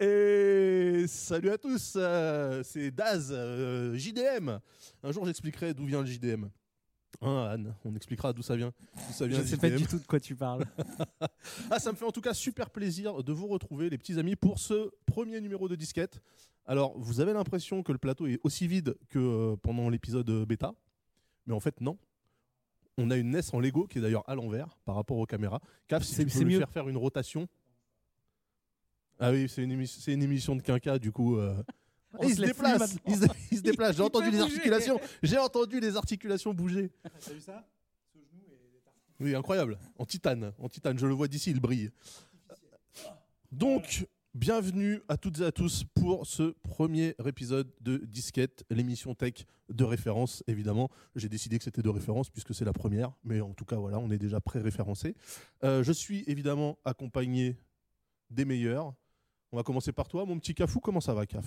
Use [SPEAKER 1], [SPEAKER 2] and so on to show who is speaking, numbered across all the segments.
[SPEAKER 1] Et salut à tous, euh, c'est Daz, euh, JDM. Un jour j'expliquerai d'où vient le JDM. Hein, Anne, on expliquera d'où ça vient. D'où ça vient
[SPEAKER 2] Je
[SPEAKER 1] le
[SPEAKER 2] sais pas
[SPEAKER 1] JDM.
[SPEAKER 2] du tout de quoi tu parles.
[SPEAKER 1] Ah, ça me fait en tout cas super plaisir de vous retrouver, les petits amis, pour ce premier numéro de disquette. Alors, vous avez l'impression que le plateau est aussi vide que euh, pendant l'épisode euh, bêta, mais en fait, non. On a une NES en Lego qui est d'ailleurs à l'envers par rapport aux caméras. Caf, si tu
[SPEAKER 2] C'est-
[SPEAKER 1] peux
[SPEAKER 2] c'est
[SPEAKER 1] lui
[SPEAKER 2] mieux.
[SPEAKER 1] faire faire une rotation. Ah oui, c'est une, émi- c'est une émission de quinca, du coup. euh,
[SPEAKER 2] On
[SPEAKER 1] il,
[SPEAKER 2] se
[SPEAKER 1] se
[SPEAKER 2] lève
[SPEAKER 1] déplace,
[SPEAKER 2] plus
[SPEAKER 1] il se, il se déplace. J'ai
[SPEAKER 2] Il
[SPEAKER 1] entendu
[SPEAKER 2] peut
[SPEAKER 1] les
[SPEAKER 2] bouger.
[SPEAKER 1] articulations. J'ai entendu les articulations bouger. Oui, incroyable. En titane, en titane. Je le vois d'ici, il brille. Donc, bienvenue à toutes et à tous pour ce premier épisode de Disquette, l'émission tech de référence. Évidemment, j'ai décidé que c'était de référence puisque c'est la première, mais en tout cas, voilà, on est déjà pré-référencé. Euh, je suis évidemment accompagné des meilleurs. On va commencer par toi, mon petit Cafou. Comment ça va, Caf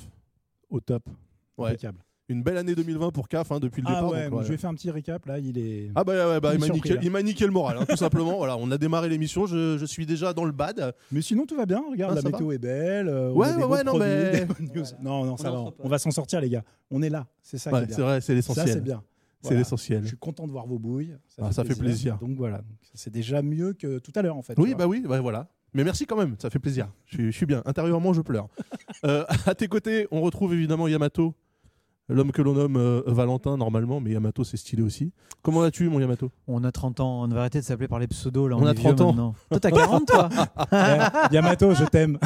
[SPEAKER 3] au top.
[SPEAKER 1] Ouais.
[SPEAKER 3] Impeccable.
[SPEAKER 1] Une belle année 2020 pour CAF hein, depuis le
[SPEAKER 3] Ah
[SPEAKER 1] départ.
[SPEAKER 3] ouais,
[SPEAKER 1] donc,
[SPEAKER 3] donc
[SPEAKER 1] ouais.
[SPEAKER 3] je vais faire un petit récap là, il est
[SPEAKER 1] Ah bah, ouais, ouais, bah, il m'a
[SPEAKER 3] Mission
[SPEAKER 1] niqué,
[SPEAKER 3] pris, là.
[SPEAKER 1] il m'a niqué le moral, hein, tout simplement. Voilà, on a démarré l'émission, je, je suis déjà dans le bad.
[SPEAKER 3] Mais sinon tout va bien, regarde
[SPEAKER 1] Ah,
[SPEAKER 3] la
[SPEAKER 1] ça va.
[SPEAKER 3] météo est belle, euh, on
[SPEAKER 1] Ouais,
[SPEAKER 3] a des
[SPEAKER 1] ouais,
[SPEAKER 3] beaux
[SPEAKER 1] ouais, non,
[SPEAKER 3] produits,
[SPEAKER 1] mais-
[SPEAKER 3] des bonnes news. Non non, ça
[SPEAKER 2] On en
[SPEAKER 3] va.
[SPEAKER 2] fera
[SPEAKER 3] On,
[SPEAKER 2] pas.
[SPEAKER 3] on va s'en sortir les gars. On est là, c'est ça
[SPEAKER 1] Ouais,
[SPEAKER 3] qui est
[SPEAKER 1] c'est
[SPEAKER 3] bien.
[SPEAKER 1] vrai, c'est
[SPEAKER 3] Ça c'est
[SPEAKER 1] l'essentiel.
[SPEAKER 3] bien.
[SPEAKER 1] C'est
[SPEAKER 3] Voilà. Je
[SPEAKER 1] l'essentiel.
[SPEAKER 3] suis content de voir vos bouilles.
[SPEAKER 1] Ah, ça fait plaisir.
[SPEAKER 3] Donc voilà, donc c'est déjà mieux que tout à l'heure en fait.
[SPEAKER 1] Oui,
[SPEAKER 3] tu
[SPEAKER 1] bah oui, bah voilà. Mais merci quand même, ça fait plaisir. Je suis, je suis bien. Intérieurement, je pleure. Euh, à tes côtés, on retrouve évidemment Yamato, l'homme que l'on nomme euh, Valentin normalement, mais Yamato c'est stylé aussi. Comment vas-tu, mon Yamato
[SPEAKER 4] On a 30 ans, on va arrêter de s'appeler par les pseudos là.
[SPEAKER 1] On a
[SPEAKER 4] est
[SPEAKER 1] 30
[SPEAKER 4] vieux
[SPEAKER 1] ans.
[SPEAKER 4] Maintenant. Toi t'as 40 toi
[SPEAKER 3] vois. Eh, Yamato, je t'aime.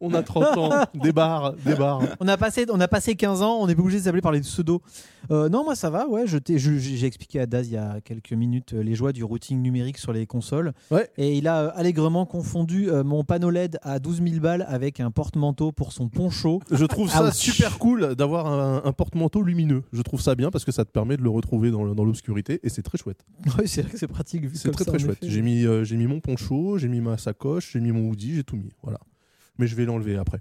[SPEAKER 1] On a 30 ans, des barres, des barres.
[SPEAKER 4] on a, passé, on a passé 15 ans, on est pas obligé de s'appeler par les pseudos. Euh, non, moi ça va, ouais. je t'ai- je- J'ai j'ai expliqué à Daz il y a quelques minutes euh, les joies du routing numérique sur les consoles.
[SPEAKER 1] Ouais.
[SPEAKER 4] Et il a euh, allègrement confondu euh, mon panneau LED à 12 000 balles avec un porte-manteau pour son poncho.
[SPEAKER 1] Je trouve ça
[SPEAKER 4] Ouch.
[SPEAKER 1] super cool d'avoir un, un porte-manteau lumineux. Je trouve ça bien parce que ça te permet de le retrouver dans le- dans l'obscurité et c'est très chouette.
[SPEAKER 4] oui, c'est vrai que c'est pratique. vu
[SPEAKER 1] C'est
[SPEAKER 4] comme
[SPEAKER 1] très
[SPEAKER 4] ça,
[SPEAKER 1] très
[SPEAKER 4] en
[SPEAKER 1] chouette.
[SPEAKER 4] effet.
[SPEAKER 1] J'ai mis, euh, j'ai mis mon poncho, j'ai mis ma sacoche, j'ai mis mon hoodie, j'ai tout mis. Voilà. Mais je vais l'enlever après.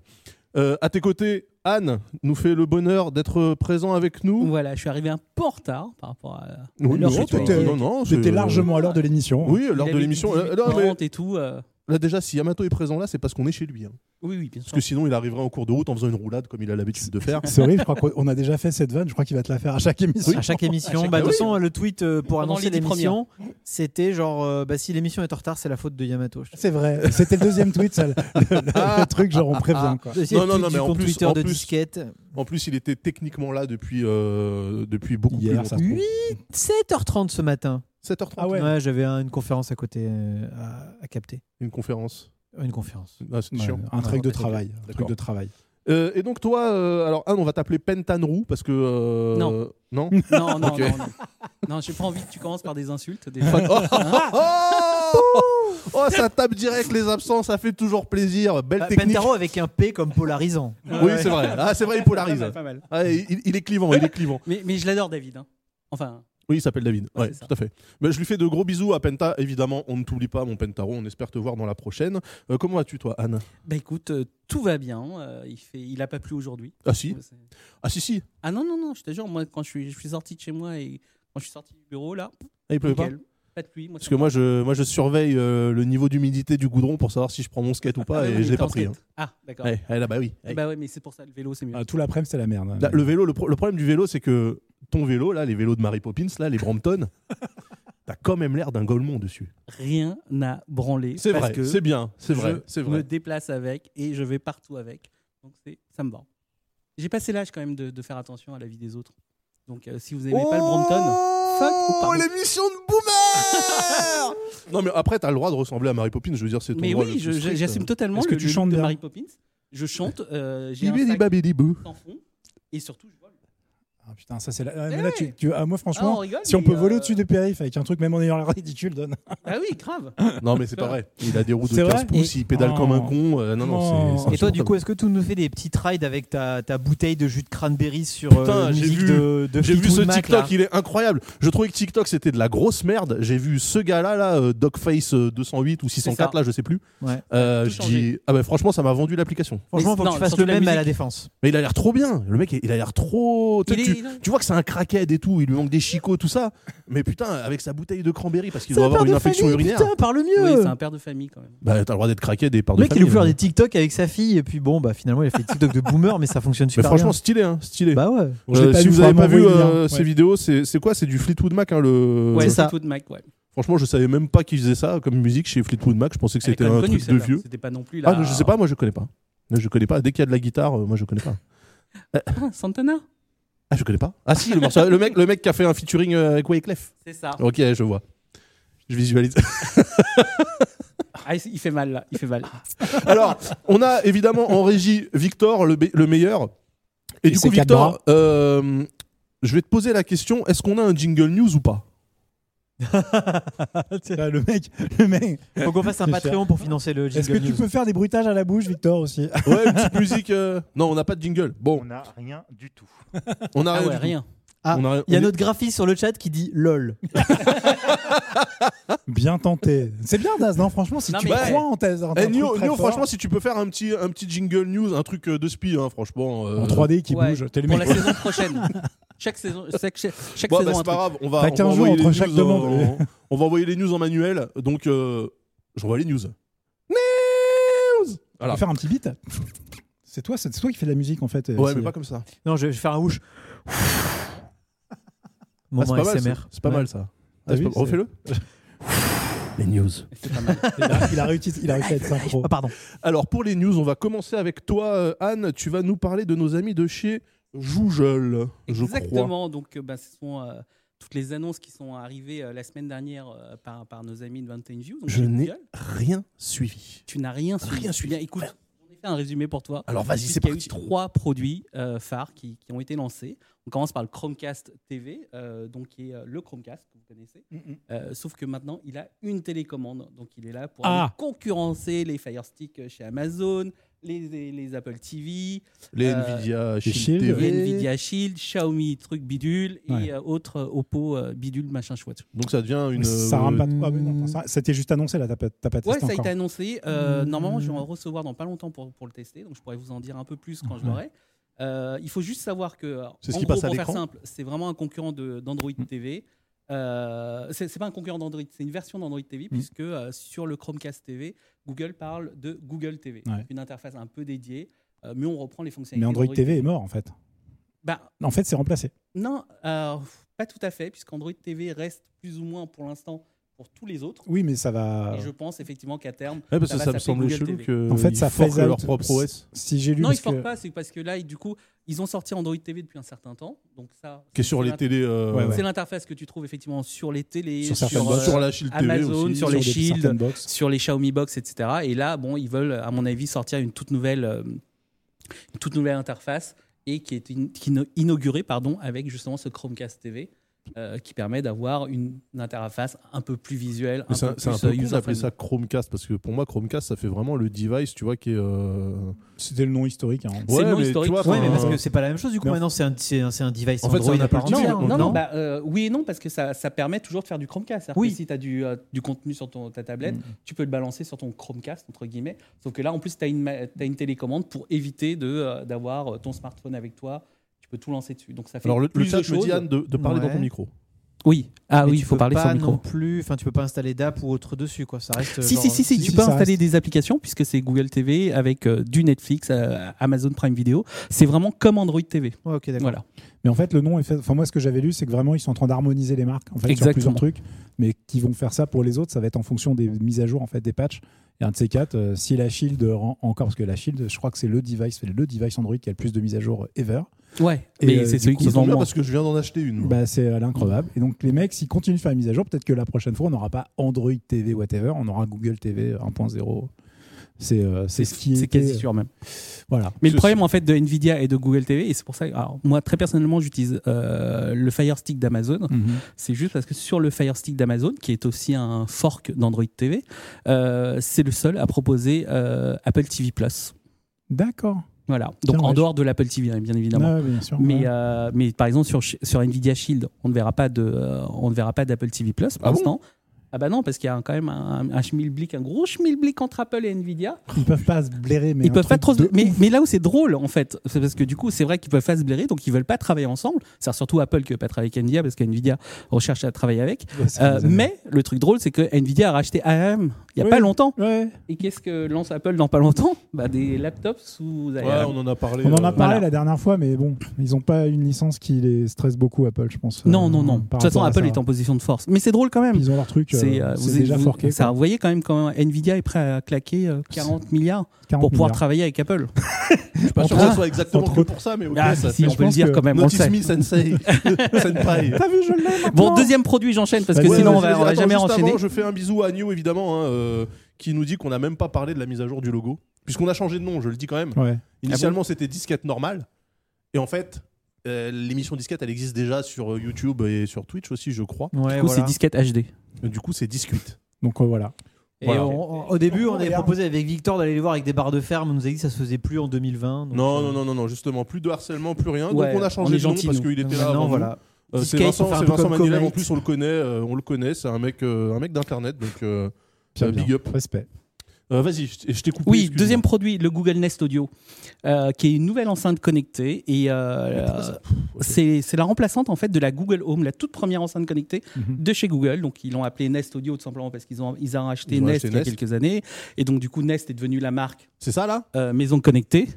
[SPEAKER 1] Euh, à tes côtés, Anne nous fait le bonheur d'être présent avec nous.
[SPEAKER 2] Voilà, je suis arrivé un peu en retard par rapport à.
[SPEAKER 1] Oui,
[SPEAKER 2] Alors,
[SPEAKER 1] non,
[SPEAKER 2] c'était-
[SPEAKER 1] pas- non, non, c'est- euh,
[SPEAKER 3] J'étais largement à l'heure de l'émission.
[SPEAKER 1] Oui,
[SPEAKER 2] Il
[SPEAKER 1] lors
[SPEAKER 2] avait
[SPEAKER 1] de
[SPEAKER 2] dit
[SPEAKER 1] l'émission. Euh,
[SPEAKER 2] 18,
[SPEAKER 1] non, mais
[SPEAKER 2] 30 et tout. euh,
[SPEAKER 1] Là, déjà, si Yamato est présent là, c'est parce qu'on est chez lui. hein.
[SPEAKER 2] Oui, oui, bien
[SPEAKER 1] Parce
[SPEAKER 2] sûr.
[SPEAKER 1] que sinon, il arriverait en cours de route en faisant une roulade comme il a l'habitude de faire.
[SPEAKER 3] C'est horrible, je crois qu'on a déjà fait cette vanne, je crois qu'il va te la faire à chaque émission.
[SPEAKER 4] À chaque
[SPEAKER 1] À
[SPEAKER 4] émission.
[SPEAKER 1] chaque-
[SPEAKER 4] Bah, De
[SPEAKER 1] Ah
[SPEAKER 4] toute
[SPEAKER 1] oui.
[SPEAKER 4] façon, le tweet euh, pour
[SPEAKER 2] Pendant
[SPEAKER 4] annoncer
[SPEAKER 2] les dix
[SPEAKER 4] l'émission, c'était genre euh, bah, si l'émission est en retard, c'est la faute de Yamato. Je te-
[SPEAKER 3] C'est vrai, c'était le deuxième tweet, ça, le, le-
[SPEAKER 1] Ah.
[SPEAKER 3] le truc genre on prévient quoi.
[SPEAKER 4] Deuxième
[SPEAKER 1] Non, non,
[SPEAKER 4] tweet
[SPEAKER 1] non,
[SPEAKER 4] du
[SPEAKER 1] mais en
[SPEAKER 4] compte
[SPEAKER 1] plus-
[SPEAKER 4] Twitter
[SPEAKER 1] en
[SPEAKER 4] de
[SPEAKER 1] plus-
[SPEAKER 4] disquette.
[SPEAKER 1] En plus, il était techniquement là depuis, euh, depuis beaucoup
[SPEAKER 3] Hier,
[SPEAKER 1] plus
[SPEAKER 3] ça
[SPEAKER 1] longtemps.
[SPEAKER 3] se trouve.
[SPEAKER 4] 7h30 ce matin.
[SPEAKER 1] 7h30,
[SPEAKER 3] Ah ouais.
[SPEAKER 4] Ouais, j'avais un- une conférence à côté euh, à, à capter.
[SPEAKER 1] une conférence.
[SPEAKER 4] Une conférence.
[SPEAKER 1] Ah, c'est
[SPEAKER 3] Ouais,
[SPEAKER 1] chiant.
[SPEAKER 3] un truc de
[SPEAKER 4] D'accord.
[SPEAKER 3] travail, un truc de travail.
[SPEAKER 1] Euh, et donc, toi, euh, alors, Anne, on va t'appeler Pentanrou parce que. euh,
[SPEAKER 2] Non.
[SPEAKER 1] Non
[SPEAKER 2] Non, non,
[SPEAKER 1] Ok.
[SPEAKER 2] non, non. Non, j'ai pas envie que tu commences par des insultes. Des...
[SPEAKER 1] Fan- Oh, oh, Oh, ça tape direct les absents, ça fait toujours plaisir. Belle
[SPEAKER 2] Euh,
[SPEAKER 4] Ah,
[SPEAKER 1] technique.
[SPEAKER 4] Pentaro avec un P comme polarisant.
[SPEAKER 1] Oui, c'est vrai. Ah, c'est vrai, il polarise.
[SPEAKER 2] Pas mal, pas mal.
[SPEAKER 1] Ah, il, il est clivant, il est clivant.
[SPEAKER 2] Mais, mais je l'adore, David. hein. Enfin,
[SPEAKER 1] Oui, il s'appelle David.
[SPEAKER 2] Ouais,
[SPEAKER 1] Ouais,
[SPEAKER 2] c'est ça.
[SPEAKER 1] tout à fait. Mais je lui fais de gros bisous à Penta. Évidemment, on ne t'oublie pas, mon Pentaro. On espère te voir dans la prochaine. Euh, comment vas-tu, toi, Anne
[SPEAKER 2] bah écoute, euh, tout va bien. euh, il fait, il a pas plu aujourd'hui. Bah,
[SPEAKER 1] Ah si,
[SPEAKER 2] C'est-
[SPEAKER 1] ah si, si.
[SPEAKER 2] Ah non, non, non, je te jure, moi, quand je suis, je suis sorti de chez moi et quand je suis sorti du bureau, là,
[SPEAKER 1] Ah, il pleut pas.
[SPEAKER 2] nickel. pas de pluie. Moi,
[SPEAKER 1] Parce
[SPEAKER 2] ça
[SPEAKER 1] que
[SPEAKER 2] me
[SPEAKER 1] moi, je, moi, je surveille euh, le niveau d'humidité du goudron pour savoir si je prends mon skate ou
[SPEAKER 2] va. Ah
[SPEAKER 1] pas,
[SPEAKER 2] oui,
[SPEAKER 1] et
[SPEAKER 2] mais
[SPEAKER 1] je l'ai
[SPEAKER 2] t'es
[SPEAKER 1] pas
[SPEAKER 2] en
[SPEAKER 1] pris. hein.
[SPEAKER 2] skate. Ah, d'accord.
[SPEAKER 1] Ouais, ouais, là, bah oui.
[SPEAKER 2] Eh Bah ouais, mais c'est pour ça, le vélo, c'est mieux.
[SPEAKER 3] Ah, tout l'après-midi, c'est la merde. hein.
[SPEAKER 1] Là, le vélo, le, pro- le problème du vélo, c'est que ton vélo, là, les vélos de Mary Poppins, là, les Brampton, t'as quand même l'air d'un golemon dessus.
[SPEAKER 2] Rien à branler.
[SPEAKER 1] C'est
[SPEAKER 2] parce
[SPEAKER 1] vrai,
[SPEAKER 2] que
[SPEAKER 1] c'est bien, c'est vrai,
[SPEAKER 2] je
[SPEAKER 1] c'est
[SPEAKER 2] me
[SPEAKER 1] vrai.
[SPEAKER 2] déplace avec et je vais partout avec. Donc c'est, ça me va. J'ai passé l'âge quand même de, de faire attention à la vie des autres. Donc euh, si vous n'aimez pas le Brompton, fuck ou
[SPEAKER 1] Oh,
[SPEAKER 2] pardon
[SPEAKER 1] l'émission de Boomer Non, mais après, t'as le droit de ressembler à Mary Poppins, je veux dire, c'est ton
[SPEAKER 2] mais
[SPEAKER 1] droit.
[SPEAKER 2] oui,
[SPEAKER 1] le
[SPEAKER 2] je-
[SPEAKER 1] plus strict.
[SPEAKER 2] j'assume totalement
[SPEAKER 3] Est-ce
[SPEAKER 2] le,
[SPEAKER 3] que
[SPEAKER 2] le
[SPEAKER 3] tu
[SPEAKER 2] look
[SPEAKER 3] chantes
[SPEAKER 2] de
[SPEAKER 3] bien
[SPEAKER 2] Mary Poppins. Je chante, euh, j'ai un
[SPEAKER 1] Bibidi
[SPEAKER 2] sac
[SPEAKER 1] babidi bou.
[SPEAKER 2] sans fond et surtout je vole.
[SPEAKER 3] Ah, putain, ça c'est la- ah,
[SPEAKER 2] Eh
[SPEAKER 3] mais là, tu, tu- ah, moi,
[SPEAKER 2] Ah,
[SPEAKER 3] franchement,
[SPEAKER 2] rigole,
[SPEAKER 3] si on
[SPEAKER 2] mais,
[SPEAKER 3] peut
[SPEAKER 2] euh,
[SPEAKER 3] voler au-dessus des périphes avec un truc, même en ayant l'air ridicule, donne.
[SPEAKER 1] Euh,
[SPEAKER 2] Ah oui, grave.
[SPEAKER 1] Non, mais c'est pas vrai. Il a des roues de
[SPEAKER 3] C'est
[SPEAKER 1] 15
[SPEAKER 3] vrai
[SPEAKER 1] pouces, il pédale comme un
[SPEAKER 3] Oh.
[SPEAKER 1] con. euh, non, non,
[SPEAKER 3] Oh.
[SPEAKER 1] c'est- c'est.
[SPEAKER 4] Et toi, du
[SPEAKER 1] insupportable.
[SPEAKER 4] coup, est-ce que tu nous fais des petits rides avec ta, ta bouteille de jus de cranberry sur euh,
[SPEAKER 1] Putain,
[SPEAKER 4] une
[SPEAKER 1] j'ai
[SPEAKER 4] musique
[SPEAKER 1] vu-
[SPEAKER 4] de, de
[SPEAKER 1] J'ai vu ce
[SPEAKER 4] Fleetwood Mac,
[SPEAKER 1] TikTok,
[SPEAKER 4] là
[SPEAKER 1] il est incroyable. Je trouvais que TikTok c'était de la grosse merde. J'ai vu ce gars-là, là, euh, Dogface euh, 208 ou 604,
[SPEAKER 2] ça.
[SPEAKER 1] là, je sais plus.
[SPEAKER 4] Ouais.
[SPEAKER 1] Euh,
[SPEAKER 2] Tout
[SPEAKER 1] je
[SPEAKER 2] changé.
[SPEAKER 1] dis, ah bah franchement, ça m'a vendu l'application.
[SPEAKER 4] Franchement, faut
[SPEAKER 2] non,
[SPEAKER 4] que tu fasses
[SPEAKER 2] surtout
[SPEAKER 4] le
[SPEAKER 2] la
[SPEAKER 4] même à la
[SPEAKER 2] musique.
[SPEAKER 4] défense.
[SPEAKER 1] Mais il a l'air trop bien. Le mec, il a l'air trop. Tu,
[SPEAKER 2] Il
[SPEAKER 1] tu-
[SPEAKER 2] est-
[SPEAKER 1] tu vois que c'est un crackhead et tout, il lui manque des chicots, tout ça. Mais putain, avec sa bouteille de cranberry, parce qu'il
[SPEAKER 4] C'est
[SPEAKER 1] doit
[SPEAKER 4] un
[SPEAKER 1] avoir
[SPEAKER 4] père
[SPEAKER 1] une
[SPEAKER 4] de
[SPEAKER 1] infection
[SPEAKER 4] famille,
[SPEAKER 1] urinaire.
[SPEAKER 4] Putain, parle
[SPEAKER 2] Oui,
[SPEAKER 4] mieux
[SPEAKER 2] c'est un père de famille quand même.
[SPEAKER 1] Bah, t'as le droit d'être crackhead et par
[SPEAKER 4] Le
[SPEAKER 1] de
[SPEAKER 4] mec, il
[SPEAKER 1] famille,
[SPEAKER 4] ouvre
[SPEAKER 1] hein.
[SPEAKER 4] des TikTok avec sa fille, et puis bon, bah finalement, il a fait des TikTok de boomer, mais ça fonctionne
[SPEAKER 1] Mais
[SPEAKER 4] super
[SPEAKER 1] franchement, stylé, hein, stylé.
[SPEAKER 4] bien. Bah ouais.
[SPEAKER 3] je l'ai
[SPEAKER 1] Euh,
[SPEAKER 3] pas
[SPEAKER 1] si
[SPEAKER 3] vu, hein.
[SPEAKER 1] vous
[SPEAKER 3] faudra
[SPEAKER 1] avez pas vu
[SPEAKER 3] m'envoyer le lien.
[SPEAKER 1] euh, ces
[SPEAKER 3] Ouais.
[SPEAKER 1] vidéos, c'est c'est quoi C'est du Fleetwood Mac, hein, le.
[SPEAKER 2] Ouais,
[SPEAKER 4] ça.
[SPEAKER 2] Fleetwood Mac, ouais.
[SPEAKER 1] Franchement, je savais même pas qu'ils faisaient ça comme musique chez Fleetwood Mac. Je pensais que
[SPEAKER 2] Elle est
[SPEAKER 1] c'était
[SPEAKER 2] quand même
[SPEAKER 1] un
[SPEAKER 2] connue,
[SPEAKER 1] truc de
[SPEAKER 2] celle-là.
[SPEAKER 1] vieux.
[SPEAKER 2] C'était pas non plus la.
[SPEAKER 1] Ah, je sais pas, moi je connais pas. Moi, Je connais pas. Dès qu'il y a de la guitare, euh, moi je connais pas.
[SPEAKER 2] Ah, Santana
[SPEAKER 1] Ah, je connais pas. Ah si, le morceau- le mec, le mec qui a fait un featuring euh, avec Wyclef.
[SPEAKER 2] C'est ça.
[SPEAKER 1] Ok, je vois. Je visualise.
[SPEAKER 2] Ah, il fait mal là, il fait mal.
[SPEAKER 1] Ah, Alors, on a évidemment en régie Victor, le, be- le meilleur. Et,
[SPEAKER 3] Et
[SPEAKER 1] du coup,
[SPEAKER 3] ses quatre
[SPEAKER 1] Victor,
[SPEAKER 3] bras.
[SPEAKER 1] euh, je vais te poser la question est-ce qu'on a un jingle news ou pas
[SPEAKER 3] Là, le mec, le mec.
[SPEAKER 4] Faut qu'on fasse un
[SPEAKER 3] C'est
[SPEAKER 4] Patreon pour financer le
[SPEAKER 3] Est-ce que
[SPEAKER 4] jingle
[SPEAKER 3] tu
[SPEAKER 4] news.
[SPEAKER 3] peux faire des bruitages à la bouche, Victor aussi
[SPEAKER 1] Ouais, une petite musique. euh, Non, on n'a pas de jingle. Bon,
[SPEAKER 3] Oh.
[SPEAKER 5] On n'a rien du tout.
[SPEAKER 1] on a
[SPEAKER 2] Ah
[SPEAKER 1] rien.
[SPEAKER 2] ouais,
[SPEAKER 1] du tout.
[SPEAKER 2] rien.
[SPEAKER 4] Ah,
[SPEAKER 1] On a-
[SPEAKER 4] Il y a
[SPEAKER 1] on est-
[SPEAKER 4] notre graphiste sur le chat qui dit LOL.
[SPEAKER 3] Bien tenté. C'est bien, Daz, non Franchement, si
[SPEAKER 2] Non,
[SPEAKER 3] tu
[SPEAKER 2] mais-
[SPEAKER 3] crois en ta, en ta
[SPEAKER 1] Eh,
[SPEAKER 3] truc
[SPEAKER 1] Nio,
[SPEAKER 3] très
[SPEAKER 1] Nio,
[SPEAKER 3] fort,
[SPEAKER 1] franchement, si tu peux faire un petit, un petit jingle news, un truc euh, de spi, hein, franchement. euh,
[SPEAKER 3] en 3D qui
[SPEAKER 2] Ouais,
[SPEAKER 3] bouge, t'es le
[SPEAKER 2] Pour
[SPEAKER 3] mec.
[SPEAKER 2] la saison prochaine. Chaque saison, chaque, chaque
[SPEAKER 1] Bon, bah,
[SPEAKER 2] saison un
[SPEAKER 1] c'est pas grave,
[SPEAKER 2] truc.
[SPEAKER 1] on va,
[SPEAKER 3] T'as
[SPEAKER 1] on va
[SPEAKER 3] 15 jours
[SPEAKER 1] envoyer les
[SPEAKER 3] entre chaque
[SPEAKER 1] news
[SPEAKER 3] demande.
[SPEAKER 1] en- on va envoyer les news en manuel, donc euh, j'envoie les news. News
[SPEAKER 3] Tu
[SPEAKER 1] Voilà.
[SPEAKER 3] peux faire un petit beat C'est toi, c'est toi qui fais de la musique en fait. euh,
[SPEAKER 1] Ouais,
[SPEAKER 3] c'est-
[SPEAKER 1] mais pas comme ça.
[SPEAKER 4] Non, je je vais faire un ouche.
[SPEAKER 1] Ah,
[SPEAKER 4] Moment
[SPEAKER 1] c'est pas mal,
[SPEAKER 4] ASMR.
[SPEAKER 1] ça. C'est pas
[SPEAKER 4] Ouais.
[SPEAKER 1] mal ça.
[SPEAKER 3] T'as
[SPEAKER 1] Ah, c'est
[SPEAKER 3] vu,
[SPEAKER 1] pas-
[SPEAKER 3] c'est-
[SPEAKER 1] Refais-le. les news.
[SPEAKER 2] C'est pas mal.
[SPEAKER 3] Il a- Il a réussi, il a réussi à être synchro.
[SPEAKER 4] Ah, pardon.
[SPEAKER 1] Alors pour les news, on va commencer avec toi, euh, Anne. Tu vas nous parler de nos amis de chez Jougel. Je crois.
[SPEAKER 2] Exactement. Donc, euh, bah, ce sont euh, toutes les annonces qui sont arrivées euh, la semaine dernière euh, par, par nos amis de 21 Views. donc
[SPEAKER 1] Je
[SPEAKER 2] chez
[SPEAKER 1] n'ai
[SPEAKER 2] Google.
[SPEAKER 1] rien suivi.
[SPEAKER 2] Tu n'as rien suivi.
[SPEAKER 1] Rien suivi.
[SPEAKER 2] Bien, écoute, on a fait un résumé pour toi.
[SPEAKER 1] Alors vas-y, c'est
[SPEAKER 2] Il y a eu
[SPEAKER 1] parti.
[SPEAKER 2] trois produits euh, phares qui, qui ont été lancés. On commence par le Chromecast TV, euh, donc qui est euh, le Chromecast que vous connaissez.
[SPEAKER 1] Mm,
[SPEAKER 2] Euh, sauf que maintenant, il a une télécommande. Donc, il est là pour
[SPEAKER 3] Ah.
[SPEAKER 2] aller concurrencer les Fire Stick euh, chez Amazon, les, les, les Apple TV,
[SPEAKER 1] Les
[SPEAKER 2] Euh,
[SPEAKER 1] Nvidia, Shield
[SPEAKER 3] Shield,
[SPEAKER 1] TV.
[SPEAKER 2] les Nvidia Shield, Xiaomi truc bidule et
[SPEAKER 3] Ouais.
[SPEAKER 2] euh, autres euh, Oppo euh, bidule machin chouette.
[SPEAKER 1] Donc ça devient une.
[SPEAKER 3] Ça
[SPEAKER 1] euh,
[SPEAKER 3] ramène pas. Ah, mais non, attends, ça- C'était juste annoncé là, t'as pas, t'as pas
[SPEAKER 2] Ouais,
[SPEAKER 3] testé
[SPEAKER 2] ça a
[SPEAKER 3] encore.
[SPEAKER 2] été annoncé. Euh,
[SPEAKER 3] Mmh.
[SPEAKER 2] Normalement, je vais en recevoir dans pas longtemps pour, pour le tester, donc je pourrais vous en dire un peu plus quand je
[SPEAKER 3] Ouais.
[SPEAKER 2] l'aurai. Euh, il faut juste savoir que,
[SPEAKER 1] C'est ce
[SPEAKER 2] en
[SPEAKER 1] qui
[SPEAKER 2] gros,
[SPEAKER 1] passe à
[SPEAKER 2] pour faire
[SPEAKER 1] l'écran
[SPEAKER 2] simple, c'est vraiment un concurrent de- d'Android
[SPEAKER 3] Hmm.
[SPEAKER 2] TV. Euh, c'est c'est pas un concurrent d'Android, c'est une version d'Android
[SPEAKER 3] Hmm.
[SPEAKER 2] TV, puisque euh, sur le Chromecast TV, Google parle de Google TV,
[SPEAKER 3] Ouais.
[SPEAKER 2] Donc une interface un peu dédiée, euh, mais on reprend les
[SPEAKER 3] Mais
[SPEAKER 2] fonctionnalités.
[SPEAKER 3] Android TV est mort en fait.
[SPEAKER 2] Bah,
[SPEAKER 3] En fait, c'est remplacé.
[SPEAKER 2] non, euh, pas tout à fait, puisqu'Android TV reste plus ou moins pour l'instant pour tous les autres.
[SPEAKER 3] Oui, mais ça va.
[SPEAKER 2] Et je pense effectivement qu'à terme,
[SPEAKER 1] Ouais, parce que
[SPEAKER 2] va
[SPEAKER 1] ça me semblait
[SPEAKER 2] s'appeler Google
[SPEAKER 1] chelou
[SPEAKER 2] TV.
[SPEAKER 1] que.
[SPEAKER 3] En fait,
[SPEAKER 1] ils
[SPEAKER 3] ça
[SPEAKER 1] forquent
[SPEAKER 3] phase out.
[SPEAKER 1] leur propre OS.
[SPEAKER 3] Si j'ai lu.
[SPEAKER 2] Non, ils
[SPEAKER 3] parce
[SPEAKER 2] ne sortent
[SPEAKER 3] que-
[SPEAKER 2] pas, c'est parce que là, du coup, ils ont sorti Android TV depuis un certain temps. Donc ça,
[SPEAKER 1] Qui est
[SPEAKER 2] c'est
[SPEAKER 1] sur les
[SPEAKER 2] l'inter-
[SPEAKER 1] télés. euh,
[SPEAKER 3] Ouais, ouais.
[SPEAKER 2] C'est l'interface que tu trouves effectivement sur les télés,
[SPEAKER 3] Sur
[SPEAKER 2] sur,
[SPEAKER 3] certaines
[SPEAKER 2] euh,
[SPEAKER 1] Sur, sur la Shield TV
[SPEAKER 2] Amazon,
[SPEAKER 1] aussi.
[SPEAKER 2] sur les
[SPEAKER 3] des-
[SPEAKER 2] shields,
[SPEAKER 3] certaines box.
[SPEAKER 2] sur les Xiaomi Box, etc. Et là, bon, ils veulent, à mon avis, sortir une toute nouvelle, euh, une toute nouvelle interface et qui est in- qui no- inaugurée pardon, avec justement ce Chromecast TV. euh, qui permet d'avoir une, une interface un peu plus visuelle, un
[SPEAKER 1] Mais C'est un-
[SPEAKER 2] peu
[SPEAKER 1] c'est un
[SPEAKER 2] plus
[SPEAKER 1] peu
[SPEAKER 2] euh,
[SPEAKER 1] cool d'appeler
[SPEAKER 2] user-friendly.
[SPEAKER 1] ça Chromecast parce que pour moi Chromecast ça fait vraiment le device tu vois qui est euh,
[SPEAKER 3] C'était le nom historique. hein.
[SPEAKER 2] C'est le nom historique.
[SPEAKER 4] Ouais, mais parce
[SPEAKER 1] enfin,
[SPEAKER 4] que c'est pas la même chose du coup.
[SPEAKER 3] Mais en-
[SPEAKER 4] Maintenant, c'est un, c'est un, c'est un device
[SPEAKER 1] En fait,
[SPEAKER 4] Android
[SPEAKER 1] c'est un Apple
[SPEAKER 4] apparemment.
[SPEAKER 1] TV,
[SPEAKER 2] Non,
[SPEAKER 1] on-
[SPEAKER 2] non, non, bah, euh, oui et non, parce que ça, ça permet toujours de faire du Chromecast. C'est-à-dire
[SPEAKER 4] Oui.
[SPEAKER 2] que si tu as du, euh, du contenu sur ton, ta tablette, tu peux le balancer sur ton Chromecast, entre guillemets. Sauf que là, en plus, tu as, une télécommande pour éviter de, euh, d'avoir euh, ton smartphone avec toi. Tu peux tout lancer dessus. Donc ça fait
[SPEAKER 1] alors le, le
[SPEAKER 2] plus
[SPEAKER 1] chat
[SPEAKER 2] de
[SPEAKER 1] me
[SPEAKER 2] choses.
[SPEAKER 1] dit Anne de, de parler dans ton
[SPEAKER 4] Ouais.
[SPEAKER 1] micro
[SPEAKER 2] Oui, ah
[SPEAKER 4] Mais
[SPEAKER 2] oui,
[SPEAKER 4] tu
[SPEAKER 2] il faut
[SPEAKER 4] peux
[SPEAKER 2] parler
[SPEAKER 4] pas
[SPEAKER 2] sur le
[SPEAKER 4] non
[SPEAKER 2] micro.
[SPEAKER 4] plus. Enfin, tu peux pas installer d'app ou autre dessus, quoi. Ça reste. euh,
[SPEAKER 2] Si,
[SPEAKER 4] genre,
[SPEAKER 2] si, si, si,
[SPEAKER 3] si,
[SPEAKER 2] tu
[SPEAKER 3] si,
[SPEAKER 2] peux
[SPEAKER 3] ça
[SPEAKER 2] installer
[SPEAKER 3] reste.
[SPEAKER 2] des applications puisque c'est Google TV avec euh, du Netflix, euh, Amazon Prime Video. C'est vraiment comme Android TV.
[SPEAKER 4] Ouais, ok, d'accord.
[SPEAKER 2] Voilà.
[SPEAKER 3] Mais en fait, le nom est fait. Enfin, moi, ce que j'avais lu, c'est que vraiment, ils sont en train d'harmoniser les marques en fait, sur
[SPEAKER 2] Exactement.
[SPEAKER 3] plusieurs trucs. Mais qui vont faire ça pour les autres, ça va être en fonction des mises à jour, en fait, des patchs. Et un de ces quatre, euh, si la Shield rend encore, parce que la Shield, je crois que c'est le device, c'est le device Android qui a le plus de mises à jour euh, ever.
[SPEAKER 2] Ouais,
[SPEAKER 3] Et,
[SPEAKER 2] mais
[SPEAKER 3] euh,
[SPEAKER 2] c'est
[SPEAKER 3] du
[SPEAKER 2] celui
[SPEAKER 3] coup,
[SPEAKER 1] Ça
[SPEAKER 2] qui
[SPEAKER 1] tombe
[SPEAKER 2] vend
[SPEAKER 1] bien
[SPEAKER 2] moins.
[SPEAKER 1] parce que je viens d'en acheter une moi.
[SPEAKER 3] Bah, c'est à l'incroyable. Et donc, les mecs, s'ils continuent de faire les euh, mises à jour, peut-être que la prochaine fois, on n'aura pas Android TV, whatever, on aura Google TV 1.0. C'est euh, c'est ce qui
[SPEAKER 2] C'est
[SPEAKER 3] était-
[SPEAKER 2] quasi sûr même.
[SPEAKER 3] Voilà.
[SPEAKER 2] Mais le
[SPEAKER 1] Ceci-
[SPEAKER 2] problème en fait de Nvidia et de Google TV, et c'est pour ça, alors moi très personnellement j'utilise euh, le Fire Stick d'Amazon,
[SPEAKER 3] Mhm.
[SPEAKER 2] c'est juste parce que sur le Fire Stick d'Amazon, qui est aussi un fork d'Android TV, euh, c'est le seul à proposer euh, Apple TV Plus.
[SPEAKER 3] D'accord.
[SPEAKER 2] Voilà.
[SPEAKER 3] Tiens,
[SPEAKER 2] Donc en
[SPEAKER 3] ouais.
[SPEAKER 2] dehors de l'Apple TV, hein, bien évidemment.
[SPEAKER 3] Ouais, bien sûr.
[SPEAKER 2] Mais,
[SPEAKER 3] ouais.
[SPEAKER 2] euh, mais par exemple sur, sur Nvidia Shield, on ne verra pas de, euh, on ne verra pas d'Apple TV Plus pour
[SPEAKER 1] Ah bon
[SPEAKER 2] l'instant. ah bah non, parce qu'il y a un- quand même un, un schmilblick, un gros schmilblick entre Apple et Nvidia.
[SPEAKER 3] Ils peuvent pas se blairer. Mais
[SPEAKER 2] euh, Ils
[SPEAKER 3] un
[SPEAKER 2] peuvent pas
[SPEAKER 3] truc
[SPEAKER 2] trop.
[SPEAKER 3] de
[SPEAKER 2] se- Mais,
[SPEAKER 3] ouf.
[SPEAKER 2] mais là où c'est drôle en fait, c'est parce que du coup c'est vrai qu'ils peuvent pas se blairer, donc ils veulent pas travailler ensemble. C'est surtout Apple qui veut pas travailler avec Nvidia parce qu'Nvidia recherche à travailler avec.
[SPEAKER 3] Ouais, c'est
[SPEAKER 2] Euh,
[SPEAKER 3] des années.
[SPEAKER 2] mais le truc drôle, c'est que Nvidia a racheté ARM il y a
[SPEAKER 3] Oui.
[SPEAKER 2] pas longtemps.
[SPEAKER 3] Ouais.
[SPEAKER 2] Et qu'est-ce que lance Apple dans pas longtemps Bah, Des laptops sous
[SPEAKER 1] Ouais,
[SPEAKER 2] ARM.
[SPEAKER 1] on en a parlé.
[SPEAKER 3] On en a
[SPEAKER 1] euh,
[SPEAKER 3] parlé
[SPEAKER 2] Voilà.
[SPEAKER 3] la dernière fois, mais bon, ils n'ont pas une licence qui les stresse beaucoup, Apple, je pense.
[SPEAKER 2] Non,
[SPEAKER 3] euh,
[SPEAKER 2] non, non. De
[SPEAKER 3] par
[SPEAKER 2] toute façon,
[SPEAKER 3] rapport à
[SPEAKER 2] Apple
[SPEAKER 3] ça.
[SPEAKER 2] est en position de force. Mais c'est drôle quand même.
[SPEAKER 3] Ils ont leur truc. euh,
[SPEAKER 2] C'est
[SPEAKER 3] C'est
[SPEAKER 2] euh, vous-
[SPEAKER 3] déjà
[SPEAKER 2] vous-
[SPEAKER 3] forqué.
[SPEAKER 2] ça,
[SPEAKER 3] quoi.
[SPEAKER 2] vous voyez quand même quand Nvidia est prêt à claquer euh, 40 milliards
[SPEAKER 3] 40
[SPEAKER 2] pour pouvoir
[SPEAKER 3] milliards.
[SPEAKER 2] travailler avec Apple.
[SPEAKER 1] Je suis pas sûr
[SPEAKER 3] Entre-
[SPEAKER 1] que ce soit exactement
[SPEAKER 3] entre-
[SPEAKER 1] que pour ça, mais ok,
[SPEAKER 2] ah,
[SPEAKER 1] ça
[SPEAKER 2] si, si,
[SPEAKER 1] fait-
[SPEAKER 2] on
[SPEAKER 3] je
[SPEAKER 2] peut le
[SPEAKER 3] pense
[SPEAKER 2] dire
[SPEAKER 3] que
[SPEAKER 2] quand même. on le
[SPEAKER 1] Notice
[SPEAKER 2] sait.
[SPEAKER 1] me, Sensei. Senpai.
[SPEAKER 3] T'as vu, je l'ai maintenant.
[SPEAKER 2] Bon, deuxième produit, j'enchaîne parce que
[SPEAKER 3] Bah Ouais,
[SPEAKER 2] sinon
[SPEAKER 3] ouais,
[SPEAKER 2] on va, on va
[SPEAKER 1] Attends,
[SPEAKER 2] jamais
[SPEAKER 1] juste
[SPEAKER 2] enchaîner.
[SPEAKER 1] avant, je fais un bisou à Agnew, évidemment, hein, euh, qui nous dit qu'on n'a même pas parlé de la mise à jour du logo. Puisqu'on a changé de nom, je le dis quand
[SPEAKER 2] Ah
[SPEAKER 1] même.
[SPEAKER 3] Ouais.
[SPEAKER 1] Initialement, c'était disquette normale. Et en fait, euh, l'émission disquette, elle existe déjà sur euh, YouTube et sur Twitch aussi, je crois.
[SPEAKER 4] Ouais,
[SPEAKER 2] Du coup, c'est
[SPEAKER 4] voilà.
[SPEAKER 2] disquette HD.
[SPEAKER 1] Et Du coup, c'est discute.
[SPEAKER 3] Donc euh, voilà.
[SPEAKER 4] Et
[SPEAKER 1] Voilà.
[SPEAKER 4] on- on- au début, on avait
[SPEAKER 3] Regarde.
[SPEAKER 4] proposé avec Victor d'aller les voir avec des barres de ferme. On nous a dit que ça se faisait plus en 2020. donc,
[SPEAKER 1] Non,
[SPEAKER 4] euh,
[SPEAKER 1] non, non, non, non, justement, plus de harcèlement, plus rien.
[SPEAKER 2] Ouais,
[SPEAKER 1] Ah, Donc on a
[SPEAKER 2] on
[SPEAKER 1] changé
[SPEAKER 2] est
[SPEAKER 1] de nom
[SPEAKER 2] gentils,
[SPEAKER 1] parce
[SPEAKER 2] nous.
[SPEAKER 1] qu'il était là.
[SPEAKER 4] Maintenant,
[SPEAKER 1] avant
[SPEAKER 4] voilà.
[SPEAKER 1] nous. Euh, c'est
[SPEAKER 4] Disquette, on
[SPEAKER 1] Vincent,
[SPEAKER 4] fait un
[SPEAKER 1] c'est
[SPEAKER 4] peu
[SPEAKER 1] Vincent
[SPEAKER 4] comme
[SPEAKER 1] Manilev, en
[SPEAKER 4] Comate.
[SPEAKER 1] plus on le connaît, euh, on le connaît, c'est un mec, euh, un mec d'internet, donc euh,
[SPEAKER 3] Bien,
[SPEAKER 1] Euh, big
[SPEAKER 3] bien.
[SPEAKER 1] up.
[SPEAKER 3] Respect.
[SPEAKER 1] euh, vas-y, je t'ai- je t'ai coupé.
[SPEAKER 2] Oui,
[SPEAKER 1] excuse-moi.
[SPEAKER 2] deuxième produit, le Google Nest Audio, euh, qui est une nouvelle enceinte connectée. Et euh, c'est c'est la remplaçante en fait de la Google Home, la toute première enceinte connectée
[SPEAKER 3] Mhm.
[SPEAKER 2] de chez Google. Donc ils l'ont appelée Nest Audio tout simplement parce qu'ils ont ils ont acheté
[SPEAKER 1] Ils ont
[SPEAKER 2] Nest
[SPEAKER 1] acheté
[SPEAKER 2] il y a
[SPEAKER 1] Nest.
[SPEAKER 2] quelques années. Et donc du coup Nest est devenue la marque
[SPEAKER 1] C'est ça là
[SPEAKER 2] euh, maison connectée.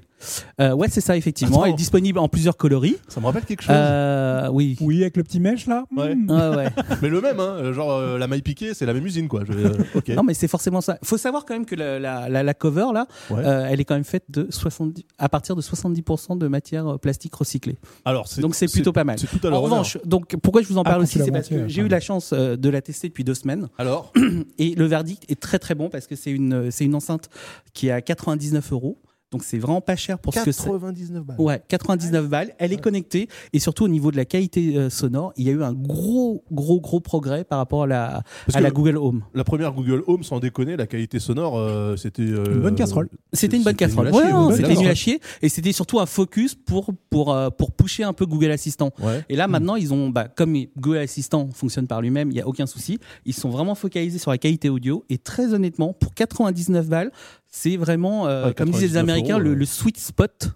[SPEAKER 2] Euh, ouais, c'est ça effectivement.
[SPEAKER 1] Attends.
[SPEAKER 2] Elle est disponible en plusieurs coloris.
[SPEAKER 1] Ça me rappelle quelque chose.
[SPEAKER 2] Euh, oui.
[SPEAKER 3] Oui, avec le petit mèche là.
[SPEAKER 1] Ouais.
[SPEAKER 3] Mmh.
[SPEAKER 2] Ouais, ouais.
[SPEAKER 1] Mais le même, hein, euh, genre euh, la maille piquée, c'est la même usine quoi. Je- euh, ok.
[SPEAKER 2] Non mais c'est forcément ça. Faut savoir quand même que la, la, la- la cover là,
[SPEAKER 1] Ouais.
[SPEAKER 2] euh, elle est quand même faite de 70 à partir de 70% de matière euh, plastique recyclée.
[SPEAKER 1] Alors c'est
[SPEAKER 2] Donc c'est plutôt pas mal.
[SPEAKER 1] C'est tout à
[SPEAKER 2] En
[SPEAKER 1] leur honneur.
[SPEAKER 2] revanche, donc pourquoi je vous en
[SPEAKER 3] Ah,
[SPEAKER 2] parle
[SPEAKER 3] quand tu
[SPEAKER 2] aussi,
[SPEAKER 3] l'as
[SPEAKER 2] c'est parce
[SPEAKER 3] monté,
[SPEAKER 2] que j'ai
[SPEAKER 3] pardon.
[SPEAKER 2] eu la chance euh, de la tester depuis deux semaines.
[SPEAKER 1] Alors,
[SPEAKER 2] Et le verdict est très très bon parce que c'est une, c'est une enceinte qui est à 99 euros. Donc c'est vraiment pas cher pour ce que c'est.
[SPEAKER 1] 99 balles.
[SPEAKER 2] Ouais, 99 balles. Elle est connectée et surtout au niveau de la qualité euh, sonore, il y a eu un gros gros gros progrès par rapport à la,
[SPEAKER 1] Parce
[SPEAKER 2] à
[SPEAKER 1] que
[SPEAKER 2] la Google Home.
[SPEAKER 1] la première Google Home, sans déconner, la qualité sonore, euh, c'était euh,
[SPEAKER 3] Une bonne casserole.
[SPEAKER 2] C'était une bonne
[SPEAKER 1] C'était
[SPEAKER 2] casserole.
[SPEAKER 1] nul à chier,
[SPEAKER 2] Ouais, non,
[SPEAKER 1] ouais,
[SPEAKER 2] C'était
[SPEAKER 1] d'accord.
[SPEAKER 2] nul à chier et c'était surtout un focus pour pour euh, pour pousser un peu Google Assistant.
[SPEAKER 1] Ouais.
[SPEAKER 2] Et là, maintenant, ils ont, bah, comme Google Assistant fonctionne par lui-même, il n'y a aucun souci. Ils sont vraiment focalisés sur la qualité audio. Et très honnêtement, pour 99 balles, c'est vraiment, euh,
[SPEAKER 1] Ouais,
[SPEAKER 2] comme disaient
[SPEAKER 1] 99
[SPEAKER 2] les Américains,
[SPEAKER 1] euros,
[SPEAKER 2] le,
[SPEAKER 1] ouais.
[SPEAKER 2] le sweet spot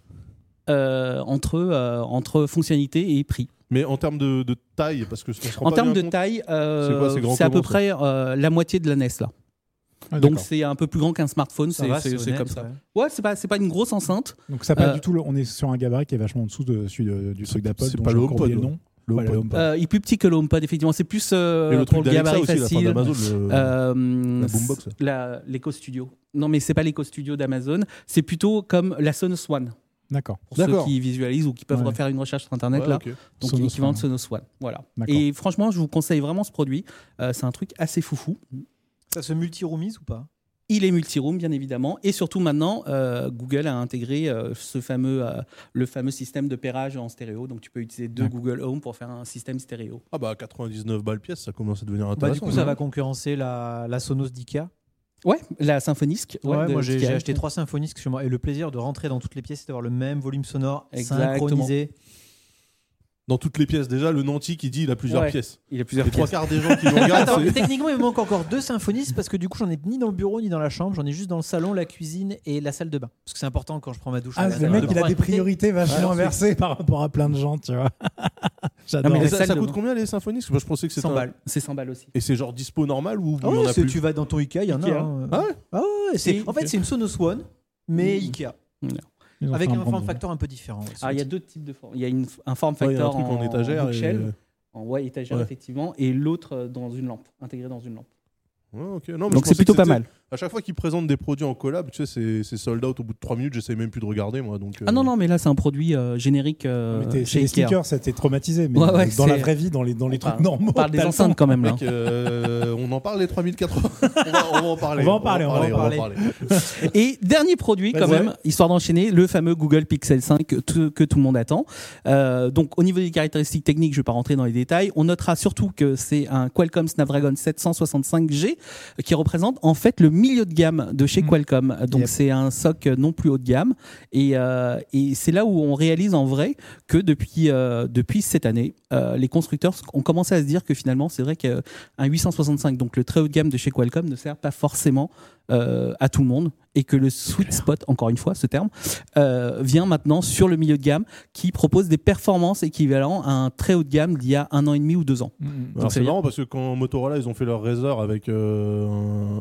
[SPEAKER 2] euh, entre, euh, entre fonctionnalité et prix.
[SPEAKER 1] Mais en termes de, de taille, parce que on se rend
[SPEAKER 2] En
[SPEAKER 1] pas
[SPEAKER 2] termes
[SPEAKER 1] bien
[SPEAKER 2] de
[SPEAKER 1] compte.
[SPEAKER 2] taille,
[SPEAKER 1] C'est quoi, c'est
[SPEAKER 2] euh,
[SPEAKER 1] grand
[SPEAKER 2] c'est à peu
[SPEAKER 1] comment, ça
[SPEAKER 2] près euh, la moitié de la NES là.
[SPEAKER 3] Ah,
[SPEAKER 2] Donc
[SPEAKER 3] d'accord.
[SPEAKER 2] c'est un peu plus grand qu'un smartphone.
[SPEAKER 4] ça
[SPEAKER 2] C'est
[SPEAKER 4] va,
[SPEAKER 2] c'est- c'est
[SPEAKER 4] honnête,
[SPEAKER 2] comme ça.
[SPEAKER 4] ouais.
[SPEAKER 2] Ouais, c'est pas, c'est pas une grosse enceinte.
[SPEAKER 3] Donc ça pas
[SPEAKER 2] Euh,
[SPEAKER 3] du tout. le- On est sur un gabarit qui est vachement en dessous de, celui de- du truc d'Apple.
[SPEAKER 1] C'est
[SPEAKER 3] dont
[SPEAKER 1] pas
[SPEAKER 3] j'ai
[SPEAKER 1] le
[SPEAKER 3] encore oublié
[SPEAKER 1] HomePod,
[SPEAKER 3] Le nom. Voilà, le HomePod.
[SPEAKER 2] Euh, il est plus petit que le HomePod, effectivement. C'est plus euh,
[SPEAKER 1] Et le
[SPEAKER 2] pour
[SPEAKER 1] truc
[SPEAKER 2] le
[SPEAKER 1] d'Alexa
[SPEAKER 2] gabarit
[SPEAKER 1] aussi, la fin
[SPEAKER 2] facile.
[SPEAKER 1] d'Amazon. le-
[SPEAKER 2] Euh,
[SPEAKER 1] la boombox.
[SPEAKER 2] la- L'éco studio. Non, mais c'est pas l'éco studio d'Amazon. C'est plutôt comme la Sonos One
[SPEAKER 3] D'accord.
[SPEAKER 2] pour ceux
[SPEAKER 1] D'accord.
[SPEAKER 2] qui visualisent ou qui peuvent
[SPEAKER 3] Ouais.
[SPEAKER 2] refaire une recherche sur internet
[SPEAKER 1] Ouais,
[SPEAKER 2] là.
[SPEAKER 1] ok.
[SPEAKER 2] Donc
[SPEAKER 3] Sonos
[SPEAKER 2] qui vendent
[SPEAKER 3] One.
[SPEAKER 2] Sonos One. Voilà.
[SPEAKER 3] D'accord.
[SPEAKER 2] Et franchement, je vous conseille vraiment ce produit. Euh, c'est un truc assez foufou.
[SPEAKER 4] Ça se multi-roomise ou pas
[SPEAKER 2] Il est multi-room, bien évidemment, et surtout maintenant, euh, Google a intégré euh, ce fameux, euh, le fameux système de pairage en stéréo. Donc, tu peux utiliser deux
[SPEAKER 3] D'accord.
[SPEAKER 2] Google Home pour faire un système stéréo.
[SPEAKER 1] Ah bah 99 balles pièce, ça commence à devenir
[SPEAKER 4] Bah,
[SPEAKER 1] intéressant.
[SPEAKER 4] Du coup, ça va concurrencer la, la Sonos d'Ika.
[SPEAKER 2] Ouais, la Symphonisque.
[SPEAKER 4] Ouais,
[SPEAKER 2] de-
[SPEAKER 4] moi j'ai
[SPEAKER 2] qui a-
[SPEAKER 4] j'ai acheté trois symphonies chez moi et le plaisir de rentrer dans toutes les pièces et d'avoir le même volume sonore
[SPEAKER 2] Exactement.
[SPEAKER 4] synchronisé.
[SPEAKER 1] Dans toutes les pièces, déjà, le Nanti qui dit il a plusieurs
[SPEAKER 2] Ouais.
[SPEAKER 1] pièces.
[SPEAKER 2] Il a plusieurs
[SPEAKER 1] Les trois
[SPEAKER 2] pièces.
[SPEAKER 1] quarts des gens qui nous regardent,
[SPEAKER 4] Attends, mais
[SPEAKER 1] c'est-
[SPEAKER 4] techniquement, il me manque encore deux symphonistes parce que du coup, j'en ai ni dans le bureau ni dans la chambre, j'en ai juste dans le salon, la cuisine et la salle de bain. Parce que c'est important quand je prends ma douche.
[SPEAKER 3] Ah,
[SPEAKER 4] la
[SPEAKER 3] le
[SPEAKER 4] salle
[SPEAKER 3] mec,
[SPEAKER 4] de
[SPEAKER 3] il a
[SPEAKER 4] bain.
[SPEAKER 3] des priorités vachement
[SPEAKER 4] Ouais.
[SPEAKER 3] inversées par rapport à plein de gens, tu vois. J'adore.
[SPEAKER 2] Non, mais
[SPEAKER 1] Et
[SPEAKER 2] la
[SPEAKER 1] ça,
[SPEAKER 2] salle
[SPEAKER 1] ça
[SPEAKER 2] de
[SPEAKER 1] coûte
[SPEAKER 2] bain.
[SPEAKER 1] combien les symphonistes Moi, je pensais que c'était
[SPEAKER 2] 100
[SPEAKER 1] un-
[SPEAKER 2] balles. C'est 100 balles aussi.
[SPEAKER 1] Et c'est genre dispo normal ou il
[SPEAKER 4] Ah
[SPEAKER 1] y en
[SPEAKER 4] ouais,
[SPEAKER 1] a
[SPEAKER 4] c'est-
[SPEAKER 1] plus
[SPEAKER 4] tu vas dans ton Ikea, il y en a.
[SPEAKER 2] Ikea.
[SPEAKER 4] hein.
[SPEAKER 1] Ah ouais
[SPEAKER 4] Ah ouais, c'est-
[SPEAKER 2] Si.
[SPEAKER 4] en fait, c'est une Sonos One, mais Ikea.
[SPEAKER 3] Ils ont
[SPEAKER 4] Avec
[SPEAKER 3] fait
[SPEAKER 4] un
[SPEAKER 3] bon
[SPEAKER 4] form
[SPEAKER 3] deal.
[SPEAKER 4] factor un peu différent. ouais,
[SPEAKER 2] Ah, il y a deux types de formes. Il y a une, un form
[SPEAKER 1] Ouais, il y a un truc
[SPEAKER 2] factor
[SPEAKER 1] en, étagère.
[SPEAKER 2] bookshelf,
[SPEAKER 1] et- euh,
[SPEAKER 2] en ouais, étagère
[SPEAKER 1] Ouais.
[SPEAKER 2] effectivement, et l'autre euh, dans une lampe, intégré dans une lampe.
[SPEAKER 1] Ouais, ok. Non, mais je
[SPEAKER 2] Donc
[SPEAKER 1] pensais
[SPEAKER 2] c'est
[SPEAKER 1] que
[SPEAKER 2] plutôt pas
[SPEAKER 1] c'était- euh,
[SPEAKER 2] mal.
[SPEAKER 1] À chaque fois qu'ils présentent des produits en collab, tu sais, c'est- c'est sold out au bout de 3 minutes, j'essaie même plus de regarder, moi. Donc, euh,
[SPEAKER 2] Ah non, non, mais là, c'est un produit euh, générique euh,
[SPEAKER 3] Mais t'es- c'est
[SPEAKER 2] chez
[SPEAKER 3] les
[SPEAKER 2] Ikea.
[SPEAKER 3] sneakers, ça t'es traumatisé. Mais
[SPEAKER 2] Ouais, ouais,
[SPEAKER 3] dans la
[SPEAKER 2] c'est-
[SPEAKER 3] vraie vie, dans les, dans les
[SPEAKER 2] On
[SPEAKER 3] trucs
[SPEAKER 2] parle-
[SPEAKER 3] normaux.
[SPEAKER 1] Oh,
[SPEAKER 2] On parle des
[SPEAKER 3] t'as le
[SPEAKER 2] enceintes quand même, là.
[SPEAKER 1] mec, euh, on en parle les 3080. on, va, on va en parler.
[SPEAKER 3] On va en parler, on va en
[SPEAKER 2] Et dernier produit, quand
[SPEAKER 3] Vas-y.
[SPEAKER 2] même, histoire d'enchaîner, le fameux Google Pixel 5 que tout, que tout le monde attend. Euh, donc, au niveau des caractéristiques techniques, je ne vais pas rentrer dans les détails. On notera surtout que c'est un Qualcomm Snapdragon 765G euh, qui représente en fait le milieu de gamme de chez
[SPEAKER 4] Mm.
[SPEAKER 2] Qualcomm. Donc,
[SPEAKER 4] Yep.
[SPEAKER 2] c'est un SOC non plus haut de gamme. Et, euh, et c'est là où on réalise en vrai que depuis, euh, depuis cette année, euh, les constructeurs ont commencé à se dire que finalement, c'est vrai qu'un 865, donc le très haut de gamme de chez Qualcomm, ne sert pas forcément euh, à tout le monde et que le sweet spot, encore une fois ce terme, euh, vient maintenant sur le milieu de gamme qui propose des performances équivalentes à un très haut de gamme d'il y a un an et demi ou deux ans.
[SPEAKER 3] Mm.
[SPEAKER 1] Alors,
[SPEAKER 2] c'est
[SPEAKER 1] c'est
[SPEAKER 2] bien.
[SPEAKER 1] marrant parce que quand Motorola ils ont fait leur Razer avec euh,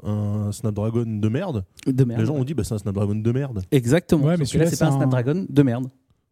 [SPEAKER 1] un, un Snapdragon de merde,
[SPEAKER 2] De
[SPEAKER 1] les
[SPEAKER 2] merde.
[SPEAKER 1] gens ont dit bah c'est un Snapdragon de merde
[SPEAKER 2] Exactement.
[SPEAKER 3] Ouais, mais
[SPEAKER 2] Sauf que
[SPEAKER 3] celui-là,
[SPEAKER 2] là, c'est pas un
[SPEAKER 3] c'est un-
[SPEAKER 2] Snapdragon de merde.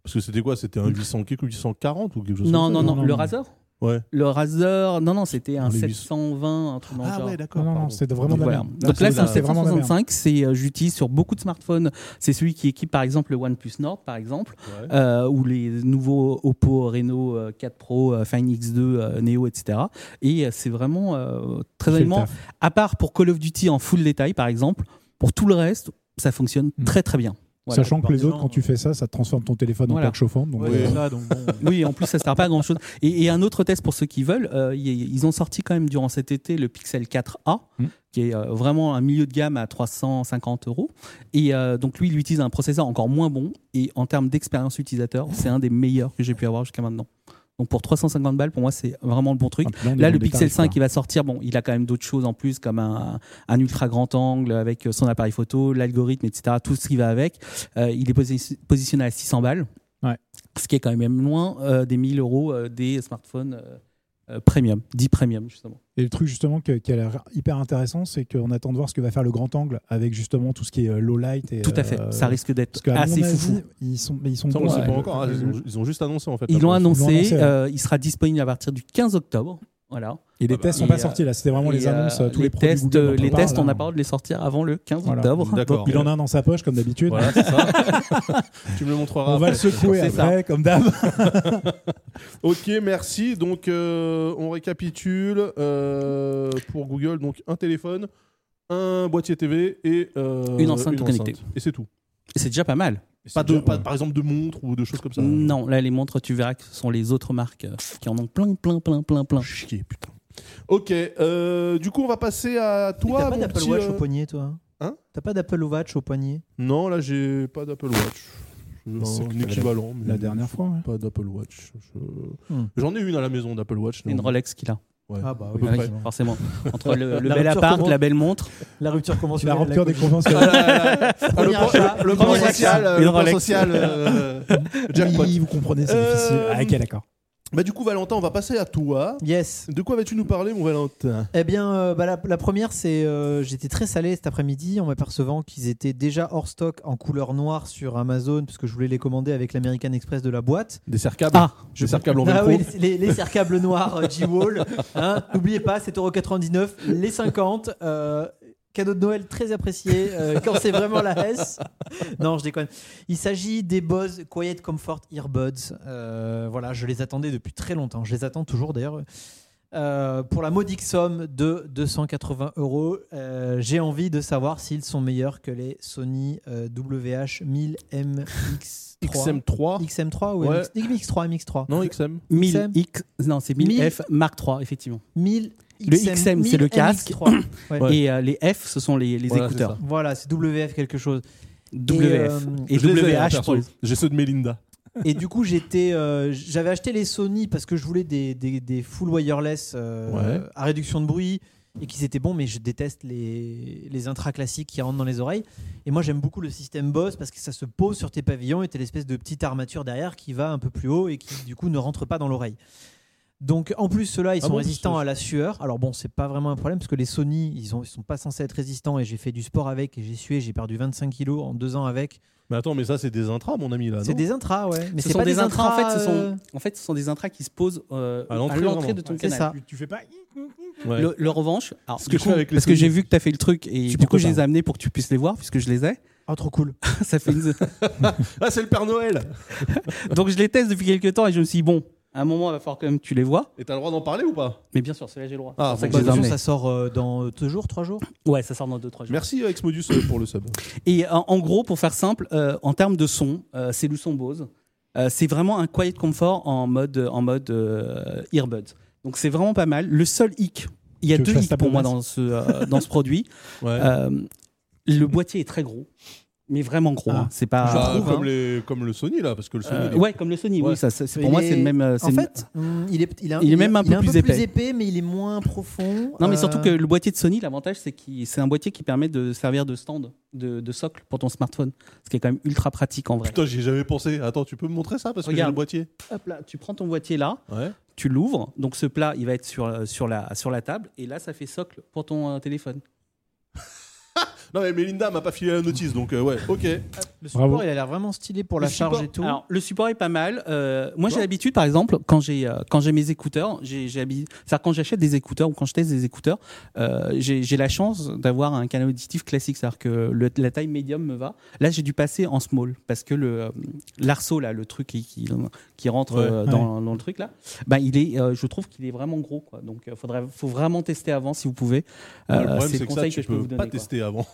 [SPEAKER 1] parce que c'était quoi C'était un 800 quelque ou 840 ou quelque chose
[SPEAKER 2] Non,
[SPEAKER 1] comme
[SPEAKER 2] non,
[SPEAKER 1] ça
[SPEAKER 2] non,
[SPEAKER 3] non,
[SPEAKER 2] Le
[SPEAKER 3] non.
[SPEAKER 2] Razer
[SPEAKER 1] Ouais.
[SPEAKER 2] Le Razer, non, non, c'était un
[SPEAKER 1] Les huit-
[SPEAKER 2] 720, un truc dans le genre.
[SPEAKER 1] Ah d'accord.
[SPEAKER 3] Non, non,
[SPEAKER 1] pardon.
[SPEAKER 3] non, c'était vraiment
[SPEAKER 2] Donc,
[SPEAKER 3] de la
[SPEAKER 2] voilà.
[SPEAKER 3] merde.
[SPEAKER 2] Donc là, c'est un
[SPEAKER 3] c'était vraiment de la merde.
[SPEAKER 2] 765, c'est euh, j'utilise sur beaucoup de smartphones. C'est celui qui équipe par exemple le OnePlus Nord, par exemple,
[SPEAKER 1] Ouais.
[SPEAKER 2] euh, ou les nouveaux Oppo Reno euh, 4 Pro, euh, Find X2, euh, Neo, etc. Et euh, c'est vraiment euh, très
[SPEAKER 3] Il fait le
[SPEAKER 2] honnêtement,
[SPEAKER 3] taf.
[SPEAKER 2] à part pour Call of Duty en full détail, par exemple, pour tout le reste, ça fonctionne
[SPEAKER 3] Mm.
[SPEAKER 2] très très bien. Voilà.
[SPEAKER 3] Sachant que
[SPEAKER 4] plupart
[SPEAKER 3] les
[SPEAKER 4] des
[SPEAKER 3] autres,
[SPEAKER 4] gens,
[SPEAKER 3] quand tu fais ça, ça te transforme ton téléphone en
[SPEAKER 2] Voilà.
[SPEAKER 3] plaque chauffante. Donc,
[SPEAKER 4] Ouais,
[SPEAKER 3] euh,
[SPEAKER 4] c'est ça, donc bon.
[SPEAKER 2] Oui, en plus, ça ne sert pas à grand chose. Et, et un autre test pour ceux qui veulent, euh, y- ils ont sorti quand même durant cet été le Pixel 4A,
[SPEAKER 3] Mm.
[SPEAKER 2] qui est euh, vraiment un milieu de gamme à 350 euros. Et euh, donc, lui, il utilise un processeur encore moins bon. Et en termes d'expérience utilisateur, c'est un des meilleurs que j'ai pu avoir jusqu'à maintenant. Donc, pour 350 balles, pour moi, c'est vraiment le bon truc.
[SPEAKER 3] on est dans
[SPEAKER 2] Là, le
[SPEAKER 3] des
[SPEAKER 2] Pixel
[SPEAKER 3] tarifs,
[SPEAKER 2] 5 qui
[SPEAKER 3] là.
[SPEAKER 2] va sortir, bon, il a quand même d'autres choses en plus, comme un, un ultra grand angle avec euh, son appareil photo, l'algorithme, etc., tout ce qui va avec. Euh, il est posi- positionné à 600 balles,
[SPEAKER 3] Ouais.
[SPEAKER 2] ce qui est quand même loin euh, des 1000 euros euh, des smartphones euh, euh, premium, 10 premium, justement.
[SPEAKER 3] Et le truc, justement, que- qui a l'air hyper intéressant, c'est qu'on attend de voir ce que va faire le grand angle avec justement tout ce qui est euh, low light. Et,
[SPEAKER 2] tout à fait,
[SPEAKER 3] euh,
[SPEAKER 2] ça risque
[SPEAKER 3] Parce
[SPEAKER 2] d'être
[SPEAKER 3] qu'à
[SPEAKER 2] assez
[SPEAKER 3] mon avis,
[SPEAKER 2] foufou.
[SPEAKER 3] ils sont, mais ils sont
[SPEAKER 1] Ça, on
[SPEAKER 3] bons,
[SPEAKER 1] le sait
[SPEAKER 3] ouais.
[SPEAKER 1] pas encore. hein. Ils, ont, ils ont juste annoncé en fait.
[SPEAKER 2] Ils
[SPEAKER 1] la
[SPEAKER 2] l'ont
[SPEAKER 1] prochaine.
[SPEAKER 2] annoncé,
[SPEAKER 3] annoncé, ouais.
[SPEAKER 2] euh, il sera disponible à partir du 15 octobre. Voilà.
[SPEAKER 3] Et les
[SPEAKER 1] Ah bah,
[SPEAKER 3] tests sont
[SPEAKER 2] et,
[SPEAKER 3] pas
[SPEAKER 2] euh,
[SPEAKER 3] sortis là, c'était vraiment
[SPEAKER 2] Et,
[SPEAKER 3] les annonces,
[SPEAKER 2] euh,
[SPEAKER 3] tous les,
[SPEAKER 2] les
[SPEAKER 3] produits
[SPEAKER 2] tests,
[SPEAKER 3] Google dont
[SPEAKER 2] euh, les
[SPEAKER 3] parle,
[SPEAKER 2] tests, on
[SPEAKER 3] là.
[SPEAKER 2] n'a pas hâte de les sortir avant le 15
[SPEAKER 3] Voilà.
[SPEAKER 2] octobre.
[SPEAKER 1] D'accord.
[SPEAKER 3] Il en a un dans sa poche comme d'habitude.
[SPEAKER 1] Voilà, c'est ça. tu me le montreras.
[SPEAKER 3] On va le
[SPEAKER 1] après.
[SPEAKER 3] secouer
[SPEAKER 2] C'est ça.
[SPEAKER 3] après, comme d'hab.
[SPEAKER 1] Ok, merci. Donc, euh, on récapitule. Euh, pour Google, donc un téléphone, un boîtier TV et euh,
[SPEAKER 2] Une enceinte tout connectée.
[SPEAKER 1] Et c'est tout.
[SPEAKER 2] C'est déjà pas mal.
[SPEAKER 1] Et
[SPEAKER 3] Pas
[SPEAKER 1] c'est déjà-
[SPEAKER 3] de-
[SPEAKER 1] pas, par exemple de montre ou de choses comme ça. euh,
[SPEAKER 2] Non, là les montres, tu verras que ce sont les autres marques euh, qui en ont plein, plein, plein, plein, plein.
[SPEAKER 1] Chier, putain. Ok, euh, du coup, on va passer à
[SPEAKER 4] Mais
[SPEAKER 1] toi.
[SPEAKER 4] T'as pas
[SPEAKER 1] mon
[SPEAKER 4] d'Apple
[SPEAKER 1] petit,
[SPEAKER 4] Watch
[SPEAKER 1] euh,
[SPEAKER 4] au poignet, toi
[SPEAKER 1] Hein
[SPEAKER 4] T'as pas d'Apple Watch au poignet
[SPEAKER 1] Non, là, j'ai pas d'Apple Watch. J'ai
[SPEAKER 3] C'est que
[SPEAKER 1] Un
[SPEAKER 3] la-
[SPEAKER 1] équivalent. mais
[SPEAKER 3] La dernière fois, ouais.
[SPEAKER 1] Pas d'Apple Watch. Je-
[SPEAKER 4] Hmm.
[SPEAKER 1] J'en ai une à la maison d'Apple Watch.
[SPEAKER 2] Une
[SPEAKER 1] non.
[SPEAKER 2] Rolex qu'il a,
[SPEAKER 1] Ouais,
[SPEAKER 4] Ah bah
[SPEAKER 1] à
[SPEAKER 4] oui,
[SPEAKER 1] peu
[SPEAKER 2] Oui,
[SPEAKER 1] près.
[SPEAKER 4] forcément.
[SPEAKER 2] forcément. Entre le, le
[SPEAKER 4] La
[SPEAKER 2] bel
[SPEAKER 4] rupture
[SPEAKER 2] appart,
[SPEAKER 4] comment-
[SPEAKER 2] la belle montre.
[SPEAKER 4] La rupture
[SPEAKER 3] La
[SPEAKER 4] conventionnelle.
[SPEAKER 3] rupture des
[SPEAKER 4] la Covid.
[SPEAKER 3] conventions.
[SPEAKER 1] Ah là là là.
[SPEAKER 4] Premier
[SPEAKER 1] plan-
[SPEAKER 4] achat,
[SPEAKER 1] le plan
[SPEAKER 4] premier achat.
[SPEAKER 1] social, euh,
[SPEAKER 2] Une
[SPEAKER 1] le plan
[SPEAKER 2] Rolex.
[SPEAKER 1] social, euh, jackpot.
[SPEAKER 3] Oui, vous comprenez, c'est
[SPEAKER 1] Euh,
[SPEAKER 3] difficile. Ah, ok, d'accord.
[SPEAKER 1] Bah du coup Valentin, on va passer à toi.
[SPEAKER 4] Yes.
[SPEAKER 1] De quoi vas-tu nous parler mon Valentin
[SPEAKER 4] Eh bien, euh, bah, la, la première, c'est euh, j'étais très salé cet après-midi en m'apercevant qu'ils étaient déjà hors stock en couleur noire sur Amazon parce que je voulais les commander avec l'American Express de la boîte.
[SPEAKER 1] Des cercables.
[SPEAKER 2] Ah,
[SPEAKER 1] des cercables en
[SPEAKER 4] Ah
[SPEAKER 1] velcro.
[SPEAKER 4] oui, les, les cercables noirs euh, G-Wall. hein. N'oubliez pas, 7,99€, les 50. euh, cadeau de Noël très apprécié euh, quand c'est vraiment la hesse. Non, je déconne. Il s'agit des Bose Quiet Comfort Earbuds. Euh, voilà, je les attendais depuis très longtemps. Je les attends toujours d'ailleurs. Euh, pour la modique somme de 280 euros, euh, j'ai envie de savoir s'ils sont meilleurs que les Sony euh, WH-1000MX3.
[SPEAKER 1] XM3.
[SPEAKER 4] XM3 ou
[SPEAKER 1] Ouais.
[SPEAKER 4] MX3 MX3
[SPEAKER 1] Non XM.
[SPEAKER 2] 1000
[SPEAKER 4] XM.
[SPEAKER 2] X, non c'est 1000
[SPEAKER 4] 1000.
[SPEAKER 2] F Mark III effectivement.
[SPEAKER 4] 1000
[SPEAKER 2] Le XM, c'est le casque.
[SPEAKER 4] MX3. Ouais.
[SPEAKER 2] Et euh, les F, ce sont les, les
[SPEAKER 1] Voilà,
[SPEAKER 2] écouteurs.
[SPEAKER 4] Voilà, c'est WF quelque chose.
[SPEAKER 2] WF et,
[SPEAKER 1] Je les ai, hein,
[SPEAKER 2] WH.
[SPEAKER 1] perso.
[SPEAKER 2] pour-
[SPEAKER 1] J'ai ceux de Melinda.
[SPEAKER 4] Et du coup, j'étais, euh, j'avais acheté les Sony parce que je voulais des, des, des full wireless euh,
[SPEAKER 1] Ouais.
[SPEAKER 4] à réduction de bruit et qu'ils étaient bons, mais je déteste les, les intras classiques qui rentrent dans les oreilles. Et moi, j'aime beaucoup le système Bose parce que ça se pose sur tes pavillons et t'as l'espèce de petite armature derrière qui va un peu plus haut et qui, du coup, ne rentre pas dans l'oreille. Donc, en plus, ceux-là, ils
[SPEAKER 1] Ah
[SPEAKER 4] sont
[SPEAKER 1] bon,
[SPEAKER 4] résistants
[SPEAKER 1] parce que-
[SPEAKER 4] à la sueur. Alors, bon, c'est pas vraiment un problème parce que les Sony, ils, ont, ils sont pas censés être résistants et j'ai fait du sport avec et j'ai sué, j'ai perdu 25 kilos en deux ans avec.
[SPEAKER 1] Mais attends, mais ça c'est des intras mon ami là.
[SPEAKER 4] c'est
[SPEAKER 1] non
[SPEAKER 4] des intras, ouais. Mais
[SPEAKER 2] Ah Ce
[SPEAKER 4] c'est
[SPEAKER 2] sont
[SPEAKER 4] pas
[SPEAKER 2] des intras, en fait, ce
[SPEAKER 4] euh,
[SPEAKER 2] sont en fait ce sont des intras qui se posent euh,
[SPEAKER 1] À
[SPEAKER 2] à
[SPEAKER 1] l'entrée,
[SPEAKER 2] l'entrée de ton
[SPEAKER 4] C'est
[SPEAKER 2] canal.
[SPEAKER 4] ça.
[SPEAKER 3] Tu fais pas.
[SPEAKER 1] Ouais.
[SPEAKER 2] Le, le revanche, alors,
[SPEAKER 1] Ce que
[SPEAKER 2] du
[SPEAKER 1] je
[SPEAKER 2] coup,
[SPEAKER 1] fais avec les
[SPEAKER 2] parce que j'ai
[SPEAKER 1] Sony.
[SPEAKER 2] vu que tu as fait le truc et
[SPEAKER 3] Tu
[SPEAKER 2] du coup,
[SPEAKER 3] peux
[SPEAKER 2] je
[SPEAKER 3] pas.
[SPEAKER 2] les ai amenés pour que tu puisses les voir puisque je les ai.
[SPEAKER 4] Ah, trop cool.
[SPEAKER 2] Ça fait une-
[SPEAKER 1] Ah, c'est le Père Noël
[SPEAKER 2] Donc je les teste depuis quelques temps et je me suis dit, bon, à un moment, il va falloir quand même que tu les vois.
[SPEAKER 1] Et t'as le droit d'en parler ou pas
[SPEAKER 2] Mais bien sûr, ceux-là, j'ai le droit.
[SPEAKER 1] Ah,
[SPEAKER 2] C'est
[SPEAKER 1] bon,
[SPEAKER 2] pour ça que je les ai
[SPEAKER 1] bah,
[SPEAKER 4] Attention,
[SPEAKER 2] emmenés.
[SPEAKER 4] ça sort euh, dans euh, deux jours, trois jours.
[SPEAKER 2] Ouais, ça sort dans 2-3 jours.
[SPEAKER 1] Merci euh, Exmodus euh, pour le sub.
[SPEAKER 2] Et en, en gros, pour faire simple, euh, en termes de son, euh, c'est du son Bose. Euh, c'est vraiment un quiet comfort en mode, en mode euh, earbuds. Donc c'est vraiment pas mal. Le seul hic, il y a
[SPEAKER 3] Tu veux que
[SPEAKER 2] deux
[SPEAKER 3] je fasse
[SPEAKER 2] hicks
[SPEAKER 3] ta
[SPEAKER 2] pour moi
[SPEAKER 3] promesse
[SPEAKER 2] dans ce, euh, dans ce produit.
[SPEAKER 1] Ouais.
[SPEAKER 2] Euh, le boîtier est très gros, mais vraiment gros.
[SPEAKER 3] Ah.
[SPEAKER 2] hein. C'est pas.
[SPEAKER 1] Bah,
[SPEAKER 2] je trouve,
[SPEAKER 1] comme,
[SPEAKER 2] hein.
[SPEAKER 1] les- comme le Sony là, parce que le Sony.
[SPEAKER 2] Euh,
[SPEAKER 1] il est-
[SPEAKER 2] ouais, comme le Sony,
[SPEAKER 1] Ouais.
[SPEAKER 2] oui, ça, c'est- c'est-
[SPEAKER 4] Il
[SPEAKER 2] pour moi,
[SPEAKER 4] est-
[SPEAKER 2] c'est le même. euh,
[SPEAKER 4] En
[SPEAKER 2] c'est le-
[SPEAKER 4] fait, mm, il est, il, a-
[SPEAKER 2] il est même un peu plus épais.
[SPEAKER 4] mais il est moins profond.
[SPEAKER 2] Non, mais
[SPEAKER 4] euh,
[SPEAKER 2] surtout que le boîtier de Sony, l'avantage, c'est que c'est un boîtier qui permet de servir de stand, de, de socle pour ton smartphone. Ce qui est quand même ultra pratique en vrai.
[SPEAKER 1] Putain, j'y ai jamais pensé. Attends, tu peux me montrer ça parce que j'ai
[SPEAKER 2] Regarde.
[SPEAKER 1] le boîtier.
[SPEAKER 2] Hop là, tu prends ton boîtier là,
[SPEAKER 1] Ouais.
[SPEAKER 2] tu l'ouvres. Donc ce plat, il va être sur, euh, sur, la, sur la table. Et là, ça fait socle pour ton euh, téléphone.
[SPEAKER 1] Non mais Melinda m'a pas filé la notice, donc euh, ouais, ok.
[SPEAKER 4] Le support,
[SPEAKER 3] Bravo.
[SPEAKER 4] il a l'air vraiment stylé pour
[SPEAKER 2] Le
[SPEAKER 4] la charge
[SPEAKER 2] support-
[SPEAKER 4] et tout.
[SPEAKER 2] Alors, le support est pas mal. Euh, moi, j'ai
[SPEAKER 1] Ouais.
[SPEAKER 2] l'habitude, par exemple, quand j'ai euh, quand j'ai mes écouteurs, j'ai j'ai habi- c'est-à-dire quand j'achète des écouteurs ou quand je teste des écouteurs, euh, j'ai j'ai la chance d'avoir un canal auditif classique, c'est-à-dire que le- la taille médium me va. Là, j'ai dû passer en small parce que le euh, l'arceau là, le truc qui qui, qui rentre
[SPEAKER 1] Ouais,
[SPEAKER 2] euh, dans, dans le truc là, bah il est, euh, je trouve qu'il est vraiment gros quoi. Donc, euh, faudrait faut vraiment tester avant si vous pouvez.
[SPEAKER 1] Ouais,
[SPEAKER 2] Euh,
[SPEAKER 1] le problème
[SPEAKER 2] c'est
[SPEAKER 1] c'est
[SPEAKER 2] le
[SPEAKER 1] que ça,
[SPEAKER 2] conseil que
[SPEAKER 1] tu
[SPEAKER 2] je peux vous
[SPEAKER 1] peux
[SPEAKER 2] donner.
[SPEAKER 1] pas
[SPEAKER 2] quoi.
[SPEAKER 1] tester avant.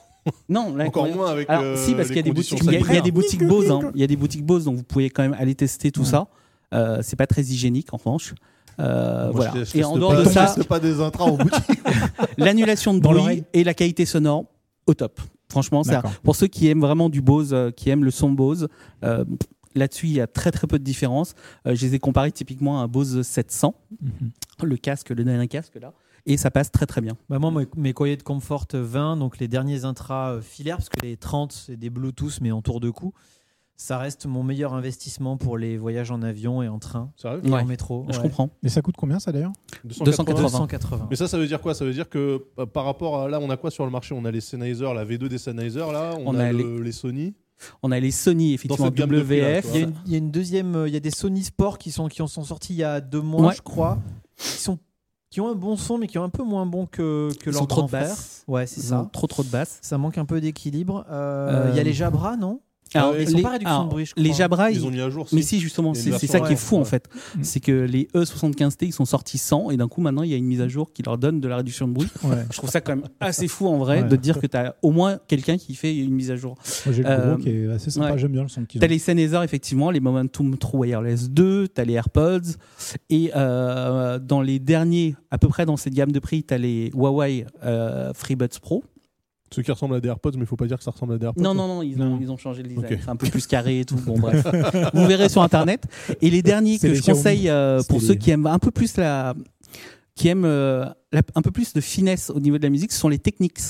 [SPEAKER 2] Non, là,
[SPEAKER 1] Encore
[SPEAKER 2] quand-
[SPEAKER 1] moins avec.
[SPEAKER 2] alors,
[SPEAKER 1] euh,
[SPEAKER 2] si, parce qu'il y a
[SPEAKER 1] les
[SPEAKER 2] des
[SPEAKER 1] conditions
[SPEAKER 2] boutiques, il y a- il y a
[SPEAKER 1] sanitaires.
[SPEAKER 2] des boutiques Bose. hein. Il y a des boutiques Bose, donc vous pouvez quand même aller tester tout ça. Euh, c'est pas très hygiénique, en revanche. Euh,
[SPEAKER 1] Moi,
[SPEAKER 2] voilà.
[SPEAKER 1] je teste
[SPEAKER 2] Et en
[SPEAKER 1] pas-
[SPEAKER 2] dehors de
[SPEAKER 1] je
[SPEAKER 2] ça,
[SPEAKER 1] teste pas des intras en boutique.
[SPEAKER 2] l'annulation de
[SPEAKER 3] Dans
[SPEAKER 2] bruit
[SPEAKER 3] l'oreille.
[SPEAKER 2] et la qualité sonore au top. Franchement, ça,
[SPEAKER 3] D'accord.
[SPEAKER 2] pour ceux qui aiment vraiment du Bose, euh, qui aiment le son Bose, euh, là-dessus, il y a très très peu de différence. Euh, je les ai comparés typiquement à un Bose 700,
[SPEAKER 3] Mhm.
[SPEAKER 2] le casque, le dernier casque là, et ça passe très très bien.
[SPEAKER 4] Bah, moi, mes, mes courriers de Comfort 20, donc les derniers intras euh, filaires, parce que les 30, c'est des Bluetooth, mais en tour de cou. Ça reste mon meilleur investissement pour les voyages en avion et en train
[SPEAKER 1] Sérieux
[SPEAKER 4] et
[SPEAKER 2] Ouais.
[SPEAKER 4] en métro.
[SPEAKER 2] Je
[SPEAKER 4] ouais.
[SPEAKER 2] comprends.
[SPEAKER 3] Mais ça coûte combien ça d'ailleurs
[SPEAKER 2] 280.
[SPEAKER 4] 280.
[SPEAKER 1] Mais ça, ça veut dire quoi Ça veut dire que euh, par rapport à là, on a quoi sur le marché On a les Sennheiser, la V2 des Sennheiser, là, on,
[SPEAKER 2] On
[SPEAKER 1] a,
[SPEAKER 2] a
[SPEAKER 1] le- les Sony.
[SPEAKER 2] On a les Sony, effectivement,
[SPEAKER 1] cette gamme de prix-là,
[SPEAKER 2] WF.
[SPEAKER 1] tu
[SPEAKER 4] Il y, a une, il y a une deuxième, euh, il y a des Sony Sport qui, sont, qui en sont sortis il y a deux mois,
[SPEAKER 2] Ouais.
[SPEAKER 4] je crois, qui, sont, qui ont un bon son, mais qui ont un peu moins bon que, que
[SPEAKER 2] Ils
[SPEAKER 4] leur
[SPEAKER 2] sont trop
[SPEAKER 4] grand
[SPEAKER 2] de
[SPEAKER 4] frère.
[SPEAKER 2] basses.
[SPEAKER 4] Ouais, c'est
[SPEAKER 2] Ils ont
[SPEAKER 4] ça.
[SPEAKER 2] trop trop de basses.
[SPEAKER 4] Ça manque un peu d'équilibre. Euh,
[SPEAKER 2] Euh,
[SPEAKER 4] Il y a les Jabra, non
[SPEAKER 1] Ah
[SPEAKER 2] Alors,
[SPEAKER 1] ouais,
[SPEAKER 4] ils sont pas réduction de
[SPEAKER 2] alors,
[SPEAKER 4] bruit, je
[SPEAKER 2] les
[SPEAKER 4] crois.
[SPEAKER 2] Jabra,
[SPEAKER 1] Ils
[SPEAKER 2] ils-
[SPEAKER 1] ont mis à jour.
[SPEAKER 2] Ah, mais
[SPEAKER 1] si.
[SPEAKER 2] si justement,
[SPEAKER 1] Il y a une
[SPEAKER 2] c'est c'est
[SPEAKER 1] version,
[SPEAKER 2] ça qui est
[SPEAKER 1] ouais.
[SPEAKER 2] fou en
[SPEAKER 1] Ouais.
[SPEAKER 2] fait.
[SPEAKER 3] Mm.
[SPEAKER 2] C'est que les E75T, ils sont sortis 100 et d'un coup maintenant il y a une mise à jour qui leur donne de la réduction de bruit.
[SPEAKER 3] Ouais.
[SPEAKER 2] Je trouve ça quand même assez fou en vrai
[SPEAKER 3] Ouais.
[SPEAKER 2] de te dire que tu as au moins quelqu'un qui fait une mise à jour.
[SPEAKER 3] Moi, J'ai le
[SPEAKER 2] Euh,
[SPEAKER 3] gros qui est assez sympa,
[SPEAKER 2] ouais.
[SPEAKER 3] j'aime bien le son qu'ils
[SPEAKER 2] T'as
[SPEAKER 3] ont.
[SPEAKER 2] les Sennheiser effectivement, les Momentum True Wireless 2, t'as les AirPods et euh, dans les derniers, à peu près dans cette gamme de prix, t'as les Huawei euh, FreeBuds Pro.
[SPEAKER 1] Ceux qui ressemblent à des AirPods, mais faut pas dire que ça ressemble à des AirPods.
[SPEAKER 2] Non, non, non, ils ont,
[SPEAKER 3] Non.
[SPEAKER 2] ils ont changé le design.
[SPEAKER 1] Ok.
[SPEAKER 2] C'est un peu plus carré et tout. Bon, bref. Vous verrez sur Internet. Et les derniers
[SPEAKER 3] C'est
[SPEAKER 2] que
[SPEAKER 3] les
[SPEAKER 2] je
[SPEAKER 3] Xiaomi.
[SPEAKER 2] conseille euh, pour
[SPEAKER 3] C'était
[SPEAKER 2] ceux
[SPEAKER 3] les-
[SPEAKER 2] qui aiment un peu plus la. qui aiment euh, la- un peu plus de finesse au niveau de la musique, ce sont les Technics.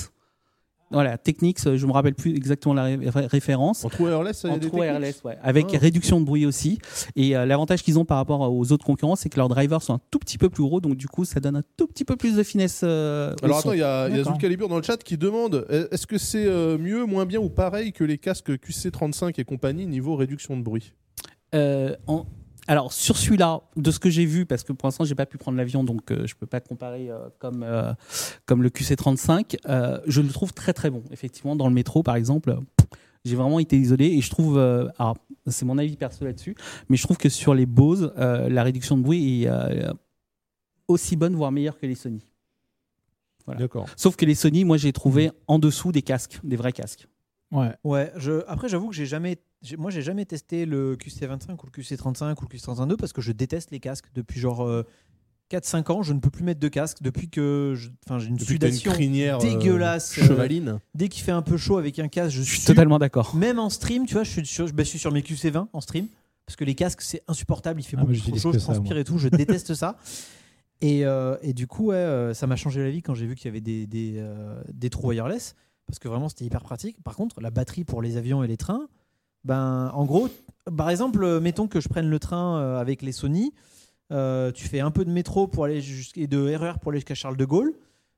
[SPEAKER 2] Voilà, Technics, euh, je me rappelle plus exactement la ré- ré- référence.
[SPEAKER 1] En true wireless, ça Oh, y a
[SPEAKER 2] En
[SPEAKER 1] des
[SPEAKER 2] true
[SPEAKER 1] techniques
[SPEAKER 2] wireless, ouais, avec
[SPEAKER 1] Ah.
[SPEAKER 2] réduction de bruit aussi. Et euh, l'avantage qu'ils ont par rapport aux autres concurrents, c'est que leurs drivers sont un tout petit peu plus gros, donc du coup, ça donne un tout petit peu plus de finesse. euh, au
[SPEAKER 1] Alors
[SPEAKER 2] son.
[SPEAKER 1] attends, il y a, il y a
[SPEAKER 3] D'accord.
[SPEAKER 1] Zulcalibur dans le chat qui demande euh, est-ce que c'est euh, mieux, moins bien ou pareil que les casques QC35 et compagnie niveau réduction de bruit
[SPEAKER 2] Euh, en- Alors sur celui-là, de ce que j'ai vu, parce que pour l'instant j'ai pas pu prendre l'avion, donc euh, je peux pas comparer euh, comme euh, comme le QC35. euh, je le trouve très très bon. Effectivement, dans le métro par exemple, euh, j'ai vraiment été isolé et je trouve, euh, alors c'est mon avis perso là-dessus, mais je trouve que sur les Bose, euh, la réduction de bruit est euh, aussi bonne voire meilleure que les Sony. Voilà.
[SPEAKER 1] D'accord.
[SPEAKER 2] Sauf que les Sony, moi j'ai
[SPEAKER 1] Mm.
[SPEAKER 2] trouvé en dessous des casques, des vrais casques.
[SPEAKER 3] Ouais.
[SPEAKER 4] Ouais, je, après j'avoue que j'ai jamais, j'ai- moi j'ai jamais testé le QC25 ou le QC35 ou le QC32 parce que je déteste les casques depuis genre euh, 4-5 ans. Je ne peux plus mettre de casque depuis que, je- enfin j'ai une
[SPEAKER 1] Depuis que t'as une
[SPEAKER 4] sudation.
[SPEAKER 1] crinière euh,
[SPEAKER 4] dégueulasse, euh,
[SPEAKER 1] chevaline.
[SPEAKER 4] Dès qu'il fait un peu chaud avec un casque, je
[SPEAKER 2] Je suis
[SPEAKER 4] suis
[SPEAKER 2] totalement d'accord.
[SPEAKER 4] Même en stream, tu vois, je suis sur, bah, je suis sur mes QC20 en stream parce que les casques c'est insupportable, il fait
[SPEAKER 3] Ah,
[SPEAKER 4] beaucoup
[SPEAKER 3] moi,
[SPEAKER 4] trop
[SPEAKER 3] j'utilise
[SPEAKER 4] chaud,
[SPEAKER 3] que
[SPEAKER 4] je
[SPEAKER 3] ça, moi.
[SPEAKER 4] transpire et tout, je déteste ça. Et, euh, et du coup, ouais, euh, ça m'a changé la vie quand j'ai vu qu'il y avait des, des, euh, des trous wireless parce que vraiment c'était hyper pratique. Par contre, la batterie pour les avions et les trains, ben en gros, par exemple, euh, mettons que je prenne le train euh, avec les Sony, euh, tu fais un peu de métro pour aller jusqu'- et de E RER pour aller jusqu'à Charles de Gaulle.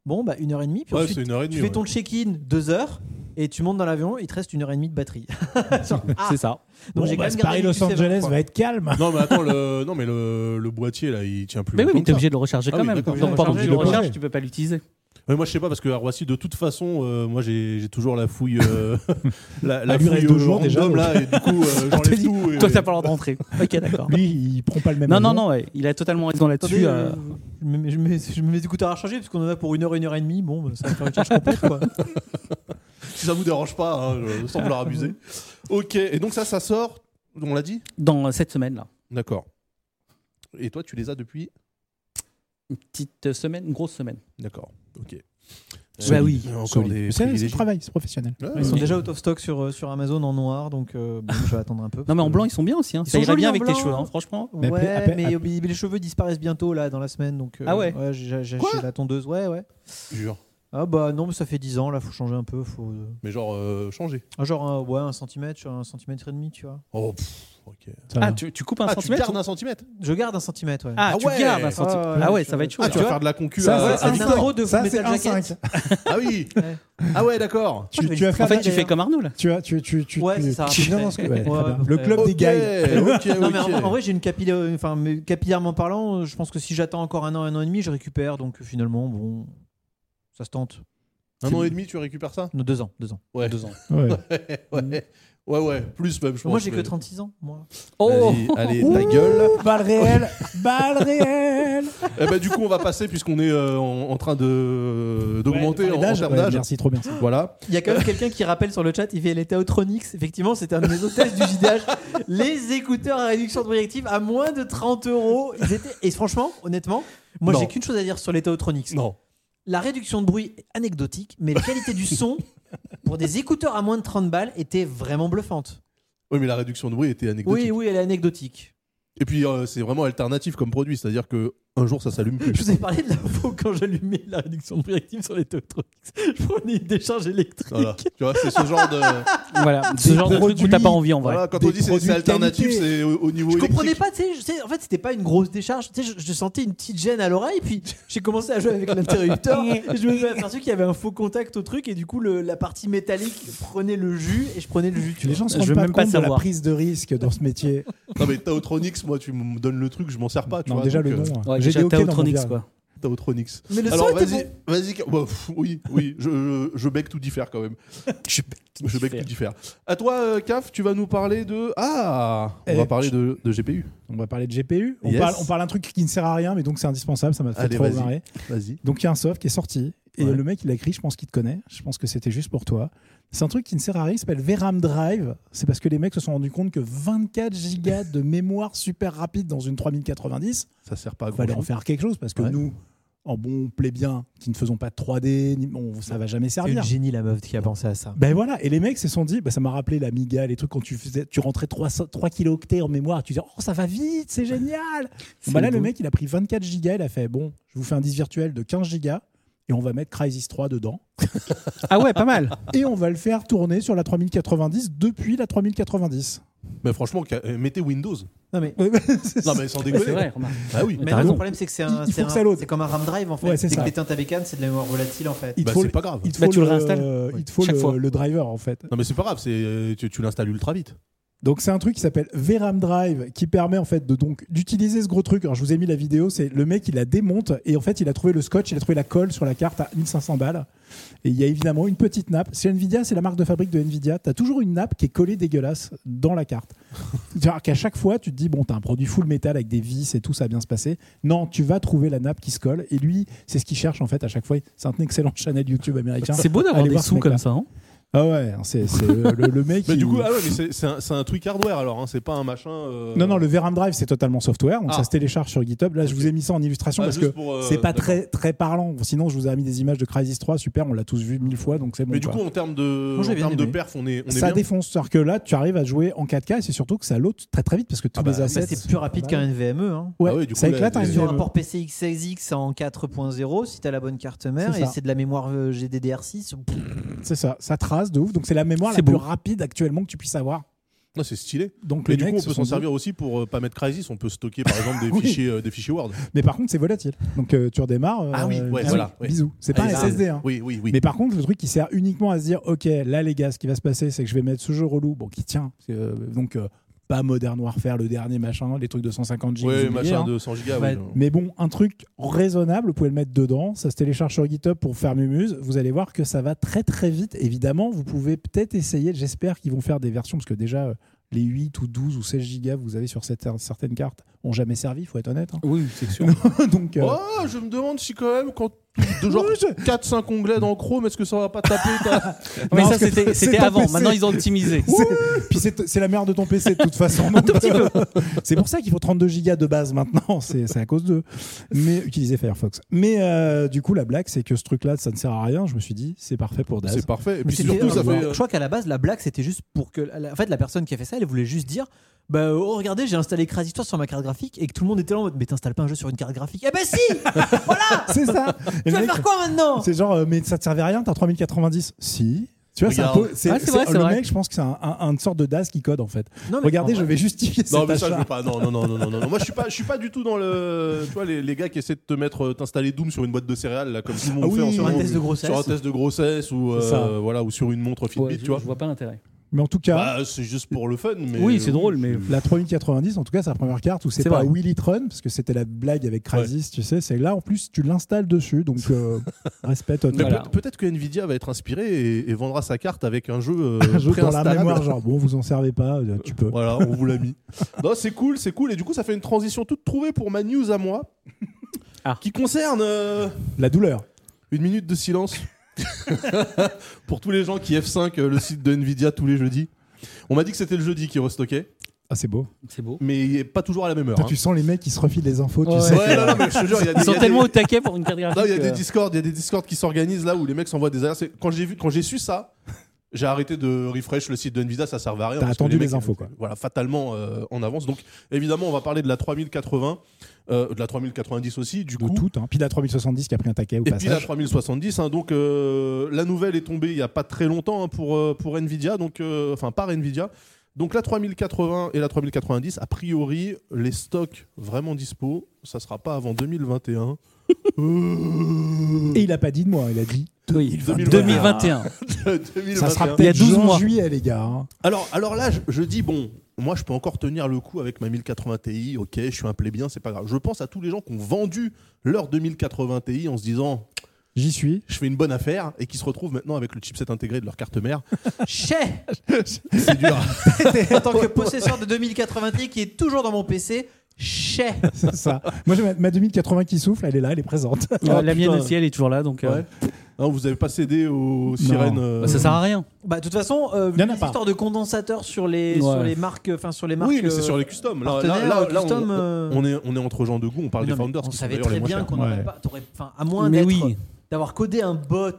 [SPEAKER 4] Bon, bah une heure et demie, puis
[SPEAKER 1] Ouais,
[SPEAKER 4] ensuite
[SPEAKER 1] c'est une heure et demie.
[SPEAKER 4] tu fais
[SPEAKER 1] ouais.
[SPEAKER 4] ton check-in deux heures et tu montes dans l'avion, il te reste une heure et demie de batterie. Genre, ah.
[SPEAKER 2] C'est ça.
[SPEAKER 4] Donc
[SPEAKER 3] Bon,
[SPEAKER 4] j'ai quand
[SPEAKER 3] bah,
[SPEAKER 4] même
[SPEAKER 3] c'est
[SPEAKER 4] gardé
[SPEAKER 3] Paris
[SPEAKER 4] du
[SPEAKER 3] Los
[SPEAKER 4] C20,
[SPEAKER 3] Angeles
[SPEAKER 4] quoi.
[SPEAKER 3] va être calme.
[SPEAKER 1] Non, mais attends, le, non, mais le, le boîtier, là, il tient plus.
[SPEAKER 2] Mais oui,
[SPEAKER 1] longtemps
[SPEAKER 2] mais t'es
[SPEAKER 1] que
[SPEAKER 2] obligé de le recharger
[SPEAKER 1] Ah
[SPEAKER 2] quand
[SPEAKER 1] oui,
[SPEAKER 2] même.
[SPEAKER 1] d'accord,
[SPEAKER 2] Donc,
[SPEAKER 4] j'ai
[SPEAKER 2] pendant que
[SPEAKER 4] rechargé,
[SPEAKER 2] tu le
[SPEAKER 3] j'ai
[SPEAKER 2] recharges,
[SPEAKER 3] rechargé.
[SPEAKER 2] tu peux pas l'utiliser.
[SPEAKER 1] ça. Mais moi, je sais pas, parce que à Roissy, de toute façon, euh, moi, j'ai j'ai toujours la fouille. euh, la la
[SPEAKER 3] Ah, lui,
[SPEAKER 1] fouille
[SPEAKER 3] reste deux
[SPEAKER 1] euh,
[SPEAKER 3] jours, déjà,
[SPEAKER 1] random,
[SPEAKER 3] donc.
[SPEAKER 1] là, et du coup, euh,
[SPEAKER 2] Ah, t'as
[SPEAKER 1] j'enlève
[SPEAKER 2] dit,
[SPEAKER 1] tout. et-
[SPEAKER 2] Toi, t'as pas l'ordre d'entrer. Ok, d'accord.
[SPEAKER 3] Lui, il prend pas le même.
[SPEAKER 2] Non, non,
[SPEAKER 3] avion.
[SPEAKER 2] non, ouais, il a totalement raison
[SPEAKER 4] Attendez,
[SPEAKER 2] là-dessus.
[SPEAKER 4] euh,
[SPEAKER 2] euh,
[SPEAKER 4] je, me mets, je me mets- je me mets des écouteurs à recharger parce qu'on en a pour une heure, une heure et demie. Bon, bah, ça va faire une charge complète quoi.
[SPEAKER 1] Si ça vous dérange pas, hein, je- sans vouloir abuser. Ok, et donc ça, ça sort, on l'a dit
[SPEAKER 2] dans euh, cette semaine-là.
[SPEAKER 1] D'accord. Et toi, tu les as depuis
[SPEAKER 2] Une petite euh, semaine, une grosse semaine.
[SPEAKER 1] D'accord, ok.
[SPEAKER 2] Bah oui.
[SPEAKER 1] Il y a encore
[SPEAKER 3] Solide.
[SPEAKER 1] des
[SPEAKER 3] Mais C'est c'est
[SPEAKER 1] privilégiés.
[SPEAKER 3] travail, c'est professionnel.
[SPEAKER 1] Ouais,
[SPEAKER 4] Ils sont
[SPEAKER 1] ouais.
[SPEAKER 4] déjà out of stock sur, euh, sur Amazon en noir, donc euh, bon, je vais attendre un peu.
[SPEAKER 2] Non, mais en
[SPEAKER 4] parce que-
[SPEAKER 2] blanc, ils sont bien aussi. Hein.
[SPEAKER 4] Euh, Ils
[SPEAKER 2] Ça
[SPEAKER 4] sont
[SPEAKER 2] irait
[SPEAKER 4] jolis
[SPEAKER 2] bien
[SPEAKER 4] en
[SPEAKER 2] avec tes
[SPEAKER 4] blanc.
[SPEAKER 2] cheveux, hein, franchement.
[SPEAKER 4] Ouais,
[SPEAKER 3] Mais appelez- appelez-
[SPEAKER 4] mais euh, les cheveux disparaissent bientôt là dans la semaine donc euh,
[SPEAKER 2] Ah ouais
[SPEAKER 4] j'ai j'ai
[SPEAKER 1] Quoi
[SPEAKER 4] acheté la tondeuse ouais ouais
[SPEAKER 1] Jure.
[SPEAKER 4] ah bah non mais ça fait 10 ans là faut changer un peu faut euh,
[SPEAKER 1] Mais genre, euh, changer.
[SPEAKER 4] ah, genre un, ouais un centimètre sur un centimètre et demi tu vois
[SPEAKER 1] Oh, pff, ok.
[SPEAKER 3] Ça
[SPEAKER 2] Ah,
[SPEAKER 3] va.
[SPEAKER 2] tu, tu coupes un
[SPEAKER 1] Ah, tu
[SPEAKER 2] centimètre
[SPEAKER 1] gardes un centimètre
[SPEAKER 4] je garde un centimètre ouais
[SPEAKER 2] Ah,
[SPEAKER 1] Ah
[SPEAKER 2] tu
[SPEAKER 1] ouais.
[SPEAKER 2] gardes un
[SPEAKER 1] Ah
[SPEAKER 2] centimètre.
[SPEAKER 4] ouais,
[SPEAKER 2] Ah ouais,
[SPEAKER 4] ouais,
[SPEAKER 2] ça va être chaud.
[SPEAKER 1] Ah,
[SPEAKER 2] là.
[SPEAKER 1] tu
[SPEAKER 4] vois
[SPEAKER 1] vas faire de la concu
[SPEAKER 3] Ça,
[SPEAKER 1] à-
[SPEAKER 4] ouais,
[SPEAKER 1] à
[SPEAKER 4] c'est un
[SPEAKER 1] Victor.
[SPEAKER 4] intro de
[SPEAKER 3] Ça,
[SPEAKER 4] Metal
[SPEAKER 3] c'est un
[SPEAKER 4] Jacket.
[SPEAKER 3] 5.
[SPEAKER 1] Ah oui
[SPEAKER 4] Ouais.
[SPEAKER 1] Ah ouais, d'accord
[SPEAKER 3] Tu,
[SPEAKER 4] Ah,
[SPEAKER 3] tu vas
[SPEAKER 4] mais-
[SPEAKER 2] En
[SPEAKER 3] faire
[SPEAKER 2] fait, tu
[SPEAKER 4] d'ailleurs.
[SPEAKER 2] fais comme Arnaud là.
[SPEAKER 3] tu vas- tu- tu- tu-
[SPEAKER 4] Ouais,
[SPEAKER 3] tu-
[SPEAKER 4] c'est ça.
[SPEAKER 3] tu- non, non, c'est- ouais, très
[SPEAKER 4] Ouais,
[SPEAKER 3] bien.
[SPEAKER 4] ouais,
[SPEAKER 3] le
[SPEAKER 4] ouais.
[SPEAKER 3] club
[SPEAKER 1] Ok,
[SPEAKER 3] des guys.
[SPEAKER 1] ok,
[SPEAKER 4] non mais en,
[SPEAKER 1] ok.
[SPEAKER 4] en vrai j'ai une capillaire enfin mais capillairement parlant euh, je pense que si j'attends encore un an un an et demi je récupère donc euh, finalement bon ça se tente
[SPEAKER 1] Un an et demi, tu récupères ça
[SPEAKER 4] non, deux ans deux ans
[SPEAKER 1] Ouais.
[SPEAKER 2] Deux ans.
[SPEAKER 3] Ouais.
[SPEAKER 1] ouais, ouais, ouais, plus même, je pense.
[SPEAKER 4] moi j'ai que
[SPEAKER 1] mais-
[SPEAKER 4] 36 ans moi
[SPEAKER 2] Oh
[SPEAKER 1] Vas-y, allez, ta gueule.
[SPEAKER 3] Ouh, Balle réelle, balle réelle.
[SPEAKER 1] Eh ben, du coup, on va passer, puisqu'on est euh, en, en train de- d'augmenter
[SPEAKER 3] Parler
[SPEAKER 1] en, en
[SPEAKER 3] d'âge,
[SPEAKER 1] termes
[SPEAKER 3] ouais,
[SPEAKER 1] d'âge.
[SPEAKER 3] Merci, trop bien. ça.
[SPEAKER 1] Voilà.
[SPEAKER 4] Il y a quand même quelqu'un qui rappelle sur le chat, il fait les Théotronix. Effectivement, c'était un de mes hôtesses du JDH. Les écouteurs à réduction de projectiles à moins de 30 euros. Ils étaient... Et franchement, honnêtement, moi
[SPEAKER 1] Non.
[SPEAKER 4] j'ai qu'une chose à dire sur les Théotronix.
[SPEAKER 1] Non.
[SPEAKER 4] La réduction de bruit est anecdotique, mais la qualité du son pour des écouteurs à moins de 30 balles était vraiment bluffante.
[SPEAKER 1] Oui, mais la réduction de bruit était anecdotique.
[SPEAKER 4] Oui, oui, elle est anecdotique.
[SPEAKER 1] Et puis, euh, c'est vraiment alternatif comme produit, c'est-à-dire que un jour, ça s'allume
[SPEAKER 4] Je
[SPEAKER 1] plus.
[SPEAKER 4] vous ai parlé de l'info quand j'allumais la réduction de projectiles sur les Théotronix. Je prenais une décharge électrique.
[SPEAKER 1] Voilà. Tu vois, c'est ce genre de.
[SPEAKER 2] Ah, Voilà, ce
[SPEAKER 3] Des
[SPEAKER 2] genre de truc où
[SPEAKER 3] produits-
[SPEAKER 2] t'as pas envie en vrai.
[SPEAKER 1] Voilà, quand
[SPEAKER 3] Des
[SPEAKER 1] on dit c'est-
[SPEAKER 3] produits
[SPEAKER 1] c'est alternatif,
[SPEAKER 3] qualité.
[SPEAKER 1] c'est au, au niveau.
[SPEAKER 4] Je
[SPEAKER 1] électrique.
[SPEAKER 4] comprenais pas, tu sais, je sais, en fait, c'était pas une grosse décharge. Tu sais, je, je sentais une petite gêne à l'oreille, puis j'ai commencé à jouer avec l'interrupteur. et je me suis aperçu qu'il y avait un faux contact au truc, et du coup, le- la partie métallique prenait le jus, et je prenais le jus. tu
[SPEAKER 3] Les
[SPEAKER 4] vois.
[SPEAKER 3] gens se
[SPEAKER 2] Je
[SPEAKER 3] rendent
[SPEAKER 2] veux
[SPEAKER 3] pas
[SPEAKER 2] même pas
[SPEAKER 3] compte de la
[SPEAKER 2] savoir.
[SPEAKER 3] prise de risque dans ce métier.
[SPEAKER 1] Non, mais Taotronix, moi, tu me donnes le truc, je m'en sers pas. Tu
[SPEAKER 3] Non,
[SPEAKER 1] vois,
[SPEAKER 3] déjà
[SPEAKER 1] donc,
[SPEAKER 3] le
[SPEAKER 1] euh,
[SPEAKER 3] nom. hein.
[SPEAKER 2] Ouais,
[SPEAKER 3] J'ai
[SPEAKER 2] déjà,
[SPEAKER 3] des ok dans mon
[SPEAKER 2] Théotronix,
[SPEAKER 3] verre.
[SPEAKER 2] quoi.
[SPEAKER 1] Taotronix.
[SPEAKER 4] Mais le
[SPEAKER 1] Alors,
[SPEAKER 4] son était
[SPEAKER 1] vas-y,
[SPEAKER 4] bon.
[SPEAKER 1] vas-y. bah, pff, oui, oui, je, je, je bec tout diffère quand même.
[SPEAKER 2] Je
[SPEAKER 1] Je bec tout diffère. À toi, euh, CAF, tu vas nous parler de. Ah On
[SPEAKER 3] Eh,
[SPEAKER 1] va parler de, de GPU.
[SPEAKER 3] On va parler de GPU. On
[SPEAKER 1] Yes.
[SPEAKER 3] parle, on parle un truc qui ne sert à rien, mais donc c'est indispensable. Ça m'a fait
[SPEAKER 1] Allez,
[SPEAKER 3] trop
[SPEAKER 1] vas-y.
[SPEAKER 3] marrer.
[SPEAKER 1] Vas-y.
[SPEAKER 3] Donc il y a un soft qui est sorti. Et
[SPEAKER 1] Ouais.
[SPEAKER 3] le mec, il a écrit, je pense qu'il te connaît. Je pense que c'était juste pour toi. C'est un truc qui ne sert à rien, il s'appelle VRAM Drive. C'est parce que les mecs se sont rendus compte que 24 gigas de mémoire super rapide dans une 3090,
[SPEAKER 1] Ça sert pas à
[SPEAKER 3] il fallait en
[SPEAKER 1] grand-chose.
[SPEAKER 3] faire quelque chose parce que
[SPEAKER 1] Ouais.
[SPEAKER 3] nous, en bon plaît bien, qui ne faisons pas de 3D, ni- on- ça va jamais
[SPEAKER 4] C'est
[SPEAKER 3] servir.
[SPEAKER 4] une génie, la meuf, qui a pensé à ça.
[SPEAKER 3] Ben voilà, et les mecs se sont dit, ben ça m'a rappelé l'Amiga, les trucs quand tu faisais, tu rentrais 300 3 kilooctets en mémoire, tu disais, oh ça va vite, c'est génial. Bon, ben là, le mec, il a pris 24 gigas, il a fait, bon, je vous fais un disque virtuel de 15 gigas et on va mettre Crysis 3 dedans
[SPEAKER 2] Ah ouais, pas mal.
[SPEAKER 3] et on va le faire tourner sur la 3090 depuis la 3090.
[SPEAKER 1] Mais franchement, ca- euh, mettez Windows.
[SPEAKER 4] Non, mais.
[SPEAKER 1] Non, mais sans
[SPEAKER 2] Ouais, C'est
[SPEAKER 1] déconner.
[SPEAKER 2] vrai, remarque.
[SPEAKER 1] Ah oui.
[SPEAKER 4] Mais
[SPEAKER 3] t'as
[SPEAKER 4] non,
[SPEAKER 3] raison.
[SPEAKER 4] le problème, c'est que c'est un-
[SPEAKER 3] Il- il
[SPEAKER 4] c'est
[SPEAKER 3] faut que
[SPEAKER 4] un-
[SPEAKER 3] ça load.
[SPEAKER 4] c'est comme un RAM drive, en fait.
[SPEAKER 3] Ouais, c'est
[SPEAKER 4] Dès que
[SPEAKER 3] ça.
[SPEAKER 4] t'éteins ta bécane, c'est de la mémoire volatile, en fait.
[SPEAKER 3] Il te
[SPEAKER 1] Bah,
[SPEAKER 3] faut,
[SPEAKER 1] c'est
[SPEAKER 3] le-
[SPEAKER 1] pas grave.
[SPEAKER 3] il te
[SPEAKER 2] Bah,
[SPEAKER 3] faut
[SPEAKER 2] tu le
[SPEAKER 3] le,
[SPEAKER 2] réinstalles.
[SPEAKER 3] euh, il te
[SPEAKER 2] Oui.
[SPEAKER 3] faut
[SPEAKER 2] Chaque fois.
[SPEAKER 3] le, le driver en fait.
[SPEAKER 1] Non, mais c'est pas grave, c'est, euh, tu, tu l'installes ultra vite.
[SPEAKER 3] Donc c'est un truc qui s'appelle VRAM Drive qui permet en fait de donc d'utiliser ce gros truc. Alors je vous ai mis la vidéo, c'est le mec il la démonte et en fait il a trouvé le scotch, il a trouvé la colle sur la carte à 1500 balles. Et il y a évidemment une petite nappe. C'est Nvidia, c'est la marque de fabrique de Nvidia. T'as toujours une nappe qui est collée dégueulasse dans la carte. C'est-à-dire qu'à chaque fois tu te dis bon t'as un produit full métal avec des vis et tout ça va bien se passer. Non, tu vas trouver la nappe qui se colle. Et lui c'est ce qu'il cherche en fait à chaque fois. C'est un excellent channel YouTube américain.
[SPEAKER 2] C'est beau d'avoir
[SPEAKER 3] Allez
[SPEAKER 2] des
[SPEAKER 3] voir ce
[SPEAKER 2] sous
[SPEAKER 3] mec-là.
[SPEAKER 2] comme ça. hein.
[SPEAKER 3] Ah ouais, c'est c'est le, le mec.
[SPEAKER 1] Mais du
[SPEAKER 3] il-
[SPEAKER 1] coup, ah ouais, mais c'est, c'est un, c'est un truc hardware alors, hein, c'est pas un machin. euh,
[SPEAKER 3] Non, non, le VRAM Drive, c'est totalement software. Donc
[SPEAKER 1] Ah.
[SPEAKER 3] ça se télécharge sur GitHub. Là, je vous ai mis ça en illustration
[SPEAKER 1] Ah,
[SPEAKER 3] parce que
[SPEAKER 1] juste pour, euh,
[SPEAKER 3] c'est pas
[SPEAKER 1] d'accord.
[SPEAKER 3] très, très parlant. Sinon, je vous ai mis des images de Crysis 3. Super, on l'a tous vu mille fois. Donc c'est bon.
[SPEAKER 1] Mais du
[SPEAKER 3] quoi.
[SPEAKER 1] coup, en termes de,
[SPEAKER 3] Moi, j'ai
[SPEAKER 1] en
[SPEAKER 3] bien
[SPEAKER 1] termes de
[SPEAKER 3] aimé.
[SPEAKER 1] perf, on est, on est
[SPEAKER 3] ça
[SPEAKER 1] bien.
[SPEAKER 3] défonce. C'est-à-dire que là, tu arrives à jouer en 4K et c'est surtout que ça load très très vite parce que tous
[SPEAKER 1] Ah bah,
[SPEAKER 3] les
[SPEAKER 1] bah,
[SPEAKER 4] Bah,
[SPEAKER 3] assets.
[SPEAKER 4] c'est plus rapide qu'un NVMe, hein.
[SPEAKER 3] Ouais,
[SPEAKER 1] Ah ouais, du coup,
[SPEAKER 3] ça
[SPEAKER 1] là,
[SPEAKER 3] éclate un
[SPEAKER 1] les-
[SPEAKER 4] Sur
[SPEAKER 3] NVMe.
[SPEAKER 4] un port PCI-6 en 4.0, si t'as la bonne carte mère,
[SPEAKER 3] C'est
[SPEAKER 4] et
[SPEAKER 3] ça.
[SPEAKER 4] c'est de la mémoire euh, GDDR6, pff,
[SPEAKER 3] C'est ça. Ça trace de ouf. Donc c'est la mémoire la
[SPEAKER 2] C'est beau.
[SPEAKER 3] plus rapide actuellement que tu puisses avoir.
[SPEAKER 1] Non, c'est stylé.
[SPEAKER 3] Donc
[SPEAKER 1] Mais
[SPEAKER 3] les
[SPEAKER 1] du coup,
[SPEAKER 3] mecs
[SPEAKER 1] on
[SPEAKER 3] se
[SPEAKER 1] peut
[SPEAKER 3] sont
[SPEAKER 1] s'en
[SPEAKER 3] dit-
[SPEAKER 1] servir aussi pour euh, pas mettre Crysis. On peut stocker par exemple des
[SPEAKER 3] Oui.
[SPEAKER 1] fichiers, euh, des fichiers Word.
[SPEAKER 3] Mais par contre, c'est volatile. Donc euh, tu redémarres.
[SPEAKER 1] Ah oui, ouais, voilà, ouais.
[SPEAKER 3] Bisous. C'est pas
[SPEAKER 1] Ah,
[SPEAKER 3] un
[SPEAKER 1] et ça,
[SPEAKER 3] SSD. hein.
[SPEAKER 1] Oui, oui, oui.
[SPEAKER 3] Mais par contre, le truc qui sert uniquement à se dire, ok, là les gars, ce qui va se passer, c'est que je vais mettre ce jeu relou, bon, qui tient. c'est, euh, donc euh, pas Modern Warfare, le dernier machin, les trucs de 150 gigs.
[SPEAKER 1] ouais,
[SPEAKER 3] vous oubliez,
[SPEAKER 1] machin
[SPEAKER 3] hein.
[SPEAKER 1] de 100 gigas.
[SPEAKER 2] Ouais.
[SPEAKER 1] oui, non.
[SPEAKER 3] Mais bon, un truc raisonnable, vous pouvez le mettre dedans, ça se télécharge sur GitHub pour faire Mumuse, vous allez voir que ça va très très vite. Évidemment, vous pouvez peut-être essayer, j'espère qu'ils vont faire des versions, parce que déjà, euh, les 8 ou 12 ou 16 gigas que vous avez sur cette- certaines cartes ont jamais servi, faut être honnête. hein.
[SPEAKER 2] Oui, c'est sûr.
[SPEAKER 3] Donc, euh,
[SPEAKER 1] Oh, je me demande si quand même, quand de genre
[SPEAKER 3] Oui,
[SPEAKER 1] 4-5 onglets dans Chrome, est-ce que ça va pas taper ta-
[SPEAKER 2] Mais
[SPEAKER 3] Non, parce
[SPEAKER 2] ça,
[SPEAKER 3] que
[SPEAKER 2] c'était
[SPEAKER 3] c'est
[SPEAKER 2] c'était
[SPEAKER 3] ton
[SPEAKER 2] avant.
[SPEAKER 3] PC.
[SPEAKER 2] Maintenant, ils ont optimisé.
[SPEAKER 3] c'est- puis c'est c'est la merde de ton PC de toute façon. donc, euh, c'est pour ça qu'il faut 32 gigas de base maintenant. C'est c'est à cause d'eux. Mais utilisez Firefox. Mais euh, du coup, la blague, c'est que ce truc-là, ça ne sert à rien. Je me suis dit, c'est parfait pour Daz.
[SPEAKER 1] C'est parfait. Et puis
[SPEAKER 4] C'était-
[SPEAKER 3] hein,
[SPEAKER 1] surtout, ça
[SPEAKER 4] je,
[SPEAKER 1] fait. euh,
[SPEAKER 4] crois- je crois qu'à la base, la blague, c'était juste pour que. la- En fait, la personne qui a fait ça, elle voulait juste dire Bah, oh, regardez, j'ai installé Crazy Store sur ma carte graphique et que tout le monde était là en mode Mais t'installes pas un jeu sur une carte graphique Eh ben si Voilà
[SPEAKER 3] C'est ça. Et
[SPEAKER 4] Tu vas
[SPEAKER 3] le mec,
[SPEAKER 4] faire quoi maintenant
[SPEAKER 3] C'est genre, euh, mais ça te servait à rien, t'as 3090 Si. Tu vois, c'est un
[SPEAKER 1] Regarde.
[SPEAKER 3] peu. c'est-
[SPEAKER 4] Ah, c'est vrai,
[SPEAKER 3] c'est-
[SPEAKER 4] c'est
[SPEAKER 3] le
[SPEAKER 4] vrai.
[SPEAKER 3] mec, je pense que c'est un, un- une sorte de DAS qui code en fait.
[SPEAKER 4] Non, mais
[SPEAKER 3] Regardez,
[SPEAKER 4] en
[SPEAKER 3] je
[SPEAKER 4] vrai-
[SPEAKER 3] vais justifier
[SPEAKER 1] Non,
[SPEAKER 3] cet
[SPEAKER 1] mais ça, je
[SPEAKER 3] achat.
[SPEAKER 1] veux pas. Non, non, non, non, non, non, non. Moi, je suis pas, je suis pas du tout dans le. Tu vois, les, les gars qui essaient de te mettre, euh, t'installer Doom sur une boîte de céréales, là, comme tout le monde
[SPEAKER 3] Ah oui,
[SPEAKER 1] fait en ce
[SPEAKER 4] Sur un
[SPEAKER 1] moment.
[SPEAKER 4] test de grossesse.
[SPEAKER 1] Sur un test de grossesse ou, euh,
[SPEAKER 3] C'est ça.
[SPEAKER 1] voilà, ou sur une montre Fitbit,
[SPEAKER 2] Ouais, je,
[SPEAKER 1] tu vois.
[SPEAKER 2] je vois pas l'intérêt.
[SPEAKER 3] Mais en tout cas.
[SPEAKER 1] Bah, c'est juste pour le fun. Mais
[SPEAKER 2] Oui, c'est drôle, mais-
[SPEAKER 3] La 3090, en tout cas, c'est la première carte où c'est
[SPEAKER 2] C'est
[SPEAKER 3] pas
[SPEAKER 2] vrai.
[SPEAKER 3] Willy Tron, parce que c'était la blague avec Crysis, tu sais. C'est là, en plus, tu l'installes dessus, donc euh, respect
[SPEAKER 1] Mais
[SPEAKER 3] total.
[SPEAKER 2] Voilà.
[SPEAKER 1] peut- peut-être que Nvidia va être inspiré et, et vendra sa carte avec un jeu, euh,
[SPEAKER 3] Un jeu dans la
[SPEAKER 1] préinstallable.
[SPEAKER 3] mémoire, genre, bon, vous en servez pas, euh, tu peux.
[SPEAKER 1] Voilà, on vous l'a mis. Non, c'est cool, c'est cool. Et du coup, ça fait une transition toute trouvée pour ma news à moi,
[SPEAKER 2] Ah.
[SPEAKER 1] qui concerne euh,
[SPEAKER 3] La douleur.
[SPEAKER 1] une minute de silence pour tous les gens qui F5 euh, le site de Nvidia tous les jeudis. On m'a dit que c'était le jeudi qui restockait,
[SPEAKER 3] Ah, c'est beau.
[SPEAKER 2] C'est beau.
[SPEAKER 1] mais il est pas toujours à la même heure.
[SPEAKER 3] Toi,
[SPEAKER 1] hein.
[SPEAKER 3] tu sens les mecs qui se refilent les infos,
[SPEAKER 2] Ouais.
[SPEAKER 3] tu sais.
[SPEAKER 1] Ouais, non, non, mais je te jure, il y a des-
[SPEAKER 2] Ils sont
[SPEAKER 1] il y a
[SPEAKER 2] tellement
[SPEAKER 1] des-
[SPEAKER 2] au taquet pour une carte graphique.
[SPEAKER 1] Non, il y a des
[SPEAKER 2] euh,
[SPEAKER 1] Discord, il y a des Discord qui s'organisent là où les mecs s'envoient des alertes. C'est- Quand j'ai vu, quand j'ai su ça, j'ai arrêté de refresh le site de Nvidia, ça servait à rien.
[SPEAKER 3] T'as
[SPEAKER 1] parce que
[SPEAKER 3] attendu les
[SPEAKER 1] mecs, euh,
[SPEAKER 3] infos, quoi.
[SPEAKER 1] Voilà, fatalement euh, en avance. Donc évidemment, on va parler de la 3080, euh, de la 3090 aussi, du
[SPEAKER 3] De
[SPEAKER 1] coup.
[SPEAKER 3] tout, hein. Puis la 3070 qui a pris un taquet au
[SPEAKER 1] Et puis la
[SPEAKER 3] passage.
[SPEAKER 1] 3070, hein, donc euh, la nouvelle est tombée il n'y a pas très longtemps hein, pour, euh, pour Nvidia, donc, euh, enfin par Nvidia. Donc la 3080 et la 3090, a priori, les stocks vraiment dispo, ça sera pas avant 2021. Euh,
[SPEAKER 3] Et il a pas dit de moi, il a dit.
[SPEAKER 2] oui,
[SPEAKER 1] 2021.
[SPEAKER 2] 2021.
[SPEAKER 1] 2021.
[SPEAKER 3] Ça sera
[SPEAKER 2] Il y a
[SPEAKER 3] peut-être
[SPEAKER 2] 12
[SPEAKER 3] juin,
[SPEAKER 2] mois.
[SPEAKER 3] juillet, les gars. hein.
[SPEAKER 1] Alors, alors là, je, je dis, bon, moi, je peux encore tenir le coup avec ma 1080 Ti. Ok, je suis un plébien, c'est pas grave. Je pense à tous les gens qui ont vendu leur 2080 Ti en se disant,
[SPEAKER 3] J'y suis.
[SPEAKER 1] je fais une bonne affaire, et qui se retrouvent maintenant avec le chipset intégré de leur carte mère.
[SPEAKER 4] Chais
[SPEAKER 1] C'est dur.
[SPEAKER 4] En tant que possesseur de 2080 qui est toujours dans mon PC, chais
[SPEAKER 3] C'est ça. Moi, j'ai ma, ma 2080 qui souffle, elle est là, elle est présente.
[SPEAKER 2] Euh, la
[SPEAKER 1] Ah, putain.
[SPEAKER 2] mienne aussi, elle est toujours là, donc euh,
[SPEAKER 1] Ouais. Hein, vous avez pas cédé aux sirènes. euh,
[SPEAKER 2] bah, ça sert à rien.
[SPEAKER 4] Bah, de toute façon, euh,
[SPEAKER 3] Y en a
[SPEAKER 4] les
[SPEAKER 3] pas.
[SPEAKER 4] histoires de condensateurs sur les, sur
[SPEAKER 2] Ouais.
[SPEAKER 4] les marques. Enfin, sur les marques.
[SPEAKER 1] Oui, mais c'est
[SPEAKER 4] euh,
[SPEAKER 1] sur les customs. Là, là,
[SPEAKER 4] partenaires,
[SPEAKER 1] là, là,
[SPEAKER 4] custom,
[SPEAKER 1] on,
[SPEAKER 4] euh,
[SPEAKER 1] on est, on est entre gens de goût, on parle
[SPEAKER 4] Mais non,
[SPEAKER 1] des
[SPEAKER 4] mais
[SPEAKER 1] founders.
[SPEAKER 4] On
[SPEAKER 1] qui sont
[SPEAKER 4] savait
[SPEAKER 1] d'ailleurs les hein.
[SPEAKER 4] très
[SPEAKER 1] moins
[SPEAKER 4] bien
[SPEAKER 1] chers.
[SPEAKER 4] qu'on
[SPEAKER 3] chers.
[SPEAKER 4] n'aurait
[SPEAKER 3] Ouais.
[SPEAKER 4] pas. t'aurais- Enfin, à moins
[SPEAKER 2] Mais
[SPEAKER 4] d'être-
[SPEAKER 2] oui.
[SPEAKER 4] d'avoir codé un bot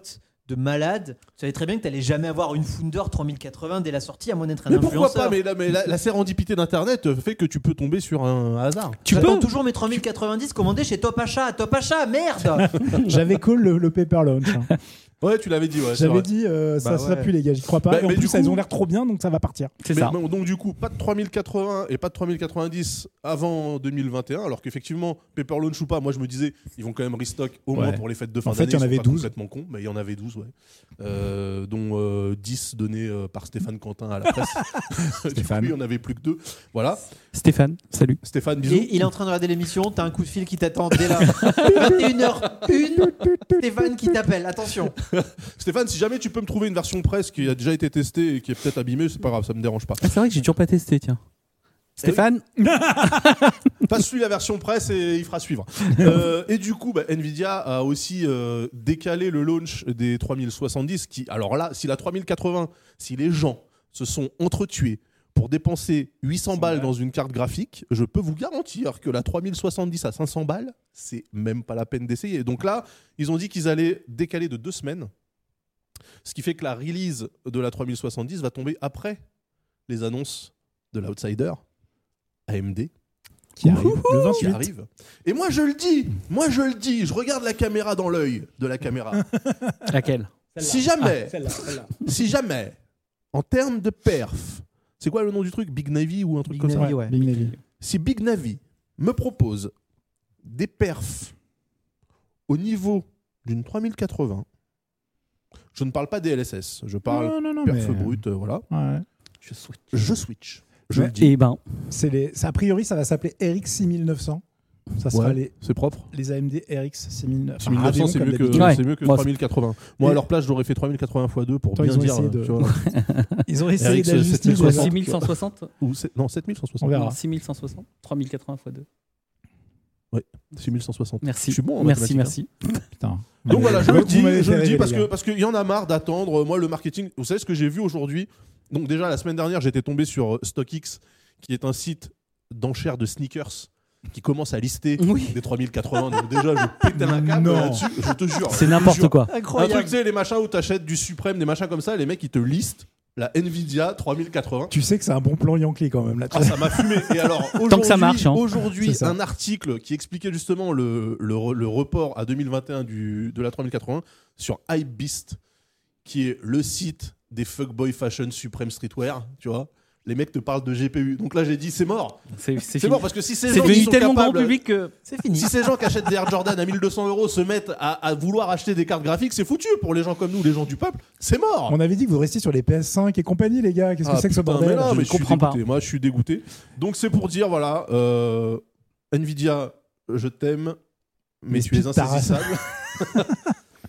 [SPEAKER 4] de malade, tu savais très bien que t'allais jamais avoir une Founder 3080 dès la sortie, à moins d'être un
[SPEAKER 1] Mais pourquoi
[SPEAKER 4] influenceur.
[SPEAKER 1] pas Mais, la, mais la- la sérendipité d'Internet fait que tu peux tomber sur un hasard.
[SPEAKER 2] Tu
[SPEAKER 4] J'attends
[SPEAKER 2] peux
[SPEAKER 4] toujours mes 3090 commandés chez Top Achat. Top Achat, merde
[SPEAKER 3] J'avais call le, le paper launch. hein.
[SPEAKER 1] Ouais, tu l'avais dit. Ouais, c'est vrai.
[SPEAKER 3] J'avais dit, euh, ça,
[SPEAKER 4] Bah
[SPEAKER 3] ça
[SPEAKER 4] ouais.
[SPEAKER 3] pue les gars, j'y crois pas.
[SPEAKER 1] Bah,
[SPEAKER 3] et en
[SPEAKER 1] mais
[SPEAKER 3] plus,
[SPEAKER 1] du coup-
[SPEAKER 3] elles ont l'air trop bien, donc ça va partir.
[SPEAKER 2] C'est
[SPEAKER 1] Mais
[SPEAKER 2] ça.
[SPEAKER 1] bon, donc du coup, pas de 3080 et pas de 3090 avant 2021, alors qu'effectivement, Paper Launch ou pas, moi je me disais, ils vont quand même restock au moins
[SPEAKER 3] Ouais.
[SPEAKER 1] pour les fêtes de fin
[SPEAKER 3] En fait,
[SPEAKER 1] d'année.
[SPEAKER 3] il y en
[SPEAKER 1] ils sont
[SPEAKER 3] avait
[SPEAKER 1] pas
[SPEAKER 3] 12.
[SPEAKER 1] Complètement con, mais il y en avait 12, ouais. Euh, dont euh, 10 donnés euh, par Stéphane Quentin à la presse. du coup,
[SPEAKER 3] Stéphane.
[SPEAKER 1] il y en avait plus que deux. Voilà.
[SPEAKER 2] Stéphane, salut.
[SPEAKER 1] Stéphane, bisous.
[SPEAKER 4] Et il est en train de regarder l'émission, t'as un coup de fil qui t'attend dès là. 21h01, Stéphane qui t'appelle, attention
[SPEAKER 1] Stéphane, si jamais tu peux me trouver une version presse qui a déjà été testée et qui est peut-être abîmée, c'est pas grave, ça me dérange pas.
[SPEAKER 2] Ah, c'est vrai que j'ai toujours pas testé,
[SPEAKER 1] Ah
[SPEAKER 2] tiens. Stéphane
[SPEAKER 1] Passe lui la version presse et il fera suivre. Euh, et du coup, bah, Nvidia a aussi euh, décalé le launch des 3070 qui, alors là, si la 3080, si les gens se sont entretués pour dépenser 800 balles dans une carte graphique, je peux vous garantir que la 3070 à 500 balles, c'est même pas la peine d'essayer. Donc là, ils ont dit qu'ils allaient décaler de deux semaines, ce qui fait que la release de la 3070 va tomber après les annonces de l'outsider AMD
[SPEAKER 3] Qui arrive le
[SPEAKER 1] qui
[SPEAKER 3] 28.
[SPEAKER 1] arrive. Et moi je le dis, moi je le dis, je regarde la caméra dans l'œil de la caméra.
[SPEAKER 2] Laquelle
[SPEAKER 3] Ah,
[SPEAKER 1] si jamais, si jamais, en termes de perf, C'est quoi le nom du truc Big Navy ou un truc
[SPEAKER 4] Big
[SPEAKER 1] comme ça
[SPEAKER 4] Navy, ouais.
[SPEAKER 3] Big Navy.
[SPEAKER 1] Si Big Navi me propose des perfs au niveau d'une 3080, je ne parle pas des LSS, je parle
[SPEAKER 3] non, non, non,
[SPEAKER 1] perf
[SPEAKER 3] Ah, mais-
[SPEAKER 1] brut, euh, voilà,
[SPEAKER 3] Ouais.
[SPEAKER 2] Je souhaite.
[SPEAKER 1] je switch. Je
[SPEAKER 3] Ouais.
[SPEAKER 1] le dis.
[SPEAKER 2] Et ben,
[SPEAKER 3] C'est les... ça, A priori, ça va s'appeler RX 6900. Ça sera
[SPEAKER 1] Ouais.
[SPEAKER 3] les,
[SPEAKER 1] C'est propre
[SPEAKER 3] les AMD RX 6900. Enfin,
[SPEAKER 1] 1900,
[SPEAKER 3] Ah, Radeon,
[SPEAKER 1] c'est
[SPEAKER 3] comme
[SPEAKER 1] mieux, que,
[SPEAKER 3] d'habitude.
[SPEAKER 2] Ouais.
[SPEAKER 1] c'est mieux que
[SPEAKER 2] Moi, c'est-
[SPEAKER 1] 3080. Moi,
[SPEAKER 3] Et-
[SPEAKER 1] à leur place, j'aurais fait 3080 x 2 pour
[SPEAKER 3] Attends,
[SPEAKER 1] bien
[SPEAKER 3] ils ont
[SPEAKER 1] dire.
[SPEAKER 3] essayé
[SPEAKER 1] euh,
[SPEAKER 3] de-
[SPEAKER 1] tu vois,
[SPEAKER 3] Ils ont essayé
[SPEAKER 1] RX
[SPEAKER 3] d'ajuster.
[SPEAKER 1] 7060.
[SPEAKER 3] mais-
[SPEAKER 2] 6160
[SPEAKER 1] ou c'est- non, 7160.
[SPEAKER 3] On verra.
[SPEAKER 2] non, 6160 3080 x 2.
[SPEAKER 1] 6160.
[SPEAKER 2] Merci.
[SPEAKER 1] Je suis bon en
[SPEAKER 2] merci,
[SPEAKER 1] mathématiques,
[SPEAKER 2] merci.
[SPEAKER 3] Putain.
[SPEAKER 1] Donc voilà, je
[SPEAKER 3] Ah, Vous
[SPEAKER 1] le dis,
[SPEAKER 3] m'avez
[SPEAKER 1] je
[SPEAKER 3] fait
[SPEAKER 1] le dis
[SPEAKER 3] rêver,
[SPEAKER 1] parce
[SPEAKER 3] les
[SPEAKER 1] que
[SPEAKER 3] gars.
[SPEAKER 1] parce qu'il y en a marre d'attendre. euh, Moi, le marketing, vous savez ce que j'ai vu aujourd'hui Donc déjà la semaine dernière, j'étais tombé sur euh, StockX, qui est un site d'enchères de sneakers qui commence à lister
[SPEAKER 2] Oui.
[SPEAKER 1] des 3080. Donc déjà, je pète un câble
[SPEAKER 3] Non.
[SPEAKER 1] là-dessus. Je te jure. je
[SPEAKER 2] C'est
[SPEAKER 1] te
[SPEAKER 2] n'importe
[SPEAKER 1] jure.
[SPEAKER 2] quoi.
[SPEAKER 1] Un truc,
[SPEAKER 4] Incroyable.
[SPEAKER 1] tu sais, les machins où t'achètes du Supreme, des machins comme ça, les mecs ils te listent la Nvidia 3080.
[SPEAKER 3] Tu sais que c'est un bon plan Yankee quand même. Là,
[SPEAKER 1] Ah, ça m'a fumé. Et alors, aujourd'hui,
[SPEAKER 2] que ça marche, hein.
[SPEAKER 1] aujourd'hui,
[SPEAKER 3] C'est ça.
[SPEAKER 1] un article qui expliquait justement le, le re- le report à 2021 du, de la 3080 sur Hypebeast, qui est le site des fuckboy fashion supreme streetwear, tu vois. Les mecs te parlent de GPU. Donc là, j'ai dit, c'est mort.
[SPEAKER 2] C'est c'est
[SPEAKER 1] C'est
[SPEAKER 2] fini.
[SPEAKER 1] mort parce que si ces
[SPEAKER 2] C'est
[SPEAKER 1] gens qui
[SPEAKER 2] devenu
[SPEAKER 1] sont
[SPEAKER 2] tellement grand
[SPEAKER 1] capables,
[SPEAKER 2] public que.
[SPEAKER 4] C'est fini.
[SPEAKER 1] si ces gens qui achètent des Air Jordan à 1200 euros se mettent à, à vouloir acheter des cartes graphiques, c'est foutu pour les gens comme nous, les gens du peuple. C'est mort.
[SPEAKER 3] On avait dit que vous restiez sur les PS5 et compagnie, les gars. Qu'est-ce que
[SPEAKER 1] Ah,
[SPEAKER 3] c'est que ce
[SPEAKER 1] putain,
[SPEAKER 3] bordel
[SPEAKER 1] mais là,
[SPEAKER 2] Je
[SPEAKER 1] mais suis
[SPEAKER 2] comprends
[SPEAKER 1] dégoûté. Moi, je suis dégoûté. Donc, c'est pour dire voilà, euh, Nvidia, je t'aime, mais,
[SPEAKER 3] Mais
[SPEAKER 1] tu es
[SPEAKER 3] tu t'arraches.
[SPEAKER 1] insaisissable.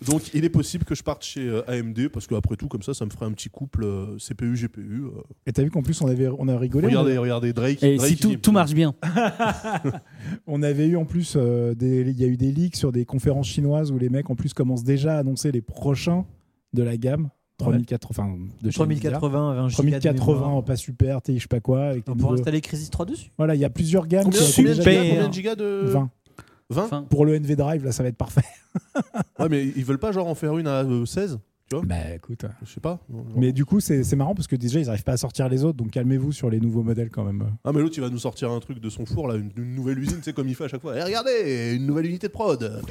[SPEAKER 1] Donc, il est possible que je parte chez euh, AMD parce qu'après tout, comme ça, ça me ferait un petit couple euh, CPU-GPU.
[SPEAKER 3] Et t'as vu qu'en plus, on, avait, on a rigolé. on
[SPEAKER 1] regardez,
[SPEAKER 3] avait-
[SPEAKER 1] regardez Drake.
[SPEAKER 2] Et
[SPEAKER 1] Drake,
[SPEAKER 2] Eh, si
[SPEAKER 1] il
[SPEAKER 2] tout,
[SPEAKER 1] dit-
[SPEAKER 2] tout marche bien.
[SPEAKER 3] On avait eu en plus, euh, des- il y a eu des leaks sur des conférences chinoises où les mecs en plus commencent déjà à annoncer les prochains de la gamme. 3080, enfin, de chez Nvidia.
[SPEAKER 4] 3080, 20 gigas de
[SPEAKER 3] 3080
[SPEAKER 4] mémoire.
[SPEAKER 3] en pas super, TI, je sais pas quoi. Avec
[SPEAKER 4] On
[SPEAKER 3] des
[SPEAKER 4] pourra
[SPEAKER 3] nouveaux-
[SPEAKER 4] installer Crisis 3 dessus.
[SPEAKER 3] Voilà, il y a plusieurs gammes.
[SPEAKER 1] Combien,
[SPEAKER 3] qui sont
[SPEAKER 1] combien de
[SPEAKER 3] déjà
[SPEAKER 1] gigas,
[SPEAKER 2] Super.
[SPEAKER 1] combien de gigas de
[SPEAKER 3] 20.
[SPEAKER 1] 20
[SPEAKER 2] Enfin,
[SPEAKER 3] Pour le NV Drive, là, ça va être parfait.
[SPEAKER 1] Ouais, Ah, mais ils veulent pas genre en faire une à euh, 16
[SPEAKER 3] Bah écoute.
[SPEAKER 1] Je sais pas.
[SPEAKER 3] Mais du coup, c'est c'est marrant parce que déjà, ils n'arrivent pas à sortir les autres, donc calmez-vous sur les nouveaux modèles quand même.
[SPEAKER 1] Ah, mais l'autre, il va nous sortir un truc de son four, là, une, une nouvelle usine, c'est comme il fait à chaque fois. Eh, regardez, une nouvelle unité de prod.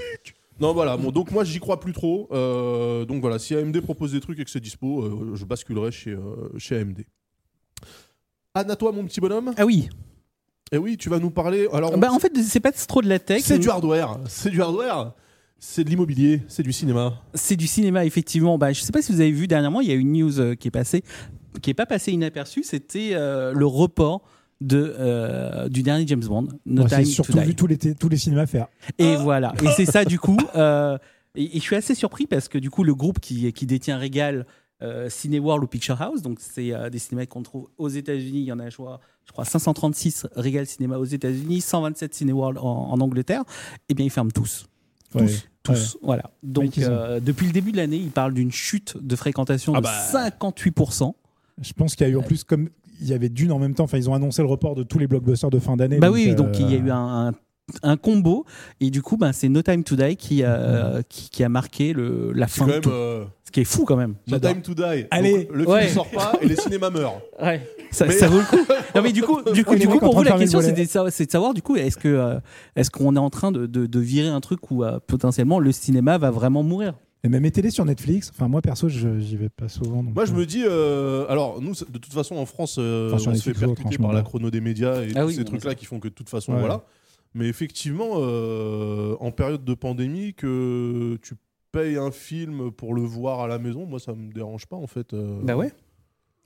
[SPEAKER 1] Non, voilà, bon, donc moi, j'y crois plus trop. Euh, donc voilà, si AMD propose des trucs et que c'est dispo, euh, je basculerai chez, euh, chez AMD. Anna, toi, mon petit bonhomme.
[SPEAKER 2] ah oui.
[SPEAKER 1] Et oui, tu vas nous parler. Alors, on-
[SPEAKER 2] Bah, en fait, c'est pas trop de la tech.
[SPEAKER 1] c'est du hardware, c'est du hardware, c'est de l'immobilier, c'est du cinéma.
[SPEAKER 2] C'est du cinéma, effectivement. Bah, je sais pas si vous avez vu dernièrement, il y a une news euh, qui est passée, qui est pas passée inaperçue. C'était euh, le report de, euh, du dernier James Bond, No
[SPEAKER 3] Moi,
[SPEAKER 2] Time
[SPEAKER 3] J'ai
[SPEAKER 2] to
[SPEAKER 3] surtout
[SPEAKER 2] Die.
[SPEAKER 3] vu tous les, t- tous les cinémas faire.
[SPEAKER 2] Et voilà. Et c'est ça, du coup. euh, et, et je suis assez surpris parce que, du coup, le groupe qui, qui détient Regal, euh, Cineworld ou Picture House, donc c'est euh, des cinémas qu'on trouve aux États-Unis. Il y en a, je crois, je crois 536 Regal Cinéma aux États-Unis, 127 Cineworld en, en Angleterre. Eh bien, ils ferment tous.
[SPEAKER 3] Ouais.
[SPEAKER 2] Tous.
[SPEAKER 3] Ouais.
[SPEAKER 2] Voilà.
[SPEAKER 3] Ouais,
[SPEAKER 2] Donc,
[SPEAKER 3] qu'ils ont.
[SPEAKER 2] euh, depuis le début de l'année, ils parlent d'une chute de fréquentation
[SPEAKER 1] Ah
[SPEAKER 2] de
[SPEAKER 1] bah.
[SPEAKER 2] 58%.
[SPEAKER 3] Je pense qu'il y a eu en plus, comme il y avait d'une en même temps, enfin, ils ont annoncé le report de tous les blockbusters de fin d'année.
[SPEAKER 2] Bah oui, donc
[SPEAKER 3] euh,
[SPEAKER 2] il y a eu un, un- un combo. Et du coup, bah, c'est No Time to Die qui, euh, qui, qui a marqué le, la
[SPEAKER 1] C'est
[SPEAKER 2] fin
[SPEAKER 1] quand
[SPEAKER 2] de
[SPEAKER 1] même
[SPEAKER 2] tout.
[SPEAKER 1] euh,
[SPEAKER 2] Ce qui est fou quand même.
[SPEAKER 1] No Time to Die. Donc,
[SPEAKER 3] Allez.
[SPEAKER 1] le film
[SPEAKER 2] Ouais.
[SPEAKER 1] sort pas et les cinémas meurent.
[SPEAKER 2] Ouais, ça,
[SPEAKER 1] Mais-
[SPEAKER 2] ça vaut le coup. Non mais du coup, du coup,
[SPEAKER 3] Oui,
[SPEAKER 2] du
[SPEAKER 3] les
[SPEAKER 2] coup
[SPEAKER 3] mecs en
[SPEAKER 2] pour
[SPEAKER 3] train
[SPEAKER 2] vous
[SPEAKER 3] de
[SPEAKER 2] la
[SPEAKER 3] fermer le
[SPEAKER 2] question
[SPEAKER 3] volet.
[SPEAKER 2] c'est de, sa- c'est de savoir du coup est-ce que euh, est-ce qu'on est en train de, de, de virer un truc où euh, potentiellement le cinéma va vraiment mourir
[SPEAKER 3] Et même mettez-les sur Netflix. Enfin, moi perso, je- j'y vais pas souvent. donc,
[SPEAKER 1] Moi, je
[SPEAKER 3] euh,
[SPEAKER 1] me dis, euh, alors nous, c'est- de toute façon, en France, euh,
[SPEAKER 3] Enfin, sur
[SPEAKER 1] on
[SPEAKER 3] les
[SPEAKER 1] se fait
[SPEAKER 3] films,
[SPEAKER 1] percuter
[SPEAKER 3] franchement,
[SPEAKER 1] par la
[SPEAKER 3] ouais.
[SPEAKER 1] chrono des médias et
[SPEAKER 2] Ah
[SPEAKER 1] tous
[SPEAKER 2] oui,
[SPEAKER 1] ces
[SPEAKER 2] oui,
[SPEAKER 1] trucs-là qui font que de toute façon,
[SPEAKER 3] Ouais.
[SPEAKER 1] voilà. Mais effectivement, euh, en période de pandémie, que tu payes un film pour le voir à la maison, moi, ça me dérange pas, en fait. euh.
[SPEAKER 2] Bah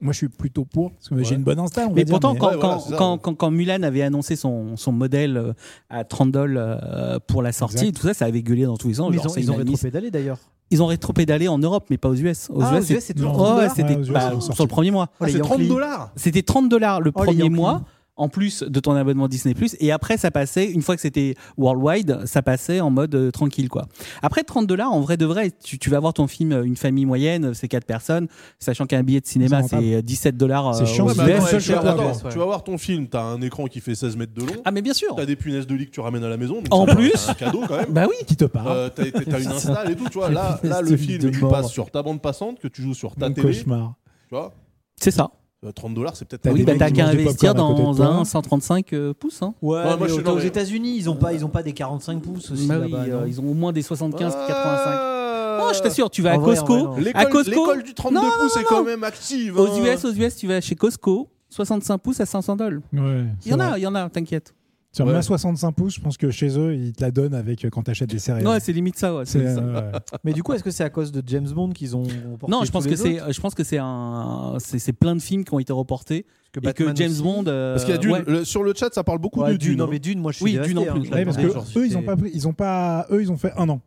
[SPEAKER 3] moi, je suis plutôt pour. Parce que j'ai
[SPEAKER 1] Ouais.
[SPEAKER 3] une bonne Insta. On va
[SPEAKER 2] Mais
[SPEAKER 3] dire,
[SPEAKER 2] pourtant,
[SPEAKER 3] mais-
[SPEAKER 2] quand,
[SPEAKER 1] Ouais, voilà,
[SPEAKER 2] quand-
[SPEAKER 1] c'est ça.
[SPEAKER 2] quand- quand- quand Mulan avait annoncé son, son modèle euh, à 30 dollars euh, pour la sortie,
[SPEAKER 3] Exact.
[SPEAKER 2] et tout ça, ça avait gueulé dans tous les sens.
[SPEAKER 4] Ils
[SPEAKER 2] Genre,
[SPEAKER 4] ont,
[SPEAKER 2] c'est
[SPEAKER 4] ils ont
[SPEAKER 2] une anise-
[SPEAKER 4] rétro-pédalé d'ailleurs.
[SPEAKER 2] ils ont rétro-pédalé en Europe, mais pas aux US. Aux
[SPEAKER 4] Ah, aux US,
[SPEAKER 2] c'est-
[SPEAKER 4] c'est toujours
[SPEAKER 2] Ouais,
[SPEAKER 4] 30
[SPEAKER 2] ouais,
[SPEAKER 4] dollars.
[SPEAKER 2] c'était
[SPEAKER 3] Ouais, aux US,
[SPEAKER 2] bah,
[SPEAKER 3] c'est sorti.
[SPEAKER 2] sur le premier mois.
[SPEAKER 4] Oh, les
[SPEAKER 1] c'est 30
[SPEAKER 4] Yankees.
[SPEAKER 1] dollars
[SPEAKER 2] C'était 30 dollars le
[SPEAKER 4] Oh, les
[SPEAKER 2] premier
[SPEAKER 4] Yankees.
[SPEAKER 2] mois, en plus de ton abonnement Disney+. Et après, ça passait, une fois que c'était worldwide, ça passait en mode euh, tranquille. quoi. Après 30 dollars, en vrai de vrai, tu, tu vas voir ton film, euh, une famille moyenne, euh, c'est 4 personnes, sachant qu'un billet de cinéma,
[SPEAKER 3] C'est rentable.
[SPEAKER 2] c'est euh, 17 dollars.
[SPEAKER 3] C'est chiant,
[SPEAKER 1] Ouais,
[SPEAKER 3] Aux
[SPEAKER 1] mais
[SPEAKER 3] US,
[SPEAKER 1] attends,
[SPEAKER 3] seul
[SPEAKER 1] tu vas-
[SPEAKER 3] choix,
[SPEAKER 1] attends,
[SPEAKER 4] ouais.
[SPEAKER 1] Tu vas voir ton film, t'as un écran qui fait 16 mètres de long,
[SPEAKER 2] Ah mais bien sûr
[SPEAKER 1] t'as des punaises de lit que tu ramènes à la maison. donc
[SPEAKER 2] En
[SPEAKER 1] c'est un-
[SPEAKER 2] plus.
[SPEAKER 1] c'est un cadeau quand même.
[SPEAKER 2] Bah oui
[SPEAKER 3] Qui te parle
[SPEAKER 1] Euh, t'as t'as une install et tout, tu vois.
[SPEAKER 4] Les
[SPEAKER 1] Là,
[SPEAKER 4] punaises
[SPEAKER 1] là
[SPEAKER 4] de
[SPEAKER 1] le
[SPEAKER 4] lit
[SPEAKER 1] film,
[SPEAKER 4] de
[SPEAKER 1] il
[SPEAKER 4] mort.
[SPEAKER 1] passe sur ta bande passante que tu joues sur ta
[SPEAKER 3] Mon
[SPEAKER 1] télé.
[SPEAKER 3] cauchemar. Ah
[SPEAKER 1] Tu vois.
[SPEAKER 2] C'est ça.
[SPEAKER 1] Euh, 30 dollars, c'est peut-être
[SPEAKER 3] T'as
[SPEAKER 1] un
[SPEAKER 3] des
[SPEAKER 2] Oui, bah
[SPEAKER 3] mecs
[SPEAKER 2] t'as
[SPEAKER 3] qui
[SPEAKER 2] qu'à
[SPEAKER 3] mangent des
[SPEAKER 2] investir
[SPEAKER 3] popcorn à côté
[SPEAKER 2] dans
[SPEAKER 3] de toi.
[SPEAKER 2] un 135 euh, pouces. hein.
[SPEAKER 4] Ouais,
[SPEAKER 1] Ouais, moi,
[SPEAKER 4] mais
[SPEAKER 1] je suis
[SPEAKER 4] aux-
[SPEAKER 1] dans
[SPEAKER 4] aux
[SPEAKER 1] les-
[SPEAKER 4] États-Unis, ils ont pas, ils ont pas des 45 pouces aussi
[SPEAKER 2] Bah oui,
[SPEAKER 4] là-bas.
[SPEAKER 2] euh,
[SPEAKER 4] non
[SPEAKER 2] ils ont au moins des 75, 85.
[SPEAKER 1] Euh,
[SPEAKER 2] Non, Oh, je t'assure, tu vas à
[SPEAKER 4] en vrai, en
[SPEAKER 2] Costco.
[SPEAKER 4] vrai, non.
[SPEAKER 2] à
[SPEAKER 1] L'école
[SPEAKER 2] Costco.
[SPEAKER 1] l'école du 32
[SPEAKER 2] Non,
[SPEAKER 1] pouces est quand même active.
[SPEAKER 2] Aux
[SPEAKER 1] hein.
[SPEAKER 2] US, aux US, tu vas chez Costco. 65 pouces à 500 dollars.
[SPEAKER 3] Ouais,
[SPEAKER 2] Il y en a, il y en a, t'inquiète.
[SPEAKER 3] Sur
[SPEAKER 1] Ouais.
[SPEAKER 3] ma 65 pouces, je pense que chez eux, ils te la donnent avec euh, quand t'achètes des céréales.
[SPEAKER 2] Ouais, c'est limite ça. ouais,
[SPEAKER 3] C'est,
[SPEAKER 2] c'est ça.
[SPEAKER 3] euh, ouais.
[SPEAKER 4] Mais du coup, est-ce que c'est à cause de James Bond qu'ils ont porté
[SPEAKER 2] Non, je pense
[SPEAKER 4] tous
[SPEAKER 2] que
[SPEAKER 4] les
[SPEAKER 2] c'est, je pense que c'est un, c'est c'est plein de films qui ont été reportés
[SPEAKER 4] autres
[SPEAKER 2] et que
[SPEAKER 4] Batman
[SPEAKER 2] James
[SPEAKER 4] aussi.
[SPEAKER 2] Bond. euh,
[SPEAKER 1] Parce qu'il y a Dune.
[SPEAKER 2] ouais.
[SPEAKER 1] Le- sur le chat, ça parle beaucoup
[SPEAKER 4] Ouais,
[SPEAKER 1] de Dune.
[SPEAKER 4] non
[SPEAKER 1] hein.
[SPEAKER 4] mais Dune, moi je suis
[SPEAKER 2] Oui,
[SPEAKER 4] dévasté,
[SPEAKER 2] Dune en
[SPEAKER 4] hein,
[SPEAKER 2] plus.
[SPEAKER 4] je
[SPEAKER 3] Ouais, parce
[SPEAKER 4] l'attendais,
[SPEAKER 3] que
[SPEAKER 4] genre,
[SPEAKER 3] eux, ils
[SPEAKER 4] j'étais-
[SPEAKER 3] ont pas, pris- ils ont pas, eux, ils ont fait un an.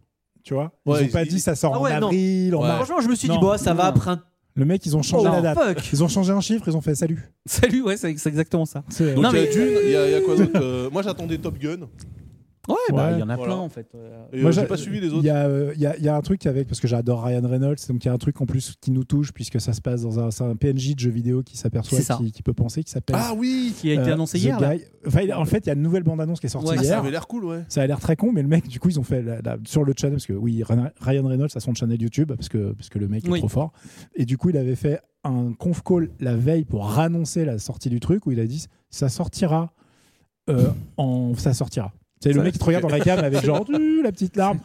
[SPEAKER 3] Tu vois Ils
[SPEAKER 1] Ouais,
[SPEAKER 3] ont pas
[SPEAKER 1] ils-
[SPEAKER 3] dit ça sort
[SPEAKER 4] Ah ouais,
[SPEAKER 3] en
[SPEAKER 4] non.
[SPEAKER 3] avril, en
[SPEAKER 1] Ouais.
[SPEAKER 3] mars.
[SPEAKER 4] Franchement, je me suis dit,
[SPEAKER 3] Non.
[SPEAKER 4] bah, ça va,
[SPEAKER 2] Non.
[SPEAKER 4] print.
[SPEAKER 3] Le mec, ils ont
[SPEAKER 4] Oh,
[SPEAKER 3] changé la date.
[SPEAKER 4] fuck
[SPEAKER 3] Ils ont changé un chiffre, ils ont fait salut.
[SPEAKER 2] Salut, ouais, c'est c'est exactement ça.
[SPEAKER 3] C'est- euh,
[SPEAKER 1] Donc
[SPEAKER 2] Non,
[SPEAKER 1] il y a
[SPEAKER 2] mais-
[SPEAKER 1] Dune, il y, a- il y a quoi d'autre Euh, Moi j'attendais Top Gun.
[SPEAKER 2] Ouais, bah,
[SPEAKER 3] Ouais.
[SPEAKER 2] il y en a
[SPEAKER 1] Voilà.
[SPEAKER 2] plein en fait. euh,
[SPEAKER 1] Et,
[SPEAKER 3] Moi,
[SPEAKER 1] euh, j'ai
[SPEAKER 3] j'a-
[SPEAKER 1] pas suivi les
[SPEAKER 3] Il y,
[SPEAKER 1] autres.
[SPEAKER 3] a, euh, il y a- il y a un truc avec, parce que j'adore Ryan Reynolds, donc il y a un truc en plus qui nous touche, puisque ça se passe dans un, c'est un PNJ de jeu vidéo qui s'aperçoit,
[SPEAKER 2] C'est ça.
[SPEAKER 3] qui, qui peut penser, qui s'appelle.
[SPEAKER 1] Ah oui
[SPEAKER 2] Qui a été
[SPEAKER 3] euh,
[SPEAKER 2] annoncé
[SPEAKER 3] The
[SPEAKER 2] hier. là.
[SPEAKER 3] Guy. Enfin, il- en fait, il y a une nouvelle bande-annonce qui est sortie
[SPEAKER 2] Ouais.
[SPEAKER 1] Ah, Ça
[SPEAKER 3] hier.
[SPEAKER 1] avait l'air cool, ouais.
[SPEAKER 3] Ça a l'air très con, mais le mec, du coup, ils ont fait la- la- sur le channel, parce que oui, Ryan Ryan Reynolds a son channel YouTube, parce que, parce que le mec
[SPEAKER 2] Oui.
[SPEAKER 3] est trop fort. Et du coup, il avait fait un conf call la veille pour annoncer la sortie du truc, où il a dit ça sortira euh, en. Ça sortira. C'est le
[SPEAKER 1] Ça-
[SPEAKER 3] mec qui te regarde dans la cam avec genre Tu, la petite larme.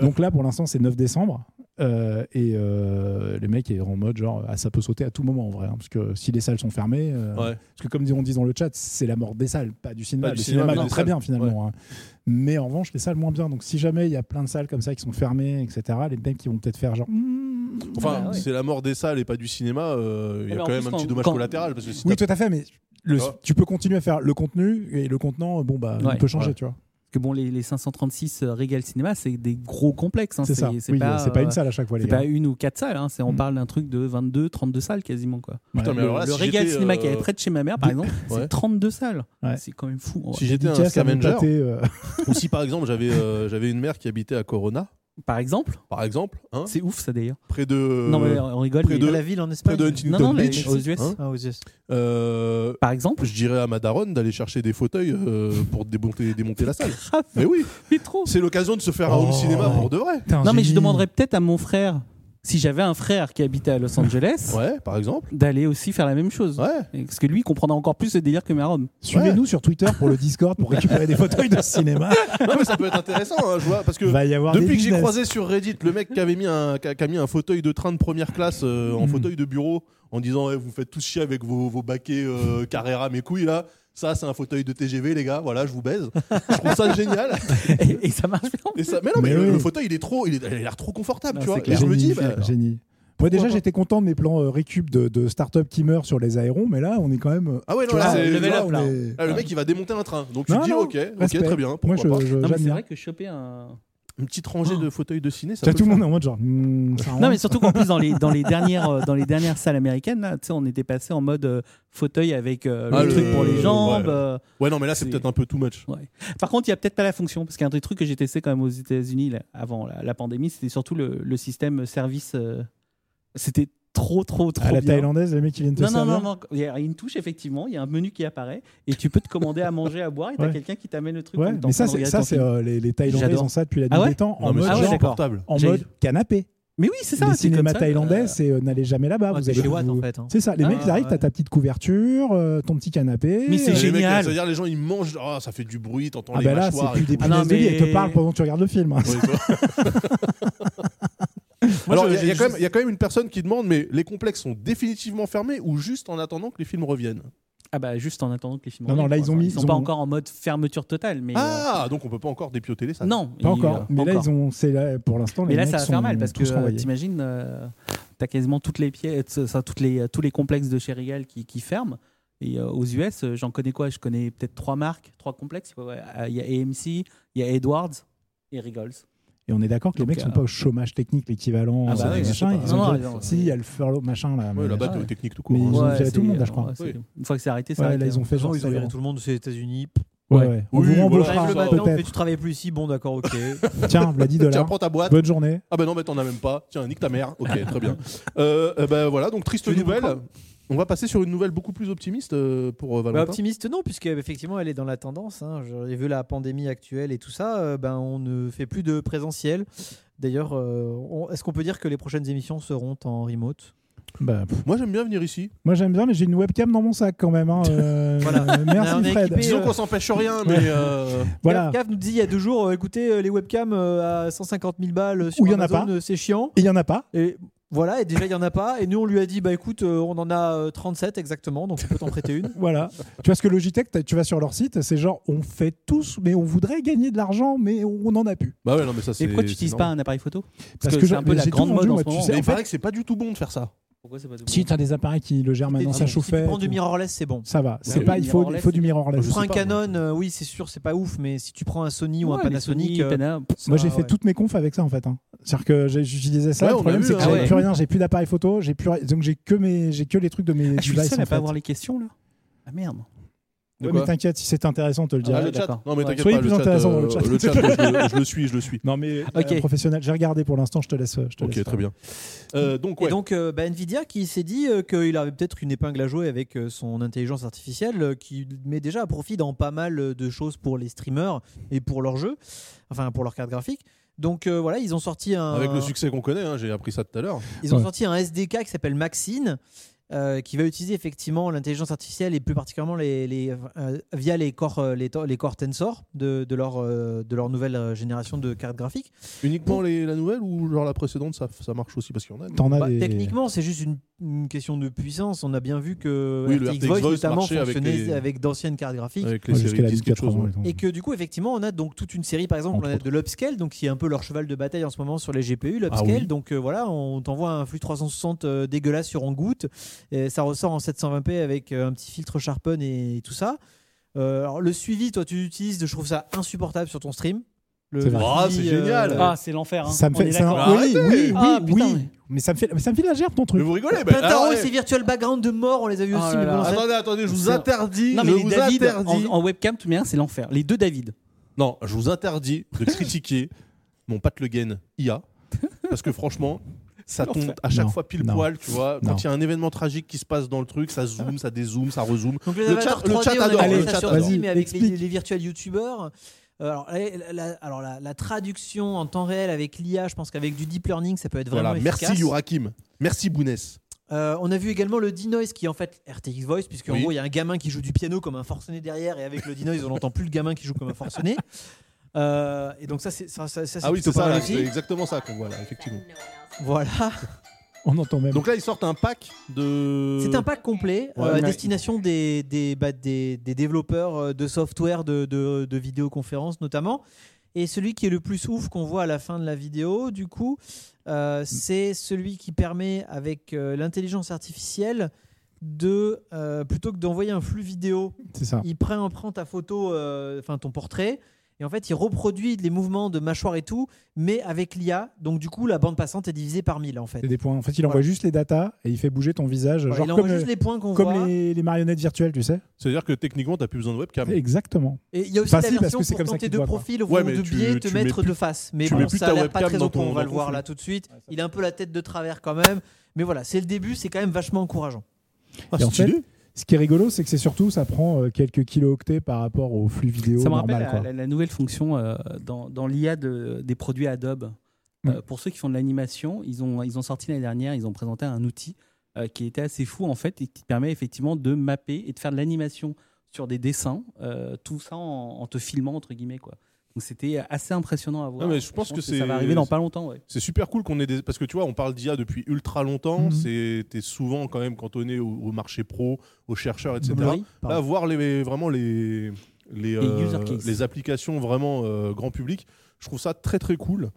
[SPEAKER 3] Donc là, pour l'instant, c'est 9 décembre. Euh, et euh, le mec est en mode genre ah, ça peut sauter à tout moment en vrai hein, parce que si les salles sont fermées euh,
[SPEAKER 1] Ouais.
[SPEAKER 3] parce que comme on dit dans le chat c'est la mort des salles pas du cinéma
[SPEAKER 1] Pas du
[SPEAKER 3] le
[SPEAKER 1] cinéma,
[SPEAKER 3] cinéma,
[SPEAKER 1] mais
[SPEAKER 3] va
[SPEAKER 1] des
[SPEAKER 3] très
[SPEAKER 1] salles.
[SPEAKER 3] bien finalement hein. Mais en revanche, les salles moins bien. Donc si jamais il y a plein de salles comme ça qui sont fermées, etc., les mecs qui vont peut-être faire genre. hmm,
[SPEAKER 1] Enfin,
[SPEAKER 2] Ouais, ouais.
[SPEAKER 1] c'est la mort des salles et pas du cinéma. euh, Il
[SPEAKER 2] Mais
[SPEAKER 1] y a
[SPEAKER 2] en
[SPEAKER 1] quand même
[SPEAKER 2] plus,
[SPEAKER 1] un petit
[SPEAKER 2] quand-
[SPEAKER 1] dommage
[SPEAKER 2] quand-
[SPEAKER 1] collatéral. Parce que si
[SPEAKER 3] Oui,
[SPEAKER 1] t'as-
[SPEAKER 3] tout à fait, mais le-
[SPEAKER 1] Ah.
[SPEAKER 3] tu peux continuer à faire le contenu et le contenant, bon, bah,
[SPEAKER 2] Ouais,
[SPEAKER 3] il peut changer,
[SPEAKER 1] ouais.
[SPEAKER 3] tu vois.
[SPEAKER 2] Parce que bon, les, les 536 euh, Regal Cinéma, c'est des gros complexes. hein,
[SPEAKER 3] C'est ça. Oui,
[SPEAKER 2] pas,
[SPEAKER 3] c'est pas
[SPEAKER 2] euh,
[SPEAKER 3] une salle à chaque fois, les
[SPEAKER 2] C'est
[SPEAKER 3] gars.
[SPEAKER 2] pas une ou quatre salles. hein, c'est- on
[SPEAKER 3] Mm.
[SPEAKER 2] parle d'un truc de 22, 32 salles quasiment. Quoi.
[SPEAKER 1] Putain, mais
[SPEAKER 2] le
[SPEAKER 1] alors là,
[SPEAKER 2] le
[SPEAKER 1] si
[SPEAKER 2] Regal
[SPEAKER 1] j'étais,
[SPEAKER 2] Cinéma qui
[SPEAKER 1] euh,
[SPEAKER 2] est près de chez ma mère, par exemple,
[SPEAKER 1] Ouais.
[SPEAKER 2] c'est 32 salles.
[SPEAKER 3] Ouais.
[SPEAKER 2] C'est quand même fou.
[SPEAKER 1] Si j'étais un
[SPEAKER 3] Dédicace à mon
[SPEAKER 1] scavenger,
[SPEAKER 3] pâté, euh,
[SPEAKER 1] ou si par exemple j'avais euh, j'avais une mère qui habitait à Corona,
[SPEAKER 2] Par exemple,
[SPEAKER 1] par exemple, hein,
[SPEAKER 2] c'est ouf ça d'ailleurs.
[SPEAKER 1] près de
[SPEAKER 2] non, mais on rigole.
[SPEAKER 1] près
[SPEAKER 2] mais-
[SPEAKER 1] de-
[SPEAKER 4] La ville en
[SPEAKER 1] près
[SPEAKER 4] Espagne.
[SPEAKER 1] de
[SPEAKER 2] Non,
[SPEAKER 1] Huntington
[SPEAKER 2] non, mais-
[SPEAKER 1] Beach,
[SPEAKER 2] aux US.
[SPEAKER 1] hein,
[SPEAKER 4] Ah, aux US.
[SPEAKER 1] euh,
[SPEAKER 2] Par exemple,
[SPEAKER 1] je dirais à ma daronne d'aller chercher des fauteuils euh, pour démonter, démonter la salle.
[SPEAKER 2] Ah,
[SPEAKER 1] Mais oui,
[SPEAKER 2] mais trop.
[SPEAKER 1] c'est l'occasion de se faire un home
[SPEAKER 3] Oh.
[SPEAKER 1] cinéma pour de vrai.
[SPEAKER 3] t'es un
[SPEAKER 2] Non, mais je
[SPEAKER 3] génie.
[SPEAKER 2] demanderais peut-être à mon frère, si j'avais un frère qui habitait à Los Angeles,
[SPEAKER 1] Ouais, par exemple.
[SPEAKER 2] d'aller aussi faire la même chose.
[SPEAKER 1] Ouais.
[SPEAKER 2] Et- Parce que lui, il comprendra encore plus le délire que ma Rome.
[SPEAKER 3] Suivez-nous sur Twitter pour le Discord pour récupérer des fauteuils de cinéma.
[SPEAKER 1] Non, mais ça peut être intéressant, hein, je vois, parce que
[SPEAKER 3] va y avoir des
[SPEAKER 1] depuis que j'ai
[SPEAKER 3] business.
[SPEAKER 1] croisé sur Reddit le mec qui avait mis un, qui a, qui a mis un fauteuil de train de première classe euh, en
[SPEAKER 3] Mm.
[SPEAKER 1] fauteuil de bureau en disant Eh, vous me faites tous chier avec vos, vos baquets euh, Carrera mes couilles là. Ça, c'est un fauteuil de TGV, les gars. Voilà, je vous baise. Je trouve ça génial.
[SPEAKER 2] et, et ça marche bien.
[SPEAKER 1] Et ça... Mais non, mais,
[SPEAKER 3] Mais
[SPEAKER 1] le,
[SPEAKER 3] oui.
[SPEAKER 1] le fauteuil, il est trop, il, est- il a l'air trop confortable,
[SPEAKER 2] Non,
[SPEAKER 1] tu vois.
[SPEAKER 2] c'est
[SPEAKER 1] Et
[SPEAKER 2] clair.
[SPEAKER 1] je me dis,
[SPEAKER 3] Génie,
[SPEAKER 1] bah,
[SPEAKER 3] génie. Moi, déjà,
[SPEAKER 1] pas
[SPEAKER 3] j'étais content de mes plans euh, récup de, de start-up qui meurt sur les aérons, mais là, on est quand même.
[SPEAKER 1] ah ouais,
[SPEAKER 3] tu
[SPEAKER 1] non, là,
[SPEAKER 3] vois,
[SPEAKER 1] c'est-
[SPEAKER 3] on
[SPEAKER 2] level
[SPEAKER 3] est-
[SPEAKER 2] up,
[SPEAKER 3] on
[SPEAKER 2] là.
[SPEAKER 3] est-
[SPEAKER 1] Ah, le mec, il va démonter un train. Donc tu
[SPEAKER 3] Non,
[SPEAKER 1] te dis,
[SPEAKER 3] non,
[SPEAKER 1] ok, ok,
[SPEAKER 3] respect.
[SPEAKER 1] très bien.
[SPEAKER 3] Moi,
[SPEAKER 1] pourquoi pas.
[SPEAKER 3] je- je-
[SPEAKER 2] Non, mais c'est
[SPEAKER 3] j'admire.
[SPEAKER 2] vrai que choper un.
[SPEAKER 1] Une petite rangée de fauteuils de ciné, ça
[SPEAKER 3] Tu vois,
[SPEAKER 1] peut
[SPEAKER 3] tout le
[SPEAKER 1] le
[SPEAKER 3] monde est en mode genre. hmm, ça
[SPEAKER 2] Non,
[SPEAKER 3] rentre.
[SPEAKER 2] mais surtout qu'en plus, dans les, dans, les dernières, euh, dans les dernières salles américaines, là, tu sais, on était passé en mode euh, fauteuil avec euh, le
[SPEAKER 1] Ah, le-
[SPEAKER 2] truc pour les jambes.
[SPEAKER 1] ouais.
[SPEAKER 2] euh.
[SPEAKER 1] faire. Ouais, non, mais là, c'est
[SPEAKER 2] C'est-
[SPEAKER 1] peut-être un peu too much.
[SPEAKER 2] Par contre, il n'y a peut-être pas la fonction, parce qu'un des trucs que j'ai testé quand même aux États-Unis là, avant la, la pandémie, c'était surtout le, le système service. euh, c'était trop, trop, trop.
[SPEAKER 3] À la
[SPEAKER 2] bien.
[SPEAKER 3] thaïlandaise, les mecs qui viennent te
[SPEAKER 2] Non, non,
[SPEAKER 3] servir.
[SPEAKER 2] non, non, il y a une touche, effectivement, il y a un menu qui apparaît, et tu peux te commander à manger, à boire, et t'as
[SPEAKER 3] Ouais.
[SPEAKER 2] quelqu'un qui t'amène le truc.
[SPEAKER 3] Ouais,
[SPEAKER 2] pendant que t'es en
[SPEAKER 3] mais ça,
[SPEAKER 2] train
[SPEAKER 3] c'est
[SPEAKER 2] de regarder
[SPEAKER 3] ça,
[SPEAKER 2] ton
[SPEAKER 3] c'est
[SPEAKER 2] film.
[SPEAKER 3] euh, les, les Thaïlandais
[SPEAKER 2] J'adore.
[SPEAKER 3] ont ça depuis la nuit
[SPEAKER 2] Ah ouais
[SPEAKER 3] des temps en
[SPEAKER 1] Non, mais
[SPEAKER 3] mode,
[SPEAKER 1] c'est
[SPEAKER 2] ah ouais,
[SPEAKER 3] genre-
[SPEAKER 1] genre
[SPEAKER 2] d'accord.
[SPEAKER 1] portable.
[SPEAKER 3] en
[SPEAKER 2] J'ai-
[SPEAKER 3] mode canapé.
[SPEAKER 2] Mais oui, c'est ça.
[SPEAKER 3] les
[SPEAKER 2] c'est comme
[SPEAKER 3] cinémas
[SPEAKER 2] ça,
[SPEAKER 3] thaïlandais,
[SPEAKER 2] euh,
[SPEAKER 3] c'est euh, n'allez jamais là-bas.
[SPEAKER 4] Ouais,
[SPEAKER 3] vous
[SPEAKER 4] t'es
[SPEAKER 3] allez
[SPEAKER 4] chez Watt,
[SPEAKER 3] vous-
[SPEAKER 4] en fait. hein.
[SPEAKER 3] C'est ça, les
[SPEAKER 2] Ah,
[SPEAKER 3] mecs, ils arrivent,
[SPEAKER 2] ouais.
[SPEAKER 3] t'as ta petite couverture, euh, ton petit canapé.
[SPEAKER 2] Mais c'est
[SPEAKER 3] euh,
[SPEAKER 1] Et les mecs,
[SPEAKER 2] génial.
[SPEAKER 1] C'est-à-dire, les gens, ils mangent, Ah, ça fait du bruit, t'entends
[SPEAKER 3] Ah
[SPEAKER 1] les
[SPEAKER 3] bah là, c'est
[SPEAKER 1] mâchoires.
[SPEAKER 3] plus
[SPEAKER 1] et
[SPEAKER 3] des
[SPEAKER 1] tout.
[SPEAKER 2] Ah non,
[SPEAKER 3] punaises de lit,
[SPEAKER 2] mais-
[SPEAKER 3] elles te parlent pendant que tu regardes le film. hein.
[SPEAKER 1] Ouais, ça- Alors,
[SPEAKER 4] je-
[SPEAKER 1] il y a- il y, a
[SPEAKER 4] je-
[SPEAKER 1] quand même- il y a quand même une personne qui demande, mais les complexes sont définitivement fermés ou juste en attendant que les films reviennent
[SPEAKER 2] Ah bah juste en attendant que les films.
[SPEAKER 3] Non, non,
[SPEAKER 2] arrivent,
[SPEAKER 3] là,
[SPEAKER 2] quoi.
[SPEAKER 3] ils ont mis-
[SPEAKER 2] sont
[SPEAKER 3] ils
[SPEAKER 2] pas
[SPEAKER 3] ont-
[SPEAKER 2] encore en mode fermeture totale, mais.
[SPEAKER 1] Ah, donc on peut pas encore dépioter
[SPEAKER 2] euh,
[SPEAKER 1] ça.
[SPEAKER 2] Non, ils-
[SPEAKER 3] Pas encore.
[SPEAKER 2] euh,
[SPEAKER 3] Mais là,
[SPEAKER 2] encore.
[SPEAKER 3] ils ont, c'est là, pour l'instant, les
[SPEAKER 2] Mais là,
[SPEAKER 3] mecs
[SPEAKER 2] ça va
[SPEAKER 3] sont
[SPEAKER 2] faire mal parce que
[SPEAKER 3] tous
[SPEAKER 2] euh,
[SPEAKER 3] renvoyés.
[SPEAKER 2] t'imagines, euh, t'as quasiment toutes les pièces, ça, toutes les, euh, tous les complexes de chez Regal qui, qui ferment. Et euh, aux US, euh, j'en connais quoi Je connais peut-être trois marques, trois complexes. Ouais, ouais. Euh, Il y a AMC, il y a Edwards et Regals.
[SPEAKER 3] Ah Et on est d'accord que les
[SPEAKER 2] Donc,
[SPEAKER 3] mecs sont
[SPEAKER 2] euh,
[SPEAKER 3] pas au chômage technique, l'équivalent.
[SPEAKER 2] Ah bah
[SPEAKER 3] euh,
[SPEAKER 2] oui,
[SPEAKER 3] machin,
[SPEAKER 1] c'est
[SPEAKER 3] ils
[SPEAKER 1] pas-
[SPEAKER 3] sont
[SPEAKER 2] non,
[SPEAKER 3] déjà-
[SPEAKER 2] non, non,
[SPEAKER 3] Si, il y a le furlough, machin. Là, mais-
[SPEAKER 1] Ouais, là-bas,
[SPEAKER 2] Ouais.
[SPEAKER 1] t'es au technique tout
[SPEAKER 3] Mais
[SPEAKER 1] court.
[SPEAKER 3] ils
[SPEAKER 1] hein.
[SPEAKER 3] ont viré
[SPEAKER 2] c'est-
[SPEAKER 3] tout le monde, là, je crois.
[SPEAKER 2] ouais, c'est-
[SPEAKER 1] Oui.
[SPEAKER 2] Une fois que c'est arrêté, hein. c'est
[SPEAKER 3] Ouais,
[SPEAKER 2] arrêté.
[SPEAKER 3] là, ils ont fait
[SPEAKER 4] De toute
[SPEAKER 3] genre.
[SPEAKER 4] façon, ils ont
[SPEAKER 3] ça
[SPEAKER 4] viré
[SPEAKER 3] va.
[SPEAKER 4] tout le monde aux États-Unis. Ah, bah,
[SPEAKER 3] Ouais,
[SPEAKER 2] Ouais.
[SPEAKER 3] ouais. On
[SPEAKER 1] Oui,
[SPEAKER 3] vous
[SPEAKER 1] voilà.
[SPEAKER 4] T'arrives
[SPEAKER 3] rembauchera
[SPEAKER 4] le matin, on fait
[SPEAKER 3] peut-être.
[SPEAKER 4] tu travailles plus ici, bon d'accord, ok.
[SPEAKER 3] Tiens, Vladi de
[SPEAKER 1] Tiens,
[SPEAKER 3] là.
[SPEAKER 1] prends ta boîte.
[SPEAKER 3] Bonne journée.
[SPEAKER 1] Ah bah non, mais t'en as même pas. Tiens, nique ta mère. Ok, très bien. Euh, euh, bah voilà, donc triste
[SPEAKER 4] Tu veux nous
[SPEAKER 1] nouvelle.
[SPEAKER 4] comprendre
[SPEAKER 1] On va passer sur une nouvelle beaucoup plus optimiste euh, pour euh,
[SPEAKER 4] Bah,
[SPEAKER 1] Valentin.
[SPEAKER 4] optimiste non, puisque euh, effectivement elle est dans la tendance. Hein. J'ai vu la pandémie actuelle et tout ça, euh, ben on ne fait plus de présentiel. D'ailleurs, euh, on- est-ce qu'on peut dire que les prochaines émissions seront en remote
[SPEAKER 3] Bah, pff,
[SPEAKER 1] Moi, j'aime bien venir ici.
[SPEAKER 3] Moi, j'aime bien, mais j'ai une webcam dans mon sac quand même. hein, euh,
[SPEAKER 4] Voilà. On
[SPEAKER 3] Merci,
[SPEAKER 4] est
[SPEAKER 3] Fred.
[SPEAKER 4] équipés.
[SPEAKER 1] Disons
[SPEAKER 4] euh,
[SPEAKER 1] qu'on s'empêche rien, mais euh,
[SPEAKER 3] Voilà.
[SPEAKER 4] Gav nous dit il y a deux jours, euh, écoutez euh, les webcams euh, à 150 000 balles sur
[SPEAKER 3] Où il y en a
[SPEAKER 4] Amazon,
[SPEAKER 3] pas.
[SPEAKER 4] euh, c'est chiant.
[SPEAKER 3] Et il y en a pas.
[SPEAKER 4] Et Voilà, et déjà il n'y en a pas. Et nous on lui a dit, bah écoute, euh, on en a euh, 37 exactement, donc tu peux t'en prêter une.
[SPEAKER 3] Voilà. tu vois ce que Logitech, t'as- tu vas sur leur site, c'est genre on fait tous, mais on voudrait gagner de l'argent, mais on n'en a plus.
[SPEAKER 1] Bah ouais, non, mais ça c'est.
[SPEAKER 2] Et pourquoi tu
[SPEAKER 1] c'est
[SPEAKER 2] n'utilises pas
[SPEAKER 1] normal.
[SPEAKER 2] un appareil photo
[SPEAKER 3] Parce que
[SPEAKER 2] c'est
[SPEAKER 3] je-
[SPEAKER 2] un peu
[SPEAKER 3] mais
[SPEAKER 2] la
[SPEAKER 3] j'ai
[SPEAKER 2] grande
[SPEAKER 3] tout
[SPEAKER 2] mode
[SPEAKER 3] vendu,
[SPEAKER 2] en
[SPEAKER 3] moi,
[SPEAKER 2] ce
[SPEAKER 3] tu
[SPEAKER 2] moment.
[SPEAKER 3] sais.
[SPEAKER 1] Mais
[SPEAKER 3] en
[SPEAKER 1] il paraît
[SPEAKER 3] fait-
[SPEAKER 1] que c'est pas du tout bon de faire ça.
[SPEAKER 2] Pourquoi c'est pas tout
[SPEAKER 3] Si t'as des appareils qui le gèrent maintenant,
[SPEAKER 4] Et
[SPEAKER 3] ça
[SPEAKER 4] si- Si
[SPEAKER 3] chauffait.
[SPEAKER 4] tu prends du
[SPEAKER 3] tout.
[SPEAKER 4] mirrorless, c'est bon.
[SPEAKER 3] Ça va. C'est
[SPEAKER 2] oui,
[SPEAKER 3] pas,
[SPEAKER 2] le
[SPEAKER 3] il faut, il
[SPEAKER 2] mirrorless,
[SPEAKER 3] faut du
[SPEAKER 2] c'est-
[SPEAKER 3] mirrorless.
[SPEAKER 1] Je
[SPEAKER 4] Tu prends
[SPEAKER 1] sais
[SPEAKER 4] un
[SPEAKER 1] pas,
[SPEAKER 4] Canon, euh, oui c'est sûr, c'est pas ouf, mais si tu prends un Sony ou un Panasonic, euh, ça,
[SPEAKER 3] Moi, j'ai fait
[SPEAKER 4] ouais.
[SPEAKER 3] toutes mes confs avec ça en fait. hein. C'est-à-dire que j'ai- j'utilisais ça.
[SPEAKER 1] Ouais, on
[SPEAKER 3] le
[SPEAKER 1] a
[SPEAKER 3] problème,
[SPEAKER 1] vu,
[SPEAKER 3] c'est que
[SPEAKER 1] hein,
[SPEAKER 3] j'avais
[SPEAKER 2] ouais.
[SPEAKER 3] plus rien. J'ai plus d'appareil photo. J'ai plus. ri- Donc j'ai que mes, j'ai que les trucs de mes
[SPEAKER 2] je suis le
[SPEAKER 3] devices,
[SPEAKER 2] seul à
[SPEAKER 3] en
[SPEAKER 2] pas
[SPEAKER 3] fait.
[SPEAKER 2] avoir les questions là. Ah merde.
[SPEAKER 1] De
[SPEAKER 3] Ouais,
[SPEAKER 1] quoi
[SPEAKER 3] mais t'inquiète, si c'est intéressant, on te le
[SPEAKER 2] Ah,
[SPEAKER 3] dira.
[SPEAKER 1] Ah, le
[SPEAKER 2] ouais,
[SPEAKER 1] chat
[SPEAKER 2] d'accord.
[SPEAKER 1] Non, mais t'inquiète
[SPEAKER 3] Soyez
[SPEAKER 1] pas,
[SPEAKER 3] plus
[SPEAKER 1] le chat,
[SPEAKER 3] intéressant dans
[SPEAKER 1] euh,
[SPEAKER 3] le chat.
[SPEAKER 1] le chat, je, je le suis, je le suis.
[SPEAKER 3] Non mais euh,
[SPEAKER 4] Ok.
[SPEAKER 3] professionnel. J'ai regardé pour l'instant. Je te laisse. Je te
[SPEAKER 1] Ok,
[SPEAKER 3] laisse
[SPEAKER 1] très
[SPEAKER 3] faire.
[SPEAKER 1] bien. Euh, donc, ouais.
[SPEAKER 4] Et donc, euh, bah, Nvidia qui s'est dit euh, qu'il avait peut-être une épingle à jouer avec euh, son intelligence artificielle, euh, qui met déjà à profit dans pas mal euh, de choses pour les streamers et pour leurs jeux, enfin pour leurs cartes graphiques. Donc euh, voilà, ils ont sorti un,
[SPEAKER 1] Avec le succès qu'on connaît, hein, j'ai appris ça tout à l'heure.
[SPEAKER 4] ils ont
[SPEAKER 3] Ouais.
[SPEAKER 4] sorti un SDK qui s'appelle Maxine, euh, qui va utiliser effectivement l'intelligence artificielle et plus particulièrement les, les, euh, via les corps, euh, les, to- les corps Tensor de, de leur, euh, de leur nouvelle euh, génération de cartes graphiques.
[SPEAKER 1] Uniquement les- la nouvelle ou genre la précédente, ça, ça marche aussi parce qu'il y en a.
[SPEAKER 3] T'en as
[SPEAKER 4] Bah,
[SPEAKER 3] des-
[SPEAKER 4] Techniquement, c'est juste une, une question de puissance. On a bien vu que
[SPEAKER 1] Oui, le
[SPEAKER 4] RTX,
[SPEAKER 1] RTX
[SPEAKER 4] Voice,
[SPEAKER 1] Voice
[SPEAKER 4] notamment
[SPEAKER 1] marchait avec
[SPEAKER 4] fonctionnait avec,
[SPEAKER 1] les-
[SPEAKER 4] d'anciennes cartes graphiques.
[SPEAKER 1] Avec les
[SPEAKER 3] Ouais,
[SPEAKER 1] séries
[SPEAKER 3] jusqu'à la
[SPEAKER 1] 10, quelque chose.
[SPEAKER 3] 1080,
[SPEAKER 1] ouais.
[SPEAKER 3] et tout.
[SPEAKER 4] Et que du coup, effectivement, on a donc toute une série, par exemple,
[SPEAKER 3] Entre
[SPEAKER 4] on a de l'upscale, donc qui est un peu leur cheval de bataille en ce moment sur les GPU, l'upscale.
[SPEAKER 1] Ah oui.
[SPEAKER 4] Donc euh, voilà, on t'envoie un flux 360 euh, dégueulasse sur on goutte, et ça ressort en 720p avec euh, un petit filtre Sharpen et tout ça. Euh, alors le suivi, toi, tu l'utilises, je trouve ça insupportable sur ton stream. Le
[SPEAKER 3] C'est vrai.
[SPEAKER 1] Ah, c'est
[SPEAKER 4] suivi, euh,
[SPEAKER 1] génial.
[SPEAKER 2] Ah, c'est l'enfer. hein.
[SPEAKER 3] Ça me
[SPEAKER 2] On
[SPEAKER 3] fait.
[SPEAKER 2] est
[SPEAKER 3] ça-
[SPEAKER 2] d'accord.
[SPEAKER 1] Ah,
[SPEAKER 3] oui,
[SPEAKER 1] arrêtez
[SPEAKER 3] oui,
[SPEAKER 2] Ah,
[SPEAKER 3] oui,
[SPEAKER 2] putain,
[SPEAKER 3] oui.
[SPEAKER 2] mais-
[SPEAKER 3] Mais ça me fait, ça me fait la gerbe ton
[SPEAKER 1] Mais Ah
[SPEAKER 3] truc.
[SPEAKER 1] vous rigolez, ben,
[SPEAKER 4] Pintaro et
[SPEAKER 1] arrête.
[SPEAKER 4] ses virtual backgrounds de mort, on les a vus
[SPEAKER 2] Oh
[SPEAKER 4] aussi,
[SPEAKER 2] là
[SPEAKER 4] mais bon,
[SPEAKER 2] là.
[SPEAKER 4] ça-
[SPEAKER 1] Attendez, attendez, je vous
[SPEAKER 2] C'est-
[SPEAKER 1] interdis.
[SPEAKER 2] Non, mais
[SPEAKER 1] je
[SPEAKER 2] les
[SPEAKER 1] vous
[SPEAKER 2] David
[SPEAKER 1] interdis.
[SPEAKER 2] en, en webcam, tout bien, c'est l'enfer. Les deux David.
[SPEAKER 1] Non, je vous interdis de critiquer mon Pat Le Guen IA. Parce que franchement, ça tombe à chaque
[SPEAKER 3] Non,
[SPEAKER 1] fois pile
[SPEAKER 3] non,
[SPEAKER 1] poil, tu vois.
[SPEAKER 3] non.
[SPEAKER 1] Quand il y a un événement tragique qui se passe dans le truc, ça zoome,
[SPEAKER 4] Ah.
[SPEAKER 1] ça dézoome, ça rezoome.
[SPEAKER 4] Donc les
[SPEAKER 1] Le
[SPEAKER 4] avatars
[SPEAKER 1] chat- le
[SPEAKER 4] 3D,
[SPEAKER 1] chat
[SPEAKER 4] on a
[SPEAKER 1] adore,
[SPEAKER 4] fait
[SPEAKER 3] le
[SPEAKER 4] ça
[SPEAKER 3] chat
[SPEAKER 4] sur
[SPEAKER 3] adore.
[SPEAKER 4] Steam et avec les,
[SPEAKER 3] Explique.
[SPEAKER 4] les virtuels youtubeurs. Euh, Alors, la, la- alors la, la traduction en temps réel avec l'IA, je pense qu'avec du deep learning, ça peut être vraiment
[SPEAKER 1] Voilà, merci
[SPEAKER 4] efficace.
[SPEAKER 1] Yurakim. Merci Bounès. Ah
[SPEAKER 4] Euh, on a vu également le denoise qui est en fait RTX Voice, puisque en
[SPEAKER 1] Oui.
[SPEAKER 4] gros il y a un gamin qui joue du piano comme un forcené derrière, et avec le denoise on n'entend plus le gamin qui joue comme un forcené. Euh, et donc ça c'est ça, ça- ça, c'est
[SPEAKER 1] Ah oui,
[SPEAKER 4] plutôt
[SPEAKER 1] c'est
[SPEAKER 4] pas
[SPEAKER 1] ça,
[SPEAKER 4] mal
[SPEAKER 1] là,
[SPEAKER 4] aussi.
[SPEAKER 1] c'est exactement ça qu'on voit là, effectivement.
[SPEAKER 4] Voilà.
[SPEAKER 3] On entend même.
[SPEAKER 1] Donc là, ils sortent un pack de.
[SPEAKER 4] C'est un pack complet
[SPEAKER 1] Hmm. Ouais,
[SPEAKER 4] euh, à
[SPEAKER 1] ouais.
[SPEAKER 4] destination des, des, bah, des, des développeurs euh, de software, de, de, de vidéoconférences notamment. Et celui qui est le plus ouf qu'on voit à la fin de la vidéo, du coup, euh, c'est celui qui permet avec euh, l'intelligence artificielle de, euh, plutôt que d'envoyer un flux vidéo,
[SPEAKER 3] C'est ça.
[SPEAKER 4] il prend, prend ta photo, euh, enfin ton portrait, et en fait il reproduit les mouvements de mâchoire et tout, mais avec l'IA. Donc du coup, la bande passante est divisée par 1000 en fait.
[SPEAKER 3] C'est des points. En fait, il envoie
[SPEAKER 4] Voilà.
[SPEAKER 3] juste les datas et il fait bouger ton visage,
[SPEAKER 4] Voilà,
[SPEAKER 3] genre
[SPEAKER 4] il
[SPEAKER 3] comme, euh,
[SPEAKER 4] envoie juste les points qu'on voit.
[SPEAKER 3] comme les, les marionnettes virtuelles, tu sais.
[SPEAKER 1] C'est-à-dire que techniquement, t'as plus besoin de
[SPEAKER 3] Ah
[SPEAKER 1] webcam.
[SPEAKER 3] Exactement.
[SPEAKER 4] Et il y a aussi
[SPEAKER 3] Bah
[SPEAKER 4] la
[SPEAKER 3] si, parce
[SPEAKER 4] version
[SPEAKER 3] que c'est
[SPEAKER 4] pour
[SPEAKER 3] comme ça hein.
[SPEAKER 4] tenter
[SPEAKER 3] qu'il
[SPEAKER 4] de
[SPEAKER 3] voit, quoi.
[SPEAKER 4] profil
[SPEAKER 1] Ouais,
[SPEAKER 4] ou
[SPEAKER 1] mais
[SPEAKER 4] de
[SPEAKER 1] tu-
[SPEAKER 4] biais, te
[SPEAKER 1] tu mets
[SPEAKER 4] mettre
[SPEAKER 1] plus-
[SPEAKER 4] de face. Mais
[SPEAKER 1] tu
[SPEAKER 4] bon,
[SPEAKER 1] mets plus
[SPEAKER 4] ça
[SPEAKER 1] ta
[SPEAKER 4] a l'air pas
[SPEAKER 1] webcam
[SPEAKER 4] très
[SPEAKER 1] dans
[SPEAKER 4] au point,
[SPEAKER 1] ton-
[SPEAKER 4] on va
[SPEAKER 1] dans
[SPEAKER 4] le
[SPEAKER 1] ton
[SPEAKER 4] voir
[SPEAKER 1] flux.
[SPEAKER 4] là tout de suite. Il est un peu la tête de travers quand même. Mais voilà, c'est le début, c'est quand même vachement encourageant.
[SPEAKER 1] Ah,
[SPEAKER 3] Et en
[SPEAKER 1] stylé.
[SPEAKER 3] fait, ce qui est rigolo, c'est que c'est surtout, ça prend euh, quelques kilo-octets par rapport au flux vidéo
[SPEAKER 2] Ça me rappelle
[SPEAKER 3] normal.
[SPEAKER 2] la,
[SPEAKER 3] quoi.
[SPEAKER 2] la- la nouvelle fonction euh, dans, dans l'IA de- des produits Adobe. Euh,
[SPEAKER 3] Mm.
[SPEAKER 2] pour ceux qui font de l'animation, ils ont, ils ont sorti l'année dernière, ils ont présenté un outil euh, qui était assez fou en fait et qui te permet effectivement de mapper et de faire de l'animation sur des dessins, euh, tout ça en, en te filmant entre guillemets quoi. Donc c'était assez impressionnant à voir.
[SPEAKER 1] Ah, mais je pense que
[SPEAKER 2] ça
[SPEAKER 1] c'est-
[SPEAKER 2] va arriver dans pas longtemps. ouais.
[SPEAKER 1] C'est super cool qu'on ait des. Parce que tu vois, on parle d'IA depuis ultra longtemps.
[SPEAKER 3] Mhm.
[SPEAKER 1] c'est T'es souvent quand même cantonné au, au marché pro, aux chercheurs, etc.
[SPEAKER 2] Oui, pardon.
[SPEAKER 1] Là, voir les, vraiment les, les, euh,
[SPEAKER 2] user cases.
[SPEAKER 1] les applications vraiment euh, grand public, je trouve ça très très cool.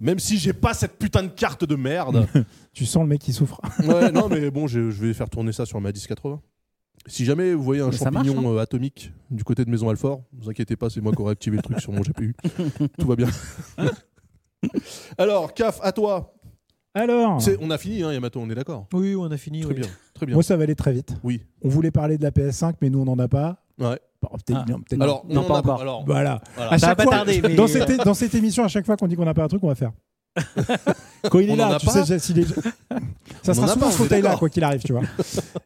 [SPEAKER 1] Même si j'ai pas cette putain de carte de merde.
[SPEAKER 3] Tu sens le mec qui souffre.
[SPEAKER 1] ouais, non, mais bon, je, je vais faire tourner ça sur ma 1080. Si jamais vous voyez un
[SPEAKER 2] Mais ça
[SPEAKER 1] champignon
[SPEAKER 2] marche, hein.
[SPEAKER 1] euh, atomique du côté de Maison Alfort, vous inquiétez pas, c'est moi qui aurai activé le truc sur mon GPU. Tout va bien. Alors, CAF, à toi.
[SPEAKER 3] Alors,
[SPEAKER 1] C'est- On a fini, hein, Yamato, on est d'accord
[SPEAKER 4] Oui, on a fini.
[SPEAKER 1] Très bien, très bien.
[SPEAKER 3] moi, ça va aller très vite.
[SPEAKER 1] Oui.
[SPEAKER 3] On voulait parler de la PS5, mais nous, on n'en a pas.
[SPEAKER 1] Ouais.
[SPEAKER 3] Bon, peut-être
[SPEAKER 2] Ah.
[SPEAKER 3] bien, peut-être-
[SPEAKER 1] Alors,
[SPEAKER 2] non,
[SPEAKER 1] on
[SPEAKER 2] pas
[SPEAKER 1] en a-
[SPEAKER 2] encore.
[SPEAKER 1] alors,
[SPEAKER 3] voilà.
[SPEAKER 1] voilà.
[SPEAKER 3] À
[SPEAKER 2] Ça va
[SPEAKER 3] chaque
[SPEAKER 2] pas
[SPEAKER 3] fois,
[SPEAKER 2] tarder, mais-
[SPEAKER 1] euh,
[SPEAKER 3] dans, cette, dans cette émission, à chaque fois qu'on dit qu'on n'a pas un truc, on va faire. Quand il
[SPEAKER 1] On
[SPEAKER 3] est
[SPEAKER 1] en
[SPEAKER 3] là,
[SPEAKER 1] a
[SPEAKER 3] tu
[SPEAKER 1] pas
[SPEAKER 3] sais, s'il est- ça
[SPEAKER 1] On en
[SPEAKER 3] sera
[SPEAKER 1] a
[SPEAKER 3] souvent
[SPEAKER 1] pas,
[SPEAKER 3] ce
[SPEAKER 1] on est
[SPEAKER 3] fauteuil-là,
[SPEAKER 1] d'accord.
[SPEAKER 3] quoi qu'il arrive, tu vois.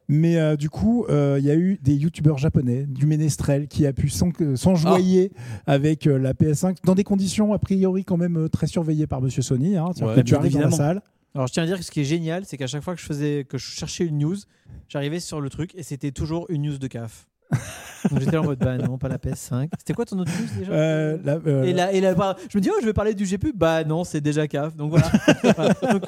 [SPEAKER 3] Mais euh, du coup, euh, il y a eu des youtubeurs japonais, du Ménestrel, qui a pu s'en- euh, s'enjoyer
[SPEAKER 1] Ah.
[SPEAKER 3] avec euh, la PS5, dans des conditions a priori quand même euh, très surveillées par Monsieur Sony. Hein, C'est-à-dire
[SPEAKER 1] Ouais,
[SPEAKER 3] que tu
[SPEAKER 2] bien
[SPEAKER 3] arrives dans la
[SPEAKER 2] évidemment.
[SPEAKER 3] salle.
[SPEAKER 4] Alors je tiens à dire que ce qui est génial, c'est qu'à chaque fois que je faisais, que je cherchais une news, j'arrivais sur le truc et c'était toujours une news de CAF. Donc j'étais en mode bah non, pas la PS5. C'était quoi ton autre news déjà
[SPEAKER 3] Euh, la- euh,
[SPEAKER 4] Et là, et la- par- je me dis, oh, je vais parler du GPU. Bah non, c'est déjà CAF. Donc voilà. Voilà. Donc,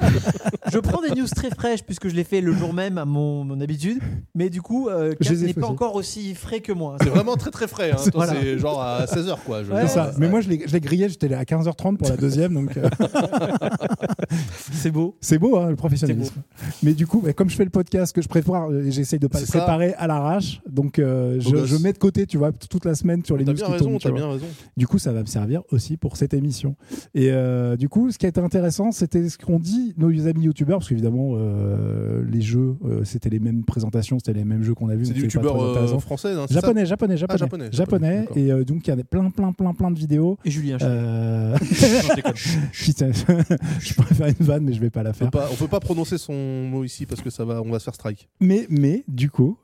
[SPEAKER 4] je prends des news très fraîches puisque je l'ai fait le jour même à mon, mon habitude. Mais du coup, euh,
[SPEAKER 3] Je
[SPEAKER 4] CAF
[SPEAKER 3] les ai
[SPEAKER 4] n'est pas
[SPEAKER 3] faussées.
[SPEAKER 4] encore aussi frais que moi.
[SPEAKER 1] C'est vraiment très très frais. hein. Toi,
[SPEAKER 4] Voilà.
[SPEAKER 1] C'est genre à 16h quoi. je-
[SPEAKER 4] Ouais,
[SPEAKER 3] c'est ça.
[SPEAKER 1] Ouais.
[SPEAKER 3] Mais moi, je l'ai je l'ai grillé, j'étais là à 15h30 pour la deuxième, donc euh,
[SPEAKER 4] C'est beau.
[SPEAKER 3] c'est beau, hein, le professionnalisme. Mais du coup, bah, comme je fais le podcast que je prépare, euh, j'essaye de pas le
[SPEAKER 1] C'est ça.
[SPEAKER 3] préparer à l'arrache, donc euh,
[SPEAKER 1] Beau
[SPEAKER 3] je,
[SPEAKER 1] gosse.
[SPEAKER 3] je mets de côté, tu vois, toute la semaine sur les
[SPEAKER 1] T'as
[SPEAKER 3] news
[SPEAKER 1] bien
[SPEAKER 3] qui
[SPEAKER 1] raison,
[SPEAKER 3] tombent, tu
[SPEAKER 1] t'as
[SPEAKER 3] vois.
[SPEAKER 1] bien raison.
[SPEAKER 3] Du coup, ça va me servir aussi pour cette émission. Et euh, du coup, ce qui a été intéressant, c'était ce qu'ont dit nos amis youtubeurs, parce qu'évidemment, euh, les jeux, euh, c'était les mêmes présentations, c'était les mêmes jeux qu'on a vus.
[SPEAKER 1] C'est
[SPEAKER 3] donc
[SPEAKER 1] des
[SPEAKER 3] c'était pas
[SPEAKER 1] youtubeurs
[SPEAKER 3] très
[SPEAKER 1] euh,
[SPEAKER 3] intéressant.
[SPEAKER 1] français. hein, c'est ça
[SPEAKER 3] Japonais, japonais, japonais,
[SPEAKER 1] japonais,
[SPEAKER 3] japonais,
[SPEAKER 1] japonais, d'accord.
[SPEAKER 3] et euh, donc il y avait plein, plein, plein, plein de vidéos.
[SPEAKER 4] Et Julien.
[SPEAKER 3] Euh,
[SPEAKER 2] Non, je déconne.
[SPEAKER 3] putain, je pourrais faire une vanne, mais je vais pas la
[SPEAKER 1] On peut
[SPEAKER 3] faire.
[SPEAKER 1] pas, on peut pas prononcer son mot ici parce que ça va, on va se faire strike.
[SPEAKER 3] Mais, mais du coup,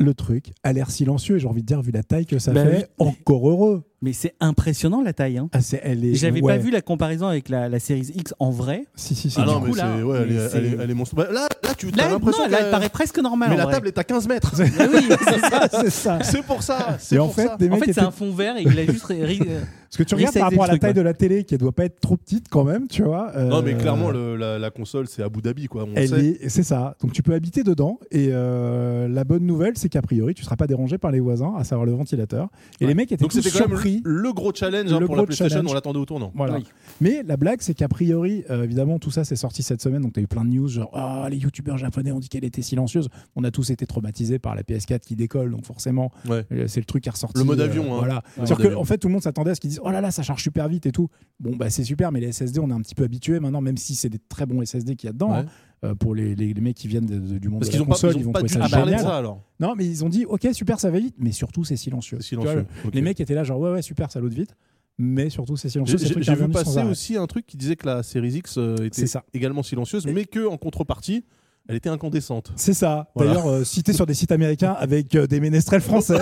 [SPEAKER 3] le truc a l'air silencieux. Et j'ai envie de dire, vu la taille que ça
[SPEAKER 2] Bah
[SPEAKER 3] fait,
[SPEAKER 2] oui.
[SPEAKER 3] encore heureux.
[SPEAKER 2] Mais c'est impressionnant la taille. Hein.
[SPEAKER 3] Ah, c'est, elle est.
[SPEAKER 2] J'avais
[SPEAKER 3] ouais.
[SPEAKER 2] pas vu la comparaison avec la, la série X en vrai.
[SPEAKER 3] Si, si, si.
[SPEAKER 1] Ah
[SPEAKER 3] du
[SPEAKER 1] non,
[SPEAKER 3] coup,
[SPEAKER 1] mais
[SPEAKER 2] coup, là,
[SPEAKER 1] c'est, ouais, elle,
[SPEAKER 2] mais
[SPEAKER 1] est,
[SPEAKER 2] c'est-
[SPEAKER 1] elle est- elle est monstrueuse. Bah, là, là, tu as
[SPEAKER 2] Là,
[SPEAKER 1] l'impression
[SPEAKER 2] non, là,
[SPEAKER 1] qu'elle-
[SPEAKER 2] elle paraît presque normale.
[SPEAKER 1] Mais
[SPEAKER 2] en
[SPEAKER 1] la
[SPEAKER 2] vrai.
[SPEAKER 1] table est à 15 mètres.
[SPEAKER 2] Ah oui, c'est ça.
[SPEAKER 3] c'est ça.
[SPEAKER 1] c'est pour ça. C'est
[SPEAKER 3] Et en
[SPEAKER 1] pour
[SPEAKER 3] fait, euh,
[SPEAKER 1] ça.
[SPEAKER 3] des
[SPEAKER 2] En
[SPEAKER 3] mecs
[SPEAKER 2] fait, c'est
[SPEAKER 3] étaient-
[SPEAKER 2] un fond vert et il a juste. ré- ré-
[SPEAKER 3] Parce que tu
[SPEAKER 2] Oui,
[SPEAKER 3] regardes
[SPEAKER 2] ça
[SPEAKER 3] par
[SPEAKER 2] existe,
[SPEAKER 3] rapport à
[SPEAKER 2] le
[SPEAKER 3] la
[SPEAKER 2] truc,
[SPEAKER 3] taille
[SPEAKER 2] ouais.
[SPEAKER 3] de la télé, qui doit pas être trop petite quand même, tu vois. euh,
[SPEAKER 1] Non, mais clairement, le- la, la console, c'est Abu Dhabi, quoi. On le
[SPEAKER 3] Elle
[SPEAKER 1] sait.
[SPEAKER 3] est, c'est ça. Donc tu peux habiter dedans. Et euh, la bonne nouvelle, c'est qu'a priori, tu seras pas dérangé par les voisins, à savoir le ventilateur. Et
[SPEAKER 2] Ouais.
[SPEAKER 3] les mecs étaient
[SPEAKER 1] Donc
[SPEAKER 3] tous
[SPEAKER 1] c'était quand même
[SPEAKER 3] surpris.
[SPEAKER 1] le le gros challenge hein,
[SPEAKER 3] Le
[SPEAKER 1] pour la
[SPEAKER 3] gros
[SPEAKER 1] PlayStation.
[SPEAKER 3] challenge.
[SPEAKER 1] On l'attendait au tournant.
[SPEAKER 3] Voilà.
[SPEAKER 2] Oui.
[SPEAKER 3] Mais la blague, c'est qu'a priori, euh, évidemment, tout ça, c'est sorti cette semaine. Donc, tu as eu plein de news, genre, Ah, les youtubeurs japonais ont dit qu'elle était silencieuse. On a tous été traumatisés par la PS4 qui décolle. Donc, forcément,
[SPEAKER 1] Ouais.
[SPEAKER 3] euh, c'est le truc qui est ressorti.
[SPEAKER 1] Le mode
[SPEAKER 3] euh,
[SPEAKER 1] avion, hein.
[SPEAKER 3] Voilà.
[SPEAKER 1] mode
[SPEAKER 3] C'est-à-dire que,
[SPEAKER 1] avion.
[SPEAKER 3] en fait, tout le monde s'attendait à ce qu'ils disent, oh là là, ça charge super vite et tout. Bon, bah, c'est super, mais les SSD, on est un petit peu habitué maintenant, même si c'est des très bons SSD qu'il y a dedans.
[SPEAKER 1] Ouais.
[SPEAKER 3] hein. Euh, pour les, les- les mecs qui viennent de- de- du monde
[SPEAKER 1] Parce
[SPEAKER 3] de
[SPEAKER 1] qu'ils
[SPEAKER 3] la
[SPEAKER 1] ont pas,
[SPEAKER 3] console,
[SPEAKER 1] ils ont
[SPEAKER 3] ils vont
[SPEAKER 1] pas dû
[SPEAKER 3] trouver ça
[SPEAKER 1] parler de
[SPEAKER 3] génial.
[SPEAKER 1] ça alors.
[SPEAKER 3] Non, mais ils ont dit, ok, super, ça va vite, mais surtout, c'est silencieux.
[SPEAKER 1] C'est
[SPEAKER 3] Tu vois,
[SPEAKER 1] silencieux. Ok.
[SPEAKER 3] Les mecs étaient là, genre, ouais, ouais, super, ça l'autre vite, mais surtout, c'est silencieux.
[SPEAKER 1] J'ai
[SPEAKER 3] c'est le
[SPEAKER 1] j'ai-
[SPEAKER 3] truc
[SPEAKER 1] j'ai
[SPEAKER 3] qui est
[SPEAKER 1] vu
[SPEAKER 3] revenu sans
[SPEAKER 1] passer
[SPEAKER 3] arrêt.
[SPEAKER 1] aussi un truc qui disait que la Series X euh, était
[SPEAKER 3] C'est ça.
[SPEAKER 1] également silencieuse, mais que en contrepartie, elle était incandescente.
[SPEAKER 3] C'est ça.
[SPEAKER 1] Voilà.
[SPEAKER 3] D'ailleurs, euh, cité sur des sites américains avec euh, des ménestrels français.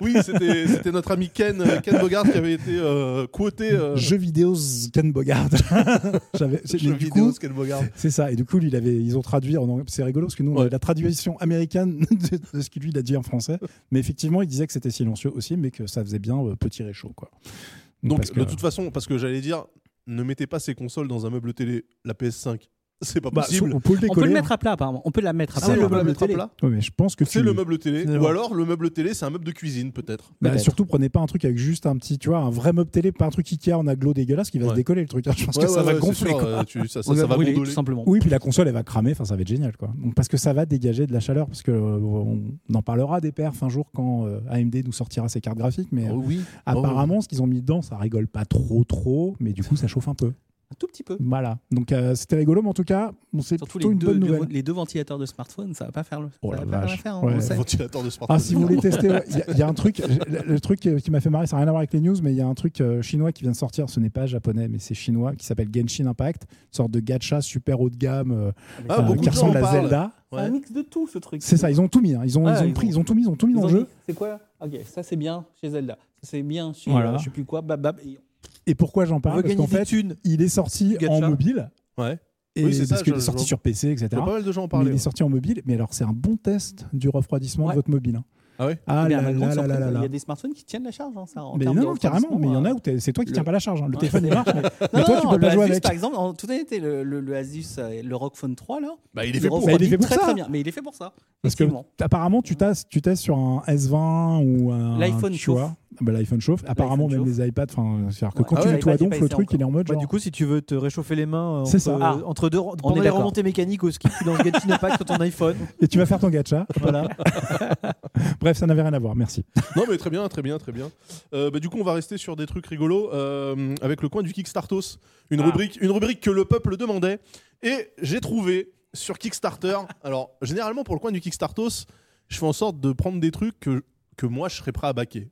[SPEAKER 1] oui, c'était c'était notre ami Ken, euh, Ken Bogard qui avait été euh, quoté. euh,
[SPEAKER 3] Jeux vidéo Ken Bogard. J'avais, j'ai-
[SPEAKER 1] jeux
[SPEAKER 3] mais du
[SPEAKER 1] vidéo,
[SPEAKER 3] coup,
[SPEAKER 1] ce Ken Bogard.
[SPEAKER 3] c'est ça. Et du coup, lui, il avait, ils ont traduit en anglais. C'est rigolo parce que nous, on
[SPEAKER 1] Ouais.
[SPEAKER 3] avait la traduction américaine de, de ce qu'il lui il a dit en français. Mais effectivement, il disait que c'était silencieux aussi, mais que ça faisait bien euh, petit réchaud. Quoi.
[SPEAKER 1] Donc,
[SPEAKER 3] parce que-
[SPEAKER 1] Bah, de toute façon, parce que j'allais dire, ne mettez pas ces consoles dans un meuble télé, la PS5. C'est pas
[SPEAKER 3] Bah,
[SPEAKER 1] possible.
[SPEAKER 3] on peut le
[SPEAKER 2] On peut
[SPEAKER 3] décoller. hein.
[SPEAKER 2] le mettre à plat, apparemment. On peut la mettre à
[SPEAKER 4] Ah,
[SPEAKER 2] plat.
[SPEAKER 4] c'est le
[SPEAKER 1] on peut
[SPEAKER 2] pardon.
[SPEAKER 1] la
[SPEAKER 4] meuble
[SPEAKER 1] mettre à
[SPEAKER 4] télé.
[SPEAKER 1] plat.
[SPEAKER 3] Ouais, mais je pense que
[SPEAKER 1] C'est
[SPEAKER 3] tu-
[SPEAKER 1] le meuble télé.
[SPEAKER 4] Finalement.
[SPEAKER 1] Ou alors, le meuble télé, c'est un meuble de cuisine, peut-être.
[SPEAKER 3] Bah,
[SPEAKER 2] Peut-être.
[SPEAKER 3] surtout, prenez pas un truc avec juste un petit, tu vois, un vrai meuble télé, pas un truc Ikea en aglo dégueulasse qui va
[SPEAKER 1] Ouais.
[SPEAKER 3] se décoller le truc. hein. Je pense
[SPEAKER 1] Ouais,
[SPEAKER 3] que ça
[SPEAKER 1] ouais,
[SPEAKER 3] va
[SPEAKER 1] ouais, c'est
[SPEAKER 3] gonfler.
[SPEAKER 1] sûr,
[SPEAKER 3] quoi.
[SPEAKER 1] euh, tu- ça, ça-
[SPEAKER 2] On
[SPEAKER 1] ça
[SPEAKER 2] va
[SPEAKER 1] va
[SPEAKER 2] brûler, tout
[SPEAKER 1] gondoler.
[SPEAKER 2] simplement.
[SPEAKER 3] Oui, puis la console, elle va cramer. Enfin, ça va être génial, quoi. Donc, parce que ça va dégager de la chaleur, parce que euh, on en parlera des perfs un jour quand euh, AMD nous sortira ses cartes graphiques. Mais euh,
[SPEAKER 1] Oh oui.
[SPEAKER 3] apparemment, ce qu'ils ont mis dedans, ça rigole pas trop, trop, mais du coup, ça chauffe un peu.
[SPEAKER 2] Un tout petit peu.
[SPEAKER 3] Voilà. Donc, euh, c'était rigolo, mais en tout cas, bon, c'est
[SPEAKER 2] Surtout
[SPEAKER 3] plutôt
[SPEAKER 2] les
[SPEAKER 3] une
[SPEAKER 2] deux,
[SPEAKER 3] bonne
[SPEAKER 2] les-
[SPEAKER 3] nouvelle.
[SPEAKER 2] les deux ventilateurs de smartphone, ça va pas faire le.
[SPEAKER 3] Oh
[SPEAKER 2] ça
[SPEAKER 3] la
[SPEAKER 2] va pas faire
[SPEAKER 3] vache.
[SPEAKER 2] l'affaire, on
[SPEAKER 3] Ouais.
[SPEAKER 2] le
[SPEAKER 1] Oh,
[SPEAKER 2] sait.
[SPEAKER 1] ventilateur de smartphone.
[SPEAKER 3] Ah, si vous voulez tester, ouais, il y a- il y, a un truc, le, le truc euh, qui m'a fait marrer, ça n'a rien à voir avec les news, mais il y a un truc euh, chinois qui vient de sortir, ce n'est pas japonais, mais c'est chinois, qui s'appelle Genshin Impact, une sorte de gacha super haut de gamme, euh,
[SPEAKER 1] Ah,
[SPEAKER 3] euh,
[SPEAKER 1] beaucoup
[SPEAKER 3] qui
[SPEAKER 1] de gens en
[SPEAKER 3] ressemble à
[SPEAKER 1] parlent.
[SPEAKER 3] Zelda.
[SPEAKER 2] C'est un mix de tout ce truc.
[SPEAKER 3] C'est ça, ils ont tout mis, hein. ils, ont,
[SPEAKER 2] Ah,
[SPEAKER 3] ils, ont
[SPEAKER 2] ils
[SPEAKER 3] pris,
[SPEAKER 2] ont-
[SPEAKER 3] ils ont tout mis, ils ont tout mis
[SPEAKER 2] Ils
[SPEAKER 3] dans
[SPEAKER 2] ont
[SPEAKER 3] le jeu.
[SPEAKER 2] dit, C'est quoi Ok, ça c'est bien chez Zelda. Ça c'est bien chez
[SPEAKER 3] Voilà.
[SPEAKER 2] euh, je sais plus quoi. Bab, bab, et-
[SPEAKER 3] Et pourquoi j'en
[SPEAKER 4] On veut
[SPEAKER 3] parle Parce
[SPEAKER 4] gagner
[SPEAKER 3] qu'en
[SPEAKER 4] des
[SPEAKER 3] fait,
[SPEAKER 4] thunes.
[SPEAKER 3] il est sorti
[SPEAKER 4] Gacha.
[SPEAKER 3] en mobile.
[SPEAKER 1] Ouais.
[SPEAKER 3] Et
[SPEAKER 1] Oui, c'est
[SPEAKER 3] parce
[SPEAKER 1] ça,
[SPEAKER 3] qu'il
[SPEAKER 1] je-
[SPEAKER 3] est sorti
[SPEAKER 1] je-
[SPEAKER 3] sur PC, etc.
[SPEAKER 1] Il y a pas mal de gens en
[SPEAKER 3] Mais
[SPEAKER 1] parler.
[SPEAKER 3] Ah
[SPEAKER 1] hein.
[SPEAKER 3] il est sorti en mobile, mais alors c'est un bon test du refroidissement
[SPEAKER 2] Ouais.
[SPEAKER 3] de votre mobile. hein.
[SPEAKER 1] Ah ouais
[SPEAKER 3] Ah
[SPEAKER 2] Mais
[SPEAKER 3] là
[SPEAKER 2] à ma grande
[SPEAKER 3] là là
[SPEAKER 2] surprise,
[SPEAKER 3] là
[SPEAKER 2] Il y a
[SPEAKER 3] là.
[SPEAKER 2] des smartphones qui tiennent la charge. hein, ça, en
[SPEAKER 3] Mais
[SPEAKER 2] termes de
[SPEAKER 3] non, carrément, mais il y en a où
[SPEAKER 2] refroidissement, euh,
[SPEAKER 3] t'es- c'est toi qui
[SPEAKER 2] le-
[SPEAKER 3] tiens pas la charge. hein. Le
[SPEAKER 2] Ouais,
[SPEAKER 3] téléphone
[SPEAKER 2] c'est-
[SPEAKER 3] il marche, mais
[SPEAKER 2] euh,
[SPEAKER 3] mais
[SPEAKER 2] non,
[SPEAKER 3] toi
[SPEAKER 2] non,
[SPEAKER 3] tu peux
[SPEAKER 2] le
[SPEAKER 3] pas jouer
[SPEAKER 2] Asus,
[SPEAKER 3] avec.
[SPEAKER 2] Par exemple, en tout était le, le, le Asus, euh, le ROG Phone 3 là.
[SPEAKER 1] Bah, il est fait pour.
[SPEAKER 3] refroidit.
[SPEAKER 2] refroidit
[SPEAKER 3] fait pour
[SPEAKER 2] très
[SPEAKER 3] ça.
[SPEAKER 2] très bien. Mais il est fait pour ça.
[SPEAKER 3] Parce que
[SPEAKER 2] effectivement.
[SPEAKER 3] apparemment, tu testes, tu testes sur un S20 ou un.
[SPEAKER 2] L'iPhone
[SPEAKER 3] tu
[SPEAKER 2] chauffe.
[SPEAKER 3] vois. Bah, L'iPhone chauffe. Apparemment,
[SPEAKER 2] L'iPhone
[SPEAKER 3] même les iPads. enfin, C'est-à-dire que
[SPEAKER 2] Ouais.
[SPEAKER 3] quand
[SPEAKER 1] Ah
[SPEAKER 3] tu
[SPEAKER 1] ouais,
[SPEAKER 3] mets toi
[SPEAKER 2] l'iPad, il est
[SPEAKER 3] donc,
[SPEAKER 2] pas
[SPEAKER 3] le
[SPEAKER 2] essayé
[SPEAKER 3] truc, il est en mode
[SPEAKER 4] Bah,
[SPEAKER 3] genre.
[SPEAKER 4] du coup, si tu veux te réchauffer les mains euh,
[SPEAKER 3] C'est
[SPEAKER 4] entre,
[SPEAKER 3] ça.
[SPEAKER 2] Ah.
[SPEAKER 4] entre deux, pendant les
[SPEAKER 2] d'accord.
[SPEAKER 4] remontées mécaniques au ski, tu lances Genshin Impact sur ton iPhone.
[SPEAKER 3] Et tu vas faire ton gacha.
[SPEAKER 4] Voilà.
[SPEAKER 3] Bref, ça n'avait rien à voir. Merci.
[SPEAKER 1] Non, mais très bien, très bien, très bien. Euh, bah, du coup, on va rester sur des trucs rigolos euh, avec le coin du Kickstartos, une
[SPEAKER 2] Ah.
[SPEAKER 1] rubrique, une rubrique que le peuple demandait. Et j'ai trouvé sur Kickstarter. alors, généralement pour le coin du Kickstartos, je fais en sorte de prendre des trucs que, que moi je serais prêt à baquer.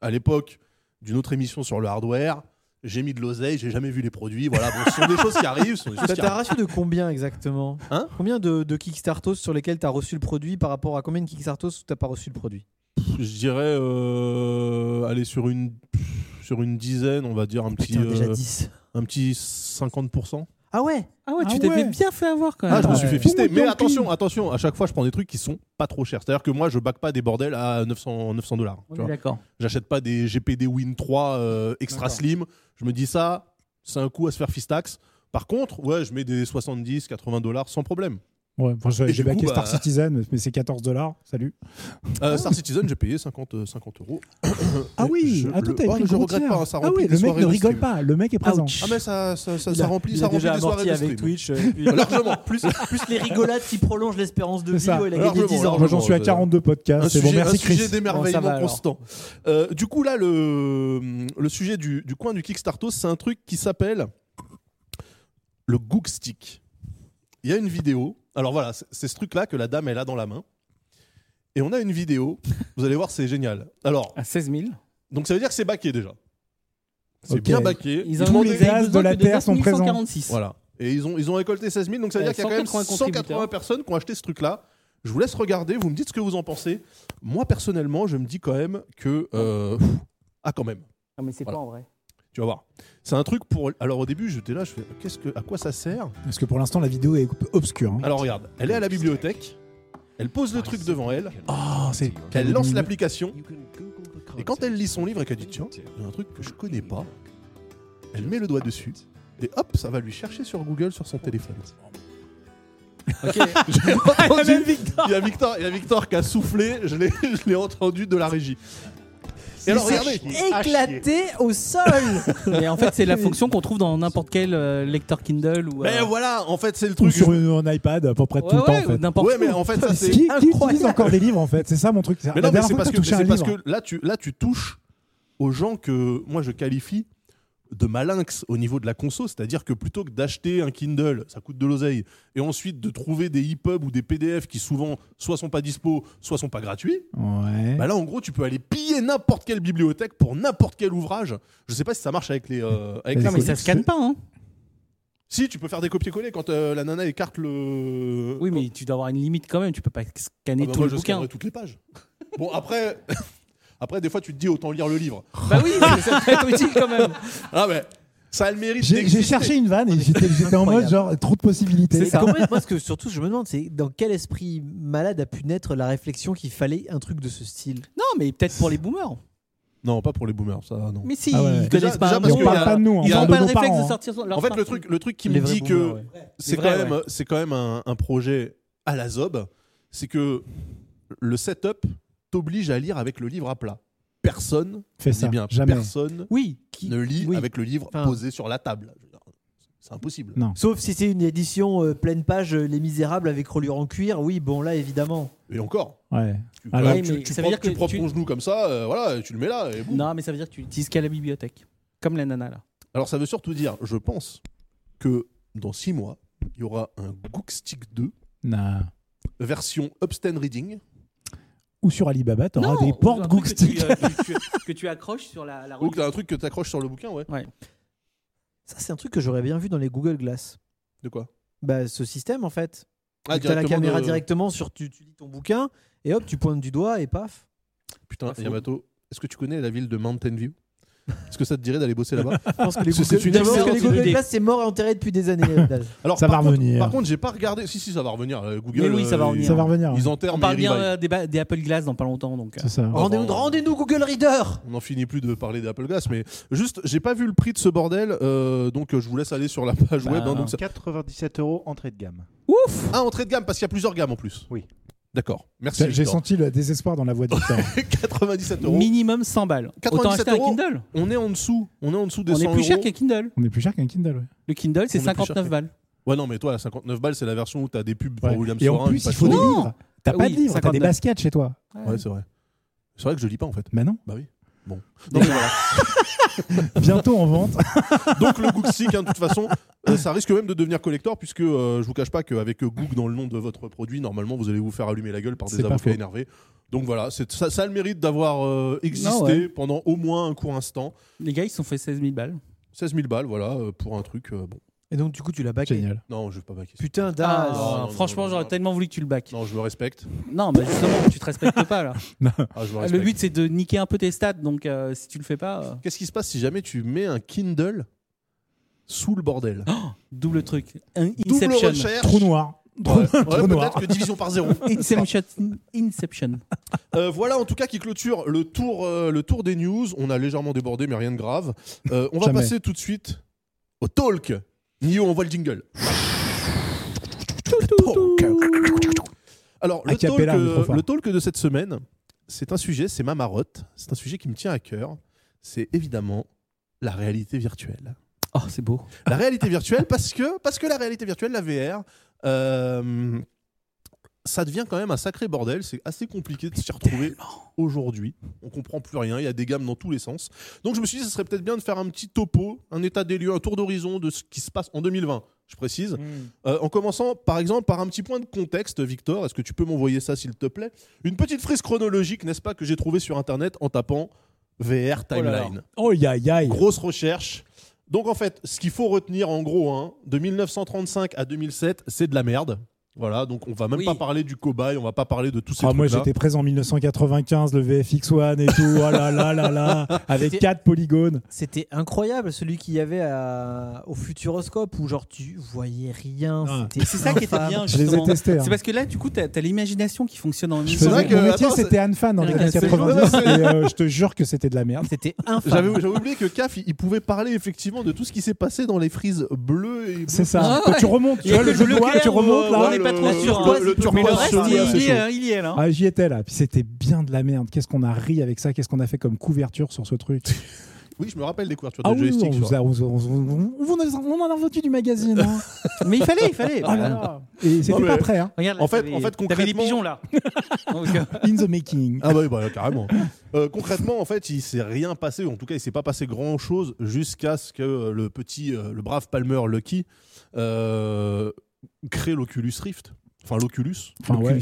[SPEAKER 1] À l'époque d'une autre émission sur le hardware, j'ai mis de l'oseille, j'ai jamais vu les produits. Voilà, bon, ce sont des choses qui arrivent. ce sont des choses
[SPEAKER 4] T'as
[SPEAKER 1] qui
[SPEAKER 4] Bah, t'as un
[SPEAKER 1] arrivent.
[SPEAKER 4] ratio de combien exactement
[SPEAKER 1] Hein
[SPEAKER 4] Combien de, de Kickstartos sur lesquels t'as reçu le produit par rapport à combien de Kickstartos où t'as pas reçu le produit
[SPEAKER 1] Je dirais euh, aller sur une sur une dizaine, on va dire un petit
[SPEAKER 4] Putain, déjà
[SPEAKER 1] euh,
[SPEAKER 4] 10.
[SPEAKER 1] un petit 50%.
[SPEAKER 4] Ah ouais
[SPEAKER 2] Ah ouais,
[SPEAKER 3] Ah
[SPEAKER 2] tu t'es
[SPEAKER 3] ouais.
[SPEAKER 2] fait bien fait avoir quand même.
[SPEAKER 1] Ah, je me suis
[SPEAKER 3] ouais.
[SPEAKER 1] fait fister.
[SPEAKER 3] Boum,
[SPEAKER 1] Mais
[SPEAKER 3] boum,
[SPEAKER 1] attention,
[SPEAKER 3] boum.
[SPEAKER 1] attention, à chaque fois, je prends des trucs qui sont pas trop chers. C'est-à-dire que moi, je back pas des bordels à 900 900 dollars.
[SPEAKER 2] On est D'accord.
[SPEAKER 1] J'achète pas des GPD Win 3 euh, extra
[SPEAKER 2] D'accord.
[SPEAKER 1] slim. Je me dis ça, c'est un coup à se faire fistax. Par contre, ouais, je mets des 70, 80 dollars sans problème.
[SPEAKER 3] Ouais, bon, j'ai
[SPEAKER 1] Et
[SPEAKER 3] j'ai
[SPEAKER 1] du
[SPEAKER 3] baqué
[SPEAKER 1] coup,
[SPEAKER 3] Star
[SPEAKER 1] bah-
[SPEAKER 3] Citizen, mais- mais c'est 14 dollars. Salut.
[SPEAKER 1] Euh, Star Citizen, j'ai payé 50, euh, 50 euros.
[SPEAKER 3] Ah oui,
[SPEAKER 1] Je
[SPEAKER 3] attends,
[SPEAKER 1] le-
[SPEAKER 3] t'avais
[SPEAKER 1] oh,
[SPEAKER 3] pris le
[SPEAKER 1] je
[SPEAKER 3] gros
[SPEAKER 1] regrette
[SPEAKER 3] tiers.
[SPEAKER 1] pas, ça
[SPEAKER 3] Ah
[SPEAKER 1] remplit
[SPEAKER 3] oui,
[SPEAKER 1] des
[SPEAKER 3] le mec
[SPEAKER 1] soirées
[SPEAKER 3] ne
[SPEAKER 1] de
[SPEAKER 3] rigole
[SPEAKER 1] stream.
[SPEAKER 3] pas, le mec est présent.
[SPEAKER 4] Ouch.
[SPEAKER 1] Ah, mais ça, ça, ça,
[SPEAKER 4] Il
[SPEAKER 1] ça
[SPEAKER 4] a-
[SPEAKER 1] remplit,
[SPEAKER 4] il
[SPEAKER 1] ça
[SPEAKER 4] a
[SPEAKER 1] remplit
[SPEAKER 4] déjà
[SPEAKER 1] des soirées
[SPEAKER 4] amorti
[SPEAKER 1] de
[SPEAKER 4] avec
[SPEAKER 1] stream.
[SPEAKER 4] Twitch. euh, puis-
[SPEAKER 1] Largement, plus.
[SPEAKER 4] Plus les rigolades qui prolongent l'espérance de
[SPEAKER 3] C'est
[SPEAKER 4] vie.
[SPEAKER 3] ça.
[SPEAKER 4] où Il a
[SPEAKER 1] Alors,
[SPEAKER 4] gagné
[SPEAKER 1] je
[SPEAKER 4] 10
[SPEAKER 1] vois,
[SPEAKER 4] ans.
[SPEAKER 3] Moi, j'en
[SPEAKER 1] bon,
[SPEAKER 3] suis à
[SPEAKER 1] euh,
[SPEAKER 3] 42 podcasts.
[SPEAKER 1] un
[SPEAKER 3] C'est bon,
[SPEAKER 1] sujet, un
[SPEAKER 3] merci
[SPEAKER 1] sujet
[SPEAKER 3] Chris.
[SPEAKER 4] Bon, ça
[SPEAKER 1] d'émerveillement
[SPEAKER 4] va, alors.
[SPEAKER 1] constant. Euh, du coup, là, le, le sujet du, du coin du Kickstartos, c'est un truc qui s'appelle le Gook Stick. Il y a une vidéo. Alors voilà, c'est- c'est ce truc-là que la dame, elle a dans la main. Et on a une vidéo. Vous allez voir, c'est génial. Alors,
[SPEAKER 2] À 16 000.
[SPEAKER 1] donc ça veut dire que c'est baqué déjà. C'est
[SPEAKER 3] Ok.
[SPEAKER 1] bien baqué.
[SPEAKER 2] Ils
[SPEAKER 3] Tous
[SPEAKER 2] ont
[SPEAKER 3] les as de la Terre sont présents.
[SPEAKER 1] Voilà. Et ils ont, ils ont récolté 16 000, donc ça veut
[SPEAKER 2] Ouais,
[SPEAKER 1] dire qu'il y a quand même
[SPEAKER 2] 180
[SPEAKER 1] 180
[SPEAKER 2] contributeurs.
[SPEAKER 1] personnes qui ont acheté ce truc-là. Je vous laisse regarder, vous me dites ce que vous en pensez. Moi, personnellement, je me dis quand même que. euh, pff, ah, quand même,
[SPEAKER 2] Non, mais c'est
[SPEAKER 1] Voilà.
[SPEAKER 2] pas en vrai.
[SPEAKER 1] tu vas voir. C'est un truc pour. Alors, au début, j'étais là, je fais qu'est-ce que, à quoi ça sert
[SPEAKER 3] Parce que pour l'instant, la vidéo est obscure. hein.
[SPEAKER 1] Alors, regarde, elle est à la bibliothèque, elle pose le truc devant elle,
[SPEAKER 3] Oh, c'est-
[SPEAKER 1] elle lance l'application, et quand elle lit son livre et qu'elle dit tiens, il y a un truc que je connais pas, elle met le doigt dessus, et hop, ça va lui chercher sur Google, sur son téléphone. J'ai entendu- Il y a Victor, il y a Victor qui a soufflé, je l'ai, je l'ai entendu de la régie. Et alors,
[SPEAKER 4] Il s'est
[SPEAKER 1] regardez,
[SPEAKER 4] Éclaté au sol
[SPEAKER 2] Mais en fait, c'est la fonction qu'on trouve dans n'importe quel euh, lecteur Kindle ou.
[SPEAKER 1] mais
[SPEAKER 2] euh,
[SPEAKER 1] voilà, en fait, c'est le
[SPEAKER 3] Ou
[SPEAKER 1] truc.
[SPEAKER 3] sur une- un iPad à peu près tout
[SPEAKER 2] ouais,
[SPEAKER 3] le temps.
[SPEAKER 2] ouais,
[SPEAKER 3] en
[SPEAKER 2] ou
[SPEAKER 3] fait.
[SPEAKER 2] n'importe
[SPEAKER 1] Ouais,
[SPEAKER 2] où.
[SPEAKER 1] mais en fait, ça c'est.
[SPEAKER 3] Qui, qui
[SPEAKER 4] incroyable.
[SPEAKER 3] utilise encore des livres en fait C'est ça mon truc.
[SPEAKER 1] Mais
[SPEAKER 3] Ah, la
[SPEAKER 1] non, mais
[SPEAKER 3] dernière
[SPEAKER 1] c'est
[SPEAKER 3] fois
[SPEAKER 1] parce
[SPEAKER 3] t'as
[SPEAKER 1] que,
[SPEAKER 3] touché un
[SPEAKER 1] c'est parce
[SPEAKER 3] livre.
[SPEAKER 1] que là, tu, là, tu touches aux gens que moi je qualifie de malinx au niveau de la conso, c'est-à-dire que plutôt que d'acheter un Kindle, ça coûte de l'oseille, et ensuite de trouver des EPUB ou des PDF qui souvent soit sont pas dispo, soit sont pas gratuits,
[SPEAKER 3] Ouais.
[SPEAKER 1] Bah là, en gros, tu peux aller piller n'importe quelle bibliothèque pour n'importe quel ouvrage. Je sais pas si ça marche avec les. euh, avec
[SPEAKER 3] Vas-y,
[SPEAKER 1] les
[SPEAKER 2] Non, mais
[SPEAKER 1] colis.
[SPEAKER 2] ça se scanne pas, hein.
[SPEAKER 1] Si, tu peux faire des copier-coller quand euh, la nana écarte le.
[SPEAKER 2] Oui, mais tu dois avoir une limite quand même. Tu peux pas
[SPEAKER 1] Ah
[SPEAKER 2] scanner
[SPEAKER 1] bah
[SPEAKER 2] tout
[SPEAKER 1] moi,
[SPEAKER 2] le
[SPEAKER 1] je
[SPEAKER 2] bouquin.
[SPEAKER 1] scannerais toutes les pages. bon, après. Après, des fois, tu te dis autant lire le livre.
[SPEAKER 2] Bah oui, mais ça peut être utile quand même.
[SPEAKER 1] Ah, mais ça a le mérite
[SPEAKER 3] J'ai
[SPEAKER 1] d'exister.
[SPEAKER 3] j'ai cherché une vanne et j'étais j'étais en mode
[SPEAKER 4] Incroyable.
[SPEAKER 3] genre trop de possibilités.
[SPEAKER 4] Mais comment- Moi, ce que surtout je me demande, c'est dans quel esprit malade a pu naître la réflexion qu'il fallait un truc de ce style
[SPEAKER 2] Non, mais peut-être pour les boomers.
[SPEAKER 1] Non, pas pour les boomers, ça, non.
[SPEAKER 2] Mais si,
[SPEAKER 3] Ah ouais.
[SPEAKER 2] ils connaissent
[SPEAKER 1] Déjà-
[SPEAKER 2] pas.
[SPEAKER 1] déjà
[SPEAKER 2] un
[SPEAKER 1] parce
[SPEAKER 3] Et on
[SPEAKER 2] mot.
[SPEAKER 1] que
[SPEAKER 3] parle
[SPEAKER 1] y a-
[SPEAKER 3] pas de nous, on
[SPEAKER 1] il y
[SPEAKER 2] ils
[SPEAKER 1] a-
[SPEAKER 2] ont
[SPEAKER 3] parle
[SPEAKER 2] pas
[SPEAKER 3] de
[SPEAKER 2] le
[SPEAKER 3] nos
[SPEAKER 2] réflexe de
[SPEAKER 3] parents. hein.
[SPEAKER 2] sortir leur
[SPEAKER 1] En fait, le
[SPEAKER 2] partie.
[SPEAKER 1] truc, le truc qui
[SPEAKER 4] Les
[SPEAKER 1] me
[SPEAKER 4] vrais
[SPEAKER 1] dit que
[SPEAKER 4] boomers, ouais.
[SPEAKER 1] c'est quand,
[SPEAKER 4] vrais,
[SPEAKER 1] même- c'est quand même un, un projet à la zob, c'est que le setup t'oblige à lire avec le livre à plat. Personne,
[SPEAKER 3] Fais
[SPEAKER 1] je dis
[SPEAKER 3] ça,
[SPEAKER 1] bien,
[SPEAKER 3] jamais.
[SPEAKER 1] personne
[SPEAKER 2] Oui, qui-
[SPEAKER 1] ne lit
[SPEAKER 2] oui.
[SPEAKER 1] avec le livre
[SPEAKER 4] Enfin-
[SPEAKER 1] posé sur la table. C'est impossible.
[SPEAKER 3] Non.
[SPEAKER 4] Sauf si c'est une édition euh, pleine page euh, Les Misérables avec reliure en cuir, oui, bon là évidemment.
[SPEAKER 1] Et encore,
[SPEAKER 3] Ouais.
[SPEAKER 1] tu,
[SPEAKER 3] Ah là,
[SPEAKER 1] tu-
[SPEAKER 2] oui, mais
[SPEAKER 1] tu, tu
[SPEAKER 2] ça veut
[SPEAKER 1] prends,
[SPEAKER 2] dire que
[SPEAKER 1] tu prends
[SPEAKER 2] tu-
[SPEAKER 1] ton genou comme ça, euh, voilà, et tu le mets là. et boum.
[SPEAKER 2] Non, mais ça veut dire que tu utilises qu'à la bibliothèque. Comme la nana là.
[SPEAKER 1] Alors ça veut surtout dire, je pense, que dans six mois, il y aura un Gook Stick 2
[SPEAKER 3] Nah.
[SPEAKER 1] version Upstand Reading.
[SPEAKER 3] Ou sur Alibaba, t'auras
[SPEAKER 2] Non,
[SPEAKER 3] des
[SPEAKER 2] ou un
[SPEAKER 3] portes
[SPEAKER 2] truc
[SPEAKER 3] Google
[SPEAKER 2] que
[SPEAKER 3] Stick.
[SPEAKER 2] tu, euh, que tu- que tu accroches sur la, la
[SPEAKER 1] Donc t'as un truc que t'accroches sur le bouquin, ouais.
[SPEAKER 4] Ça c'est un truc que j'aurais bien vu dans les Google Glass.
[SPEAKER 1] De quoi
[SPEAKER 4] Bah ce système en fait.
[SPEAKER 1] Ah,
[SPEAKER 4] tu as la
[SPEAKER 1] directement
[SPEAKER 4] caméra
[SPEAKER 1] de-
[SPEAKER 4] directement sur tu, tu lis ton bouquin et hop tu pointes du doigt et paf.
[SPEAKER 1] Putain,
[SPEAKER 2] Pas faux.
[SPEAKER 1] Yamato, est-ce que tu connais la ville de Mountain View Est-ce que ça te dirait d'aller bosser là-bas
[SPEAKER 4] Je pense que les
[SPEAKER 1] C'est
[SPEAKER 4] Google,
[SPEAKER 1] une
[SPEAKER 4] je pense que
[SPEAKER 1] excellente Oh,
[SPEAKER 4] les Google
[SPEAKER 2] idée.
[SPEAKER 4] Glass c'est mort et enterré depuis des années. euh, dalle.
[SPEAKER 1] Alors
[SPEAKER 3] Ça
[SPEAKER 1] par
[SPEAKER 3] va
[SPEAKER 1] contre-
[SPEAKER 3] revenir.
[SPEAKER 1] Par contre, j'ai pas regardé. Si si, ça va revenir. euh, Google.
[SPEAKER 2] Mais oui, ça va
[SPEAKER 1] euh,
[SPEAKER 2] revenir.
[SPEAKER 3] Ça va revenir.
[SPEAKER 1] Ils,
[SPEAKER 3] ouais.
[SPEAKER 1] ils
[SPEAKER 2] On
[SPEAKER 1] enterrent.
[SPEAKER 2] parle
[SPEAKER 1] mais ils
[SPEAKER 2] bien
[SPEAKER 1] revivent.
[SPEAKER 2] euh, des, ba- des Apple Glass dans pas longtemps. Donc, euh,
[SPEAKER 3] C'est ça.
[SPEAKER 4] Rendez-nous
[SPEAKER 1] bon.
[SPEAKER 4] rendez-nous Google Reader.
[SPEAKER 1] On n'en finit plus de parler d'Apple Glass, mais juste, j'ai pas vu le prix de ce bordel, euh, donc euh, je vous laisse aller sur la page
[SPEAKER 2] Bah,
[SPEAKER 1] web. hein, donc ça-
[SPEAKER 5] 97 euros entrée de gamme.
[SPEAKER 2] Ouf
[SPEAKER 1] Ah, entrée de gamme, parce qu'il y a plusieurs gammes en plus.
[SPEAKER 5] Oui.
[SPEAKER 1] D'accord. Merci.
[SPEAKER 3] J'ai j'ai
[SPEAKER 1] Victor.
[SPEAKER 3] senti le désespoir dans la voix de Victor.
[SPEAKER 1] 97 euros.
[SPEAKER 2] Minimum 100 balles. Autant
[SPEAKER 1] 97
[SPEAKER 2] acheter un
[SPEAKER 1] euros.
[SPEAKER 2] Kindle.
[SPEAKER 1] On est en dessous. On est en dessous des
[SPEAKER 2] On
[SPEAKER 1] 100
[SPEAKER 2] est plus
[SPEAKER 1] euros.
[SPEAKER 2] cher qu'un Kindle.
[SPEAKER 3] On est plus cher qu'un Kindle. ouais.
[SPEAKER 2] Le Kindle, c'est
[SPEAKER 1] On est plus cher
[SPEAKER 2] 59
[SPEAKER 1] qu'un-
[SPEAKER 2] balles.
[SPEAKER 1] Ouais, non, mais toi, à 59 balles, c'est la version où t'as des pubs pour
[SPEAKER 3] Ouais.
[SPEAKER 1] William
[SPEAKER 3] Et en
[SPEAKER 1] Sorin,
[SPEAKER 3] plus,
[SPEAKER 1] une
[SPEAKER 3] il faut des
[SPEAKER 1] page-
[SPEAKER 2] Non.
[SPEAKER 3] livres. T'as
[SPEAKER 2] Ah
[SPEAKER 3] pas
[SPEAKER 2] oui,
[SPEAKER 3] de livres, t'as des
[SPEAKER 2] 59.
[SPEAKER 3] baskets chez toi.
[SPEAKER 1] Ouais, c'est vrai. C'est vrai que je lis pas en fait.
[SPEAKER 3] Mais non.
[SPEAKER 1] Bah oui. Bon.
[SPEAKER 2] Donc, euh, voilà.
[SPEAKER 3] Bientôt en vente.
[SPEAKER 1] Donc le Gook Stick, hein, de toute façon, euh, ça risque même de devenir collector, puisque euh, je vous cache pas qu'avec Gook dans le nom de votre produit, normalement, vous allez vous faire allumer la gueule par
[SPEAKER 3] C'est
[SPEAKER 1] des
[SPEAKER 3] pas
[SPEAKER 1] avocats
[SPEAKER 3] faux.
[SPEAKER 1] énervés. Donc voilà, c'est- ça, ça a le mérite d'avoir euh, existé
[SPEAKER 2] Non, ouais.
[SPEAKER 1] pendant au moins un court instant.
[SPEAKER 2] Les gars, ils se sont fait 16 000 balles.
[SPEAKER 1] 16 000 balles, voilà, euh, pour un truc. euh, bon,
[SPEAKER 4] Et donc du coup tu l'as baqué.
[SPEAKER 3] Génial.
[SPEAKER 1] non, je veux pas baquer. ça.
[SPEAKER 4] Putain
[SPEAKER 2] Ah,
[SPEAKER 4] d'âge.
[SPEAKER 1] non, non,
[SPEAKER 2] franchement,
[SPEAKER 1] non, non,
[SPEAKER 2] j'aurais
[SPEAKER 1] non.
[SPEAKER 2] tellement voulu que tu le back.
[SPEAKER 1] Non, je me respecte.
[SPEAKER 2] Non, bah justement, tu te respectes pas là.
[SPEAKER 1] Ah, je me
[SPEAKER 2] Le
[SPEAKER 1] respecte.
[SPEAKER 2] but, c'est de niquer un peu tes stats. Donc, euh, si tu le fais pas. euh,
[SPEAKER 1] Qu'est-ce qui se passe si jamais tu mets un Kindle sous le bordel.
[SPEAKER 3] Ah,
[SPEAKER 2] Double truc. Un-
[SPEAKER 1] Double
[SPEAKER 2] Inception.
[SPEAKER 1] recherche.
[SPEAKER 3] Trou noir. Trou,
[SPEAKER 1] Ouais, ouais,
[SPEAKER 3] trou noir.
[SPEAKER 1] peut-être que division par zéro.
[SPEAKER 2] Inception. Inception.
[SPEAKER 1] Euh, voilà en tout cas qui clôture le tour, euh, le tour des news. On a légèrement débordé, mais rien de grave. Euh, on va
[SPEAKER 3] Jamais.
[SPEAKER 1] passer tout de suite au talk. Nio, on voit le jingle. Alors, le
[SPEAKER 3] A
[SPEAKER 1] talk,
[SPEAKER 3] cappella,
[SPEAKER 1] euh,
[SPEAKER 3] micro fort.
[SPEAKER 1] le talk de cette semaine, c'est un sujet, c'est ma marotte, c'est un sujet qui me tient à cœur. C'est évidemment la réalité virtuelle.
[SPEAKER 2] Oh, c'est beau.
[SPEAKER 1] La réalité virtuelle, parce que, parce que la réalité virtuelle, la VR, euh, ça devient quand même un sacré bordel. C'est assez compliqué de s'y retrouver aujourd'hui. On comprend plus rien. Il y a des gammes dans tous les sens. Donc je me suis dit, ce serait peut-être bien de faire un petit topo, un état des lieux, un tour d'horizon de ce qui se passe en 2020. Je précise.
[SPEAKER 4] Hmm.
[SPEAKER 1] Euh, en commençant, par exemple, par un petit point de contexte, Victor, est-ce que tu peux m'envoyer ça, s'il te plaît Une petite frise chronologique, n'est-ce pas, que j'ai trouvée sur Internet en tapant VR
[SPEAKER 2] Oh là là.
[SPEAKER 1] Timeline.
[SPEAKER 3] Oh, ya, ya.
[SPEAKER 1] Grosse recherche. Donc en fait, ce qu'il faut retenir en gros, hein, de 1935 à 2007, c'est de la merde. Voilà, donc on va même
[SPEAKER 2] Oui.
[SPEAKER 1] pas parler du cobaye, on va pas parler de tous ces
[SPEAKER 3] Ah, moi
[SPEAKER 1] trucs-là.
[SPEAKER 3] j'étais présent en 1995, le VFX1 et tout, oh là là là là, avec
[SPEAKER 4] C'était-
[SPEAKER 3] 4 polygones.
[SPEAKER 4] C'était incroyable celui qu'il y avait à- au Futuroscope où genre tu voyais rien.
[SPEAKER 3] Ouais.
[SPEAKER 4] c'était
[SPEAKER 2] C'est ça qui était
[SPEAKER 4] infâme.
[SPEAKER 2] bien.
[SPEAKER 3] Je les ai
[SPEAKER 2] justement.
[SPEAKER 3] testés. hein.
[SPEAKER 2] C'est parce que là, du coup, t'as t'as l'imagination qui fonctionne en même
[SPEAKER 3] Je
[SPEAKER 1] C'est
[SPEAKER 2] temps.
[SPEAKER 1] vrai
[SPEAKER 3] faisais-
[SPEAKER 1] que-
[SPEAKER 3] Mon métier
[SPEAKER 1] attends,
[SPEAKER 3] c'était Anne-Fan dans les années
[SPEAKER 4] c'est-
[SPEAKER 3] 90 et euh, je te jure que c'était de la merde.
[SPEAKER 4] C'était infâme.
[SPEAKER 1] J'avais j'avais oublié que CAF, il- il pouvait parler effectivement de tout ce qui s'est passé dans les frises bleues et
[SPEAKER 3] C'est ça.
[SPEAKER 2] Ah
[SPEAKER 3] Quand
[SPEAKER 2] ouais.
[SPEAKER 3] tu remontes, tu
[SPEAKER 2] Il y a
[SPEAKER 3] vois le
[SPEAKER 2] que
[SPEAKER 3] jeu de
[SPEAKER 2] le
[SPEAKER 3] doigt,
[SPEAKER 2] clair
[SPEAKER 3] tu
[SPEAKER 2] ou,
[SPEAKER 3] remontes
[SPEAKER 2] euh,
[SPEAKER 3] là.
[SPEAKER 2] ouais,
[SPEAKER 1] le-
[SPEAKER 2] pas trop
[SPEAKER 1] le-
[SPEAKER 2] sûr, hein.
[SPEAKER 1] le- le
[SPEAKER 2] Mais le
[SPEAKER 1] turquoise,
[SPEAKER 2] reste,
[SPEAKER 1] sur-
[SPEAKER 2] il,
[SPEAKER 1] ouais,
[SPEAKER 2] il
[SPEAKER 1] c'est
[SPEAKER 2] est,
[SPEAKER 1] chaud.
[SPEAKER 2] euh, il y est là.
[SPEAKER 3] Ah, j'y étais là, puis c'était bien de la merde. Qu'est-ce qu'on a ri avec ça Qu'est-ce qu'on a fait comme couverture sur ce truc
[SPEAKER 1] Oui, je me rappelle des couvertures
[SPEAKER 3] Ah
[SPEAKER 1] de
[SPEAKER 3] oui, on,
[SPEAKER 1] joystick.
[SPEAKER 3] vous
[SPEAKER 1] sur-
[SPEAKER 3] a- on, vous- on vous- on vous- on en a vendu du magazine. hein.
[SPEAKER 2] Mais il fallait, il fallait.
[SPEAKER 3] Oh là là. Et c'était
[SPEAKER 1] Non, mais-
[SPEAKER 3] pas prêt, hein.
[SPEAKER 4] Regarde, là,
[SPEAKER 1] En fait,
[SPEAKER 4] t'avais-
[SPEAKER 1] en fait,
[SPEAKER 2] T'avais des
[SPEAKER 1] concrètement,
[SPEAKER 2] pigeons là. Donc, euh,
[SPEAKER 3] In the making.
[SPEAKER 1] Ah bah, oui, bah, carrément. Euh, concrètement, en fait, il s'est rien passé. ou En tout cas, il s'est pas passé grand chose jusqu'à ce que euh, le petit, euh, le brave Palmer Lucky euh, crée l'Oculus Rift. Enfin, l'Oculus.
[SPEAKER 3] Enfin, ouais.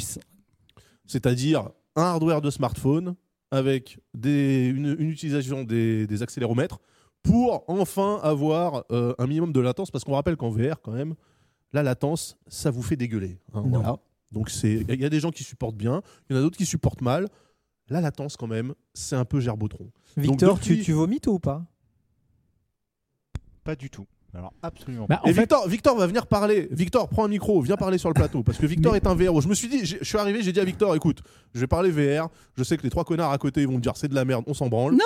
[SPEAKER 1] C'est-à-dire un hardware de smartphone avec des- une, une utilisation des, des accéléromètres pour enfin avoir euh, un minimum de latence. Parce qu'on rappelle qu'en VR, quand même, la latence, ça vous fait dégueuler. hein,
[SPEAKER 3] Non.
[SPEAKER 1] voilà. Donc, c'est- il y a des gens qui supportent bien, il y en a d'autres qui supportent mal. La latence, quand même, c'est un peu gerbotron.
[SPEAKER 4] Victor,
[SPEAKER 1] Donc, depuis-
[SPEAKER 4] tu, tu vomis toi ou pas
[SPEAKER 5] Pas du tout. Alors, absolument
[SPEAKER 3] Bah, en
[SPEAKER 1] Et
[SPEAKER 3] fait,
[SPEAKER 1] Victor, Victor va venir parler. Victor, prends un micro, viens parler sur le plateau. Parce que Victor est un VRO. Je me suis dit, j'ai- je suis arrivé, j'ai dit à Victor, écoute, je vais parler VR. Je sais que les trois connards à côté, ils vont me dire, c'est de la merde, on s'en branle.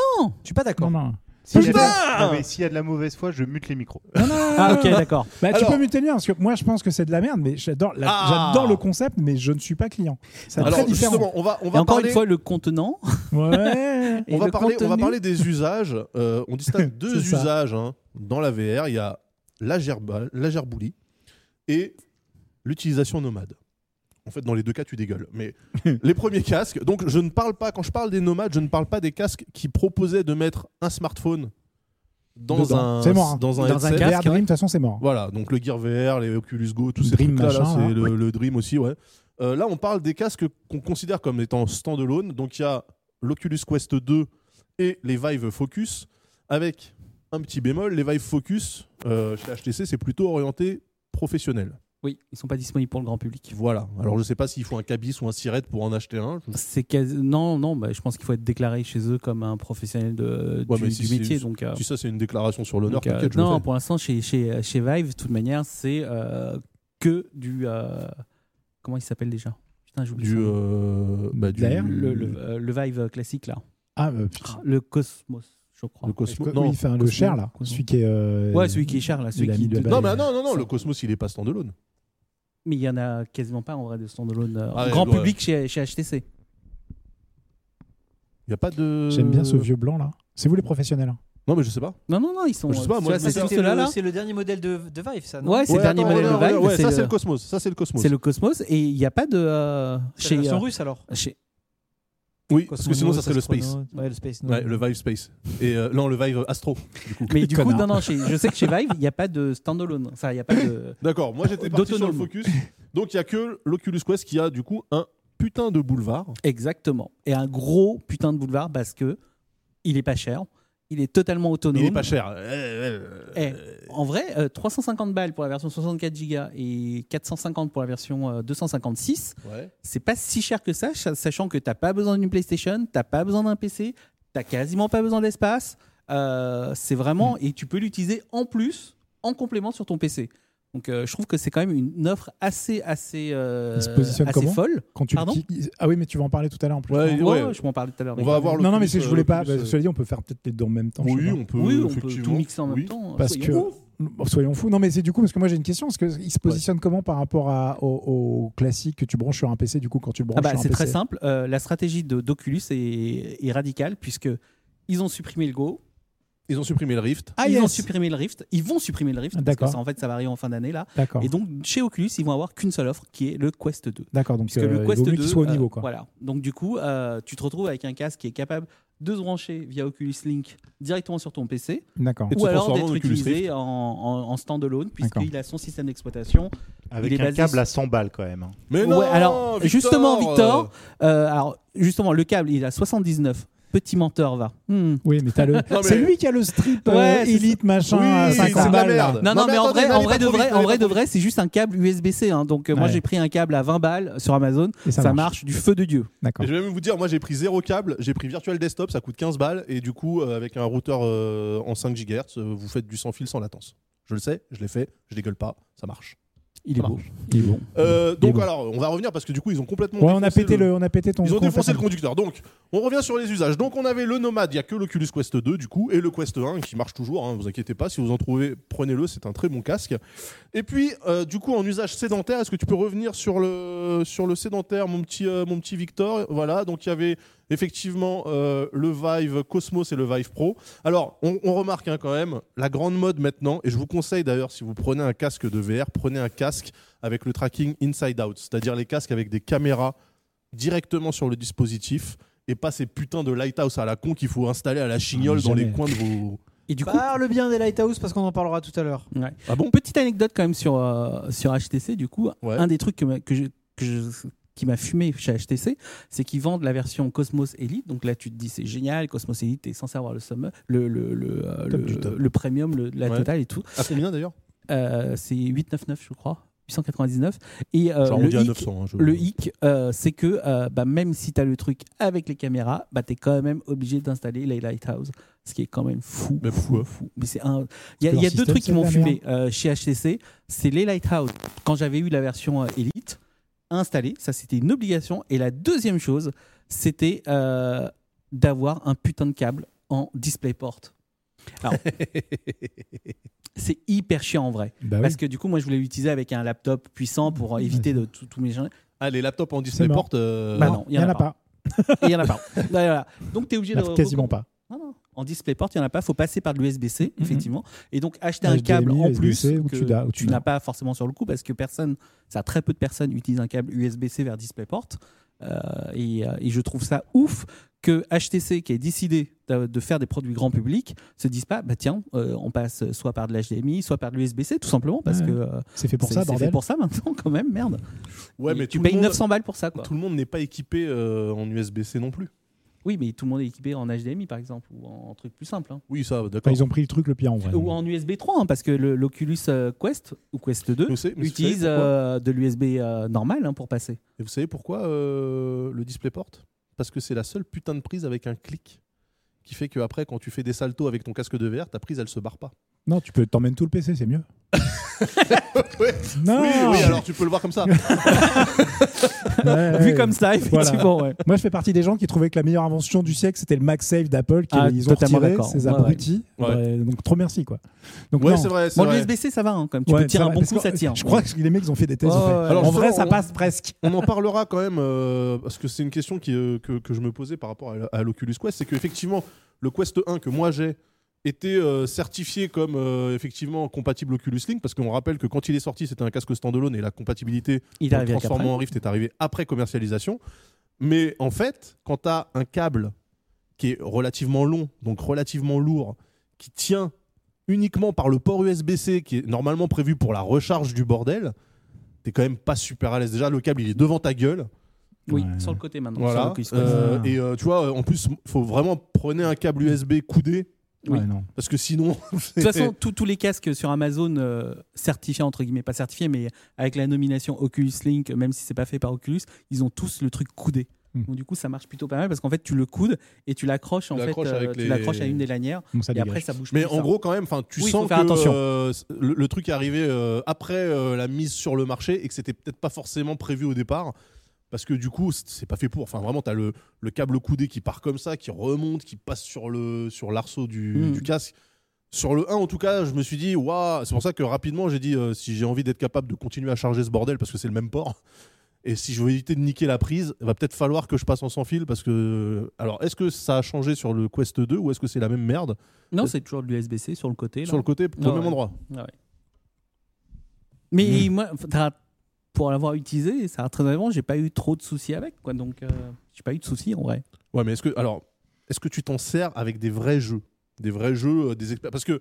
[SPEAKER 4] Je suis pas d'accord.
[SPEAKER 3] non, non.
[SPEAKER 5] S'il y a
[SPEAKER 3] Putain
[SPEAKER 5] de la- Non, mais s'il y a de la mauvaise foi, je mute les micros.
[SPEAKER 4] Ah ok, d'accord.
[SPEAKER 3] Bah,
[SPEAKER 1] Alors-
[SPEAKER 3] tu peux muter le mien, parce que moi je pense que c'est de la merde, mais j'adore la-
[SPEAKER 1] Ah.
[SPEAKER 3] j'adore le concept, mais je ne suis pas client. C'est
[SPEAKER 1] Alors
[SPEAKER 3] très différent.
[SPEAKER 1] justement, on va, on
[SPEAKER 2] Et
[SPEAKER 1] va
[SPEAKER 2] encore
[SPEAKER 1] parler,
[SPEAKER 2] une fois, le contenant.
[SPEAKER 3] Ouais.
[SPEAKER 2] et
[SPEAKER 1] on va
[SPEAKER 2] le
[SPEAKER 1] parler, on va
[SPEAKER 2] contenu.
[SPEAKER 1] parler des usages. Euh, on distingue deux
[SPEAKER 3] C'est ça.
[SPEAKER 1] usages hein. dans la VR. Il y a la, gerba, la gerboulie et l'utilisation nomade. En fait, dans les deux cas, tu dégueules. Mais les premiers casques. Donc, je ne parle pas quand je parle des nomades, je ne parle pas des casques qui proposaient de mettre un smartphone dans
[SPEAKER 3] Dedans.
[SPEAKER 1] un
[SPEAKER 3] C'est mort, hein.
[SPEAKER 1] dans un
[SPEAKER 2] Dans un
[SPEAKER 1] headset.
[SPEAKER 2] casque,
[SPEAKER 3] VR Dream, de toute façon, c'est mort.
[SPEAKER 1] Voilà, donc le Gear VR, les Oculus Go, tous ces
[SPEAKER 3] Dream
[SPEAKER 1] trucs-là, là,
[SPEAKER 3] machin,
[SPEAKER 1] c'est
[SPEAKER 3] hein.
[SPEAKER 1] le, le Dream aussi, ouais. Euh, là, on parle des casques qu'on considère comme étant standalone. Donc, il y a l'Oculus Quest 2 et les Vive Focus, avec un petit bémol, les Vive Focus, euh, chez HTC, c'est plutôt orienté professionnel.
[SPEAKER 2] Oui, ils sont pas disponibles pour le grand public.
[SPEAKER 1] Voilà. Alors, je sais pas s'il faut un cabis ou un Siret pour en acheter un. Je-
[SPEAKER 2] C'est quasi- non, non. bah, je pense qu'il faut être déclaré chez eux comme un professionnel de,
[SPEAKER 1] Ouais, mais
[SPEAKER 2] du,
[SPEAKER 1] si
[SPEAKER 2] du
[SPEAKER 1] c'est-
[SPEAKER 2] métier. Donc, euh,
[SPEAKER 1] Si ça, c'est une déclaration sur l'honneur,
[SPEAKER 2] donc, euh,
[SPEAKER 1] t'inquiète, je le
[SPEAKER 2] non,
[SPEAKER 1] fais.
[SPEAKER 2] pour l'instant, chez, chez, chez Vive, de toute manière, c'est euh, que du euh, comment il s'appelle déjà. Putain, j'oublie.
[SPEAKER 1] Du, euh, bah, du-
[SPEAKER 3] D'ailleurs,
[SPEAKER 2] le, le, euh, le Vive classique là,
[SPEAKER 3] Ah, bah, putain.
[SPEAKER 2] le Cosmos, je crois.
[SPEAKER 1] le Cosmo.
[SPEAKER 3] Oui,
[SPEAKER 1] Non.
[SPEAKER 3] enfin, le
[SPEAKER 2] Cosmo,
[SPEAKER 3] cher là,
[SPEAKER 2] Cosmo.
[SPEAKER 3] celui qui est. euh,
[SPEAKER 2] Ouais, celui qui est cher là, celui
[SPEAKER 3] il a
[SPEAKER 2] qui.
[SPEAKER 3] mis de la
[SPEAKER 2] te-
[SPEAKER 3] balle.
[SPEAKER 1] Non, mais ah, non, non, non, le Cosmos, il est pas standalone.
[SPEAKER 2] Mais il y en a quasiment pas en vrai de standalone euh,
[SPEAKER 1] Ah ouais,
[SPEAKER 2] grand
[SPEAKER 1] ouais.
[SPEAKER 2] public chez, chez HTC.
[SPEAKER 1] Il y a pas de.
[SPEAKER 3] J'aime bien ce vieux blanc là. C'est vous les professionnels. hein.
[SPEAKER 1] Non, mais je sais pas.
[SPEAKER 2] Non, non, non, ils sont.
[SPEAKER 1] Je sais pas,
[SPEAKER 2] euh,
[SPEAKER 1] moi,
[SPEAKER 2] tu vois,
[SPEAKER 1] je me
[SPEAKER 2] c'est
[SPEAKER 1] souviens-
[SPEAKER 2] tout
[SPEAKER 4] C'est
[SPEAKER 2] cela là.
[SPEAKER 4] le, c'est le dernier modèle de, de Vive, ça. Non
[SPEAKER 2] Ouais, c'est le
[SPEAKER 1] Ouais,
[SPEAKER 2] dernier
[SPEAKER 1] attends,
[SPEAKER 2] modèle de
[SPEAKER 1] regarde,
[SPEAKER 2] Vive.
[SPEAKER 1] regarde, ouais, ça, c'est
[SPEAKER 2] le-
[SPEAKER 1] le Cosmos. Ça, c'est le Cosmos.
[SPEAKER 2] C'est le Cosmos et il n'y a pas de. euh,
[SPEAKER 4] C'est la
[SPEAKER 2] chez,
[SPEAKER 4] version
[SPEAKER 2] euh,
[SPEAKER 4] russe alors.
[SPEAKER 2] chez-
[SPEAKER 1] Oui, parce que sinon, ça
[SPEAKER 4] Cosmonaute,
[SPEAKER 1] serait le Space.
[SPEAKER 4] astronaute. Ouais, le Space. non.
[SPEAKER 1] Ouais, le Vive Space. Et euh, non, le Vive Astro, du coup.
[SPEAKER 2] Mais du coup,
[SPEAKER 3] Connard.
[SPEAKER 2] non, non, chez- je sais que chez Vive, il n'y a pas de standalone. Ça, il n'y a pas de.
[SPEAKER 1] D'accord, moi j'étais parti sur le
[SPEAKER 2] D'autonome.
[SPEAKER 1] focus. Donc il y a que l'Oculus Quest qui a du coup un putain de boulevard.
[SPEAKER 2] Exactement. Et un gros putain de boulevard parce que il est pas cher, il est totalement autonome.
[SPEAKER 1] Il est pas cher. Euh, euh,
[SPEAKER 2] Eh, En vrai, euh, 350 balles pour la version 64 Go et 450 pour la version euh, 256,
[SPEAKER 1] ouais.
[SPEAKER 2] c'est pas si cher que ça, cha- sachant que t'as pas besoin d'une PlayStation, t'as pas besoin d'un PC,
[SPEAKER 3] Mm.
[SPEAKER 2] t'as quasiment pas besoin d'espace. Euh, c'est vraiment et tu peux l'utiliser en plus en complément sur ton PC. Donc euh, je trouve que c'est quand même une offre assez assez euh,
[SPEAKER 3] Il se positionne
[SPEAKER 2] assez
[SPEAKER 3] comment
[SPEAKER 2] folle.
[SPEAKER 3] Quand tu
[SPEAKER 2] Pardon
[SPEAKER 3] qui- Ah oui, mais tu vas en parler tout à l'heure en plus.
[SPEAKER 1] Euh, Ouais,
[SPEAKER 2] En gros, je m'en parlais tout à l'heure.
[SPEAKER 1] On
[SPEAKER 2] mais-
[SPEAKER 1] va avoir le.
[SPEAKER 3] non, non, mais
[SPEAKER 1] plus,
[SPEAKER 3] si je
[SPEAKER 1] euh,
[SPEAKER 3] voulais
[SPEAKER 1] le
[SPEAKER 3] pas.
[SPEAKER 1] plus,
[SPEAKER 3] bah, cela dit, on peut faire peut-être les deux en même temps. je sais
[SPEAKER 1] Oui,
[SPEAKER 3] pas.
[SPEAKER 1] on peut.
[SPEAKER 2] oui, on peut tout
[SPEAKER 1] effectivement.
[SPEAKER 2] mixer en même
[SPEAKER 1] Oui.
[SPEAKER 2] temps. hein.
[SPEAKER 3] Parce
[SPEAKER 2] soyons
[SPEAKER 3] que-
[SPEAKER 2] fous.
[SPEAKER 3] Bon, Soyons fous. Non, mais c'est du coup, parce que moi j'ai une question. Parce que il se positionne comment par rapport à, au, au classique que tu branches sur un PC du coup quand tu le branches
[SPEAKER 2] Ah bah,
[SPEAKER 3] sur un
[SPEAKER 2] c'est très
[SPEAKER 3] PC
[SPEAKER 2] simple. Euh, la stratégie de d'Oculus est, est radicale puisque ils ont supprimé le Go,
[SPEAKER 1] Ils ont supprimé le Rift.
[SPEAKER 3] Ah,
[SPEAKER 2] ils ont
[SPEAKER 3] yes.
[SPEAKER 2] supprimé le Rift, ils vont supprimer le Rift. parce que
[SPEAKER 3] D'accord.
[SPEAKER 2] ça, en fait, ça va arriver en fin d'année là.
[SPEAKER 3] D'accord.
[SPEAKER 2] Et donc chez Oculus, ils vont avoir qu'une seule offre qui est le Quest 2.
[SPEAKER 3] D'accord. Donc
[SPEAKER 2] Puisque le
[SPEAKER 3] euh, il
[SPEAKER 2] Quest
[SPEAKER 3] vaut mieux
[SPEAKER 2] 2
[SPEAKER 3] qu'il soit au
[SPEAKER 2] euh,
[SPEAKER 3] niveau. Quoi.
[SPEAKER 2] voilà. Donc du coup, euh, tu te retrouves avec un casque qui est capable de se brancher via Oculus Link directement sur ton PC
[SPEAKER 3] D'accord.
[SPEAKER 1] Et de
[SPEAKER 2] ou
[SPEAKER 1] se
[SPEAKER 2] alors
[SPEAKER 1] transformer
[SPEAKER 2] d'être
[SPEAKER 1] en Oculus
[SPEAKER 2] utilisé
[SPEAKER 1] Rift.
[SPEAKER 2] en, en, en standalone
[SPEAKER 3] D'accord.
[SPEAKER 2] puisqu'il a son système d'exploitation.
[SPEAKER 5] Avec
[SPEAKER 2] Il est
[SPEAKER 5] un
[SPEAKER 2] basé
[SPEAKER 5] câble
[SPEAKER 2] sur-
[SPEAKER 5] à 100 balles quand même. hein.
[SPEAKER 1] Mais
[SPEAKER 2] Ouais,
[SPEAKER 1] non
[SPEAKER 2] alors,
[SPEAKER 1] Victor,
[SPEAKER 2] justement, Victor,
[SPEAKER 1] euh,
[SPEAKER 2] euh, alors justement le câble, il a 79. Petit menteur va. Hmm.
[SPEAKER 3] Oui, mais t'as le.
[SPEAKER 1] mais-
[SPEAKER 3] C'est lui qui a le strip euh,
[SPEAKER 2] Ouais, c'est
[SPEAKER 3] Elite machin
[SPEAKER 1] Oui,
[SPEAKER 3] à
[SPEAKER 1] c'est de
[SPEAKER 3] 50
[SPEAKER 1] la
[SPEAKER 3] balles. là.
[SPEAKER 1] merde.
[SPEAKER 2] Non, non,
[SPEAKER 1] Non, mais
[SPEAKER 2] mais en
[SPEAKER 1] attendez,
[SPEAKER 2] vrai, en
[SPEAKER 1] n'allez
[SPEAKER 2] vrai
[SPEAKER 1] pas
[SPEAKER 2] de
[SPEAKER 1] trop
[SPEAKER 2] vrai,
[SPEAKER 1] vite,
[SPEAKER 2] en
[SPEAKER 1] n'allez
[SPEAKER 2] vrai
[SPEAKER 1] pas
[SPEAKER 2] de
[SPEAKER 1] trop
[SPEAKER 2] vrai, c'est juste un câble USB-C. hein. Donc euh, moi,
[SPEAKER 3] Ouais.
[SPEAKER 2] j'ai pris un câble à 20 balles sur Amazon.
[SPEAKER 3] Et
[SPEAKER 2] Ça,
[SPEAKER 3] ça, marche.
[SPEAKER 2] marche. du feu de dieu.
[SPEAKER 3] D'accord.
[SPEAKER 1] Et je vais même vous dire, moi j'ai pris zéro câble, j'ai pris Virtual Desktop, ça coûte 15 balles, et du coup, euh, avec un routeur euh, en 5 GHz, euh, vous faites du sans fil sans latence. Je le sais, je l'ai fait, je dégueule pas, ça marche.
[SPEAKER 2] Il est
[SPEAKER 1] Ça
[SPEAKER 2] beau.
[SPEAKER 3] Il est bon.
[SPEAKER 1] Euh, donc
[SPEAKER 3] bon.
[SPEAKER 1] alors, on va revenir parce que du coup, ils ont complètement.
[SPEAKER 3] Ouais, on a
[SPEAKER 1] défoncé
[SPEAKER 3] pété
[SPEAKER 1] le-
[SPEAKER 3] le, on a pété ton.
[SPEAKER 1] Ils ont
[SPEAKER 3] ton-
[SPEAKER 1] défoncé le conducteur. Donc, on revient sur les usages. Donc, on avait le Nomad, il n'y a que l'Oculus Quest 2 du coup, et le Quest 1 qui marche toujours, hein, vous inquiétez pas. Si vous en trouvez, prenez-le, c'est un très bon casque. Et puis, euh, du coup, en usage sédentaire, est-ce que tu peux revenir sur le, sur le sédentaire, mon petit, euh, mon petit Victor Voilà, donc il y avait effectivement euh, le Vive Cosmos et le Vive Pro. Alors, on, on remarque hein, quand même la grande mode maintenant, et je vous conseille d'ailleurs, si vous prenez un casque de VR, prenez un casque avec le tracking inside out, c'est-à-dire les casques avec des caméras directement sur le dispositif et pas ces putains de lighthouse à la con qu'il faut installer à la chignole
[SPEAKER 3] Ah,
[SPEAKER 1] dans les
[SPEAKER 3] jamais.
[SPEAKER 1] coins de vos.
[SPEAKER 2] Et du coup,
[SPEAKER 4] Parle bien des Lighthouse parce qu'on en parlera tout à l'heure.
[SPEAKER 2] ouais.
[SPEAKER 1] Ah bon
[SPEAKER 2] petite anecdote quand même sur, euh, sur HTC. Du coup,
[SPEAKER 1] Ouais.
[SPEAKER 2] un des trucs que, m'a- que je- que je- qui m'a fumé chez HTC, c'est qu'ils vendent la version Cosmos Elite. Donc là, tu te dis, c'est génial, Cosmos Elite, t'es censé avoir le, summer, le, le, le, euh,
[SPEAKER 1] Top
[SPEAKER 2] le-
[SPEAKER 1] du top.
[SPEAKER 2] le premium, le- la
[SPEAKER 1] Ouais.
[SPEAKER 2] totale et tout.
[SPEAKER 1] À combien Ah, d'ailleurs
[SPEAKER 2] Euh, c'est 899 je crois 899 et
[SPEAKER 1] J'ai
[SPEAKER 2] euh, le
[SPEAKER 1] arrondi à
[SPEAKER 2] hic,
[SPEAKER 1] 900. hein, je-
[SPEAKER 3] Mhm.
[SPEAKER 2] le hic, euh, c'est que euh, bah, même si tu as le truc avec les caméras bah t'es quand même obligé d'installer les lighthouse ce qui est quand même fou
[SPEAKER 1] Mais
[SPEAKER 2] fou
[SPEAKER 1] pourquoi
[SPEAKER 2] fou mais c'est un il y
[SPEAKER 3] hein.
[SPEAKER 2] a,
[SPEAKER 3] Leur
[SPEAKER 2] il y a deux
[SPEAKER 3] système,
[SPEAKER 2] trucs
[SPEAKER 3] c'est
[SPEAKER 2] qui
[SPEAKER 3] de
[SPEAKER 2] m'ont
[SPEAKER 3] la
[SPEAKER 2] fumé euh, chez HTC c'est les lighthouse quand j'avais eu la version euh, Elite installée ça c'était une obligation et la deuxième chose c'était euh, d'avoir un putain de câble en DisplayPort alors c'est hyper chiant en vrai
[SPEAKER 3] Bah oui.
[SPEAKER 2] parce que du coup, moi, je voulais l'utiliser avec un laptop puissant pour euh, éviter de tout- tous mes gens.
[SPEAKER 1] Ah, les laptops en DisplayPort. euh,
[SPEAKER 2] Bah
[SPEAKER 1] non.
[SPEAKER 2] non, il
[SPEAKER 3] Il
[SPEAKER 2] n'y
[SPEAKER 3] y en a pas.
[SPEAKER 2] Et il n'y en a pas. Bah, Voilà. Donc, tu es obligé de.
[SPEAKER 3] Bah, Quasiment pas.
[SPEAKER 2] Non, non. En DisplayPort, il n'y en a pas. Il faut passer par de l'USB-C,
[SPEAKER 3] Mhm.
[SPEAKER 2] effectivement. Et donc, acheter un
[SPEAKER 3] HDMI,
[SPEAKER 2] câble en plus
[SPEAKER 3] USB-C, ou
[SPEAKER 2] que
[SPEAKER 3] tu l'as, ou tu
[SPEAKER 2] tu
[SPEAKER 3] l'as.
[SPEAKER 2] n'as pas forcément sur le coup parce que personne, ça, très peu de personnes utilisent un câble USB-C vers DisplayPort. Euh, et, euh, et je trouve ça ouf que HTC, qui a décidé de, de faire des produits grand public, se dise pas, bah tiens, euh, on passe soit par de l'HDMI, soit par de l'USB-C, tout simplement parce
[SPEAKER 3] Ouais.
[SPEAKER 2] que euh,
[SPEAKER 3] C'est fait pour
[SPEAKER 2] c'est-
[SPEAKER 3] ça,
[SPEAKER 2] c'est
[SPEAKER 3] bordel.
[SPEAKER 2] fait pour ça maintenant quand même, merde.
[SPEAKER 1] Ouais,
[SPEAKER 2] Et
[SPEAKER 1] mais
[SPEAKER 2] tu
[SPEAKER 1] tout le
[SPEAKER 2] payes
[SPEAKER 1] monde-
[SPEAKER 2] 900 balles pour ça, quoi.
[SPEAKER 1] Tout le monde n'est pas équipé euh, en USB-C non plus.
[SPEAKER 2] Oui, mais tout le monde est équipé en HDMI, par exemple, ou en, en truc plus simple. hein.
[SPEAKER 1] Oui, ça,
[SPEAKER 3] Enfin,
[SPEAKER 1] d'accord.
[SPEAKER 3] ils ont pris le truc le pire en vrai.
[SPEAKER 2] Ou en USB 3, hein, parce que le- l'Oculus euh, Quest ou Quest 2
[SPEAKER 1] Mais vous savez- mais vous savez
[SPEAKER 2] utilise
[SPEAKER 1] pourquoi
[SPEAKER 2] euh, de l'USB normal hein, pour passer.
[SPEAKER 1] Et vous savez pourquoi euh, le DisplayPort Parce que c'est la seule putain de prise avec un clic qui fait que après, quand tu fais des saltos avec ton casque de VR, ta prise elle se barre pas.
[SPEAKER 3] Non, tu peux t'emmènes tout le PC, c'est mieux. non.
[SPEAKER 1] Oui, oui, alors tu peux le voir comme ça.
[SPEAKER 3] Ouais,
[SPEAKER 2] Vu
[SPEAKER 3] ouais.
[SPEAKER 2] comme ça, effectivement, ouais.
[SPEAKER 3] Moi, je fais partie des gens qui trouvaient que la meilleure invention du siècle, c'était le MagSafe d'Apple, qu'ils
[SPEAKER 2] Ah,
[SPEAKER 3] ont
[SPEAKER 2] totalement
[SPEAKER 3] retiré
[SPEAKER 2] d'accord.
[SPEAKER 3] ces
[SPEAKER 2] Ouais,
[SPEAKER 3] abrutis.
[SPEAKER 1] ouais. Ouais.
[SPEAKER 3] Ouais, Donc, trop merci, quoi. Donc,
[SPEAKER 1] ouais,
[SPEAKER 3] non.
[SPEAKER 1] c'est vrai. c'est
[SPEAKER 2] Bon,
[SPEAKER 1] vrai.
[SPEAKER 2] l'USB-C, ça va hein, quand même. Tu
[SPEAKER 3] Ouais,
[SPEAKER 2] peux tirer
[SPEAKER 3] ça
[SPEAKER 2] un
[SPEAKER 3] va,
[SPEAKER 2] bon
[SPEAKER 3] parce
[SPEAKER 2] coup,
[SPEAKER 3] que
[SPEAKER 2] ça tire.
[SPEAKER 3] Je crois que les mecs, ils ont fait des tests. ils ont
[SPEAKER 2] Ouais,
[SPEAKER 3] fait,
[SPEAKER 2] ouais.
[SPEAKER 1] Alors,
[SPEAKER 3] en vrai,
[SPEAKER 1] justement,
[SPEAKER 3] ça
[SPEAKER 1] on-
[SPEAKER 3] passe presque.
[SPEAKER 1] On en parlera quand même, euh, parce que c'est une question qui, euh, que, que je me posais par rapport à, l- à l'Oculus Quest, c'est qu'effectivement, le Quest 1 que moi j'ai était euh, certifié comme euh, effectivement compatible Oculus Link, parce qu'on rappelle que quand il est sorti, c'était un casque standalone et la compatibilité
[SPEAKER 2] Il
[SPEAKER 1] pour
[SPEAKER 2] arrive
[SPEAKER 1] le
[SPEAKER 2] à quatre
[SPEAKER 1] transformer
[SPEAKER 2] ans.
[SPEAKER 1] en Rift est arrivé après commercialisation. Mais en fait, quand tu as un câble qui est relativement long, donc relativement lourd, qui tient uniquement par le port USB-C, qui est normalement prévu pour la recharge du bordel, t'es quand même pas super à l'aise. Déjà, le câble, il est devant ta gueule.
[SPEAKER 2] Oui,
[SPEAKER 3] Ouais.
[SPEAKER 2] sur le côté maintenant. sur
[SPEAKER 1] Voilà.
[SPEAKER 2] l'Oculus Quest.
[SPEAKER 1] Euh,
[SPEAKER 3] Ah.
[SPEAKER 1] et euh, tu vois, en plus, faut vraiment prenez un câble USB coudé,
[SPEAKER 2] Oui.
[SPEAKER 3] Ouais, non.
[SPEAKER 1] parce que sinon...
[SPEAKER 2] De toute façon, tous tous les casques sur Amazon euh, certifiés, entre guillemets, pas certifiés, mais avec la nomination Oculus Link, même si c'est pas fait par Oculus, ils ont tous le truc coudé.
[SPEAKER 3] Hmm.
[SPEAKER 2] Donc, du coup, ça marche plutôt pas mal parce qu'en fait, tu le coudes et tu l'accroches en
[SPEAKER 1] Tu
[SPEAKER 2] fait,
[SPEAKER 1] l'accroches
[SPEAKER 2] euh,
[SPEAKER 1] avec
[SPEAKER 2] tu
[SPEAKER 1] les-
[SPEAKER 2] l'accroches à une des lanières
[SPEAKER 3] Donc ça
[SPEAKER 2] et après
[SPEAKER 3] dégage.
[SPEAKER 2] ça bouge.
[SPEAKER 1] Mais
[SPEAKER 2] plus,
[SPEAKER 1] en
[SPEAKER 2] ça.
[SPEAKER 1] gros, quand même, enfin, tu
[SPEAKER 2] Oui, il faut
[SPEAKER 1] sens
[SPEAKER 2] faire
[SPEAKER 1] que
[SPEAKER 2] attention.
[SPEAKER 1] euh, le, le truc est arrivé euh, après euh, la mise sur le marché et que c'était peut-être pas forcément prévu au départ. Parce que du coup, c- c'est pas fait pour. Enfin, vraiment, t'as le, le câble coudé qui part comme ça, qui remonte, qui passe sur le sur l'arceau du,
[SPEAKER 2] Mm.
[SPEAKER 1] du casque. Sur le 1, en tout cas, je me suis dit, waouh, c'est pour ça que rapidement, j'ai dit, euh, si j'ai envie d'être capable de continuer à charger ce bordel, parce que c'est le même port, et si je veux éviter de niquer la prise, il va peut-être falloir que je passe en sans fil, parce que. euh, Alors, est-ce que ça a changé sur le Quest 2 ou est-ce que c'est la même merde
[SPEAKER 2] Non, c'est toujours de l'USB-C sur le côté. là.
[SPEAKER 1] Euh, sur le côté, au
[SPEAKER 2] Ah
[SPEAKER 1] même
[SPEAKER 2] ouais.
[SPEAKER 1] endroit
[SPEAKER 2] Ah ouais. Mais
[SPEAKER 1] Hmm.
[SPEAKER 2] moi, t'as- pour l'avoir utilisé, ça très honnêtement, j'ai pas eu trop de soucis avec. Quoi, donc, euh, j'ai pas eu de soucis en vrai.
[SPEAKER 1] Ouais, mais est-ce que alors est-ce que tu t'en sers avec des vrais jeux, des vrais jeux, euh, des expé- parce que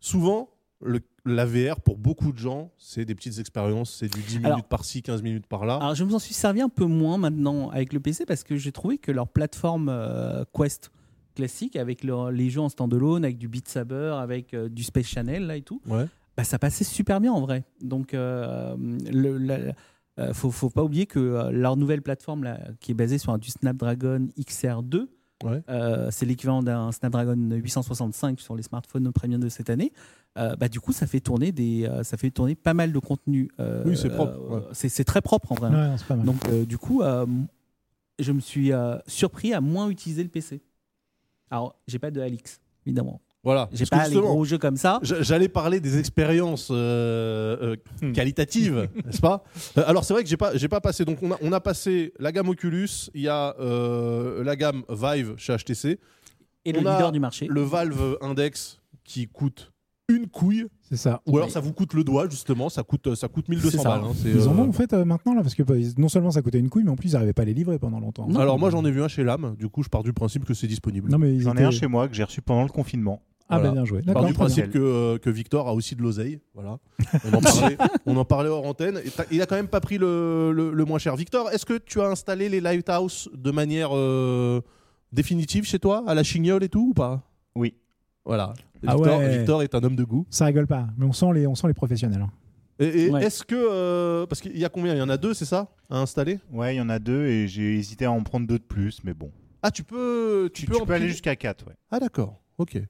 [SPEAKER 1] souvent le, la VR pour beaucoup de gens, c'est des petites expériences, c'est du 10
[SPEAKER 2] Alors- Ah.
[SPEAKER 1] minutes par-ci, 15 minutes par-là.
[SPEAKER 2] Alors, je me suis servi un peu moins maintenant avec le PC parce que j'ai trouvé que leur plateforme euh, Quest classique, avec leur- les jeux en standalone, avec du Beat Saber, avec euh, du Space Channel là et tout,
[SPEAKER 1] Ouais.
[SPEAKER 2] bah, ça passait super bien en vrai. Donc, euh, le, la- euh, faut, faut pas oublier que euh, leur nouvelle plateforme là, qui est basée sur un, du Snapdragon XR2,
[SPEAKER 1] Ouais.
[SPEAKER 2] euh, c'est l'équivalent d'un Snapdragon 865 sur les smartphones premium de cette année. euh, bah, du coup, ça fait tourner des, euh, ça fait tourner pas mal de contenu. euh,
[SPEAKER 1] Oui, c'est propre,
[SPEAKER 2] euh,
[SPEAKER 1] ouais.
[SPEAKER 2] c'est c'est très propre en vrai.
[SPEAKER 3] Ouais, non, c'est pas mal.
[SPEAKER 2] Donc, euh, du coup, euh, je me suis euh, surpris à moins utiliser le PC. Alors, j'ai pas de Alix, évidemment.
[SPEAKER 1] Voilà.
[SPEAKER 2] J'ai
[SPEAKER 1] Parce que
[SPEAKER 2] pas les
[SPEAKER 1] justement,
[SPEAKER 2] gros jeux comme ça.
[SPEAKER 1] j'a- J'allais parler des expériences euh,
[SPEAKER 2] Hmm.
[SPEAKER 1] euh, qualitatives, n'est-ce pas Euh, Alors c'est vrai que j'ai pas, j'ai pas passé. Donc on a, on a passé la gamme Oculus, il y a euh, la gamme Vive chez HTC,
[SPEAKER 2] Et le
[SPEAKER 1] on a
[SPEAKER 2] leader du marché.
[SPEAKER 1] le Valve Index qui coûte une couille,
[SPEAKER 3] C'est ça.
[SPEAKER 1] ou alors ça vous coûte le doigt justement, ça coûte, ça coûte 1200
[SPEAKER 2] C'est ça.
[SPEAKER 1] balles. hein, c'est,
[SPEAKER 3] Ils en
[SPEAKER 1] euh,
[SPEAKER 3] ont en fait euh, maintenant là parce que bah, ils- non seulement ça coûtait une couille mais en plus ils n'arrivaient pas à les livrer pendant longtemps.
[SPEAKER 2] Non.
[SPEAKER 1] Alors moi j'en ai vu un chez Lame, du coup je pars du principe que c'est disponible.
[SPEAKER 3] Non mais ils
[SPEAKER 5] J'en ai
[SPEAKER 3] étaient-
[SPEAKER 5] un chez moi que j'ai reçu pendant le confinement.
[SPEAKER 3] Ah
[SPEAKER 1] Voilà.
[SPEAKER 3] bah bien joué.
[SPEAKER 1] je
[SPEAKER 3] D'accord.
[SPEAKER 1] pars du
[SPEAKER 3] très bien.
[SPEAKER 1] principe que, euh, que Victor a aussi de l'oseille, voilà. On en parlait, on en parlait hors antenne. Et t'as- il a quand même pas pris le, le- le moins cher. Victor, est-ce que tu as installé les Lighthouse de manière euh, définitive chez toi, à la chignole et tout ou pas
[SPEAKER 5] Oui.
[SPEAKER 1] Voilà.
[SPEAKER 3] Ah
[SPEAKER 1] Victor,
[SPEAKER 3] ouais.
[SPEAKER 1] Victor est un homme de goût.
[SPEAKER 3] Ça rigole pas, mais on sent les, on sent les professionnels. hein.
[SPEAKER 1] Et, et
[SPEAKER 2] Ouais.
[SPEAKER 1] est-ce que euh, parce qu'il y a combien Il y en a deux, c'est ça, à installer
[SPEAKER 5] Ouais, il y en a deux et j'ai hésité à en prendre deux de plus, mais bon.
[SPEAKER 1] Ah, tu peux, tu,
[SPEAKER 5] Tu,
[SPEAKER 1] peux,
[SPEAKER 5] tu
[SPEAKER 1] en
[SPEAKER 5] peux aller
[SPEAKER 1] plus-
[SPEAKER 5] jusqu'à 4, ouais.
[SPEAKER 1] Ah d'accord, ok.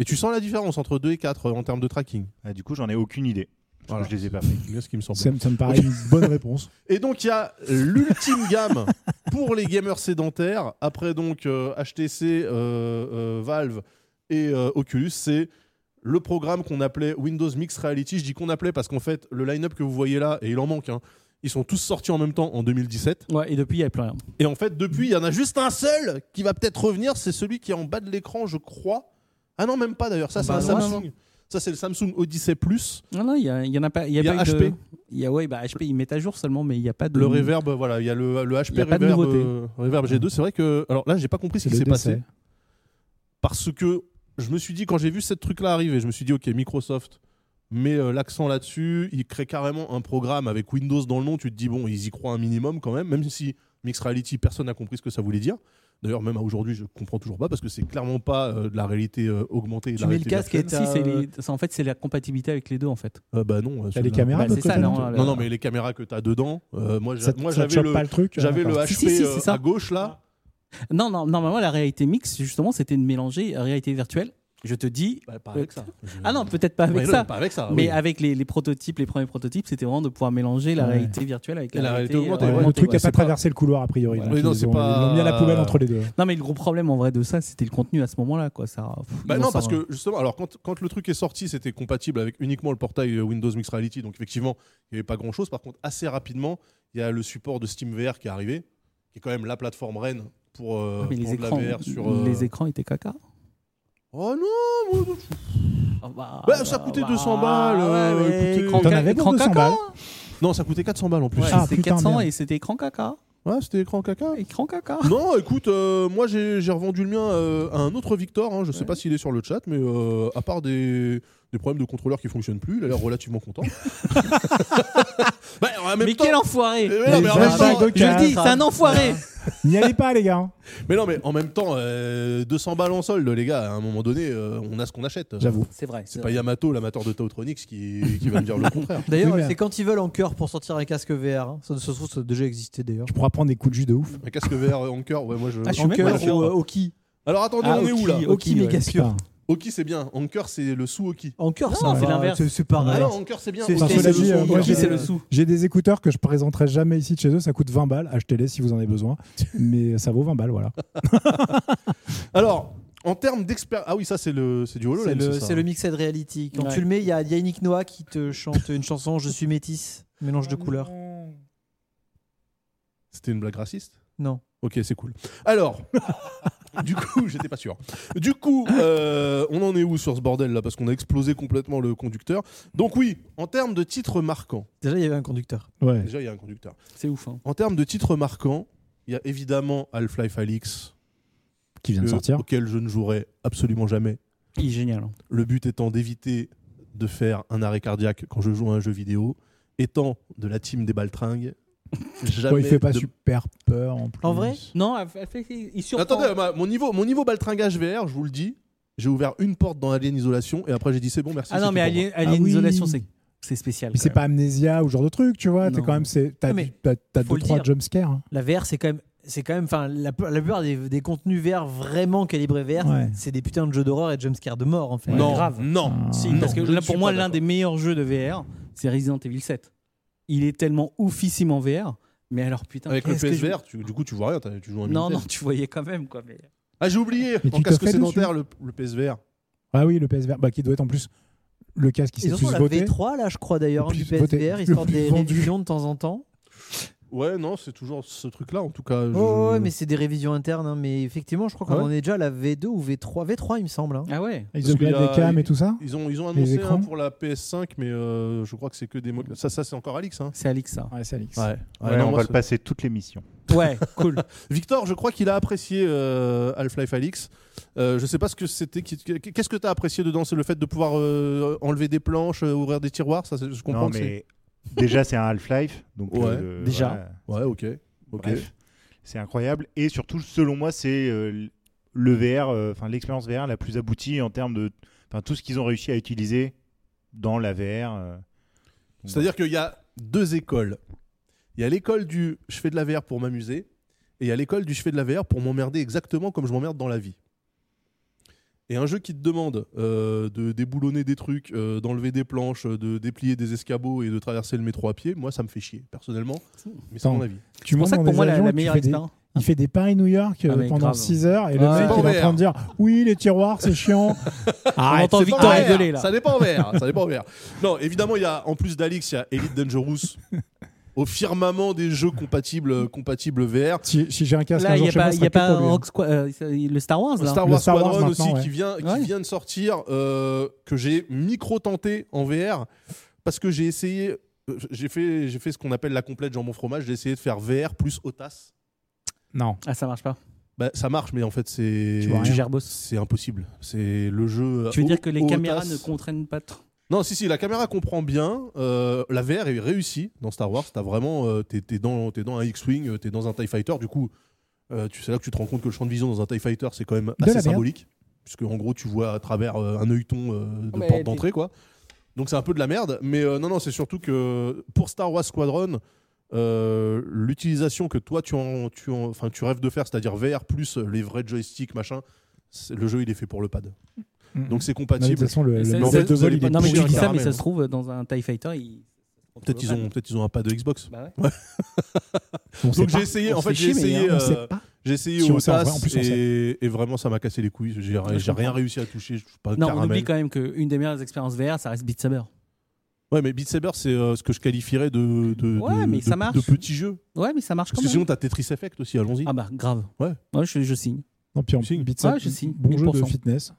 [SPEAKER 1] Et tu sens la différence entre 2 et 4 en termes de tracking
[SPEAKER 5] Ah, du coup, j'en ai aucune idée. Parce
[SPEAKER 1] Voilà.
[SPEAKER 5] que je les ai pas fait.
[SPEAKER 1] C'est bien ce qui me semble.
[SPEAKER 3] Ça, me- ça me paraît une bonne réponse.
[SPEAKER 1] Et donc il y a l'ultime gamme pour les gamers sédentaires. Après donc euh, HTC, euh, euh, Valve et euh, Oculus, c'est le programme qu'on appelait Windows Mixed Reality. Je dis qu'on appelait parce qu'en fait le line-up que vous voyez là, et il en manque, hein, ils sont tous sortis en même temps en 2017.
[SPEAKER 2] Ouais, et depuis, il n'y a plus rien.
[SPEAKER 1] Et en fait depuis, il y en a juste un seul qui va peut-être revenir, c'est celui qui est en bas de l'écran, je crois. Ah non, même pas d'ailleurs, ça
[SPEAKER 2] En
[SPEAKER 1] c'est
[SPEAKER 2] bas
[SPEAKER 1] un
[SPEAKER 2] à droite.
[SPEAKER 1] Samsung. Ça c'est le Samsung Odyssey Plus.
[SPEAKER 2] Non, non, il y, a- il y en a pas. Il y a,
[SPEAKER 1] Il y a
[SPEAKER 2] pas eu de-
[SPEAKER 1] HP.
[SPEAKER 2] Il y a, ouais, bah, HP, ils mettent à jour seulement, mais il n'y a pas de.
[SPEAKER 3] Mmh.
[SPEAKER 1] Le reverb, voilà, il y a le, le HP
[SPEAKER 2] Y a pas de
[SPEAKER 1] reverb,
[SPEAKER 2] nouveauté.
[SPEAKER 1] euh, reverb G2. C'est vrai que. Alors là, j'ai pas compris ce qui
[SPEAKER 3] le
[SPEAKER 1] s'est
[SPEAKER 3] décès.
[SPEAKER 1] passé. Parce que je me suis dit, quand j'ai vu ce truc-là arriver, je me suis dit, OK, Microsoft met euh, l'accent là-dessus. Il crée carrément un programme avec Windows dans le nom. Tu te dis, bon, ils y croient un minimum quand même, même si Mixed Reality, personne n'a compris ce que ça voulait dire. D'ailleurs, même à aujourd'hui, je comprends toujours pas parce que c'est clairement pas euh, de la réalité euh, augmentée. et de
[SPEAKER 4] Tu
[SPEAKER 1] la
[SPEAKER 4] mets le
[SPEAKER 1] réalité
[SPEAKER 4] casque et
[SPEAKER 1] virtuelle.
[SPEAKER 4] t'as-
[SPEAKER 2] Si, c'est les- c'est- En fait, c'est la compatibilité avec les deux, en fait.
[SPEAKER 1] Euh, bah non. euh,
[SPEAKER 3] T'as les
[SPEAKER 1] celui-là.
[SPEAKER 3] caméras
[SPEAKER 2] Bah,
[SPEAKER 3] de
[SPEAKER 2] c'est
[SPEAKER 3] l'autre
[SPEAKER 2] ça,
[SPEAKER 3] côté,
[SPEAKER 2] non,
[SPEAKER 3] toi
[SPEAKER 2] là.
[SPEAKER 1] Non, non, mais les caméras que t'as dedans. euh, moi, j'a-
[SPEAKER 3] Ça,
[SPEAKER 1] moi,
[SPEAKER 3] ça te
[SPEAKER 1] j'avais
[SPEAKER 3] choque
[SPEAKER 1] le,
[SPEAKER 3] pas le truc.
[SPEAKER 1] j'avais
[SPEAKER 3] hein,
[SPEAKER 1] le
[SPEAKER 3] d'accord.
[SPEAKER 1] HP
[SPEAKER 2] Si, si, si,
[SPEAKER 1] euh,
[SPEAKER 2] c'est ça.
[SPEAKER 1] à gauche là.
[SPEAKER 2] Non, non, normalement, la réalité mixte, justement, c'était de mélanger réalité virtuelle. Je te dis.
[SPEAKER 1] Bah, pas
[SPEAKER 2] avec
[SPEAKER 1] ça.
[SPEAKER 2] Ah non, peut-être pas avec
[SPEAKER 1] Ouais, non,
[SPEAKER 2] ça.
[SPEAKER 1] Pas avec ça.
[SPEAKER 2] Mais
[SPEAKER 1] oui.
[SPEAKER 2] avec les, les prototypes, les premiers prototypes, c'était vraiment de pouvoir mélanger la
[SPEAKER 3] Ouais.
[SPEAKER 2] réalité virtuelle avec
[SPEAKER 1] Et
[SPEAKER 2] la,
[SPEAKER 1] la réalité augmentée,
[SPEAKER 2] euh,
[SPEAKER 1] ouais.
[SPEAKER 3] le truc
[SPEAKER 1] ouais,
[SPEAKER 3] n'a
[SPEAKER 1] c'est
[SPEAKER 3] pas
[SPEAKER 1] pas-
[SPEAKER 3] traversé le couloir a priori.
[SPEAKER 1] Ouais.
[SPEAKER 3] là.
[SPEAKER 1] Oui, non,
[SPEAKER 3] Ils
[SPEAKER 1] c'est
[SPEAKER 3] ont-
[SPEAKER 1] pas-
[SPEAKER 3] Ils l'ont mis à la poubelle entre les deux.
[SPEAKER 2] Non, mais le gros problème en vrai de ça, c'était le contenu à ce moment-là, quoi. Ça. hein. pff,
[SPEAKER 1] Bah
[SPEAKER 2] ils
[SPEAKER 1] non,
[SPEAKER 2] vont
[SPEAKER 1] parce
[SPEAKER 2] s'en-
[SPEAKER 1] que justement, alors quand, quand le truc est sorti, c'était compatible avec uniquement le portail euh, Windows Mixed Reality, donc effectivement, il n'y avait pas grand chose. Par contre, assez rapidement, il y a le support de SteamVR qui est arrivé, qui est quand même la plateforme reine pour, euh,
[SPEAKER 2] Ah,
[SPEAKER 1] pour
[SPEAKER 2] Mais les
[SPEAKER 1] de la
[SPEAKER 2] écrans,
[SPEAKER 1] VR sur. euh,
[SPEAKER 2] les écrans étaient caca.
[SPEAKER 1] Oh non moi, je-
[SPEAKER 2] Ah bah,
[SPEAKER 1] Bah, ça coûtait 200 balles, euh, écoutez.
[SPEAKER 2] écran
[SPEAKER 3] T'en
[SPEAKER 2] ca-
[SPEAKER 3] avais pour
[SPEAKER 2] écran
[SPEAKER 3] 200
[SPEAKER 2] caca.
[SPEAKER 3] balles
[SPEAKER 1] Non, ça coûtait 400 balles en plus.
[SPEAKER 2] Ouais,
[SPEAKER 3] Ah,
[SPEAKER 2] c'était
[SPEAKER 3] putain,
[SPEAKER 2] 400
[SPEAKER 3] merde.
[SPEAKER 2] et c'était écran caca.
[SPEAKER 1] Ouais, c'était écran caca.
[SPEAKER 2] Écran caca.
[SPEAKER 1] Non, écoute, euh, moi j'ai j'ai revendu le mien euh, à un autre Victor. hein, je sais pas s'il est sur le chat, mais euh, à part des, des problèmes de contrôleur qui fonctionnent plus, il a l'air relativement content. Bah, en même
[SPEAKER 2] Mais
[SPEAKER 1] temps-
[SPEAKER 2] quel enfoiré
[SPEAKER 1] Euh, ouais, non, mais en
[SPEAKER 3] Les
[SPEAKER 1] même
[SPEAKER 3] vaches
[SPEAKER 1] temps-
[SPEAKER 3] de
[SPEAKER 2] Je le dis,
[SPEAKER 3] quatre.
[SPEAKER 2] c'est un enfoiré
[SPEAKER 3] N'y allez pas, les gars. hein.
[SPEAKER 1] mais non, mais en même temps, euh, 200 balles en solde, les gars, à un moment donné, euh, on a ce qu'on achète.
[SPEAKER 3] J'avoue.
[SPEAKER 2] C'est vrai.
[SPEAKER 1] C'est pas Yamato, l'amateur de Tautronix, qui, qui va me dire le contraire.
[SPEAKER 4] D'ailleurs,
[SPEAKER 3] Oui, mais-
[SPEAKER 4] c'est quand ils veulent en cœur pour sortir un casque VR. hein. Ça, ça se trouve, ça a déjà existé d'ailleurs.
[SPEAKER 3] Tu pourras prendre des coups de jus de ouf.
[SPEAKER 1] Un casque VR en cœur, ouais, moi je.
[SPEAKER 3] Ah, je suis
[SPEAKER 4] en
[SPEAKER 3] même pas
[SPEAKER 4] cœur
[SPEAKER 3] sûr.
[SPEAKER 4] ou euh, Oki
[SPEAKER 1] Alors attendez,
[SPEAKER 2] Ah,
[SPEAKER 1] on est
[SPEAKER 2] Oki,
[SPEAKER 1] où là
[SPEAKER 2] Oki.
[SPEAKER 4] Oki, mes
[SPEAKER 2] ouais.
[SPEAKER 4] casques.
[SPEAKER 3] Putain.
[SPEAKER 1] Oki, c'est bien. En cœur, c'est le sous Oki.
[SPEAKER 4] En cœur,
[SPEAKER 2] Non,
[SPEAKER 4] ça va,
[SPEAKER 2] c'est
[SPEAKER 4] hein.
[SPEAKER 2] l'inverse.
[SPEAKER 4] C'est c'est pareil.
[SPEAKER 1] Ah non, en cœur, c'est bien.
[SPEAKER 4] C'est-
[SPEAKER 1] Oki,
[SPEAKER 3] c'est-
[SPEAKER 1] le
[SPEAKER 3] cela dit,
[SPEAKER 1] sous
[SPEAKER 3] moi,
[SPEAKER 1] Oki.
[SPEAKER 3] j'ai-
[SPEAKER 2] Qui c'est le sou
[SPEAKER 3] J'ai des écouteurs que je présenterai jamais ici de chez eux. Ça coûte 20 balles. Achetez-les si vous en avez besoin. Mais ça vaut 20 balles, voilà.
[SPEAKER 1] Alors, en termes d'expérience. Ah oui, ça, c'est le... c'est du HoloLens.
[SPEAKER 4] C'est le,
[SPEAKER 1] ça. hein.
[SPEAKER 4] c'est le mixed reality. Quand
[SPEAKER 2] Ouais.
[SPEAKER 4] tu le mets, il y a Yannick Noah qui te chante une chanson Je suis métisse, mélange de couleurs.
[SPEAKER 1] C'était une blague raciste
[SPEAKER 4] Non.
[SPEAKER 1] Ok, c'est cool. Alors, du coup, j'étais pas sûr. Du coup, euh, on en est où sur ce bordel là Parce qu'on a explosé complètement le conducteur. Donc, oui, en termes de titres marquants,
[SPEAKER 4] Déjà, il y avait un conducteur.
[SPEAKER 3] Ouais.
[SPEAKER 1] déjà il y a un conducteur.
[SPEAKER 2] C'est ouf. hein.
[SPEAKER 1] En termes de titres marquants, il y a évidemment Half-Life Alix,
[SPEAKER 3] Qui vient de
[SPEAKER 1] que-
[SPEAKER 3] sortir.
[SPEAKER 1] auquel je ne jouerai absolument jamais.
[SPEAKER 2] Il est génial. hein.
[SPEAKER 1] Le but étant d'éviter de faire un arrêt cardiaque quand je joue à un jeu vidéo, étant de la team des baltringues. Jamais
[SPEAKER 3] Ouais, il fait pas
[SPEAKER 1] de-
[SPEAKER 3] super peur en plus.
[SPEAKER 4] En vrai
[SPEAKER 2] Non, elle fait- il surprend. Ah,
[SPEAKER 1] Attendez, ma- mon, niveau, mon niveau baltringage VR, je vous le dis, j'ai ouvert une porte dans Alien Isolation et après j'ai dit c'est bon, merci.
[SPEAKER 2] Ah
[SPEAKER 1] c'est
[SPEAKER 2] non,
[SPEAKER 1] tout
[SPEAKER 2] mais
[SPEAKER 1] pour moi.
[SPEAKER 2] Alien,
[SPEAKER 3] Ah oui.
[SPEAKER 2] Isolation, c'est- c'est spécial.
[SPEAKER 3] Mais c'est
[SPEAKER 2] quand
[SPEAKER 3] pas amnésia ou ce genre de truc, tu vois. T'es
[SPEAKER 2] Non.
[SPEAKER 3] quand même, c'est- t'as
[SPEAKER 4] Ah, mais
[SPEAKER 3] du- t'as- t'as
[SPEAKER 4] faut
[SPEAKER 3] deux
[SPEAKER 4] le
[SPEAKER 3] trois
[SPEAKER 4] dire.
[SPEAKER 3] jumpscares. hein.
[SPEAKER 4] La VR, c'est quand même. C'est quand même, enfin, la, la plupart des, des contenus VR vraiment calibrés VR,
[SPEAKER 3] Ouais.
[SPEAKER 4] c'est des putains de jeux d'horreur et de jumpscares de mort en fait.
[SPEAKER 2] même.
[SPEAKER 1] Non,
[SPEAKER 2] Ouais, grave.
[SPEAKER 1] non.
[SPEAKER 3] Ah.
[SPEAKER 2] Si,
[SPEAKER 1] Non,
[SPEAKER 2] parce que
[SPEAKER 1] je ne
[SPEAKER 2] là,
[SPEAKER 1] suis
[SPEAKER 2] pour moi,
[SPEAKER 1] pas
[SPEAKER 2] l'un des meilleurs jeux de VR, c'est Resident Evil 7. Il est tellement oufissime en VR, mais alors putain.
[SPEAKER 1] Avec le
[SPEAKER 2] qu'est-ce que je-
[SPEAKER 1] PSVR, tu- du coup, tu vois rien, t'as- tu joues un
[SPEAKER 2] Non, non,
[SPEAKER 1] Minitel.
[SPEAKER 2] tu voyais quand même, quoi. Mais...
[SPEAKER 1] Ah, j'ai oublié,
[SPEAKER 3] Mais
[SPEAKER 1] en
[SPEAKER 3] tu te
[SPEAKER 1] casque
[SPEAKER 3] fais
[SPEAKER 1] sédentaire, le, le PSVR.
[SPEAKER 3] Ah oui, le PSVR, bah, qui doit être en plus le casque qui s'est
[SPEAKER 4] Ils
[SPEAKER 3] le
[SPEAKER 4] ont
[SPEAKER 3] plus
[SPEAKER 4] la
[SPEAKER 3] voté.
[SPEAKER 4] V3 là, je crois d'ailleurs,
[SPEAKER 3] Le
[SPEAKER 4] hein, du
[SPEAKER 3] plus voté,
[SPEAKER 4] PSVR,
[SPEAKER 3] le
[SPEAKER 4] ils sortent
[SPEAKER 3] plus
[SPEAKER 4] des
[SPEAKER 3] vendu.
[SPEAKER 4] révisions de temps en temps.
[SPEAKER 1] Ouais, non, c'est toujours ce truc-là, en tout cas. je-
[SPEAKER 4] Oh, ouais, mais c'est des révisions internes, hein, mais effectivement, je crois qu'on
[SPEAKER 1] Ah ouais
[SPEAKER 4] en est déjà à la V2 ou V3. V3, il me semble. hein.
[SPEAKER 2] Ah ouais
[SPEAKER 3] Ils
[SPEAKER 1] Parce
[SPEAKER 3] upgradent
[SPEAKER 1] qu'il y a-
[SPEAKER 3] les cams et tout ça.
[SPEAKER 1] euh, Ils ont, ils ont
[SPEAKER 3] Les
[SPEAKER 1] annoncé
[SPEAKER 3] écrans
[SPEAKER 1] un pour la PS5, mais euh, je crois que c'est que des mots. Ça, ça c'est encore Alix. Hein.
[SPEAKER 2] C'est Alix, ça.
[SPEAKER 3] Ouais, c'est Alix.
[SPEAKER 1] Ouais,
[SPEAKER 5] Ouais,
[SPEAKER 1] non,
[SPEAKER 5] on
[SPEAKER 1] moi,
[SPEAKER 5] va
[SPEAKER 1] c'est-
[SPEAKER 5] le passer toute l'émission.
[SPEAKER 2] Ouais, cool.
[SPEAKER 1] Victor, je crois qu'il a apprécié euh, Half-Life Alix. Euh, je sais pas ce que c'était. qui- Qu'est-ce que t'as apprécié dedans C'est le fait de pouvoir euh, enlever des planches, euh, ouvrir des tiroirs. Ça, c'est- je comprends.
[SPEAKER 5] Non,
[SPEAKER 1] que
[SPEAKER 5] mais déjà, c'est un Half-Life. Donc,
[SPEAKER 1] Ouais,
[SPEAKER 5] euh,
[SPEAKER 2] déjà.
[SPEAKER 5] voilà.
[SPEAKER 1] c'est- Ouais, ok. ok.
[SPEAKER 5] Bref, c'est incroyable. Et surtout, selon moi, c'est euh, le VR, euh, enfin l'expérience VR la plus aboutie en termes de, enfin tout ce qu'ils ont réussi à utiliser dans la VR. euh. Donc,
[SPEAKER 1] C'est-à-dire qu'il y a deux écoles. Il y a l'école du je fais de la VR pour m'amuser et il y a l'école du je fais de la VR pour m'emmerder exactement comme je m'emmerde dans la vie. Et un jeu qui te demande euh, de déboulonner des trucs, euh, d'enlever des planches, de déplier des escabeaux et de traverser le métro à pied, moi ça me fait chier personnellement, mais c'est
[SPEAKER 3] Attends.
[SPEAKER 1] mon avis.
[SPEAKER 3] Tu
[SPEAKER 2] C'est pour
[SPEAKER 3] montes
[SPEAKER 2] ça que
[SPEAKER 3] dans
[SPEAKER 2] pour
[SPEAKER 3] des
[SPEAKER 2] moi, la,
[SPEAKER 3] avions,
[SPEAKER 2] la
[SPEAKER 3] tu
[SPEAKER 2] meilleure
[SPEAKER 3] fais des-
[SPEAKER 2] expérience.
[SPEAKER 3] Il fait des Paris-New York euh,
[SPEAKER 2] Ah, mais
[SPEAKER 3] pendant
[SPEAKER 2] grave.
[SPEAKER 3] 6 heures et le
[SPEAKER 2] Ah,
[SPEAKER 3] mec
[SPEAKER 1] c'est
[SPEAKER 3] il
[SPEAKER 1] pas
[SPEAKER 3] est en train
[SPEAKER 1] vert.
[SPEAKER 3] de dire Oui, les tiroirs, c'est chiant.
[SPEAKER 2] On
[SPEAKER 3] Arrête.
[SPEAKER 2] entend
[SPEAKER 1] Ah, C'est
[SPEAKER 2] Victor
[SPEAKER 1] pas vert,
[SPEAKER 2] rigoler, là.
[SPEAKER 1] Ça dépend en vert, ça dépend en vert. Non, évidemment, il y a en plus d'Alix, il y a Elite Dangerous au firmament des jeux compatibles compatibles VR.
[SPEAKER 3] Si, si j'ai un casque,
[SPEAKER 2] Là,
[SPEAKER 3] un
[SPEAKER 2] il
[SPEAKER 3] jour
[SPEAKER 2] n'y a
[SPEAKER 3] chez moi,
[SPEAKER 2] pas,
[SPEAKER 3] ce
[SPEAKER 2] y a
[SPEAKER 3] sera que
[SPEAKER 2] pas
[SPEAKER 3] pour lui, hein.
[SPEAKER 2] Rock Squa- euh, c'est- le Star Wars, là.
[SPEAKER 1] Star
[SPEAKER 3] Le
[SPEAKER 1] Wars
[SPEAKER 3] Star Wars
[SPEAKER 1] Squadron aussi
[SPEAKER 3] maintenant,
[SPEAKER 1] qui, vient, qui
[SPEAKER 2] Ouais.
[SPEAKER 1] vient de sortir, euh, que j'ai micro-tenté en VR, parce que j'ai essayé, euh, j'ai fait, j'ai fait ce qu'on appelle la complète jambon fromage, j'ai essayé de faire VR plus OTAS.
[SPEAKER 3] Non.
[SPEAKER 2] Ah, ça marche pas.
[SPEAKER 1] Bah, ça marche, mais en fait, c'est
[SPEAKER 3] Tu vois
[SPEAKER 2] Tu
[SPEAKER 3] rien.
[SPEAKER 2] gères boss.
[SPEAKER 1] c'est impossible. C'est le jeu.
[SPEAKER 2] Tu veux
[SPEAKER 1] au-
[SPEAKER 2] dire que les
[SPEAKER 1] au
[SPEAKER 2] caméras
[SPEAKER 1] OTAS.
[SPEAKER 2] ne contraignent pas trop
[SPEAKER 1] Non, si, si, la caméra comprend bien. euh, la VR est réussie dans Star Wars. T'as vraiment, euh, t'es t'es dans, t'es dans un X-wing, euh, t'es dans un Tie Fighter. Du coup, euh, tu c'est là que tu te rends compte que le champ de vision dans un Tie Fighter c'est quand même
[SPEAKER 3] De la
[SPEAKER 1] assez
[SPEAKER 3] merde.
[SPEAKER 1] symbolique, puisque en gros tu vois à travers euh, un œilleton euh, de
[SPEAKER 2] Mais
[SPEAKER 1] porte
[SPEAKER 2] t'es-
[SPEAKER 1] d'entrée quoi. Donc c'est un peu de la merde. Mais euh, non, non, c'est surtout que pour Star Wars Squadron. euh, l'utilisation que toi tu en, tu en- enfin tu rêves de faire c'est-à-dire VR plus les vrais joysticks machin c'est- le jeu il est fait pour le pad donc
[SPEAKER 3] Mm.
[SPEAKER 1] c'est
[SPEAKER 3] Non, mais de
[SPEAKER 1] compatible
[SPEAKER 3] toute façon, le,
[SPEAKER 2] Mais
[SPEAKER 3] le
[SPEAKER 2] c'est-
[SPEAKER 1] en
[SPEAKER 3] modèle
[SPEAKER 1] fait,
[SPEAKER 3] de
[SPEAKER 1] vous
[SPEAKER 3] vol,
[SPEAKER 1] allez
[SPEAKER 3] il est
[SPEAKER 1] pas
[SPEAKER 2] Non, mais
[SPEAKER 1] pourri,
[SPEAKER 2] tu
[SPEAKER 1] hein,
[SPEAKER 3] pourri.
[SPEAKER 2] dis ça, mais
[SPEAKER 1] carrément.
[SPEAKER 2] ça se trouve, dans un TIE Fighter, ils.
[SPEAKER 1] peut-être ils ont peut-être ils ont un pad de Xbox
[SPEAKER 2] Bah ouais.
[SPEAKER 3] On sait
[SPEAKER 1] Donc
[SPEAKER 3] pas.
[SPEAKER 1] j'ai essayé,
[SPEAKER 2] On
[SPEAKER 1] en
[SPEAKER 2] se
[SPEAKER 1] fait,
[SPEAKER 2] fait
[SPEAKER 1] j'ai
[SPEAKER 2] chier, mais
[SPEAKER 1] essayé,
[SPEAKER 3] on sait
[SPEAKER 1] euh,
[SPEAKER 3] pas.
[SPEAKER 1] j'ai essayé
[SPEAKER 3] Si on
[SPEAKER 1] au
[SPEAKER 3] sait, en vrai,
[SPEAKER 1] TAS
[SPEAKER 3] en plus, on
[SPEAKER 1] et, et vraiment ça m'a cassé les couilles. J'ai
[SPEAKER 2] je
[SPEAKER 1] j'ai rien
[SPEAKER 2] comprends.
[SPEAKER 1] réussi à toucher. Je suis pas un
[SPEAKER 2] Non, on
[SPEAKER 1] caramel.
[SPEAKER 2] oublie quand même qu'une des meilleures expériences VR, ça reste Beat Saber.
[SPEAKER 1] Ouais, mais Beat Saber, c'est euh, ce que je qualifierais de de,
[SPEAKER 2] Ouais,
[SPEAKER 1] de-
[SPEAKER 2] mais
[SPEAKER 1] de-
[SPEAKER 2] ça marche.
[SPEAKER 1] de petit jeu.
[SPEAKER 2] Ouais, mais ça marche quand
[SPEAKER 1] Parce que
[SPEAKER 2] même.
[SPEAKER 1] sinon t'as Tetris Effect aussi. Allons-y.
[SPEAKER 2] Ah bah, grave.
[SPEAKER 1] Ouais.
[SPEAKER 2] Moi, je, je signe.
[SPEAKER 3] Non, puis en
[SPEAKER 1] Signe.
[SPEAKER 3] Beat Saber,
[SPEAKER 2] Ouais, je signe.
[SPEAKER 3] bon jeu de
[SPEAKER 2] 1000%.
[SPEAKER 3] fitness.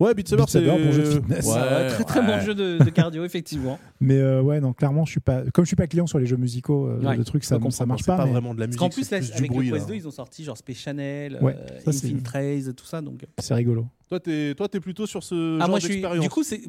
[SPEAKER 1] ouais, Beat Saber,
[SPEAKER 3] Beat
[SPEAKER 1] c'est
[SPEAKER 3] Saber, bon jeu de fitness.
[SPEAKER 1] Ouais,
[SPEAKER 2] Ah, très très bon
[SPEAKER 1] ouais.
[SPEAKER 2] jeu de, de cardio, effectivement.
[SPEAKER 3] Mais euh, ouais, non, clairement, je suis pas. Comme je suis pas client sur les jeux musicaux, euh,
[SPEAKER 2] Ouais,
[SPEAKER 3] le truc ça,
[SPEAKER 2] je comprends,
[SPEAKER 3] ça marche
[SPEAKER 1] C'est pas,
[SPEAKER 3] pas. mais
[SPEAKER 1] vraiment de la
[SPEAKER 2] Parce
[SPEAKER 1] musique.
[SPEAKER 2] qu'en plus,
[SPEAKER 1] c'est
[SPEAKER 2] là,
[SPEAKER 1] plus du
[SPEAKER 2] avec
[SPEAKER 1] bruit.
[SPEAKER 2] le
[SPEAKER 1] là.
[SPEAKER 2] PS2, ils ont sorti genre Space Channel,
[SPEAKER 3] Ouais,
[SPEAKER 2] euh,
[SPEAKER 3] ça, c'est-
[SPEAKER 2] Infinite Trace, tout ça. Donc... euh,
[SPEAKER 3] C'est rigolo.
[SPEAKER 1] Toi, t'es toi, t'es plutôt sur ce
[SPEAKER 2] Ah,
[SPEAKER 1] genre
[SPEAKER 2] moi, je suis.
[SPEAKER 1] d'expérience.
[SPEAKER 2] Du coup, c'est.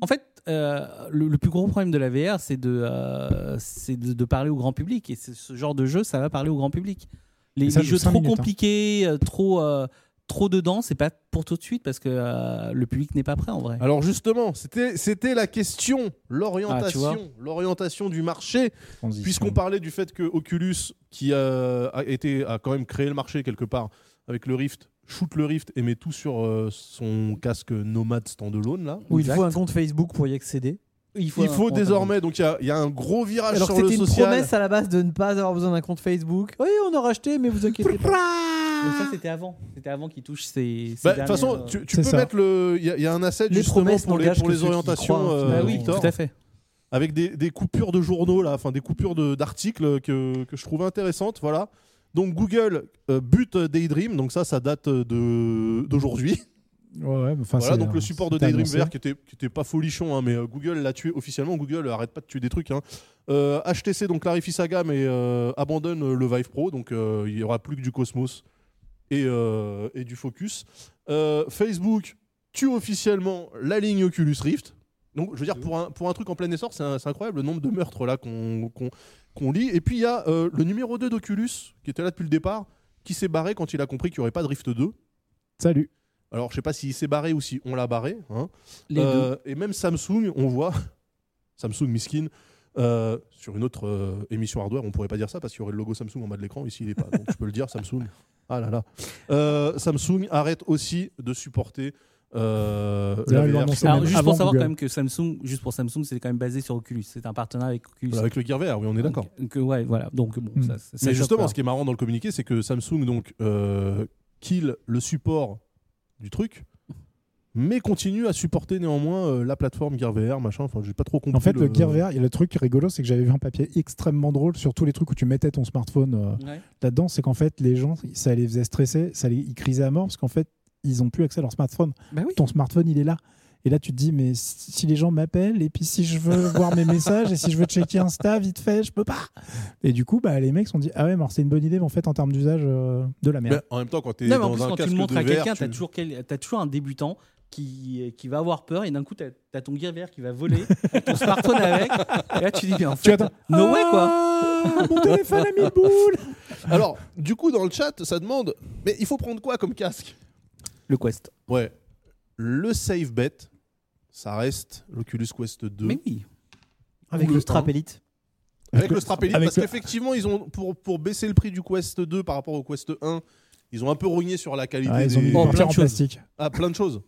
[SPEAKER 2] En fait, euh, le, le plus gros problème de la VR, c'est de, euh, c'est de, de parler au grand public. Et c'est ce genre de jeu, ça va parler au grand public. Les,
[SPEAKER 3] Et ça
[SPEAKER 2] les
[SPEAKER 3] joue
[SPEAKER 2] jeux
[SPEAKER 3] cinq
[SPEAKER 2] trop
[SPEAKER 3] minutes, hein.
[SPEAKER 2] compliqués, euh, trop, euh, trop dedans, c'est pas pour tout de suite parce que euh, le public n'est pas prêt en vrai.
[SPEAKER 1] Alors justement, c'était c'était la question,
[SPEAKER 2] Ah, tu
[SPEAKER 1] l'orientation, l'orientation du marché.
[SPEAKER 5] Transition.
[SPEAKER 1] Puisqu'on parlait du fait que Oculus, qui euh, a, été, a quand même créé le marché quelque part avec le Rift, shoot le Rift et met tout sur euh, son casque nomade standalone là.
[SPEAKER 4] Où il
[SPEAKER 2] Exact.
[SPEAKER 4] faut un compte Facebook pour y accéder.
[SPEAKER 1] Il
[SPEAKER 2] un-
[SPEAKER 1] faut
[SPEAKER 2] un-
[SPEAKER 1] désormais, donc il y a- il y, a un gros virage
[SPEAKER 4] Alors que
[SPEAKER 1] sur le
[SPEAKER 4] c'était une
[SPEAKER 1] social.
[SPEAKER 4] promesse à la base de ne pas avoir besoin d'un compte Facebook. Oui, on a racheté, mais vous inquiétez pas.
[SPEAKER 2] Donc ça, c'était avant. C'était avant qu'il touche
[SPEAKER 1] Bah, De
[SPEAKER 2] ses. ses
[SPEAKER 1] toute
[SPEAKER 2] dernières,
[SPEAKER 1] façon,
[SPEAKER 2] euh,
[SPEAKER 1] tu, tu
[SPEAKER 3] C'est
[SPEAKER 1] peux
[SPEAKER 3] ça.
[SPEAKER 1] mettre le. Il y, a- il y a un asset
[SPEAKER 4] Les
[SPEAKER 1] justement
[SPEAKER 4] promesses
[SPEAKER 1] pour les,
[SPEAKER 4] n'engagent
[SPEAKER 1] pour
[SPEAKER 4] que
[SPEAKER 1] les
[SPEAKER 4] ceux qui y
[SPEAKER 1] orientations,
[SPEAKER 4] croient, Ah
[SPEAKER 1] euh,
[SPEAKER 2] Bah
[SPEAKER 4] finalement.
[SPEAKER 2] oui,
[SPEAKER 1] Victor.
[SPEAKER 2] tout à fait.
[SPEAKER 1] avec des, des coupures de journaux là, enfin des coupures de- d'articles que, que je trouvais intéressantes, voilà. Donc Google euh, bute Daydream, donc ça, ça date euh, de d'aujourd'hui.
[SPEAKER 3] Ouais, ouais, mais enfin,
[SPEAKER 1] Voilà,
[SPEAKER 3] c'est-
[SPEAKER 1] donc le support de
[SPEAKER 3] c'était
[SPEAKER 1] Daydream
[SPEAKER 3] annoncé.
[SPEAKER 1] VR qui était, qui était pas folichon, hein, mais euh, Google l'a tué officiellement. Google euh, arrête pas de tuer des trucs. hein. Euh, HTC donc clarifie sa gamme et euh, abandonne euh, le Vive Pro, donc euh, il y aura plus que du Cosmos et, euh, et du Focus. Euh, Facebook tue officiellement la ligne Oculus Rift. Donc, je veux dire, pour un, pour un truc en plein essor, c'est un- c'est incroyable le nombre de meurtres là qu'on qu'on- qu'on lit. Et puis, il y a euh, le numéro 2 d'Oculus, qui était là depuis le départ, qui s'est barré quand il a compris qu'il n'y aurait pas de Rift 2.
[SPEAKER 3] Salut.
[SPEAKER 1] Alors, je sais pas s'il s'est barré ou si on l'a barré. hein.
[SPEAKER 2] Les deux.
[SPEAKER 1] Euh, Et même Samsung, on voit Samsung Miskin. euh, sur une autre euh, émission hardware, on pourrait pas dire ça parce qu'il y aurait le logo Samsung en bas de l'écran. Ici, il est pas. Donc, je peux le dire, Samsung. Ah là là. Euh, Samsung arrête aussi de supporter euh, la
[SPEAKER 3] Là, ils l'ont
[SPEAKER 1] VR.
[SPEAKER 3] annoncé
[SPEAKER 2] Alors,
[SPEAKER 3] même
[SPEAKER 2] juste
[SPEAKER 3] avant
[SPEAKER 2] pour savoir
[SPEAKER 3] Google.
[SPEAKER 2] quand même que Samsung, juste pour Samsung, c'est quand même basé sur Oculus. C'est un partenariat avec Oculus.
[SPEAKER 1] Avec le Gear VR, oui, on est d'accord.
[SPEAKER 2] Donc, euh, ouais, voilà. Donc bon,
[SPEAKER 3] Mm.
[SPEAKER 2] ça, ça- ça
[SPEAKER 1] Hmm. Mais
[SPEAKER 2] choque
[SPEAKER 1] justement,
[SPEAKER 2] pas.
[SPEAKER 1] ce qui est marrant dans le communiqué, c'est que Samsung donc euh, kill le support du truc, mais continue à supporter néanmoins euh, la plateforme Gear VR, machin. Enfin, j'ai pas trop compris.
[SPEAKER 3] En fait, le Gear VR, il y a le truc rigolo, c'est que j'avais vu un papier extrêmement drôle sur tous les trucs où tu mettais ton smartphone euh,
[SPEAKER 2] Ouais.
[SPEAKER 3] là-dedans. C'est qu'en fait, les gens, ça les faisait stresser, ça les, ils crisaient à mort parce qu'en fait, ils ont plus accès à leur smartphone.
[SPEAKER 2] Bah oui.
[SPEAKER 3] Ton smartphone, il est là. Et là, tu te dis, mais si les gens m'appellent, et puis si je veux voir mes messages, et si je veux checker Insta, vite fait, je peux pas. Et du coup, bah, les mecs se sont dit, ah ouais, mais alors c'est une bonne idée, mais en fait, en termes d'usage, euh, de la merde.
[SPEAKER 2] Bah,
[SPEAKER 1] en même temps, quand t'es
[SPEAKER 2] Non, mais
[SPEAKER 1] dans
[SPEAKER 2] en plus,
[SPEAKER 1] un
[SPEAKER 2] quand tu
[SPEAKER 1] casque
[SPEAKER 2] le montres
[SPEAKER 1] de
[SPEAKER 2] à
[SPEAKER 1] VR,
[SPEAKER 2] quelqu'un,
[SPEAKER 1] tu-
[SPEAKER 2] t'as toujours, quel- t'as toujours un débutant qui, qui va avoir peur et d'un coup, t'as as ton Gear VR qui va voler, ton smartphone avec. Et là, tu dis, mais en
[SPEAKER 3] Tu
[SPEAKER 2] fait,
[SPEAKER 3] attends.
[SPEAKER 2] no way, quoi.
[SPEAKER 3] Ah, Mon téléphone a mis le boule
[SPEAKER 1] Alors, du coup, dans le chat, ça demande. Mais il faut prendre quoi comme casque
[SPEAKER 2] Le Quest.
[SPEAKER 1] Ouais, le safe bet, ça reste l'Oculus Quest 2
[SPEAKER 2] Mais oui.
[SPEAKER 4] Avec
[SPEAKER 1] Ou
[SPEAKER 4] le
[SPEAKER 1] le
[SPEAKER 4] strap Elite.
[SPEAKER 1] avec le strap Elite,
[SPEAKER 3] avec
[SPEAKER 1] parce
[SPEAKER 3] le-
[SPEAKER 1] qu'effectivement, ils ont pour pour baisser le prix du Quest 2 par rapport au Quest 1. Ils ont un peu rogné sur la qualité
[SPEAKER 3] Ah, Ils ont mis
[SPEAKER 1] des...
[SPEAKER 3] des
[SPEAKER 2] Oh,
[SPEAKER 3] portières
[SPEAKER 2] plein de
[SPEAKER 3] en
[SPEAKER 2] choses.
[SPEAKER 3] plastique.
[SPEAKER 1] Ah, plein de choses.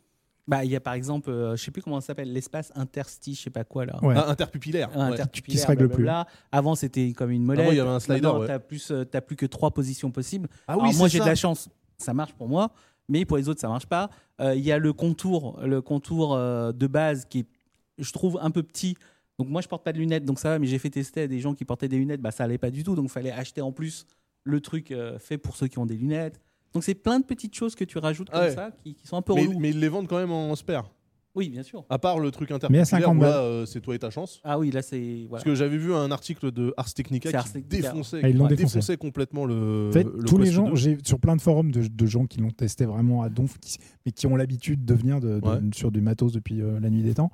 [SPEAKER 2] Bah, il y a par exemple, euh, je sais plus comment ça s'appelle, l'espace interstice, je sais pas quoi là.
[SPEAKER 3] Ouais.
[SPEAKER 1] Ah, interpupillaire.
[SPEAKER 2] Un
[SPEAKER 1] ouais.
[SPEAKER 2] interpupillaire,
[SPEAKER 3] Qui se règle plus.
[SPEAKER 2] blablabla. Avant, c'était comme une molette.
[SPEAKER 1] Avant, il y avait un slider,
[SPEAKER 2] Maintenant,
[SPEAKER 1] ouais.
[SPEAKER 2] t'as plus, euh, t'as plus que trois positions possibles.
[SPEAKER 1] Ah
[SPEAKER 2] Alors, moi,
[SPEAKER 1] c'est
[SPEAKER 2] j'ai de
[SPEAKER 1] ça.
[SPEAKER 2] la chance. Ça marche pour moi, mais pour les autres, ça marche pas. Euh, Il y a le contour, le contour euh, de base qui est, je trouve, un peu petit. Donc, moi, je porte pas de lunettes, donc ça va, mais j'ai fait tester à des gens qui portaient des lunettes, bah, ça allait pas du tout. Donc, fallait acheter en plus le truc euh, fait pour ceux qui ont des lunettes. Donc, c'est plein de petites choses que tu rajoutes comme
[SPEAKER 1] Ouais.
[SPEAKER 2] ça qui, qui sont un peu
[SPEAKER 1] Mais,
[SPEAKER 2] relou.
[SPEAKER 1] mais ils les vendent quand même en spare.
[SPEAKER 2] Oui, bien sûr.
[SPEAKER 1] À part le truc
[SPEAKER 3] Mais à
[SPEAKER 1] interpupillaire,
[SPEAKER 3] 50
[SPEAKER 1] où là, euh, c'est toi et ta chance.
[SPEAKER 2] Ah oui, là, c'est.
[SPEAKER 1] Parce
[SPEAKER 2] Voilà.
[SPEAKER 1] que j'avais vu un article de Ars Technica
[SPEAKER 2] C'est
[SPEAKER 1] qui
[SPEAKER 2] Ars Technica.
[SPEAKER 1] défonçait,
[SPEAKER 3] Ah, ils l'ont
[SPEAKER 1] qui
[SPEAKER 3] défoncé.
[SPEAKER 1] défonçait complètement le.
[SPEAKER 3] En fait,
[SPEAKER 1] euh, le
[SPEAKER 3] tous les
[SPEAKER 1] Quest
[SPEAKER 3] gens,
[SPEAKER 1] 2.
[SPEAKER 3] j'ai sur plein de forums de, de gens qui l'ont testé vraiment à donf, qui- mais qui ont l'habitude de venir de- de-
[SPEAKER 1] Ouais.
[SPEAKER 3] sur du matos depuis euh, la nuit des temps,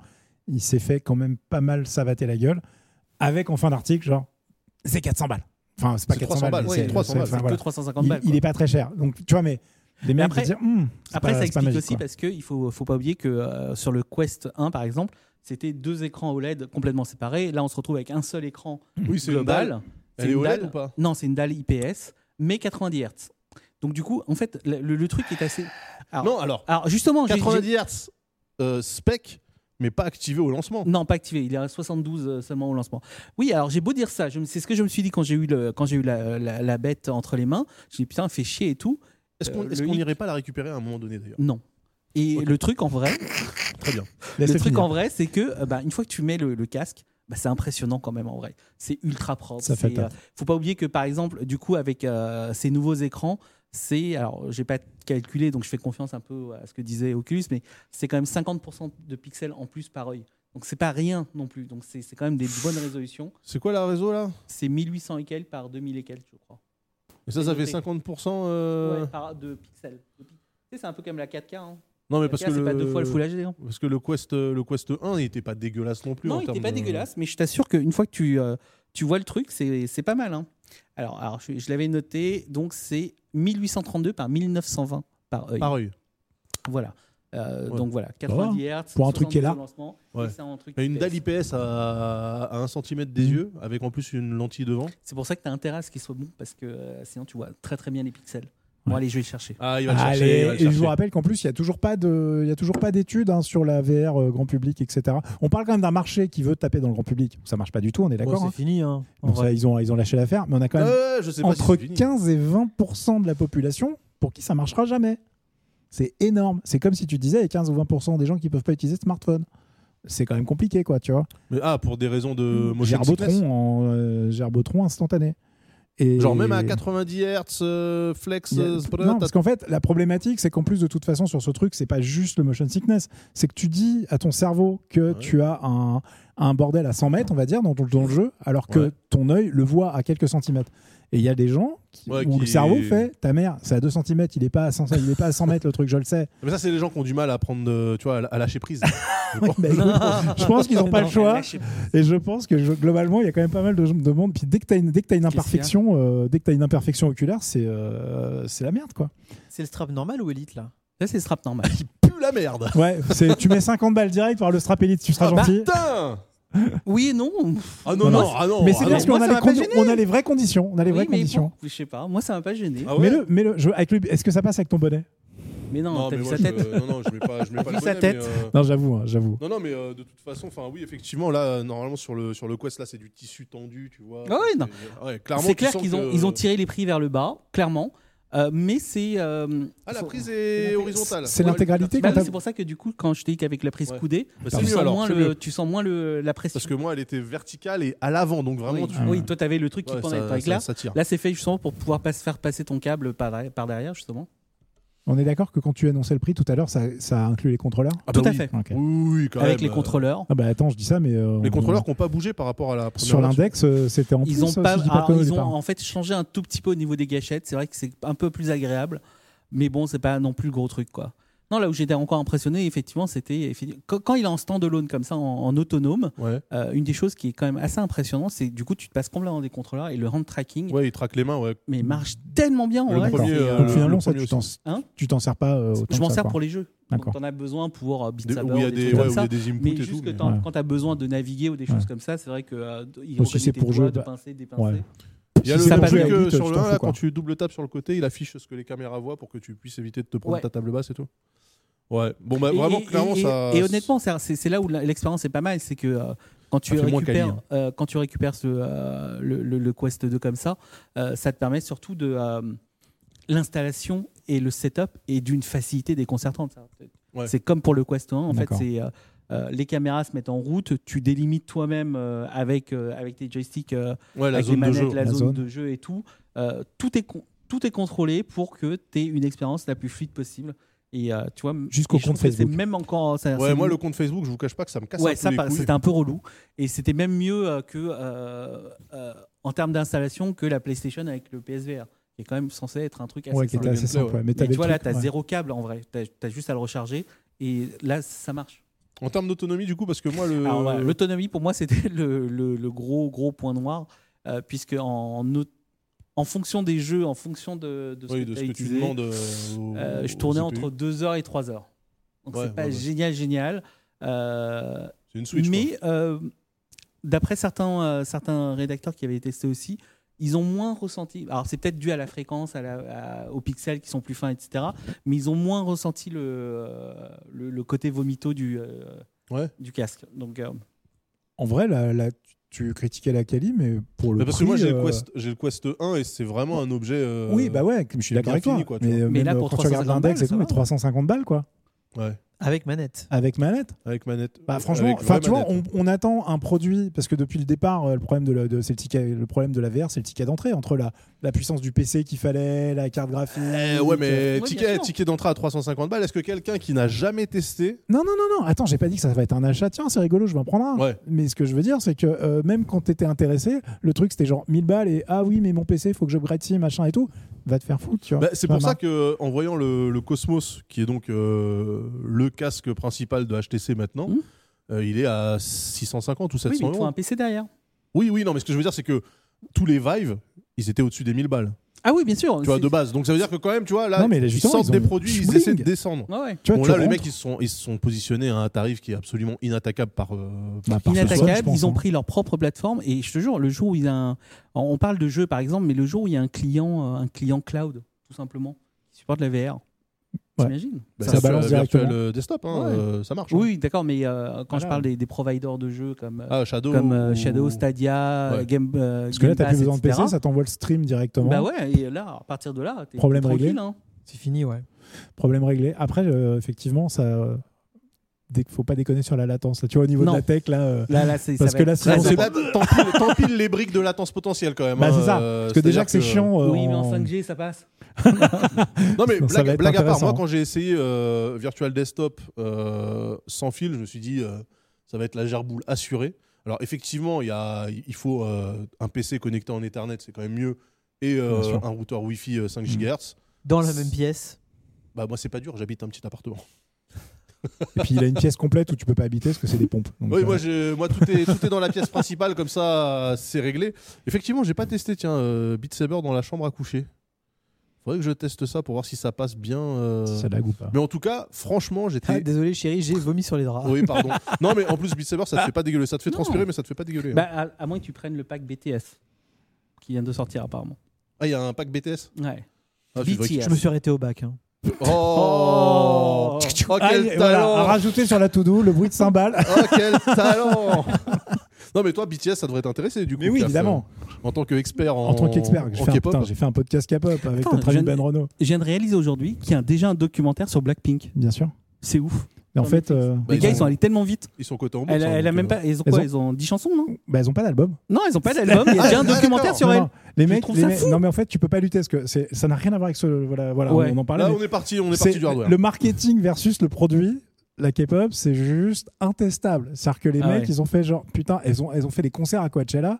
[SPEAKER 3] il s'est fait quand même pas mal savater la gueule, avec en fin d'article, genre, c'est 400 balles. Enfin, c'est pas
[SPEAKER 1] C'est
[SPEAKER 3] 400
[SPEAKER 1] 300 balles,
[SPEAKER 3] mais
[SPEAKER 1] oui,
[SPEAKER 3] c'est
[SPEAKER 1] 300 balles,
[SPEAKER 3] enfin,
[SPEAKER 1] c'est
[SPEAKER 3] voilà.
[SPEAKER 2] Que 350
[SPEAKER 3] Il,
[SPEAKER 2] balles.
[SPEAKER 3] il
[SPEAKER 2] quoi.
[SPEAKER 3] est pas très cher. Donc, tu vois, mais les mecs
[SPEAKER 2] après-
[SPEAKER 3] qui disent, Hum, c'est
[SPEAKER 2] Après,
[SPEAKER 3] pas- c'est
[SPEAKER 2] ça
[SPEAKER 3] pas
[SPEAKER 2] explique
[SPEAKER 3] magique,
[SPEAKER 2] aussi
[SPEAKER 3] quoi.
[SPEAKER 2] parce qu'il ne faut, faut pas oublier que euh, sur le Quest 1, par exemple, c'était deux écrans OLED complètement séparés. Là, on se retrouve avec un seul écran
[SPEAKER 1] Oui, c'est une dalle.
[SPEAKER 2] global. C'est
[SPEAKER 1] Elle est
[SPEAKER 2] une
[SPEAKER 1] OLED
[SPEAKER 2] dalle-
[SPEAKER 1] ou pas
[SPEAKER 2] Non, c'est une dalle IPS, mais 90 Hz. Donc, du coup, en fait, le, le- le truc est assez. Alors-
[SPEAKER 1] Non, alors,
[SPEAKER 2] Alors, justement, Ah. j'ai- j'ai-
[SPEAKER 1] 90 Hz euh, spec, mais pas activé au lancement.
[SPEAKER 2] Non, pas activé. Il est à 72 euh, seulement au lancement. Oui, alors j'ai beau dire ça. je me- C'est ce que je me suis dit quand j'ai eu, le, quand j'ai eu la, la- la bête entre les mains. J'ai dit putain, fait chier et tout.
[SPEAKER 1] Est-ce qu'on
[SPEAKER 2] Euh,
[SPEAKER 1] est-ce
[SPEAKER 2] le
[SPEAKER 1] qu'on
[SPEAKER 2] hic.
[SPEAKER 1] n'irait pas la récupérer à un moment donné d'ailleurs
[SPEAKER 2] Non. Et
[SPEAKER 1] Ok.
[SPEAKER 2] le truc en vrai,
[SPEAKER 1] Très bien.
[SPEAKER 3] Laisse-le
[SPEAKER 2] le truc
[SPEAKER 3] finir.
[SPEAKER 2] en vrai, c'est que euh, bah, une fois que tu mets le, le casque, bah, c'est impressionnant quand même en vrai. C'est ultra propre.
[SPEAKER 3] Ça fait
[SPEAKER 2] C'est,
[SPEAKER 3] peur.
[SPEAKER 2] euh, faut pas oublier que par exemple, du coup, avec euh, ces nouveaux écrans, c'est alors j'ai pas calculé, donc je fais confiance un peu à ce que disait Oculus, mais c'est quand même 50% de pixels en plus par œil. Donc c'est pas rien non plus. Donc c'est c'est quand même des bonnes résolutions.
[SPEAKER 1] C'est quoi la réseau là
[SPEAKER 2] C'est 1800 et quelques par 2000 et quelques, je crois.
[SPEAKER 1] Et ça, ça fait
[SPEAKER 2] noté.
[SPEAKER 1] 50%. euh,
[SPEAKER 2] Ouais, par de pixels. De pi- Tu sais, c'est un peu comme la 4K. hein.
[SPEAKER 1] Non, mais parce que,
[SPEAKER 2] c'est
[SPEAKER 1] le...
[SPEAKER 2] pas deux fois le Full HD. hein.
[SPEAKER 1] parce que le Quest, euh, le Quest 1 il était pas dégueulasse non plus. en
[SPEAKER 2] Non, il
[SPEAKER 1] termes
[SPEAKER 2] n'était pas
[SPEAKER 1] de-
[SPEAKER 2] dégueulasse, mais je t'assure qu'une fois que tu, euh, tu vois le truc, c'est c'est pas mal. hein. Alors, alors je, je l'avais noté, donc c'est 1832 par 1920 par œil.
[SPEAKER 1] Pareil.
[SPEAKER 2] Voilà. Euh,
[SPEAKER 1] Ouais.
[SPEAKER 2] Donc voilà,
[SPEAKER 3] va.
[SPEAKER 2] 90 Hz.
[SPEAKER 3] Pour un truc qui est là.
[SPEAKER 1] Ouais. Et une dalle IPS à, à 1 cm des
[SPEAKER 2] Mm.
[SPEAKER 3] Mhm.
[SPEAKER 1] yeux, avec en plus une lentille devant.
[SPEAKER 2] C'est pour ça que tu as intérêt à ce qu'il soit bon, parce que euh, sinon tu vois très très bien les pixels. Bon,
[SPEAKER 3] Ouais.
[SPEAKER 2] allez, je vais le chercher.
[SPEAKER 1] Ah, il va le
[SPEAKER 3] Allez,
[SPEAKER 1] chercher. il va le
[SPEAKER 3] et je vous
[SPEAKER 1] chercher.
[SPEAKER 3] rappelle qu'en plus, il n'y a toujours pas de, il y a toujours pas d'études hein, sur la VR euh, grand public, etc. On parle quand même d'un marché qui veut taper dans le grand public. Ça marche pas du tout, on est d'accord.
[SPEAKER 4] Bon,
[SPEAKER 3] hein.
[SPEAKER 4] c'est fini. Hein, en
[SPEAKER 3] Bon, ça,
[SPEAKER 4] vrai.
[SPEAKER 3] ils ont, ils ont lâché l'affaire, mais on a quand même
[SPEAKER 1] Euh, je sais pas si
[SPEAKER 3] entre
[SPEAKER 1] c'est fini.
[SPEAKER 3] 15 et 20 de la population pour qui ça marchera jamais. C'est énorme. C'est comme si tu disais il y a 15 ou 20 des gens qui peuvent pas utiliser de smartphone. C'est quand même compliqué, quoi, tu vois.
[SPEAKER 1] Mais, ah, pour des raisons de motion sickness.
[SPEAKER 3] Mmh, Gerbotron, en, euh, Gerbotron instantané. Et
[SPEAKER 1] Genre même à 90 Hz, euh, flex,
[SPEAKER 3] Il y a-
[SPEAKER 1] euh, sprint,
[SPEAKER 3] Non, parce qu'en fait, la problématique, c'est qu'en plus, de toute façon, sur ce truc, c'est pas juste le motion sickness. C'est que tu dis à ton cerveau que
[SPEAKER 1] Ouais.
[SPEAKER 3] tu as un, un bordel à 100 mètres, on va dire, dans, ton- dans le jeu, alors que
[SPEAKER 1] Ouais.
[SPEAKER 3] ton œil le voit à quelques centimètres. Et il y a des gens qui-
[SPEAKER 1] Ouais,
[SPEAKER 3] où
[SPEAKER 1] qui-
[SPEAKER 3] le cerveau fait ta mère, c'est à 2 centimètres, il est pas à 100, il est pas à 100 mètres, le truc, je le sais.
[SPEAKER 1] Mais ça, c'est les gens qui ont du mal à prendre, euh, tu vois, à- à lâcher prise. Je pense.
[SPEAKER 3] Mais je pense qu'ils n'ont pas le
[SPEAKER 2] Non,
[SPEAKER 3] choix.
[SPEAKER 2] lâchez-
[SPEAKER 3] Et je pense que je- globalement, il y a quand même pas mal de, gens- de monde. Puis dès que tu as une, dès que t'as une
[SPEAKER 2] Qu'est-ce
[SPEAKER 3] imperfection, euh, dès que t'as une imperfection oculaire, c'est euh, c'est la merde, quoi.
[SPEAKER 4] C'est le strap normal ou élite là
[SPEAKER 2] Là, c'est le strap normal.
[SPEAKER 1] Pue la merde.
[SPEAKER 3] Ouais, c'est- tu mets 50 balles direct par le strap élite, tu seras
[SPEAKER 1] Ah,
[SPEAKER 3] gentil.
[SPEAKER 1] Putain
[SPEAKER 2] oui et non.
[SPEAKER 1] Ah non,
[SPEAKER 3] Non,
[SPEAKER 1] non,
[SPEAKER 3] non,
[SPEAKER 1] ah non.
[SPEAKER 3] mais c'est
[SPEAKER 1] ah
[SPEAKER 3] bien
[SPEAKER 1] non.
[SPEAKER 3] parce qu'on
[SPEAKER 2] Oh, moi,
[SPEAKER 3] a,
[SPEAKER 2] ça
[SPEAKER 3] les
[SPEAKER 2] m'a pas
[SPEAKER 3] condi- on
[SPEAKER 2] gêné.
[SPEAKER 3] a les vraies conditions. On a les
[SPEAKER 2] oui,
[SPEAKER 3] vraies
[SPEAKER 2] mais
[SPEAKER 3] conditions.
[SPEAKER 2] bon, je sais pas. Moi, ça m'a pas gêné.
[SPEAKER 1] Ah ouais
[SPEAKER 3] Mais le, mais le, je- avec le, est-ce que ça passe avec ton bonnet
[SPEAKER 2] Ah Mais non,
[SPEAKER 1] Non,
[SPEAKER 2] t'as
[SPEAKER 1] mais
[SPEAKER 2] vu
[SPEAKER 1] moi,
[SPEAKER 2] sa
[SPEAKER 1] je,
[SPEAKER 2] tête.
[SPEAKER 1] euh, non, non, je mets pas, je mets pas le
[SPEAKER 2] Sa
[SPEAKER 1] bonnet,
[SPEAKER 2] tête.
[SPEAKER 1] mais, euh,
[SPEAKER 3] Non, j'avoue, hein, j'avoue.
[SPEAKER 1] Non, non, mais euh, de toute façon, enfin, oui, effectivement, là, euh, normalement, sur le, sur le Quest, là, c'est du tissu tendu, tu vois.
[SPEAKER 2] Ah ouais, non.
[SPEAKER 1] C'est- ouais, clairement,
[SPEAKER 2] C'est
[SPEAKER 1] tu
[SPEAKER 2] clair
[SPEAKER 1] sens
[SPEAKER 2] qu'ils ont,
[SPEAKER 1] que-
[SPEAKER 2] ils ont tiré les prix vers le bas, clairement. Euh, mais c'est. euh,
[SPEAKER 1] Ah, la
[SPEAKER 2] faut-
[SPEAKER 1] prise est horizontale.
[SPEAKER 3] C'est
[SPEAKER 1] Ouais,
[SPEAKER 3] l'intégralité
[SPEAKER 2] Bah
[SPEAKER 3] quand
[SPEAKER 2] oui,
[SPEAKER 3] t'as-
[SPEAKER 2] c'est pour ça que du coup, quand je t'ai dit qu'avec la prise
[SPEAKER 1] Ouais.
[SPEAKER 2] coudée,
[SPEAKER 1] Bah,
[SPEAKER 2] tu,
[SPEAKER 1] c'est mieux
[SPEAKER 2] sens
[SPEAKER 1] alors.
[SPEAKER 2] moins
[SPEAKER 1] c'est
[SPEAKER 2] le-
[SPEAKER 1] mieux.
[SPEAKER 2] tu sens moins le, la pression.
[SPEAKER 1] Parce que moi, elle était verticale et à l'avant, donc vraiment,
[SPEAKER 2] oui,
[SPEAKER 1] tu.
[SPEAKER 3] Ah,
[SPEAKER 2] oui, toi, t'avais le truc qui
[SPEAKER 1] Ouais,
[SPEAKER 2] pendait
[SPEAKER 1] ça,
[SPEAKER 2] avec
[SPEAKER 1] ça-
[SPEAKER 2] là.
[SPEAKER 1] ça tire.
[SPEAKER 2] Là, c'est fait justement pour pouvoir pas se faire passer ton câble par, derrière- par derrière, justement.
[SPEAKER 3] On est d'accord que quand tu annonçais le prix tout à l'heure, ça, ça inclut les contrôleurs
[SPEAKER 1] Ah
[SPEAKER 2] Tout
[SPEAKER 1] bah
[SPEAKER 2] à
[SPEAKER 1] oui.
[SPEAKER 2] fait.
[SPEAKER 3] Ok.
[SPEAKER 1] Oui, oui, quand
[SPEAKER 2] Avec
[SPEAKER 1] même,
[SPEAKER 2] les
[SPEAKER 1] euh,
[SPEAKER 2] contrôleurs.
[SPEAKER 3] Ah bah attends, je dis ça, mais euh,
[SPEAKER 1] Les
[SPEAKER 3] on-
[SPEAKER 1] contrôleurs qui n'ont pas bougé par rapport à la première.
[SPEAKER 3] sur
[SPEAKER 1] version.
[SPEAKER 3] l'index, euh, c'était en
[SPEAKER 2] Ils
[SPEAKER 3] plus.
[SPEAKER 2] ont
[SPEAKER 3] ça
[SPEAKER 2] pas,
[SPEAKER 3] aussi, je dis
[SPEAKER 2] alors,
[SPEAKER 3] de conneries,
[SPEAKER 2] ils ont
[SPEAKER 3] pardon.
[SPEAKER 2] en fait changé un tout petit peu au niveau des gâchettes. C'est vrai que c'est un peu plus agréable, mais bon, c'est pas non plus le gros truc quoi. Non, là où j'étais encore impressionné, effectivement, c'était effe- quand, quand il est en stand-alone comme ça, en, en autonome.
[SPEAKER 1] Ouais.
[SPEAKER 2] euh, une des choses qui est quand même assez impressionnante, c'est du coup, tu te passes complètement des contrôleurs et le hand tracking,
[SPEAKER 1] Ouais, il traque les mains, ouais.
[SPEAKER 2] mais marche tellement bien. en
[SPEAKER 1] Le
[SPEAKER 2] vrai,
[SPEAKER 3] D'accord.
[SPEAKER 1] premier,
[SPEAKER 2] c'est,
[SPEAKER 1] euh,
[SPEAKER 2] euh,
[SPEAKER 3] Donc
[SPEAKER 1] le-
[SPEAKER 3] finalement,
[SPEAKER 1] le
[SPEAKER 3] ça,
[SPEAKER 1] premier
[SPEAKER 3] tu t'en,
[SPEAKER 2] Hein
[SPEAKER 3] tu t'en sers pas euh, autant
[SPEAKER 2] je m'en
[SPEAKER 3] que ça,
[SPEAKER 2] sers
[SPEAKER 3] quoi.
[SPEAKER 2] pour les jeux.
[SPEAKER 3] D'accord.
[SPEAKER 2] Donc, t'en as besoin pour euh, Beat
[SPEAKER 1] Des-
[SPEAKER 2] Saber,
[SPEAKER 1] où il y a
[SPEAKER 2] des
[SPEAKER 1] des,
[SPEAKER 2] trucs
[SPEAKER 1] ouais,
[SPEAKER 2] comme
[SPEAKER 1] où il y
[SPEAKER 2] ça.
[SPEAKER 1] a des inputs
[SPEAKER 2] Mais
[SPEAKER 1] et
[SPEAKER 2] juste
[SPEAKER 1] tout.
[SPEAKER 2] que
[SPEAKER 1] mais-
[SPEAKER 2] t'en-
[SPEAKER 3] Ouais.
[SPEAKER 2] quand t'as besoin de naviguer ou des choses
[SPEAKER 3] Ouais.
[SPEAKER 2] comme ça, c'est vrai que euh, il
[SPEAKER 3] Bon,
[SPEAKER 2] reconnaît
[SPEAKER 3] si c'est
[SPEAKER 2] tes
[SPEAKER 3] pour
[SPEAKER 2] doigts,
[SPEAKER 3] jeu,
[SPEAKER 2] de
[SPEAKER 3] bah-
[SPEAKER 2] pincer, de pincer.
[SPEAKER 3] Ouais.
[SPEAKER 1] Il y a
[SPEAKER 3] Si
[SPEAKER 1] le
[SPEAKER 3] ça
[SPEAKER 1] truc
[SPEAKER 3] passe
[SPEAKER 1] que
[SPEAKER 3] bien vite,
[SPEAKER 1] sur
[SPEAKER 3] je
[SPEAKER 1] le
[SPEAKER 3] t'en
[SPEAKER 1] 1,
[SPEAKER 3] fous,
[SPEAKER 1] là,
[SPEAKER 3] quoi.
[SPEAKER 1] quand tu double tapes sur le côté, il affiche ce que les caméras voient pour que tu puisses éviter de te prendre
[SPEAKER 2] Ouais.
[SPEAKER 1] ta table basse et tout. Ouais, bon, bah
[SPEAKER 2] Et-
[SPEAKER 1] vraiment,
[SPEAKER 2] et-
[SPEAKER 1] clairement,
[SPEAKER 2] et,
[SPEAKER 1] ça.
[SPEAKER 2] Et honnêtement, c'est- c'est c'est là où la- l'expérience est pas mal, c'est que euh, quand tu
[SPEAKER 1] Ça fait moins
[SPEAKER 2] récupères,
[SPEAKER 1] câlin.
[SPEAKER 2] euh, quand tu récupères ce, euh, le, le- le Quest 2 comme ça, euh, ça te permet surtout de euh, l'installation et le setup et d'une facilité déconcertante. ça.
[SPEAKER 1] Ouais.
[SPEAKER 2] C'est comme pour le Quest 1, en fait,
[SPEAKER 3] D'accord.
[SPEAKER 2] c'est euh, euh, les caméras se mettent en route, tu délimites toi-même euh, avec euh, avec tes joysticks. euh,
[SPEAKER 1] ouais, la
[SPEAKER 2] avec les
[SPEAKER 1] zone de
[SPEAKER 2] manettes,
[SPEAKER 1] jeu.
[SPEAKER 2] la,
[SPEAKER 3] La
[SPEAKER 2] zone,
[SPEAKER 3] zone.
[SPEAKER 2] de jeu et tout. Euh, tout, est con- tout est contrôlé pour que tu aies une expérience la plus fluide possible. Et euh, tu vois, m-
[SPEAKER 3] Jusqu'au
[SPEAKER 2] et je
[SPEAKER 3] compte
[SPEAKER 2] trouve que
[SPEAKER 3] Facebook.
[SPEAKER 2] C'est même encore. euh, ça-
[SPEAKER 1] Ouais,
[SPEAKER 2] c'est-
[SPEAKER 1] moi, le compte Facebook, je vous cache pas que ça me casse
[SPEAKER 2] Ouais,
[SPEAKER 1] un peu
[SPEAKER 2] ça,
[SPEAKER 1] les
[SPEAKER 2] par-
[SPEAKER 1] couilles.
[SPEAKER 2] c'était un peu relou. Et c'était même mieux euh, que, euh, euh, en termes d'installation, que la PlayStation avec le PSVR, qui est quand même censé être un truc assez
[SPEAKER 3] Ouais, qui
[SPEAKER 2] simple.
[SPEAKER 3] était assez
[SPEAKER 1] gameplay,
[SPEAKER 3] simple.
[SPEAKER 1] ouais.
[SPEAKER 3] ouais. Mais
[SPEAKER 2] Mais
[SPEAKER 3] t'avais
[SPEAKER 2] tu
[SPEAKER 3] le
[SPEAKER 2] vois, là,
[SPEAKER 3] truc,
[SPEAKER 2] tu as
[SPEAKER 3] ouais.
[SPEAKER 2] zéro câble en vrai. Tu as, juste à le recharger. Et là, ça marche.
[SPEAKER 1] En termes d'autonomie, du coup, parce que moi, le.
[SPEAKER 2] Alors, voilà, L'autonomie, pour moi, c'était le, le- le gros, gros point noir, euh, puisque en, au- en fonction des jeux, en fonction de, de ce
[SPEAKER 1] Oui,
[SPEAKER 2] que,
[SPEAKER 1] de ce
[SPEAKER 2] t'as
[SPEAKER 1] que tu
[SPEAKER 2] utilisé,
[SPEAKER 1] demandes. euh, au-
[SPEAKER 2] euh, je
[SPEAKER 1] au
[SPEAKER 2] tournais
[SPEAKER 1] CPU.
[SPEAKER 2] entre 2 heures et 3 heures. Donc,
[SPEAKER 1] Ouais,
[SPEAKER 2] c'est pas
[SPEAKER 1] ouais, ouais.
[SPEAKER 2] génial, génial. Euh,
[SPEAKER 1] C'est une Switch. quoi.
[SPEAKER 2] mais euh, d'après certains, euh, certains rédacteurs qui avaient testé aussi, ils ont moins ressenti. Alors c'est peut-être dû à la fréquence, à la- à- aux pixels qui sont plus fins, etc. Mais ils ont moins ressenti le, euh, le, le côté vomito du, euh,
[SPEAKER 1] Ouais.
[SPEAKER 2] du casque. Donc euh,
[SPEAKER 3] En vrai, là, là, tu- tu critiquais la Kali, mais pour le
[SPEAKER 1] Bah, Parce
[SPEAKER 3] prix,
[SPEAKER 1] que moi, j'ai le,
[SPEAKER 3] euh,
[SPEAKER 1] Quest, j'ai le Quest 1 et c'est vraiment un objet. euh,
[SPEAKER 3] Oui, bah ouais, je suis d'accord
[SPEAKER 1] bien
[SPEAKER 3] avec toi.
[SPEAKER 1] fini, quoi, tu
[SPEAKER 3] mais,
[SPEAKER 1] vois.
[SPEAKER 3] euh,
[SPEAKER 2] Mais là,
[SPEAKER 3] même,
[SPEAKER 2] pour
[SPEAKER 3] quand tu regardes
[SPEAKER 2] 350
[SPEAKER 3] l'index
[SPEAKER 2] balles,
[SPEAKER 3] et tout,
[SPEAKER 2] ça
[SPEAKER 3] mais
[SPEAKER 2] va.
[SPEAKER 3] 350 balles, quoi,
[SPEAKER 1] Ouais,
[SPEAKER 4] Avec manette.
[SPEAKER 3] avec manette.
[SPEAKER 1] avec manette.
[SPEAKER 3] Bah, franchement,
[SPEAKER 1] Avec
[SPEAKER 3] enfin,
[SPEAKER 1] vraie
[SPEAKER 3] tu vois,
[SPEAKER 1] manette.
[SPEAKER 3] on, on attend un produit parce que depuis le départ, euh, le problème de la, de- c'est le, ticket, le problème de la VR, c'est le ticket d'entrée entre la, la puissance du PC qu'il fallait, la carte graphique. euh.
[SPEAKER 1] Eh ouais, mais
[SPEAKER 2] bien
[SPEAKER 1] ticket,
[SPEAKER 2] sûr.
[SPEAKER 1] ticket d'entrée à 350 balles. Est-ce que quelqu'un qui n'a jamais testé.
[SPEAKER 3] Non, non, non, non. Attends, j'ai pas dit que ça va être un achat. Tiens, c'est rigolo, je vais en prendre un.
[SPEAKER 1] Ouais.
[SPEAKER 3] Mais ce que je veux dire, c'est que euh, même quand t'étais intéressé, le truc c'était genre 1000 balles et ah oui, mais mon PC, faut que j'upgrade si, machin et tout. va te faire foutre, tu vois.
[SPEAKER 1] Bah, c'est pour ça que, en voyant le, le Cosmos, qui est donc euh, le casque principal de HTC maintenant,
[SPEAKER 3] Mmh.
[SPEAKER 2] Mhm.
[SPEAKER 1] euh, il est à 650 ou
[SPEAKER 2] Oui,
[SPEAKER 1] 700
[SPEAKER 2] mais il te faut
[SPEAKER 1] euros.
[SPEAKER 2] un PC derrière.
[SPEAKER 1] Oui, oui, non, mais ce que je veux dire, c'est que tous les Vive, ils étaient au-dessus des 1000 balles,
[SPEAKER 2] Ah oui, bien sûr.
[SPEAKER 1] tu vois,
[SPEAKER 2] c'est-
[SPEAKER 1] de base. Donc ça veut dire que quand même, tu vois, là,
[SPEAKER 3] Non, mais là,
[SPEAKER 1] ils
[SPEAKER 3] justement,
[SPEAKER 1] sortent
[SPEAKER 3] ils ont
[SPEAKER 1] des
[SPEAKER 3] une
[SPEAKER 1] produits, ils
[SPEAKER 3] schwing.
[SPEAKER 1] essaient de descendre.
[SPEAKER 2] Ouais, ouais.
[SPEAKER 3] Tu vois,
[SPEAKER 1] bon,
[SPEAKER 3] tu
[SPEAKER 1] là, les
[SPEAKER 3] rentres-
[SPEAKER 1] mecs, ils se sont, ils se sont positionnés à un tarif qui est absolument inattaquable par. euh,
[SPEAKER 3] Bah,
[SPEAKER 1] Inattaquable,
[SPEAKER 3] par personne, je
[SPEAKER 2] Inattaquables,
[SPEAKER 3] pense,
[SPEAKER 2] ils ont
[SPEAKER 3] hein.
[SPEAKER 2] pris leur propre plateforme et je te jure, le jour où il y a un... On parle de jeu par exemple, mais le jour où il y a un client, euh, un client cloud, tout simplement, qui supporte la VR,
[SPEAKER 3] Ouais.
[SPEAKER 2] j'imagine.
[SPEAKER 1] bah,
[SPEAKER 3] Ça
[SPEAKER 1] sur
[SPEAKER 3] balance
[SPEAKER 1] la virtual,
[SPEAKER 3] directement.
[SPEAKER 1] euh, desktop, hein,
[SPEAKER 2] Ouais.
[SPEAKER 1] euh, ça marche. hein.
[SPEAKER 2] Oui, d'accord, mais euh, quand
[SPEAKER 3] Voilà.
[SPEAKER 2] je parle des, des providers de jeux comme, euh,
[SPEAKER 1] Ah, Shadow.
[SPEAKER 2] comme euh,
[SPEAKER 1] ou-
[SPEAKER 2] Shadow, Stadia,
[SPEAKER 1] Ouais.
[SPEAKER 2] Game, euh,
[SPEAKER 3] oh. Parce que là,
[SPEAKER 2] Game
[SPEAKER 3] t'as plus
[SPEAKER 2] Pass,
[SPEAKER 3] besoin de
[SPEAKER 2] etc.,
[SPEAKER 3] PC, ça t'envoie le stream directement.
[SPEAKER 2] Bah ouais, et là, à partir de là, t'es
[SPEAKER 3] Problème
[SPEAKER 2] tranquille,
[SPEAKER 3] réglé.
[SPEAKER 2] hein.
[SPEAKER 4] C'est fini, ouais.
[SPEAKER 3] Problème réglé. Après, euh, effectivement, ça. euh, dès qu'il faut pas déconner sur la latence. là. Tu vois, au niveau
[SPEAKER 2] Non.
[SPEAKER 3] de la tech, là. euh,
[SPEAKER 2] Là, là, c'est-
[SPEAKER 3] Parce
[SPEAKER 2] ça
[SPEAKER 3] que
[SPEAKER 2] va
[SPEAKER 3] là,
[SPEAKER 2] être
[SPEAKER 3] sinon,
[SPEAKER 1] Ah,
[SPEAKER 2] très
[SPEAKER 1] c'est
[SPEAKER 3] c'est
[SPEAKER 1] là, t'empiles, t'empiles les briques de latence potentielle quand même.
[SPEAKER 3] Bah,
[SPEAKER 1] hein,
[SPEAKER 3] c'est ça.
[SPEAKER 1] euh,
[SPEAKER 3] Parce que déjà
[SPEAKER 1] c'est-à-dire
[SPEAKER 3] que c'est chiant. euh,
[SPEAKER 2] Oui, mais en
[SPEAKER 3] en-
[SPEAKER 2] 5G, ça passe.
[SPEAKER 1] Non mais
[SPEAKER 3] Non, ça
[SPEAKER 1] blague,
[SPEAKER 3] va être
[SPEAKER 1] blague à part,
[SPEAKER 3] intéressant,
[SPEAKER 1] moi
[SPEAKER 3] hein.
[SPEAKER 1] quand j'ai essayé euh, Virtual Desktop euh, sans fil, je me suis dit euh, ça va être la gerboule assurée. Alors effectivement, il y a, il faut euh, un PC connecté en Ethernet, c'est quand même mieux, et euh,
[SPEAKER 3] Bien sûr.
[SPEAKER 1] un routeur Wi-Fi euh, 5
[SPEAKER 3] Mm.
[SPEAKER 1] GHz.
[SPEAKER 4] Dans la même pièce.
[SPEAKER 1] Bah moi c'est pas dur, j'habite un petit appartement.
[SPEAKER 3] Et puis, il a une pièce complète où tu peux pas habiter parce que c'est des pompes. Donc,
[SPEAKER 1] oui,
[SPEAKER 3] euh,
[SPEAKER 1] moi, je- moi tout est tout est dans la pièce principale comme ça c'est réglé. Effectivement, j'ai pas testé tiens euh, Beat Saber dans la chambre à coucher. Faudrait que je teste ça pour voir si ça passe bien. euh.
[SPEAKER 3] si ça lag ou pas.
[SPEAKER 1] Mais en tout cas, franchement, j'étais
[SPEAKER 4] Ah, désolé, chérie, j'ai vomi sur les
[SPEAKER 3] Ah,
[SPEAKER 4] draps.
[SPEAKER 1] Oui, pardon. non, mais en plus, Beat Saber, ça te fait pas dégueuler. Ça te fait
[SPEAKER 2] Non.
[SPEAKER 1] transpirer, mais ça te fait pas dégueuler. hein.
[SPEAKER 2] Bah, à, à moins que tu prennes le pack BTS qui vient de sortir apparemment.
[SPEAKER 1] Ah, il y a un pack BTS
[SPEAKER 2] Ouais.
[SPEAKER 1] ah, tu devrais-
[SPEAKER 2] BTS.
[SPEAKER 4] Je me suis arrêté au bac. hein.
[SPEAKER 1] Oh,
[SPEAKER 2] Oh.
[SPEAKER 1] Oh, quel
[SPEAKER 3] Ah, voilà, à
[SPEAKER 1] talent
[SPEAKER 3] rajouter sur la to-do le bruit de cymbales.
[SPEAKER 1] Oh, quel talent Non, mais toi, BTS, ça devrait t'intéresser, du coup.
[SPEAKER 3] Mais oui,
[SPEAKER 1] Piaf,
[SPEAKER 3] évidemment.
[SPEAKER 1] euh, En tant qu'expert en,
[SPEAKER 3] En tant qu'expert, j'ai
[SPEAKER 1] en
[SPEAKER 3] fait un-
[SPEAKER 1] K-pop.
[SPEAKER 3] putain, j'ai fait un podcast K-pop avec
[SPEAKER 2] Attends,
[SPEAKER 3] notre ami
[SPEAKER 2] je-
[SPEAKER 3] Ben Renault,
[SPEAKER 2] Je viens de réaliser aujourd'hui qu'il y a déjà un documentaire sur Blackpink.
[SPEAKER 3] bien sûr.
[SPEAKER 2] C'est ouf.
[SPEAKER 3] Mais en
[SPEAKER 2] Sur
[SPEAKER 3] fait,
[SPEAKER 2] Netflix.
[SPEAKER 3] euh,
[SPEAKER 1] Bah,
[SPEAKER 2] les gars,
[SPEAKER 1] ont-
[SPEAKER 2] ils sont allés tellement vite.
[SPEAKER 1] Ils sont cotés en bourse.
[SPEAKER 2] Elle,
[SPEAKER 1] hein,
[SPEAKER 2] elle a
[SPEAKER 1] donc,
[SPEAKER 2] même
[SPEAKER 1] euh,
[SPEAKER 2] pas. Ils ont
[SPEAKER 3] Elles
[SPEAKER 2] quoi
[SPEAKER 3] ont-
[SPEAKER 2] Ils ont 10 chansons, non
[SPEAKER 3] bah, ils ont pas d'album.
[SPEAKER 2] Non, ils ont pas d'album. Il y a déjà un
[SPEAKER 1] d'accord.
[SPEAKER 2] documentaire sur
[SPEAKER 3] Non,
[SPEAKER 2] elle.
[SPEAKER 3] non, Les
[SPEAKER 2] Je
[SPEAKER 3] mecs,
[SPEAKER 2] trouve
[SPEAKER 3] les
[SPEAKER 2] ça
[SPEAKER 3] mecs-
[SPEAKER 2] fou.
[SPEAKER 3] non mais en fait, tu peux pas lutter parce que c'est- ça n'a rien à voir avec ce voilà voilà,
[SPEAKER 2] Ouais.
[SPEAKER 3] on en parlait.
[SPEAKER 1] Là,
[SPEAKER 3] mais
[SPEAKER 1] on est parti, on est
[SPEAKER 3] c'est-
[SPEAKER 1] parti du hardware.
[SPEAKER 3] le marketing versus le produit. La K-pop, c'est juste intestable. C'est-à-dire que les
[SPEAKER 2] Ah
[SPEAKER 3] mecs,
[SPEAKER 2] ouais.
[SPEAKER 3] ils ont fait genre putain, elles ont elles ont fait des concerts à Coachella.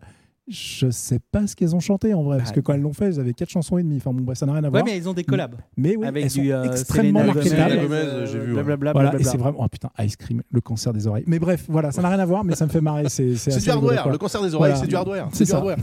[SPEAKER 3] Je sais pas ce qu'elles ont chanté en vrai parce
[SPEAKER 2] Bah,
[SPEAKER 3] que quand elles l'ont fait, elles avaient quatre chansons et demie. Enfin bon, bref, ça n'a rien à
[SPEAKER 2] Ouais,
[SPEAKER 3] voir.
[SPEAKER 2] mais ils ont des collabs.
[SPEAKER 3] Mais oui,
[SPEAKER 2] avec
[SPEAKER 3] elles sont
[SPEAKER 2] du euh,
[SPEAKER 3] extrêmement
[SPEAKER 2] Selena Gomez,
[SPEAKER 3] marketables.
[SPEAKER 1] Selena Gomez,
[SPEAKER 2] euh,
[SPEAKER 1] j'ai vu, ouais.
[SPEAKER 2] Blablabla.
[SPEAKER 3] Voilà, et
[SPEAKER 2] blablabla.
[SPEAKER 3] c'est vraiment. Oh putain, ice cream, le cancer des oreilles. Mais bref, voilà, ça n'a rien à voir, mais ça me fait marrer. C'est c'est
[SPEAKER 1] C'est
[SPEAKER 3] assez
[SPEAKER 1] du
[SPEAKER 3] rigolo,
[SPEAKER 1] hardware,
[SPEAKER 3] quoi.
[SPEAKER 1] le cancer des oreilles,
[SPEAKER 3] Voilà.
[SPEAKER 1] c'est du hardware.
[SPEAKER 3] C'est
[SPEAKER 1] C'est du
[SPEAKER 3] ça.
[SPEAKER 1] hardware.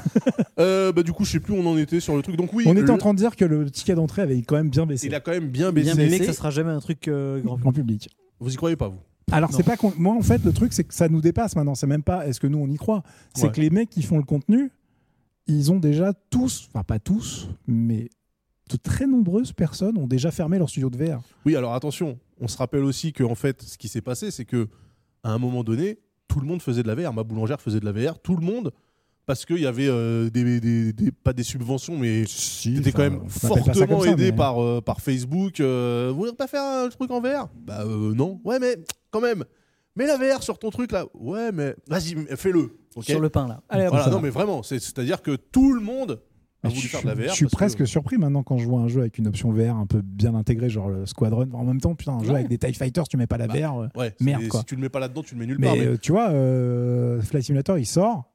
[SPEAKER 1] Euh, bah, du coup, je sais plus où on en était sur le truc. Donc, oui,
[SPEAKER 3] On était en
[SPEAKER 1] le-
[SPEAKER 3] train de dire que le ticket d'entrée avait quand même bien baissé.
[SPEAKER 1] il a quand même bien
[SPEAKER 4] Bien
[SPEAKER 1] baissé.
[SPEAKER 4] baissé, que ça sera jamais un truc euh, grand.
[SPEAKER 3] Grand public.
[SPEAKER 1] Vous y croyez pas, vous
[SPEAKER 3] Alors
[SPEAKER 4] Non.
[SPEAKER 3] c'est pas qu'on- moi en fait le truc c'est que ça nous dépasse maintenant. C'est même pas est-ce que nous on y croit. C'est
[SPEAKER 1] Ouais.
[SPEAKER 3] que les mecs qui font le contenu, ils ont déjà tous, enfin pas tous, mais de très nombreuses personnes ont déjà fermé leur studio de VR.
[SPEAKER 1] Oui, alors attention, on se rappelle aussi que en fait, ce qui s'est passé, c'est que à un moment donné, tout le monde faisait de la VR. Ma boulangère faisait de la VR, tout le monde, parce qu'il y avait euh, des, des- des- pas des subventions, mais c'était quand même
[SPEAKER 3] on appelle pas ça
[SPEAKER 1] fortement
[SPEAKER 3] comme ça,
[SPEAKER 1] aidé
[SPEAKER 3] mais-
[SPEAKER 1] par, euh, par Facebook. Euh, vous voulez pas faire un truc en VR Bah euh, non. Ouais, mais quand même. Mets la VR sur ton truc là. Ouais, mais vas-y, mais fais-le. ok
[SPEAKER 2] Sur le pain là. Allez, hop.
[SPEAKER 1] Voilà. Non, mais vraiment, c'est- c'est-à-dire que tout le monde a
[SPEAKER 3] Mais
[SPEAKER 1] voulu
[SPEAKER 3] Ah, je,
[SPEAKER 1] faire de la
[SPEAKER 3] suis-
[SPEAKER 1] VR.
[SPEAKER 3] je suis
[SPEAKER 1] parce que-
[SPEAKER 3] presque surpris maintenant quand je vois un jeu avec une option VR un peu bien intégrée, genre le Squadron. En même temps, putain, un jeu
[SPEAKER 2] Ouais.
[SPEAKER 3] avec des TIE Fighters, tu mets pas la
[SPEAKER 1] Bah,
[SPEAKER 3] VR. euh.
[SPEAKER 1] Ouais,
[SPEAKER 3] Merde,
[SPEAKER 1] c'est-
[SPEAKER 3] quoi.
[SPEAKER 1] Si tu le mets pas là-dedans, tu le mets nulle
[SPEAKER 3] mais
[SPEAKER 1] part. mais
[SPEAKER 3] euh, tu vois, euh, Flight Simulator, il sort.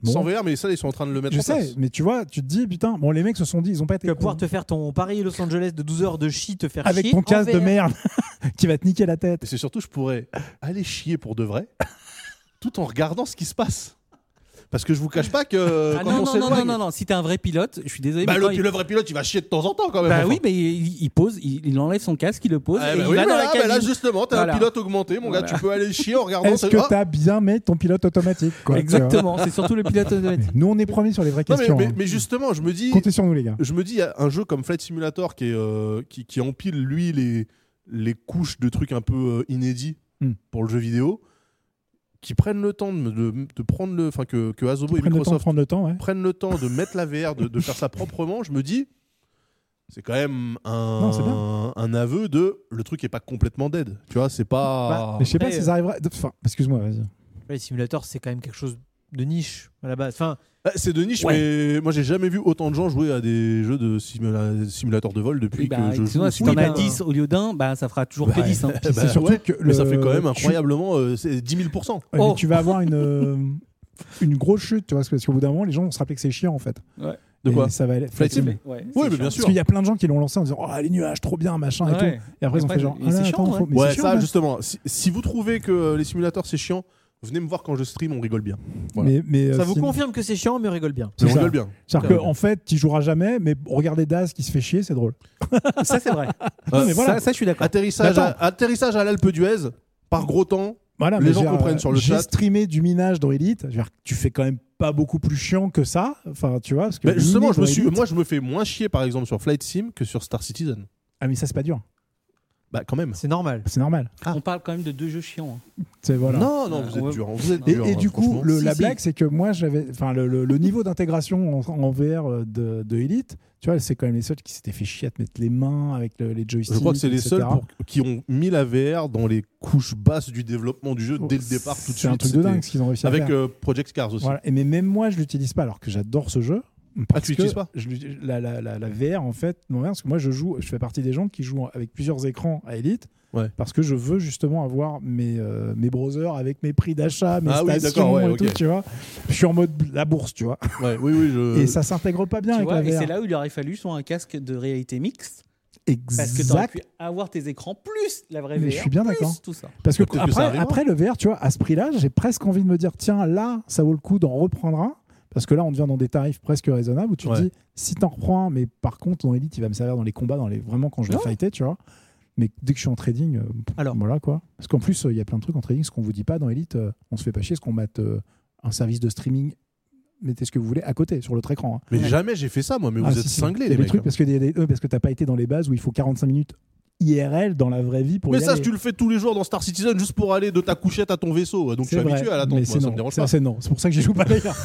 [SPEAKER 3] Bon,
[SPEAKER 1] Sans VR, mais ça, ils sont en train de le mettre
[SPEAKER 3] je
[SPEAKER 1] en
[SPEAKER 3] sais,
[SPEAKER 1] place.
[SPEAKER 3] mais tu vois, tu te dis, putain, bon, les mecs se sont dit, ils ont pas
[SPEAKER 4] Tu
[SPEAKER 3] été.
[SPEAKER 4] vas pouvoir te faire ton Paris-Los Angeles de 12 heures de chi, te faire
[SPEAKER 3] avec
[SPEAKER 4] chier
[SPEAKER 3] ton
[SPEAKER 4] en
[SPEAKER 3] casque de
[SPEAKER 4] VR.
[SPEAKER 3] merde qui va te niquer la tête.
[SPEAKER 1] Et c'est surtout, je pourrais aller chier pour de vrai, tout en regardant ce qui se passe. Parce que je vous cache pas que
[SPEAKER 2] Ah
[SPEAKER 1] quand
[SPEAKER 2] non,
[SPEAKER 1] on
[SPEAKER 2] non, non, non,
[SPEAKER 1] s'éloigne,
[SPEAKER 2] non, non. Si t'es un vrai pilote, je suis désolé.
[SPEAKER 1] bah,
[SPEAKER 2] mais
[SPEAKER 1] le,
[SPEAKER 2] quand il-
[SPEAKER 1] le vrai pilote, il va chier de temps en temps quand même.
[SPEAKER 2] Bah
[SPEAKER 1] enfin.
[SPEAKER 2] oui, mais il, il pose, il, il enlève son casque, il le pose.
[SPEAKER 1] Ah,
[SPEAKER 2] et
[SPEAKER 1] bah
[SPEAKER 2] il
[SPEAKER 1] oui,
[SPEAKER 2] va
[SPEAKER 1] mais
[SPEAKER 2] dans
[SPEAKER 1] là,
[SPEAKER 2] la
[SPEAKER 1] bah
[SPEAKER 2] cabine.
[SPEAKER 1] là, justement, t'as
[SPEAKER 2] Voilà.
[SPEAKER 1] un pilote augmenté, mon gars,
[SPEAKER 2] Voilà.
[SPEAKER 1] tu peux aller chier en regardant.
[SPEAKER 3] Est-ce
[SPEAKER 1] ce-
[SPEAKER 3] que
[SPEAKER 1] Ah
[SPEAKER 3] t'as bien mis ton pilote automatique quoi, tu
[SPEAKER 2] Exactement. C'est surtout le pilote automatique.
[SPEAKER 3] vois. Nous, on est promis sur les vraies
[SPEAKER 1] Non, mais,
[SPEAKER 3] questions.
[SPEAKER 1] mais-
[SPEAKER 3] hein.
[SPEAKER 1] mais justement, je me dis,
[SPEAKER 3] Comptez sur nous, les gars.
[SPEAKER 1] je me dis, il y a un jeu comme Flight Simulator qui, est, euh, qui, qui empile lui les, les couches de trucs un peu euh, inédits
[SPEAKER 3] Hmm.
[SPEAKER 1] pour le jeu vidéo, qui prennent le temps de, de- de prendre le, enfin que, que Asobo et
[SPEAKER 3] Prendre le temps,
[SPEAKER 1] Microsoft
[SPEAKER 3] prendre le temps, ouais.
[SPEAKER 1] prennent le temps de mettre la VR, de, de faire ça proprement, je me dis, c'est quand même un,
[SPEAKER 3] Non, c'est
[SPEAKER 1] un aveu de le truc est pas complètement dead. Tu vois, c'est pas.
[SPEAKER 3] Bah, Mais je sais pas
[SPEAKER 4] Après,
[SPEAKER 3] si ça arrivera. Enfin, excuse-moi, vas-y.
[SPEAKER 4] Les simulateurs, c'est quand même quelque chose de niche à la base. Enfin,
[SPEAKER 1] Ah, c'est de niche,
[SPEAKER 2] Ouais.
[SPEAKER 1] mais moi j'ai jamais vu autant de gens jouer à des jeux de simula- simulateurs de vol depuis
[SPEAKER 2] Oui, bah,
[SPEAKER 1] que je joue.
[SPEAKER 2] excuse-moi, si
[SPEAKER 1] Oui,
[SPEAKER 2] t'en as
[SPEAKER 1] bah,
[SPEAKER 2] 10 au lieu d'un, bah, ça fera toujours que
[SPEAKER 3] Bah,
[SPEAKER 2] 10. hein.
[SPEAKER 3] Puis
[SPEAKER 1] bah,
[SPEAKER 3] c'est surtout
[SPEAKER 1] ouais,
[SPEAKER 3] que
[SPEAKER 1] mais ça
[SPEAKER 3] le-
[SPEAKER 1] fait quand même
[SPEAKER 3] tu-
[SPEAKER 1] incroyablement euh, c'est 10 000
[SPEAKER 3] Ouais, mais
[SPEAKER 2] Oh.
[SPEAKER 3] tu vas avoir une, euh, une grosse chute, tu vois, parce qu'au bout d'un moment, les gens vont se rappeler que c'est chiant, en fait.
[SPEAKER 2] Ouais.
[SPEAKER 1] De quoi
[SPEAKER 3] Et ça va aller.
[SPEAKER 1] Flight Sim.
[SPEAKER 3] Sim.
[SPEAKER 2] Ouais,
[SPEAKER 1] Oui,
[SPEAKER 2] c'est
[SPEAKER 1] mais bien
[SPEAKER 2] chiant.
[SPEAKER 3] Parce
[SPEAKER 1] sûr.
[SPEAKER 3] qu'il y a plein de gens qui l'ont lancé en disant Oh, les nuages, trop bien, machin et
[SPEAKER 2] Ah Ouais.
[SPEAKER 3] tout. Et après, ils ont fait
[SPEAKER 2] Et après,
[SPEAKER 3] genre
[SPEAKER 2] et
[SPEAKER 3] Ah
[SPEAKER 2] c'est
[SPEAKER 3] là,
[SPEAKER 2] chiant,
[SPEAKER 3] attends,
[SPEAKER 2] ouais.
[SPEAKER 3] faut- mais
[SPEAKER 1] Ouais,
[SPEAKER 3] c'est chiant, hein.
[SPEAKER 1] ça,
[SPEAKER 3] ouais.
[SPEAKER 1] justement. Si, si vous trouvez que euh, les simulateurs, c'est chiant, venez me voir quand je stream, on rigole bien. Voilà.
[SPEAKER 3] Mais, mais,
[SPEAKER 4] Ça
[SPEAKER 3] euh,
[SPEAKER 4] vous
[SPEAKER 3] Sim-
[SPEAKER 4] confirme que c'est chiant, mais on rigole bien.
[SPEAKER 3] C'est
[SPEAKER 1] on
[SPEAKER 3] ça.
[SPEAKER 1] rigole bien.
[SPEAKER 3] C'est-à-dire
[SPEAKER 1] Ouais.
[SPEAKER 3] qu'en fait, tu joueras jamais, mais regarder Daz qui se fait chier, c'est drôle.
[SPEAKER 2] Ça, c'est vrai.
[SPEAKER 1] Euh,
[SPEAKER 3] mais voilà.
[SPEAKER 2] ça, ça, je suis d'accord.
[SPEAKER 1] Atterrissage
[SPEAKER 3] Mais
[SPEAKER 1] à,
[SPEAKER 3] attends.
[SPEAKER 1] atterrissage à l'Alpe d'Huez, par gros temps.
[SPEAKER 3] Voilà,
[SPEAKER 1] Les
[SPEAKER 3] mais
[SPEAKER 1] gens
[SPEAKER 3] j'ai, euh,
[SPEAKER 1] comprennent sur le
[SPEAKER 3] j'ai
[SPEAKER 1] chat.
[SPEAKER 3] streamé du minage dans Elite. Je veux dire, tu fais quand même pas beaucoup plus chiant que ça. Enfin, tu vois. Parce que
[SPEAKER 1] Ben, justement,
[SPEAKER 3] miner
[SPEAKER 1] je me
[SPEAKER 3] dans
[SPEAKER 1] suis,
[SPEAKER 3] Elite-
[SPEAKER 1] moi, je me fais moins chier, par exemple, sur Flight Sim que sur Star Citizen.
[SPEAKER 3] Ah, mais ça, c'est pas dur.
[SPEAKER 1] Bah, quand même.
[SPEAKER 4] C'est normal.
[SPEAKER 3] C'est normal.
[SPEAKER 2] On parle quand même de deux jeux chiants. hein.
[SPEAKER 3] C'est, voilà.
[SPEAKER 1] Non, non,
[SPEAKER 2] Euh,
[SPEAKER 1] vous êtes
[SPEAKER 2] ouais.
[SPEAKER 1] dur. hein, Vous êtes
[SPEAKER 3] Et,
[SPEAKER 1] dur,
[SPEAKER 3] et
[SPEAKER 1] hein,
[SPEAKER 3] du coup,
[SPEAKER 1] franchement.
[SPEAKER 3] le-
[SPEAKER 4] Si,
[SPEAKER 3] la
[SPEAKER 4] si.
[SPEAKER 3] blague, c'est que moi, j'avais, enfin, le, le- le niveau d'intégration en, en VR de, de Elite, tu vois, c'est quand même les seuls qui s'étaient fait chier à te mettre les mains avec le- les joysticks.
[SPEAKER 1] Je crois que c'est les
[SPEAKER 3] etc.
[SPEAKER 1] seuls pour- qui ont mis la VR dans les couches basses du développement du jeu dès le départ tout de suite.
[SPEAKER 3] Oh, C'est un truc de
[SPEAKER 1] c'était-
[SPEAKER 3] dingue ce qu'ils ont réussi à
[SPEAKER 1] Avec
[SPEAKER 3] faire.
[SPEAKER 1] euh, Project Cars aussi.
[SPEAKER 3] Voilà. Et mais même moi, je l'utilise pas, alors que j'adore ce jeu.
[SPEAKER 1] Ah, tu l'utilises pas
[SPEAKER 3] je l'utilise- la, la, la, la VR, en fait, non, rien, parce que moi, je joue, je fais partie des gens qui jouent avec plusieurs écrans à Elite,
[SPEAKER 1] Ouais.
[SPEAKER 3] parce que je veux justement avoir mes, euh, mes browsers avec mes prix d'achat, mes
[SPEAKER 1] Ah oui,
[SPEAKER 3] stations
[SPEAKER 1] d'accord, ouais,
[SPEAKER 3] et
[SPEAKER 1] ok.
[SPEAKER 3] tout, tu vois. Je suis en mode la bourse, tu vois.
[SPEAKER 1] Ouais, oui, oui, je-
[SPEAKER 3] et ça s'intègre pas bien
[SPEAKER 2] Tu
[SPEAKER 3] avec
[SPEAKER 2] vois, et
[SPEAKER 3] la
[SPEAKER 2] c'est
[SPEAKER 3] VR.
[SPEAKER 2] là où il aurait fallu soit un casque de réalité mixte, parce que tu aurais
[SPEAKER 3] Exact.
[SPEAKER 2] pu avoir tes écrans plus la vraie
[SPEAKER 3] Mais
[SPEAKER 2] VR.
[SPEAKER 3] je suis bien
[SPEAKER 2] plus
[SPEAKER 3] d'accord.
[SPEAKER 2] Tout ça.
[SPEAKER 3] Parce que,
[SPEAKER 1] Peut-être que ça
[SPEAKER 3] après,
[SPEAKER 1] arrivera.
[SPEAKER 3] après le VR, tu vois, à ce prix-là, j'ai presque envie de me dire, tiens, là, ça vaut le coup d'en reprendre un. Parce que là, on devient dans des tarifs presque raisonnables où tu
[SPEAKER 1] Ouais.
[SPEAKER 3] te dis, si t'en reprends un, mais par contre, dans Elite, il va me servir dans les combats, dans les vraiment quand je vais
[SPEAKER 2] Ouais.
[SPEAKER 3] fighter, tu vois. Mais dès que je suis en trading, euh,
[SPEAKER 4] Alors.
[SPEAKER 3] voilà quoi. Parce qu'en plus, euh, il y a plein de trucs en trading, ce qu'on vous dit pas dans Elite, euh, on se fait pas chier, ce qu'on mate euh, un service de streaming, mettez ce que vous voulez à côté, sur l'autre écran. hein.
[SPEAKER 1] Mais
[SPEAKER 2] Ouais.
[SPEAKER 1] jamais j'ai fait ça, moi. Mais
[SPEAKER 3] Ah,
[SPEAKER 1] vous êtes
[SPEAKER 3] si, si.
[SPEAKER 1] cinglés,
[SPEAKER 3] Il y a
[SPEAKER 1] les
[SPEAKER 3] des
[SPEAKER 1] mecs. hein.
[SPEAKER 3] trucs parce que des- des- euh, parce que t'as pas été dans les bases où il faut 45 minutes IRL dans la vraie vie pour
[SPEAKER 1] mais
[SPEAKER 3] y
[SPEAKER 1] ça,
[SPEAKER 3] aller.
[SPEAKER 1] tu le fais tous les jours dans Star Citizen juste pour aller de ta couchette à ton vaisseau. hein. Donc je
[SPEAKER 3] C'est
[SPEAKER 1] suis
[SPEAKER 3] vrai,
[SPEAKER 1] habitué à l'attente.
[SPEAKER 3] mais
[SPEAKER 1] moi,
[SPEAKER 3] c'est
[SPEAKER 1] Ça
[SPEAKER 3] non.
[SPEAKER 1] me dérange
[SPEAKER 3] Ça,
[SPEAKER 1] pas.
[SPEAKER 3] C'est non. C'est pour ça que j'y joue pas d'ailleurs.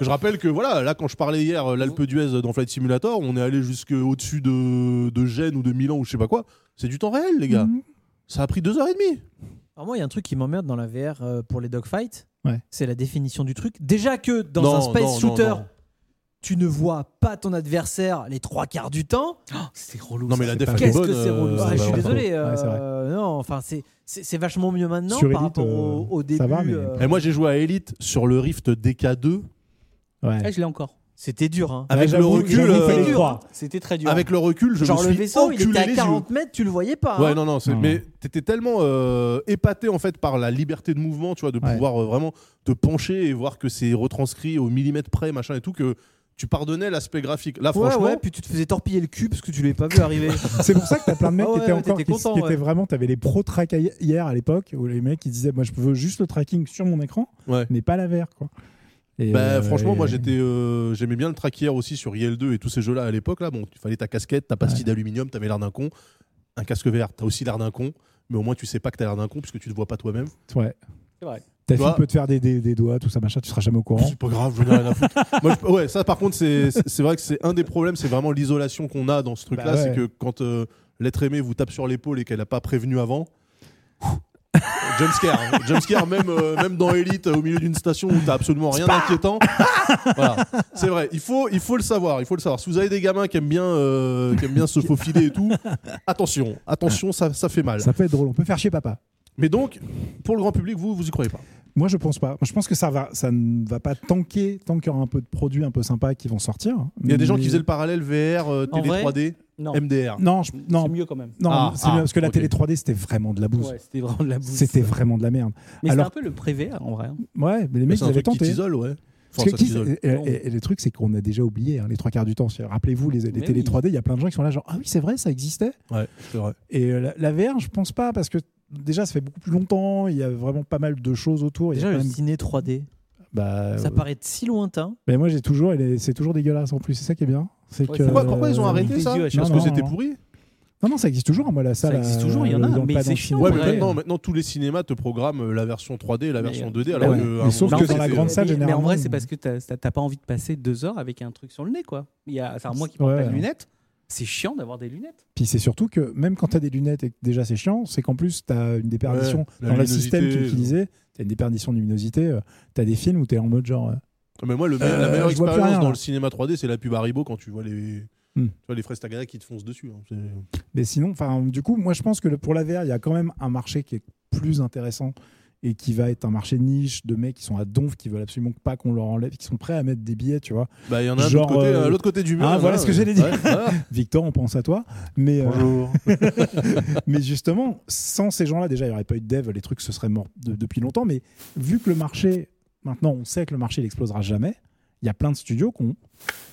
[SPEAKER 1] Je rappelle que voilà, là, quand je parlais hier, euh, l'Alpe d'Huez dans Flight Simulator, on est allé jusqu'au-dessus de, de Gênes ou de Milan ou je sais pas quoi. C'est du temps réel, les gars.
[SPEAKER 3] Mhm.
[SPEAKER 1] Ça a pris deux heures et demie.
[SPEAKER 4] Alors moi, il y a un truc qui m'emmerde dans la VR euh, pour les dogfights.
[SPEAKER 3] Ouais.
[SPEAKER 4] C'est la définition du truc. Déjà que dans
[SPEAKER 1] Non,
[SPEAKER 4] un space
[SPEAKER 1] non, non,
[SPEAKER 4] shooter,
[SPEAKER 1] non.
[SPEAKER 4] tu ne vois pas ton adversaire les trois quarts du temps.
[SPEAKER 3] Oh,
[SPEAKER 2] c'est relou.
[SPEAKER 1] Non, mais la def,
[SPEAKER 3] pas-
[SPEAKER 1] elle est
[SPEAKER 4] Qu'est-ce
[SPEAKER 1] bonne.
[SPEAKER 4] que c'est
[SPEAKER 1] euh,
[SPEAKER 4] relou.
[SPEAKER 3] ça
[SPEAKER 4] Ah,
[SPEAKER 3] va,
[SPEAKER 4] Je suis
[SPEAKER 3] ouais,
[SPEAKER 4] désolé.
[SPEAKER 3] pardon. Ouais, c'est vrai.
[SPEAKER 4] euh, non, enfin, c'est- c'est c'est vachement mieux maintenant
[SPEAKER 3] Sur
[SPEAKER 4] par
[SPEAKER 3] Elite,
[SPEAKER 4] rapport au, au
[SPEAKER 3] ça
[SPEAKER 4] début.
[SPEAKER 3] va, mais-
[SPEAKER 4] euh,
[SPEAKER 1] Et moi, j'ai joué à Elite sur le Rift DK2.
[SPEAKER 3] Ouais.
[SPEAKER 2] Ah, je l'ai encore.
[SPEAKER 4] C'était dur. Hein.
[SPEAKER 1] Avec le
[SPEAKER 3] j'avoue-
[SPEAKER 1] recul,
[SPEAKER 3] j'avoue, il
[SPEAKER 1] euh,
[SPEAKER 3] fallait
[SPEAKER 4] dur,
[SPEAKER 3] croire.
[SPEAKER 2] C'était très dur.
[SPEAKER 1] Avec le recul, je
[SPEAKER 4] Genre
[SPEAKER 1] me
[SPEAKER 4] le
[SPEAKER 1] suis
[SPEAKER 4] vaisseau, il était
[SPEAKER 1] enculé
[SPEAKER 4] à
[SPEAKER 1] les yeux.
[SPEAKER 4] 40 mètres, tu le voyais pas. hein.
[SPEAKER 1] Ouais, non, non, c'est-
[SPEAKER 3] Non.
[SPEAKER 1] mais t'étais tellement euh, épaté en fait par la liberté de mouvement, tu vois, de
[SPEAKER 3] Ouais.
[SPEAKER 1] pouvoir euh, vraiment te pencher et voir que c'est retranscrit au millimètre près, machin et tout, que tu pardonnais l'aspect graphique. Là,
[SPEAKER 4] Ouais,
[SPEAKER 1] franchement,
[SPEAKER 4] ouais, puis tu te faisais torpiller le cul parce que tu l'avais pas vu arriver.
[SPEAKER 1] hein.
[SPEAKER 3] C'est pour ça que t'as plein de mecs
[SPEAKER 4] Ah
[SPEAKER 3] qui
[SPEAKER 4] ouais,
[SPEAKER 3] étaient
[SPEAKER 4] ouais,
[SPEAKER 3] encore, qui,
[SPEAKER 4] t'étais content,
[SPEAKER 3] qui étaient
[SPEAKER 4] ouais.
[SPEAKER 3] vraiment, t'avais les pro track hi- hier à l'époque où les mecs ils disaient, moi je veux juste le tracking sur mon écran,
[SPEAKER 1] Ouais.
[SPEAKER 3] mais pas la VR quoi. Et,
[SPEAKER 1] Bah,
[SPEAKER 3] euh,
[SPEAKER 1] franchement,
[SPEAKER 3] et-
[SPEAKER 1] moi j'étais, euh, j'aimais bien le traquier aussi sur Yel 2 et tous ces jeux-là à l'époque. Là, bon, il fallait ta casquette, ta pastille d'aluminium, t'avais l'air d'un con. Un casque vert, t'as aussi l'air d'un con, mais au moins tu sais pas que t'as l'air d'un con puisque tu te vois pas toi-même.
[SPEAKER 3] Ouais.
[SPEAKER 2] C'est vrai.
[SPEAKER 3] Ta
[SPEAKER 1] Tu
[SPEAKER 3] fille
[SPEAKER 1] vois
[SPEAKER 3] peut te faire des, des, des doigts, tout ça machin, tu seras jamais au courant.
[SPEAKER 1] C'est pas grave, j'en ai rien à foutre. Moi, je- ouais, ça par contre, c'est c'est- c'est vrai que c'est un des problèmes, c'est vraiment l'isolation qu'on a dans ce truc-là.
[SPEAKER 3] Bah ouais.
[SPEAKER 1] C'est que quand euh, l'être aimé vous tape sur l'épaule et qu'elle a pas prévenu avant. Jumpscare, hein. Jumpscare même, euh, même dans Elite, euh, au milieu d'une station où t'as absolument rien d'inquiétant. Voilà. C'est vrai, il faut, il faut le savoir, il faut le savoir. Si vous avez des gamins qui aiment bien, euh, qui aiment bien se faufiler et tout, attention, attention, ça, ça fait mal.
[SPEAKER 3] Ça peut être drôle, on peut faire chier papa.
[SPEAKER 1] Mais donc, pour le grand public, vous, vous y croyez pas.
[SPEAKER 3] Moi je pense pas. Moi, je pense que ça va, ça ne va pas tanker tant qu'il y aura un peu de produits un peu sympas qui vont sortir.
[SPEAKER 1] Il y a des gens
[SPEAKER 3] Mais-
[SPEAKER 1] qui faisaient le parallèle VR, euh,
[SPEAKER 4] En
[SPEAKER 1] télé
[SPEAKER 4] vrai,
[SPEAKER 1] 3D,
[SPEAKER 2] Non,
[SPEAKER 1] MDR.
[SPEAKER 3] Non, je- non,
[SPEAKER 2] c'est mieux quand même.
[SPEAKER 3] non,
[SPEAKER 1] Ah,
[SPEAKER 3] c'est mieux,
[SPEAKER 1] ah,
[SPEAKER 3] parce que la
[SPEAKER 1] ok.
[SPEAKER 3] télé 3D c'était vraiment de la bouse.
[SPEAKER 2] Ouais, c'était vraiment de la bouse.
[SPEAKER 3] C'était vraiment de la merde.
[SPEAKER 2] Mais
[SPEAKER 3] Alors-
[SPEAKER 2] c'était un peu le pré en vrai. hein.
[SPEAKER 3] Ouais, mais les
[SPEAKER 1] Mais
[SPEAKER 3] mecs
[SPEAKER 1] c'est
[SPEAKER 3] ils
[SPEAKER 1] un
[SPEAKER 3] avaient
[SPEAKER 1] truc qui
[SPEAKER 3] tenté.
[SPEAKER 1] t'isole, ouais. Enfin,
[SPEAKER 3] Parce que
[SPEAKER 1] ça
[SPEAKER 3] qui-
[SPEAKER 1] t'isole.
[SPEAKER 3] et, et- et le truc, c'est qu'on a déjà oublié hein, les trois quarts du temps. C'est- Rappelez-vous, les, les
[SPEAKER 2] Mais
[SPEAKER 3] télé
[SPEAKER 2] oui.
[SPEAKER 3] 3D, il y a plein de gens qui sont là, genre Ah oui, c'est vrai, ça existait.
[SPEAKER 1] Ouais, c'est vrai.
[SPEAKER 3] Et euh, la, la VR, je pense pas, parce que déjà, ça fait beaucoup plus longtemps, il y a vraiment pas mal de choses autour. il y a
[SPEAKER 4] Déjà
[SPEAKER 3] quand
[SPEAKER 4] le
[SPEAKER 3] même-
[SPEAKER 4] ciné 3D,
[SPEAKER 3] Bah,
[SPEAKER 4] ça
[SPEAKER 3] euh,
[SPEAKER 4] paraît si lointain.
[SPEAKER 3] mais moi, j'ai toujours, et les- c'est toujours dégueulasse en plus, c'est ça qui est bien. C'est
[SPEAKER 2] Ouais,
[SPEAKER 3] que,
[SPEAKER 1] Pourquoi, pourquoi ils ont
[SPEAKER 3] euh,
[SPEAKER 1] arrêté ça
[SPEAKER 2] vidéo à chaque
[SPEAKER 1] Parce
[SPEAKER 3] fois.
[SPEAKER 1] que c'était
[SPEAKER 3] Non, non.
[SPEAKER 1] pourri
[SPEAKER 3] Non, non, ça existe toujours, moi, la salle.
[SPEAKER 2] existe
[SPEAKER 3] euh,
[SPEAKER 2] toujours, il y en a,
[SPEAKER 3] dans le
[SPEAKER 2] mais
[SPEAKER 3] pas
[SPEAKER 2] c'est
[SPEAKER 3] dans le
[SPEAKER 2] chiant,
[SPEAKER 3] cinéma.
[SPEAKER 1] Ouais,
[SPEAKER 2] Ouais.
[SPEAKER 1] mais maintenant, maintenant, tous les cinémas te programment euh, la version 3D et la
[SPEAKER 2] Mais,
[SPEAKER 1] version
[SPEAKER 2] euh,
[SPEAKER 1] 2D.
[SPEAKER 2] bah
[SPEAKER 1] Alors
[SPEAKER 2] ouais.
[SPEAKER 1] que, à un
[SPEAKER 3] Mais sauf
[SPEAKER 1] moment,
[SPEAKER 3] que dans la
[SPEAKER 1] c'était-
[SPEAKER 3] grande salle,
[SPEAKER 2] Mais- Mais en vrai,
[SPEAKER 3] généralement,
[SPEAKER 2] c'est parce que t'as t'as- t'as pas envie de passer deux heures avec un truc sur le nez, quoi. Il y a, enfin, moi qui porte
[SPEAKER 3] Ouais.
[SPEAKER 2] pas de lunettes, c'est chiant d'avoir des lunettes.
[SPEAKER 3] Puis c'est surtout que même quand t'as des lunettes et que déjà c'est chiant, c'est qu'en plus t'as une déperdition
[SPEAKER 1] Ouais, la
[SPEAKER 3] dans le
[SPEAKER 1] luminosité,
[SPEAKER 3] système qui
[SPEAKER 1] euh.
[SPEAKER 3] utilisait, t'as une déperdition de luminosité, euh, t'as des films où t'es en mode genre. euh,
[SPEAKER 1] Mais moi, le, me-
[SPEAKER 3] Euh,
[SPEAKER 1] la meilleure
[SPEAKER 3] je vois plus
[SPEAKER 1] expérience
[SPEAKER 3] rien,
[SPEAKER 1] dans
[SPEAKER 3] là.
[SPEAKER 1] le cinéma 3D, c'est la pub Haribo quand tu vois les,
[SPEAKER 3] Hmm.
[SPEAKER 1] tu vois les fraises Tagada qui te foncent dessus. hein. C'est-
[SPEAKER 3] Mais sinon, enfin, du coup, moi je pense que le- pour la VR, il y a quand même un marché qui est plus intéressant et qui va être un marché de niche de mecs qui sont à donf, qui veulent absolument pas qu'on leur enlève, qui sont prêts à mettre des billets, tu vois.
[SPEAKER 1] Bah, il y en a un de
[SPEAKER 3] Genre,
[SPEAKER 1] l'autre côté,
[SPEAKER 3] euh,
[SPEAKER 1] à l'autre côté du mur.
[SPEAKER 3] ah,
[SPEAKER 1] il y en
[SPEAKER 3] voilà
[SPEAKER 1] a,
[SPEAKER 3] ce que
[SPEAKER 1] euh,
[SPEAKER 3] j'allais dire.
[SPEAKER 1] ouais, voilà.
[SPEAKER 3] Victor, on pense à toi. Mais, euh,
[SPEAKER 5] Bonjour.
[SPEAKER 3] mais justement, sans ces gens-là, déjà, il n'y aurait pas eu de dev, les trucs se seraient morts de- depuis longtemps. Mais vu que le marché, maintenant, on sait que le marché n'explosera jamais, il y a plein de studios qui ont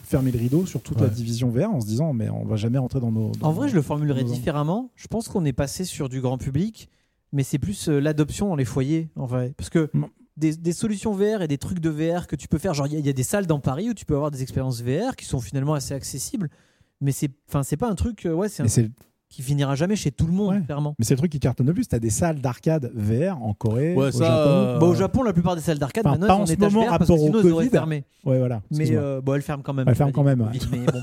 [SPEAKER 3] fermé le rideau sur toute la
[SPEAKER 1] Ouais.
[SPEAKER 3] division VR en se disant, mais on va jamais rentrer dans nos. dans
[SPEAKER 4] En vrai,
[SPEAKER 3] nos-
[SPEAKER 4] je le formulerais
[SPEAKER 3] Novembre.
[SPEAKER 4] différemment. Je pense qu'on est passé sur du grand public, mais c'est plus euh, l'adoption dans les foyers, en vrai. Parce que
[SPEAKER 3] Mm.
[SPEAKER 4] des, des solutions VR et des trucs de VR que tu peux faire, genre il y, a- il y a des salles dans Paris où tu peux avoir des expériences VR qui sont finalement assez accessibles, mais c'est, enfin, c'est pas un truc, euh, ouais, c'est un
[SPEAKER 3] Mais c'est
[SPEAKER 4] qui finira jamais chez tout le monde,
[SPEAKER 3] Ouais.
[SPEAKER 4] clairement.
[SPEAKER 3] Mais c'est le truc qui cartonne le plus. T'as des salles d'arcade VR en Corée,
[SPEAKER 1] Ouais,
[SPEAKER 3] au
[SPEAKER 1] ça,
[SPEAKER 3] Japon.
[SPEAKER 1] euh,
[SPEAKER 4] Bah, au Japon, la plupart des salles d'arcade
[SPEAKER 3] enfin,
[SPEAKER 4] maintenant
[SPEAKER 3] pas
[SPEAKER 4] elles
[SPEAKER 3] en
[SPEAKER 4] sont
[SPEAKER 3] ce
[SPEAKER 4] étages
[SPEAKER 3] moment,
[SPEAKER 4] verts parce que
[SPEAKER 3] rapport au
[SPEAKER 4] sinon elles auraient
[SPEAKER 3] Covid.
[SPEAKER 4] fermé.
[SPEAKER 3] Ouais, voilà.
[SPEAKER 4] Mais
[SPEAKER 3] Excuse-moi.
[SPEAKER 4] euh, bon, elles ferment quand même.
[SPEAKER 3] Elles ferment
[SPEAKER 4] on a
[SPEAKER 3] quand
[SPEAKER 4] dit
[SPEAKER 3] même, ouais.
[SPEAKER 4] Covid, mais bon.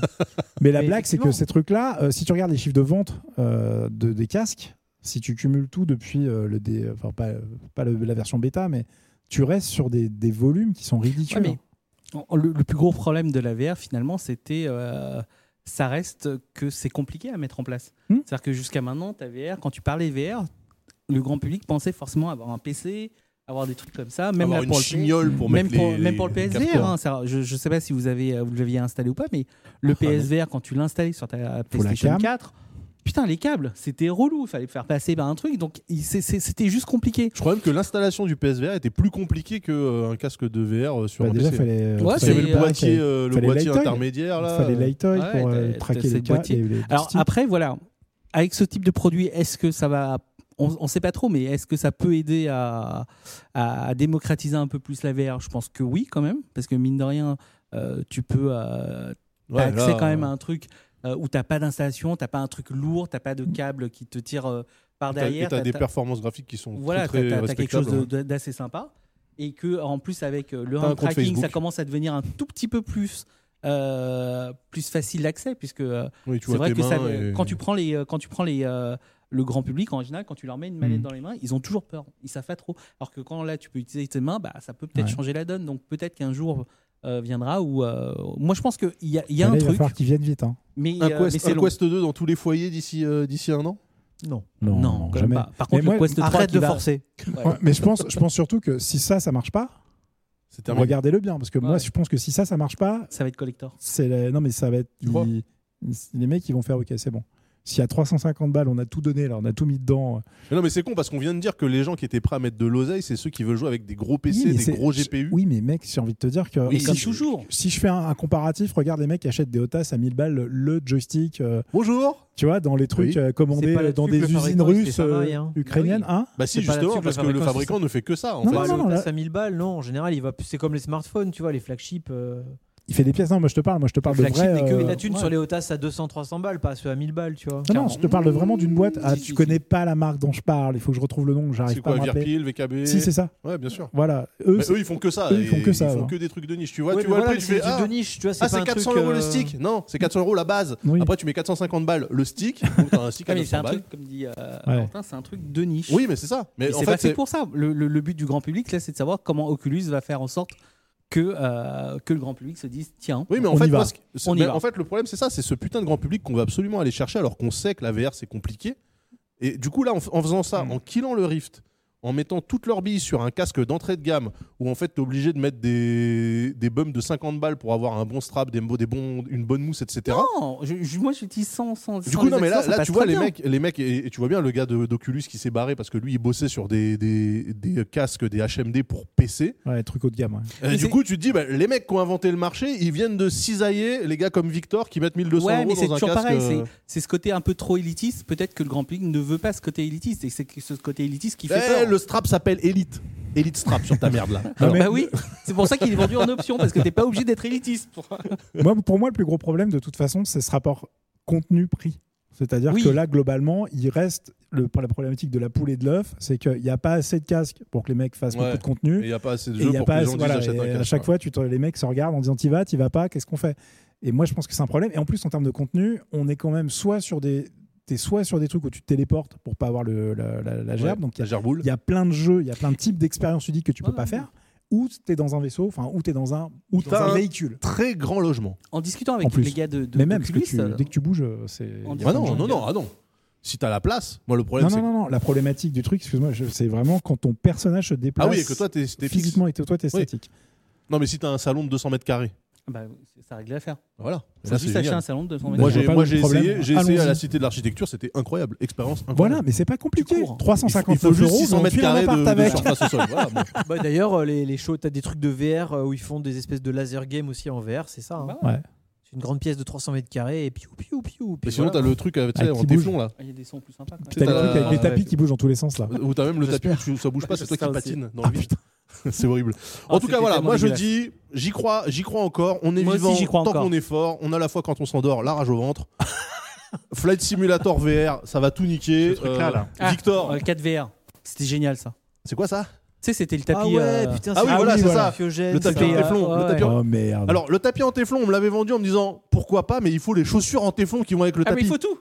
[SPEAKER 3] mais la
[SPEAKER 4] mais
[SPEAKER 3] blague, c'est que
[SPEAKER 4] effectivement.
[SPEAKER 3] ces trucs-là, euh, si tu regardes les chiffres de vente euh, de, des casques, si tu cumules tout depuis euh, le dé- enfin pas, pas le- la version bêta, mais tu restes sur des, des volumes qui sont ridicules. Bah,
[SPEAKER 2] Ouais, mais en- le, le plus gros problème de la VR, finalement, c'était. euh, ça reste que c'est compliqué à mettre en place.
[SPEAKER 3] Hmm.
[SPEAKER 2] C'est-à-dire que jusqu'à maintenant, ta VR, quand tu parlais VR, le grand public pensait forcément avoir un PC, avoir des trucs comme ça. Même
[SPEAKER 1] Avoir
[SPEAKER 2] là,
[SPEAKER 1] une
[SPEAKER 2] pour le
[SPEAKER 1] chignole pour
[SPEAKER 2] même,
[SPEAKER 1] mettre
[SPEAKER 2] pour,
[SPEAKER 1] les-
[SPEAKER 2] même pour le
[SPEAKER 1] les
[SPEAKER 2] PSVR,
[SPEAKER 1] capteurs.
[SPEAKER 2] hein, ça- je ne sais pas si vous avez euh, vous l'aviez installé ou pas, mais
[SPEAKER 1] Oh,
[SPEAKER 2] le PSVR, quand tu l'installais sur ta PlayStation
[SPEAKER 3] cam.
[SPEAKER 2] 4, putain, les câbles, c'était relou, il fallait faire passer par un truc, donc il- c'est- c'est- c'était juste compliqué.
[SPEAKER 1] Je crois même que l'installation du PSVR était plus compliquée qu'un casque de VR euh, sur
[SPEAKER 3] Bah,
[SPEAKER 1] un
[SPEAKER 3] déjà,
[SPEAKER 1] PC.
[SPEAKER 3] fallait. euh,
[SPEAKER 2] Ouais,
[SPEAKER 1] Parce qu'il y
[SPEAKER 3] fallait-
[SPEAKER 1] avait le
[SPEAKER 2] c'est-
[SPEAKER 1] boîtier, euh, le
[SPEAKER 3] fallait
[SPEAKER 1] boîtier
[SPEAKER 3] Lightoy.
[SPEAKER 1] intermédiateur là.
[SPEAKER 3] fallait Lightoy
[SPEAKER 2] Ouais,
[SPEAKER 3] pour euh,
[SPEAKER 2] t'as- t'as
[SPEAKER 3] traquer les
[SPEAKER 2] cette
[SPEAKER 3] cas,
[SPEAKER 2] boîtier.
[SPEAKER 3] les- les
[SPEAKER 2] Alors
[SPEAKER 3] sticks.
[SPEAKER 2] après, voilà, avec ce type de produit, est-ce que ça va. On ne sait pas trop, mais est-ce que ça peut aider à, à démocratiser un peu plus la VR Je pense que oui, quand même, parce que mine de rien, euh, tu peux. euh, t'as
[SPEAKER 1] Ouais,
[SPEAKER 2] accès
[SPEAKER 1] là,
[SPEAKER 2] quand même à un truc euh, où t'as pas d'installation, t'as pas un truc lourd, t'as pas de câble qui te tire euh, par
[SPEAKER 1] t'as- Mm. et
[SPEAKER 2] derrière.
[SPEAKER 1] t'as
[SPEAKER 2] t'as-
[SPEAKER 1] des
[SPEAKER 2] t'as-
[SPEAKER 1] performances graphiques qui sont
[SPEAKER 2] voilà,
[SPEAKER 1] très,
[SPEAKER 2] t'as-
[SPEAKER 1] très
[SPEAKER 2] t'as- t'as quelque chose
[SPEAKER 1] respectables.
[SPEAKER 2] de- de- d'assez sympa. Et que en plus avec euh, le
[SPEAKER 1] T'as un
[SPEAKER 2] hand
[SPEAKER 1] compte
[SPEAKER 2] tracking, ça
[SPEAKER 1] Facebook.
[SPEAKER 2] commence à devenir un tout petit peu plus euh, plus facile d'accès, puisque euh,
[SPEAKER 1] Oui, tu
[SPEAKER 2] c'est
[SPEAKER 1] vois
[SPEAKER 2] vrai
[SPEAKER 1] tes
[SPEAKER 2] que ça,
[SPEAKER 1] mains et-
[SPEAKER 2] quand tu prends les, euh, quand tu prends les, euh, le grand public en général, quand tu leur mets une manette
[SPEAKER 3] Mm.
[SPEAKER 2] dans les mains, ils ont toujours peur. Ils savent pas trop. Alors que quand là, tu peux utiliser tes mains, bah, ça peut peut-être
[SPEAKER 3] Ouais.
[SPEAKER 2] changer la donne. Donc peut-être qu'un jour euh, viendra où, euh, moi je pense qu'il y a, il y a
[SPEAKER 3] Mais
[SPEAKER 2] un
[SPEAKER 3] là, Il va
[SPEAKER 2] truc,
[SPEAKER 3] falloir qu'ils viennent vite. hein.
[SPEAKER 2] mais,
[SPEAKER 1] un
[SPEAKER 2] euh, mais
[SPEAKER 1] Quest,
[SPEAKER 2] c'est
[SPEAKER 1] un
[SPEAKER 2] long.
[SPEAKER 1] Quest 2 dans tous les foyers d'ici euh, d'ici un an.
[SPEAKER 4] Non.
[SPEAKER 2] Non, quand même
[SPEAKER 3] jamais.
[SPEAKER 2] pas. Par
[SPEAKER 3] Mais
[SPEAKER 2] contre,
[SPEAKER 3] moi,
[SPEAKER 2] le Quest 3
[SPEAKER 4] Arrête
[SPEAKER 2] qui
[SPEAKER 4] de
[SPEAKER 2] va-
[SPEAKER 4] forcer.
[SPEAKER 3] Ouais, mais je pense, je pense surtout que si ça, ça marche pas,
[SPEAKER 1] C'est terminé.
[SPEAKER 3] regardez-le bien, parce que moi,
[SPEAKER 2] Ouais.
[SPEAKER 3] je pense que si ça, ça marche pas,
[SPEAKER 2] Ça va être collector.
[SPEAKER 3] C'est la- Non, mais ça va être.
[SPEAKER 1] Tu crois
[SPEAKER 3] ils- Les mecs, ils vont faire OK, c'est bon. S'il y a 350 balles, on a tout donné, là, on a tout mis dedans.
[SPEAKER 1] Mais non, mais c'est con parce qu'on vient de dire que les gens qui étaient prêts à mettre de l'oseille, c'est ceux qui veulent jouer avec des gros PC,
[SPEAKER 3] Oui, mais
[SPEAKER 1] des
[SPEAKER 3] c'est-
[SPEAKER 1] gros GPU.
[SPEAKER 3] Oui, mais mec, j'ai envie de te dire que.
[SPEAKER 1] Oui,
[SPEAKER 3] si,
[SPEAKER 2] Comme
[SPEAKER 1] je-
[SPEAKER 2] toujours.
[SPEAKER 3] si je fais un, un comparatif, regarde les mecs qui achètent des OTAS à 1000 balles, le joystick, euh,
[SPEAKER 1] Bonjour.
[SPEAKER 3] tu vois, dans les trucs
[SPEAKER 1] Oui.
[SPEAKER 3] euh, commandés
[SPEAKER 4] C'est pas
[SPEAKER 3] euh, dans
[SPEAKER 4] là-dessus
[SPEAKER 3] des
[SPEAKER 4] que le
[SPEAKER 3] usines
[SPEAKER 4] fabricant, il fait
[SPEAKER 3] russes,
[SPEAKER 4] ça,
[SPEAKER 3] euh,
[SPEAKER 4] pareil, hein.
[SPEAKER 3] ukrainiens. Hein
[SPEAKER 1] Bah si
[SPEAKER 4] C'est pas
[SPEAKER 1] justement
[SPEAKER 4] là-dessus que
[SPEAKER 1] parce
[SPEAKER 4] le
[SPEAKER 1] que le
[SPEAKER 4] fabricant,
[SPEAKER 1] fabricant ne fait que ça en
[SPEAKER 3] Non,
[SPEAKER 1] fait.
[SPEAKER 3] non, non,
[SPEAKER 4] Bah, le
[SPEAKER 3] là-
[SPEAKER 4] passe à 1000 balles, non. En général, il va. C'est comme les smartphones, tu vois, les flagships. euh,
[SPEAKER 3] il fait des pièces. Non, moi je te parle, moi je te parle de
[SPEAKER 2] flagship
[SPEAKER 3] vrai.
[SPEAKER 2] n'est que-
[SPEAKER 4] Mais
[SPEAKER 3] euh,
[SPEAKER 4] la thune
[SPEAKER 2] ouais.
[SPEAKER 4] sur les OTAS à 200-300 balles, pas ceux à 1000 balles, tu vois.
[SPEAKER 3] Non, non, je te parle de vraiment d'une boîte. Ah,
[SPEAKER 2] Si,
[SPEAKER 3] tu
[SPEAKER 2] si,
[SPEAKER 3] connais
[SPEAKER 2] si.
[SPEAKER 3] pas la marque dont je parle. Il faut que je retrouve le nom.
[SPEAKER 1] C'est
[SPEAKER 3] J'arrive pas à
[SPEAKER 1] quoi
[SPEAKER 3] me rappeler.
[SPEAKER 1] Virpil, VKB
[SPEAKER 3] Si, c'est ça.
[SPEAKER 1] Ouais, bien sûr.
[SPEAKER 3] Voilà. Eux,
[SPEAKER 1] Mais
[SPEAKER 3] c'est-
[SPEAKER 1] eux ils font que ça.
[SPEAKER 3] eux, ils font
[SPEAKER 1] et
[SPEAKER 3] que ça,
[SPEAKER 1] Ils font
[SPEAKER 3] alors.
[SPEAKER 1] que des trucs de niche. Tu vois,
[SPEAKER 4] Ouais,
[SPEAKER 1] tu
[SPEAKER 4] mais
[SPEAKER 1] vois le
[SPEAKER 4] voilà,
[SPEAKER 1] prix, tu
[SPEAKER 4] c'est
[SPEAKER 1] fais
[SPEAKER 4] du
[SPEAKER 1] ah,
[SPEAKER 4] de niche, tu vois, c'est
[SPEAKER 1] Ah,
[SPEAKER 4] pas
[SPEAKER 1] c'est
[SPEAKER 4] un
[SPEAKER 1] 400
[SPEAKER 4] truc,
[SPEAKER 1] euros le
[SPEAKER 4] euh,
[SPEAKER 1] stick Non, c'est 400 euros la base.
[SPEAKER 3] Oui.
[SPEAKER 1] Après, tu mets 450 balles le stick. donc t'as un stick
[SPEAKER 2] Ah,
[SPEAKER 1] à
[SPEAKER 2] mais c'est
[SPEAKER 1] 900
[SPEAKER 2] un
[SPEAKER 1] balles.
[SPEAKER 2] truc, comme dit euh,
[SPEAKER 3] Ouais.
[SPEAKER 2] Valentin, c'est un truc de niche.
[SPEAKER 1] Oui, mais c'est ça. Mais
[SPEAKER 2] Et
[SPEAKER 1] en
[SPEAKER 2] c'est
[SPEAKER 1] fait,
[SPEAKER 2] pas
[SPEAKER 1] c'est
[SPEAKER 2] fait pour ça. Le, le- le but du grand public, là, c'est de savoir comment Oculus va faire en sorte que, euh, que le grand public se dise tiens,
[SPEAKER 1] Oui, mais en
[SPEAKER 3] On
[SPEAKER 1] fait,
[SPEAKER 3] y va.
[SPEAKER 1] moi, ce- ce-
[SPEAKER 2] On y
[SPEAKER 1] mais
[SPEAKER 2] va.
[SPEAKER 1] en fait, le problème, c'est ça, c'est ce putain de grand public qu'on va absolument aller chercher alors qu'on sait que la VR, c'est compliqué. Et du coup, là, en, f- en faisant ça,
[SPEAKER 2] Mm.
[SPEAKER 1] en killant le Rift, en mettant toutes leurs billes sur un casque d'entrée de gamme, où en fait, t'es obligé de mettre des, des bums de 50 balles pour avoir un bon strap, des, mo- des bons, une bonne mousse, etc.
[SPEAKER 2] Non, je- je- moi je dis sans, sans.
[SPEAKER 1] Du
[SPEAKER 2] sans
[SPEAKER 1] coup,
[SPEAKER 2] les
[SPEAKER 1] non, mais là,
[SPEAKER 2] accessoires, ça
[SPEAKER 1] là
[SPEAKER 2] passe
[SPEAKER 1] tu vois
[SPEAKER 2] très
[SPEAKER 1] les
[SPEAKER 2] bien.
[SPEAKER 1] mecs, les mecs et, et tu vois bien le gars de- d'Oculus qui s'est barré parce que lui, il bossait sur des, des, des casques, des HMD pour PC.
[SPEAKER 3] ouais, truc haut de gamme. ouais.
[SPEAKER 1] Euh,
[SPEAKER 2] Mais
[SPEAKER 1] du
[SPEAKER 2] c'est-
[SPEAKER 1] coup, tu te dis, bah, les mecs qui ont inventé le marché, ils viennent de cisailler les gars comme Victor qui mettent 1200
[SPEAKER 2] Ouais,
[SPEAKER 1] euros
[SPEAKER 2] mais c'est
[SPEAKER 1] dans un
[SPEAKER 2] toujours
[SPEAKER 1] casque.
[SPEAKER 2] pareil.
[SPEAKER 1] euh,
[SPEAKER 2] c'est- C'est ce côté un peu trop élitiste. Peut-être que le grand public ne veut pas ce côté élitiste. Et c'est que ce côté élitiste qui fait
[SPEAKER 1] Eh,
[SPEAKER 2] peur.
[SPEAKER 1] le strap s'appelle Elite. Elite strap sur ta merde là.
[SPEAKER 3] Non, mais-
[SPEAKER 2] Bah oui, c'est pour ça qu'il est vendu en option parce que t'es pas obligé d'être élitiste. Pour...
[SPEAKER 3] moi, pour moi, le plus gros problème, de toute façon, c'est ce rapport contenu-prix. C'est-à-dire
[SPEAKER 2] Oui.
[SPEAKER 3] que là, globalement, il reste le, pour la problématique de la poule et de l'œuf, c'est qu'il n'y a pas assez de casques pour que les mecs fassent
[SPEAKER 1] Ouais.
[SPEAKER 3] beaucoup de
[SPEAKER 1] Il
[SPEAKER 3] contenu.
[SPEAKER 1] n'y a pas assez de
[SPEAKER 3] Et il
[SPEAKER 1] jeux
[SPEAKER 3] y a
[SPEAKER 1] pour
[SPEAKER 3] pas
[SPEAKER 1] que les
[SPEAKER 3] assez-
[SPEAKER 1] gens
[SPEAKER 3] voilà,
[SPEAKER 1] disent achète un
[SPEAKER 3] et
[SPEAKER 1] casque.
[SPEAKER 3] à chaque fois, tu te- les mecs se regardent en disant t'y vas, t'y vas pas, qu'est-ce qu'on fait Et moi, je pense que c'est un problème. Et en plus, en termes de contenu, on est quand même soit sur des, t'es soit sur des trucs où tu te téléportes pour pas avoir le, la, la- la gerbe,
[SPEAKER 1] Ouais,
[SPEAKER 3] donc il y a
[SPEAKER 1] la gerboule.
[SPEAKER 3] il y a plein de jeux, il y a plein de types d'expériences ludiques que tu peux
[SPEAKER 2] Ouais,
[SPEAKER 3] pas
[SPEAKER 2] ouais.
[SPEAKER 3] faire. Ou tu es dans un vaisseau, enfin, ou tu es dans un,
[SPEAKER 1] Ou
[SPEAKER 3] dans
[SPEAKER 1] t'as
[SPEAKER 3] un
[SPEAKER 1] un-
[SPEAKER 3] véhicule.
[SPEAKER 1] Très grand logement.
[SPEAKER 2] En discutant
[SPEAKER 3] En
[SPEAKER 2] avec
[SPEAKER 3] plus.
[SPEAKER 2] les gars de, de
[SPEAKER 3] Mais même, parce que
[SPEAKER 2] d'Oculus,
[SPEAKER 3] tu-
[SPEAKER 2] euh,
[SPEAKER 3] dès que tu bouges, euh, c'est.
[SPEAKER 2] on
[SPEAKER 3] il y a
[SPEAKER 2] dit-
[SPEAKER 1] Ah
[SPEAKER 3] plein de
[SPEAKER 1] non,
[SPEAKER 3] gens.
[SPEAKER 1] non, non, ah non. Si t'as la place, moi le problème
[SPEAKER 3] Non,
[SPEAKER 1] c'est.
[SPEAKER 3] non,
[SPEAKER 1] que-
[SPEAKER 3] non, non, la problématique du truc, excuse-moi, je- c'est vraiment quand ton personnage se déplace
[SPEAKER 1] Ah oui, et que toi t'es t'es fixe.
[SPEAKER 3] physiquement et que toi, t'es
[SPEAKER 1] Oui.
[SPEAKER 3] statique.
[SPEAKER 1] Non, mais si t'as un salon de 200 mètres carrés,
[SPEAKER 2] Bah, ça règle l'affaire.
[SPEAKER 1] voilà.
[SPEAKER 2] Faut
[SPEAKER 1] Là,
[SPEAKER 2] juste
[SPEAKER 1] c'est
[SPEAKER 2] acheter un
[SPEAKER 1] génial.
[SPEAKER 2] salon de 200 mètres
[SPEAKER 1] Moi
[SPEAKER 3] Je vois
[SPEAKER 1] j'ai
[SPEAKER 3] pas
[SPEAKER 1] moi,
[SPEAKER 3] le
[SPEAKER 1] j'ai
[SPEAKER 3] problème.
[SPEAKER 1] essayé, j'ai essayé à la
[SPEAKER 3] Allons-y.
[SPEAKER 1] cité de l'architecture, c'était incroyable, expérience incroyable.
[SPEAKER 3] Voilà, mais c'est pas compliqué.
[SPEAKER 4] Tu cours.
[SPEAKER 1] il
[SPEAKER 3] 350
[SPEAKER 1] faut
[SPEAKER 3] euros,
[SPEAKER 1] juste 600
[SPEAKER 3] on
[SPEAKER 1] mètres
[SPEAKER 3] file un
[SPEAKER 1] carrés
[SPEAKER 3] appart
[SPEAKER 1] de, de
[SPEAKER 3] avec.
[SPEAKER 1] surface au sol. Voilà, bon.
[SPEAKER 4] Bah, D'ailleurs, euh, les, les shows, t'as des trucs de VR euh, où ils font des espèces de laser game aussi en VR, c'est ça. hein.
[SPEAKER 2] Bah
[SPEAKER 3] ouais.
[SPEAKER 4] C'est une grande pièce de 300 mètres carrés et piou piou piou.
[SPEAKER 1] Mais
[SPEAKER 4] puis
[SPEAKER 1] sinon,
[SPEAKER 4] voilà.
[SPEAKER 1] t'as le truc avec, tu sais,
[SPEAKER 3] Ah, qui
[SPEAKER 1] en
[SPEAKER 3] bouge.
[SPEAKER 1] téflon là.
[SPEAKER 2] Il y a des sons plus sympas. Ah, quand même.
[SPEAKER 3] T'as le
[SPEAKER 1] T'as-
[SPEAKER 3] truc avec les
[SPEAKER 4] Ouais.
[SPEAKER 3] tapis qui bougent dans tous les sens là.
[SPEAKER 1] Ou t'as même le tapis
[SPEAKER 4] J'espère.
[SPEAKER 1] où tu- ça bouge pas, c'est toi qui
[SPEAKER 2] Ça aussi.
[SPEAKER 1] patine dans le vide. Ah, C'est horrible.
[SPEAKER 2] Ah,
[SPEAKER 1] En tout cas,
[SPEAKER 2] c'était
[SPEAKER 1] voilà,
[SPEAKER 2] tellement
[SPEAKER 1] moi je
[SPEAKER 2] dégueulasse.
[SPEAKER 1] dis, j'y crois, j'y crois encore. On est
[SPEAKER 2] Moi aussi,
[SPEAKER 1] vivant
[SPEAKER 2] j'y crois
[SPEAKER 1] tant
[SPEAKER 2] encore.
[SPEAKER 1] qu'on est fort. On a la foi quand on s'endort, la rage au ventre. Flight Simulator VR, ça va tout niquer.
[SPEAKER 5] Ce truc-là, là.
[SPEAKER 2] Ah,
[SPEAKER 1] Victor,
[SPEAKER 2] euh, 4VR. C'était génial ça.
[SPEAKER 1] c'est quoi ça
[SPEAKER 2] Tu sais, c'était le
[SPEAKER 4] Ah
[SPEAKER 2] tapis.
[SPEAKER 4] ouais,
[SPEAKER 2] euh,
[SPEAKER 4] putain,
[SPEAKER 1] Ah oui,
[SPEAKER 4] c'est
[SPEAKER 1] voilà, c'est ça.
[SPEAKER 4] Anxiogène,
[SPEAKER 1] Le tapis en
[SPEAKER 4] c'était, euh,
[SPEAKER 1] téflon, le
[SPEAKER 4] ouais,
[SPEAKER 1] tapis en-
[SPEAKER 4] ouais.
[SPEAKER 3] Oh merde.
[SPEAKER 1] Alors, le tapis en téflon, on me l'avait vendu en me disant pourquoi pas, mais il faut les chaussures en téflon qui vont avec le
[SPEAKER 2] Ah, mais
[SPEAKER 1] tapis.
[SPEAKER 2] il faut tout.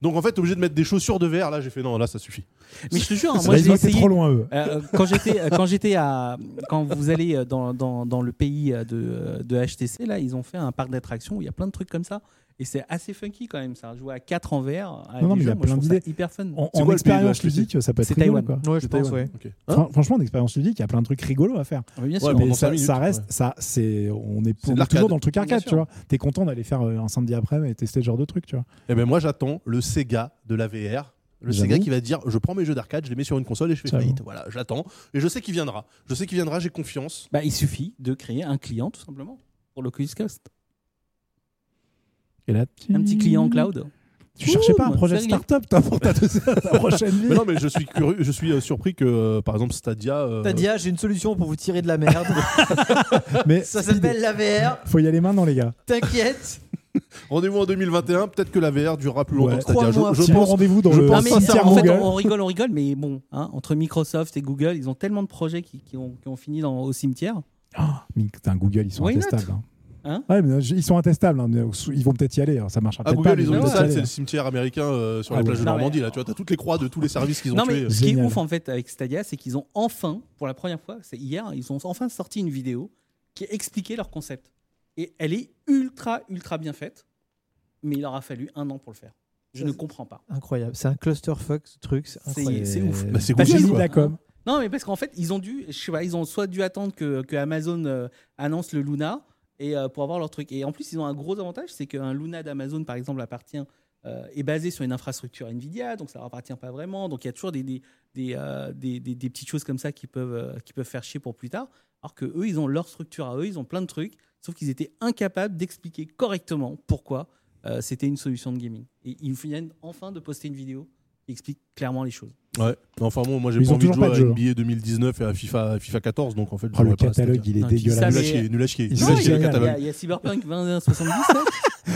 [SPEAKER 1] Donc en fait, t'es obligé de mettre des chaussures de VR. Là, j'ai fait non, là ça suffit.
[SPEAKER 2] Mais je te jure, hein, moi
[SPEAKER 3] Moi,
[SPEAKER 2] je
[SPEAKER 3] ils
[SPEAKER 2] l'ai
[SPEAKER 3] ont été
[SPEAKER 2] essayé.
[SPEAKER 3] trop loin eux.
[SPEAKER 2] Euh, quand j'étais euh, quand j'étais à quand vous allez euh, dans, dans, dans le pays euh, de, de HTC là ils ont fait un parc d'attractions où il y a plein de trucs comme ça et c'est assez funky quand même ça jouer à 4 en VR à
[SPEAKER 3] Non, non, mais il y
[SPEAKER 2] des jeux,
[SPEAKER 3] a plein
[SPEAKER 2] moi, je trouve ça
[SPEAKER 3] d'idées.
[SPEAKER 2] hyper fun
[SPEAKER 3] En,
[SPEAKER 1] C'est quoi le
[SPEAKER 3] en
[SPEAKER 1] pays de
[SPEAKER 3] expérience
[SPEAKER 1] la HTC?
[SPEAKER 3] ludique, ça peut être
[SPEAKER 2] C'est
[SPEAKER 3] rigolo,
[SPEAKER 2] Taïwan.
[SPEAKER 3] quoi.
[SPEAKER 4] Ouais, je
[SPEAKER 3] C'est
[SPEAKER 4] pense,
[SPEAKER 3] Taïwan.
[SPEAKER 4] ouais.
[SPEAKER 1] Ok. Hein
[SPEAKER 3] Fran- Franchement, en expérience ludique, il y a plein de trucs rigolos à faire.
[SPEAKER 2] Ah, mais bien
[SPEAKER 1] Ouais,
[SPEAKER 2] sûr
[SPEAKER 1] mais-
[SPEAKER 3] mais
[SPEAKER 1] pendant
[SPEAKER 3] ça,
[SPEAKER 1] cinq minutes,
[SPEAKER 3] ça reste,
[SPEAKER 1] ouais.
[SPEAKER 3] ça, c'est, on est, on est
[SPEAKER 1] l'arcade.
[SPEAKER 3] toujours dans le truc
[SPEAKER 2] Bien
[SPEAKER 3] arcade,
[SPEAKER 2] sûr.
[SPEAKER 3] tu vois. T'es content d'aller faire euh, un samedi après et tester ce genre de truc, tu vois.
[SPEAKER 1] Et ben moi, j'attends le Sega de la VR. Le
[SPEAKER 3] J'avoue.
[SPEAKER 1] Sega qui va dire je prends mes jeux d'arcade, je les mets sur une console et je fais
[SPEAKER 3] J'avoue.
[SPEAKER 1] faillite. Voilà, j'attends. Et je sais qu'il viendra. Je sais qu'il viendra, j'ai confiance.
[SPEAKER 2] bah, il suffit de créer un client tout simplement pour le Quizcast
[SPEAKER 3] Et là,
[SPEAKER 2] un
[SPEAKER 3] Mmh.
[SPEAKER 2] petit client cloud
[SPEAKER 3] Tu cherchais pas un
[SPEAKER 2] Ouh,
[SPEAKER 3] projet de
[SPEAKER 2] c'est réglé.
[SPEAKER 3] start-up, toi, pour ta, ta prochaine vie.
[SPEAKER 1] Mais non, mais je suis curieux, je suis euh, surpris que, euh, par exemple, Stadia. euh,
[SPEAKER 4] Tadia, j'ai une solution pour vous tirer de la merde.
[SPEAKER 3] Mais
[SPEAKER 4] ça s'appelle la VR.
[SPEAKER 3] Faut y aller maintenant, les gars.
[SPEAKER 4] T'inquiète.
[SPEAKER 1] Rendez-vous en 2021. Peut-être que la VR durera plus longtemps
[SPEAKER 3] Ouais.
[SPEAKER 1] que Stadia.
[SPEAKER 4] Crois-moi,
[SPEAKER 1] Je, je
[SPEAKER 3] Petit
[SPEAKER 1] pense.
[SPEAKER 3] rendez-vous dans
[SPEAKER 1] je
[SPEAKER 3] le
[SPEAKER 1] pense
[SPEAKER 2] Non, mais
[SPEAKER 3] cimetière
[SPEAKER 2] en fait,
[SPEAKER 3] Google.
[SPEAKER 2] on, on rigole, on rigole, mais bon, hein, entre Microsoft et Google, ils ont tellement de projets qui, qui ont, qui ont fini dans, au cimetière.
[SPEAKER 3] Ah, mais putain, Google, ils sont
[SPEAKER 2] Why not
[SPEAKER 3] intestables. hein.
[SPEAKER 2] Hein
[SPEAKER 3] Ouais, mais ils sont intestables. hein, mais Ils vont peut-être y aller. alors Ça marchera
[SPEAKER 1] Ah,
[SPEAKER 3] peut-être pas.
[SPEAKER 1] Google,
[SPEAKER 3] mais
[SPEAKER 1] ils ont
[SPEAKER 2] mais
[SPEAKER 1] une
[SPEAKER 3] peut-être y
[SPEAKER 1] salle,
[SPEAKER 3] aller.
[SPEAKER 1] c'est le cimetière américain euh, sur
[SPEAKER 3] Ah
[SPEAKER 1] la
[SPEAKER 3] ouais.
[SPEAKER 1] plage de
[SPEAKER 2] Non, mais-
[SPEAKER 1] Normandie. Là, tu vois, t'as toutes les croix de tous les services qu'ils ont
[SPEAKER 2] Non,
[SPEAKER 1] tués.
[SPEAKER 2] mais ce qui est
[SPEAKER 3] Génial.
[SPEAKER 2] ouf en fait avec Stadia, c'est qu'ils ont enfin, pour la première fois, c'est hier, ils ont enfin sorti une vidéo qui expliquait leur concept. Et elle est ultra, ultra bien faite, mais il leur a fallu un an pour le faire. Je
[SPEAKER 4] Ça,
[SPEAKER 2] ne
[SPEAKER 4] c'est-
[SPEAKER 2] comprends pas.
[SPEAKER 4] Incroyable. C'est un clusterfuck ce truc. C'est
[SPEAKER 2] C'est-
[SPEAKER 4] incroyable.
[SPEAKER 2] c'est ouf.
[SPEAKER 1] Bah, c'est
[SPEAKER 3] Pas
[SPEAKER 1] Google,
[SPEAKER 3] génie
[SPEAKER 1] quoi.
[SPEAKER 3] de la com.
[SPEAKER 2] Non, mais parce qu'en fait, ils ont dû, je sais pas, ils ont soit dû attendre que, que Amazon euh, annonce le Luna et euh, pour avoir leur truc. Et en plus, ils ont un gros avantage, c'est qu'un Luna d'Amazon, par exemple, appartient euh, est basé sur une infrastructure Nvidia, donc ça leur appartient pas vraiment. Donc il y a toujours des des, des, euh, des- des- des petites choses comme ça qui peuvent euh, qui peuvent faire chier pour plus tard. Alors que eux, ils ont leur structure à eux, ils ont plein de trucs, sauf qu'ils étaient incapables d'expliquer correctement pourquoi euh, c'était une solution de gaming. Et ils viennent enfin de poster une vidéo qui explique clairement les choses.
[SPEAKER 1] Ouais. Mais Enfin bon, moi j'ai
[SPEAKER 3] Ils
[SPEAKER 1] pas
[SPEAKER 3] ont
[SPEAKER 1] envie de
[SPEAKER 3] toujours
[SPEAKER 1] jouer
[SPEAKER 3] pas de jeu,
[SPEAKER 1] à NBA 2019 et à FIFA, à FIFA 14, donc en fait,
[SPEAKER 3] Oh,
[SPEAKER 1] je
[SPEAKER 3] le
[SPEAKER 1] jouerai pas à Stadia.
[SPEAKER 3] catalogue, il est
[SPEAKER 2] Non, et puis
[SPEAKER 3] dégueulasse.
[SPEAKER 2] ça,
[SPEAKER 1] Nul à
[SPEAKER 2] mais-
[SPEAKER 1] chier, nul à chier.
[SPEAKER 3] Non,
[SPEAKER 1] Nul à
[SPEAKER 2] Non,
[SPEAKER 1] chier,
[SPEAKER 2] il y, a-
[SPEAKER 1] le
[SPEAKER 2] il y a-
[SPEAKER 1] catalogue.
[SPEAKER 2] il y a Cyberpunk 2177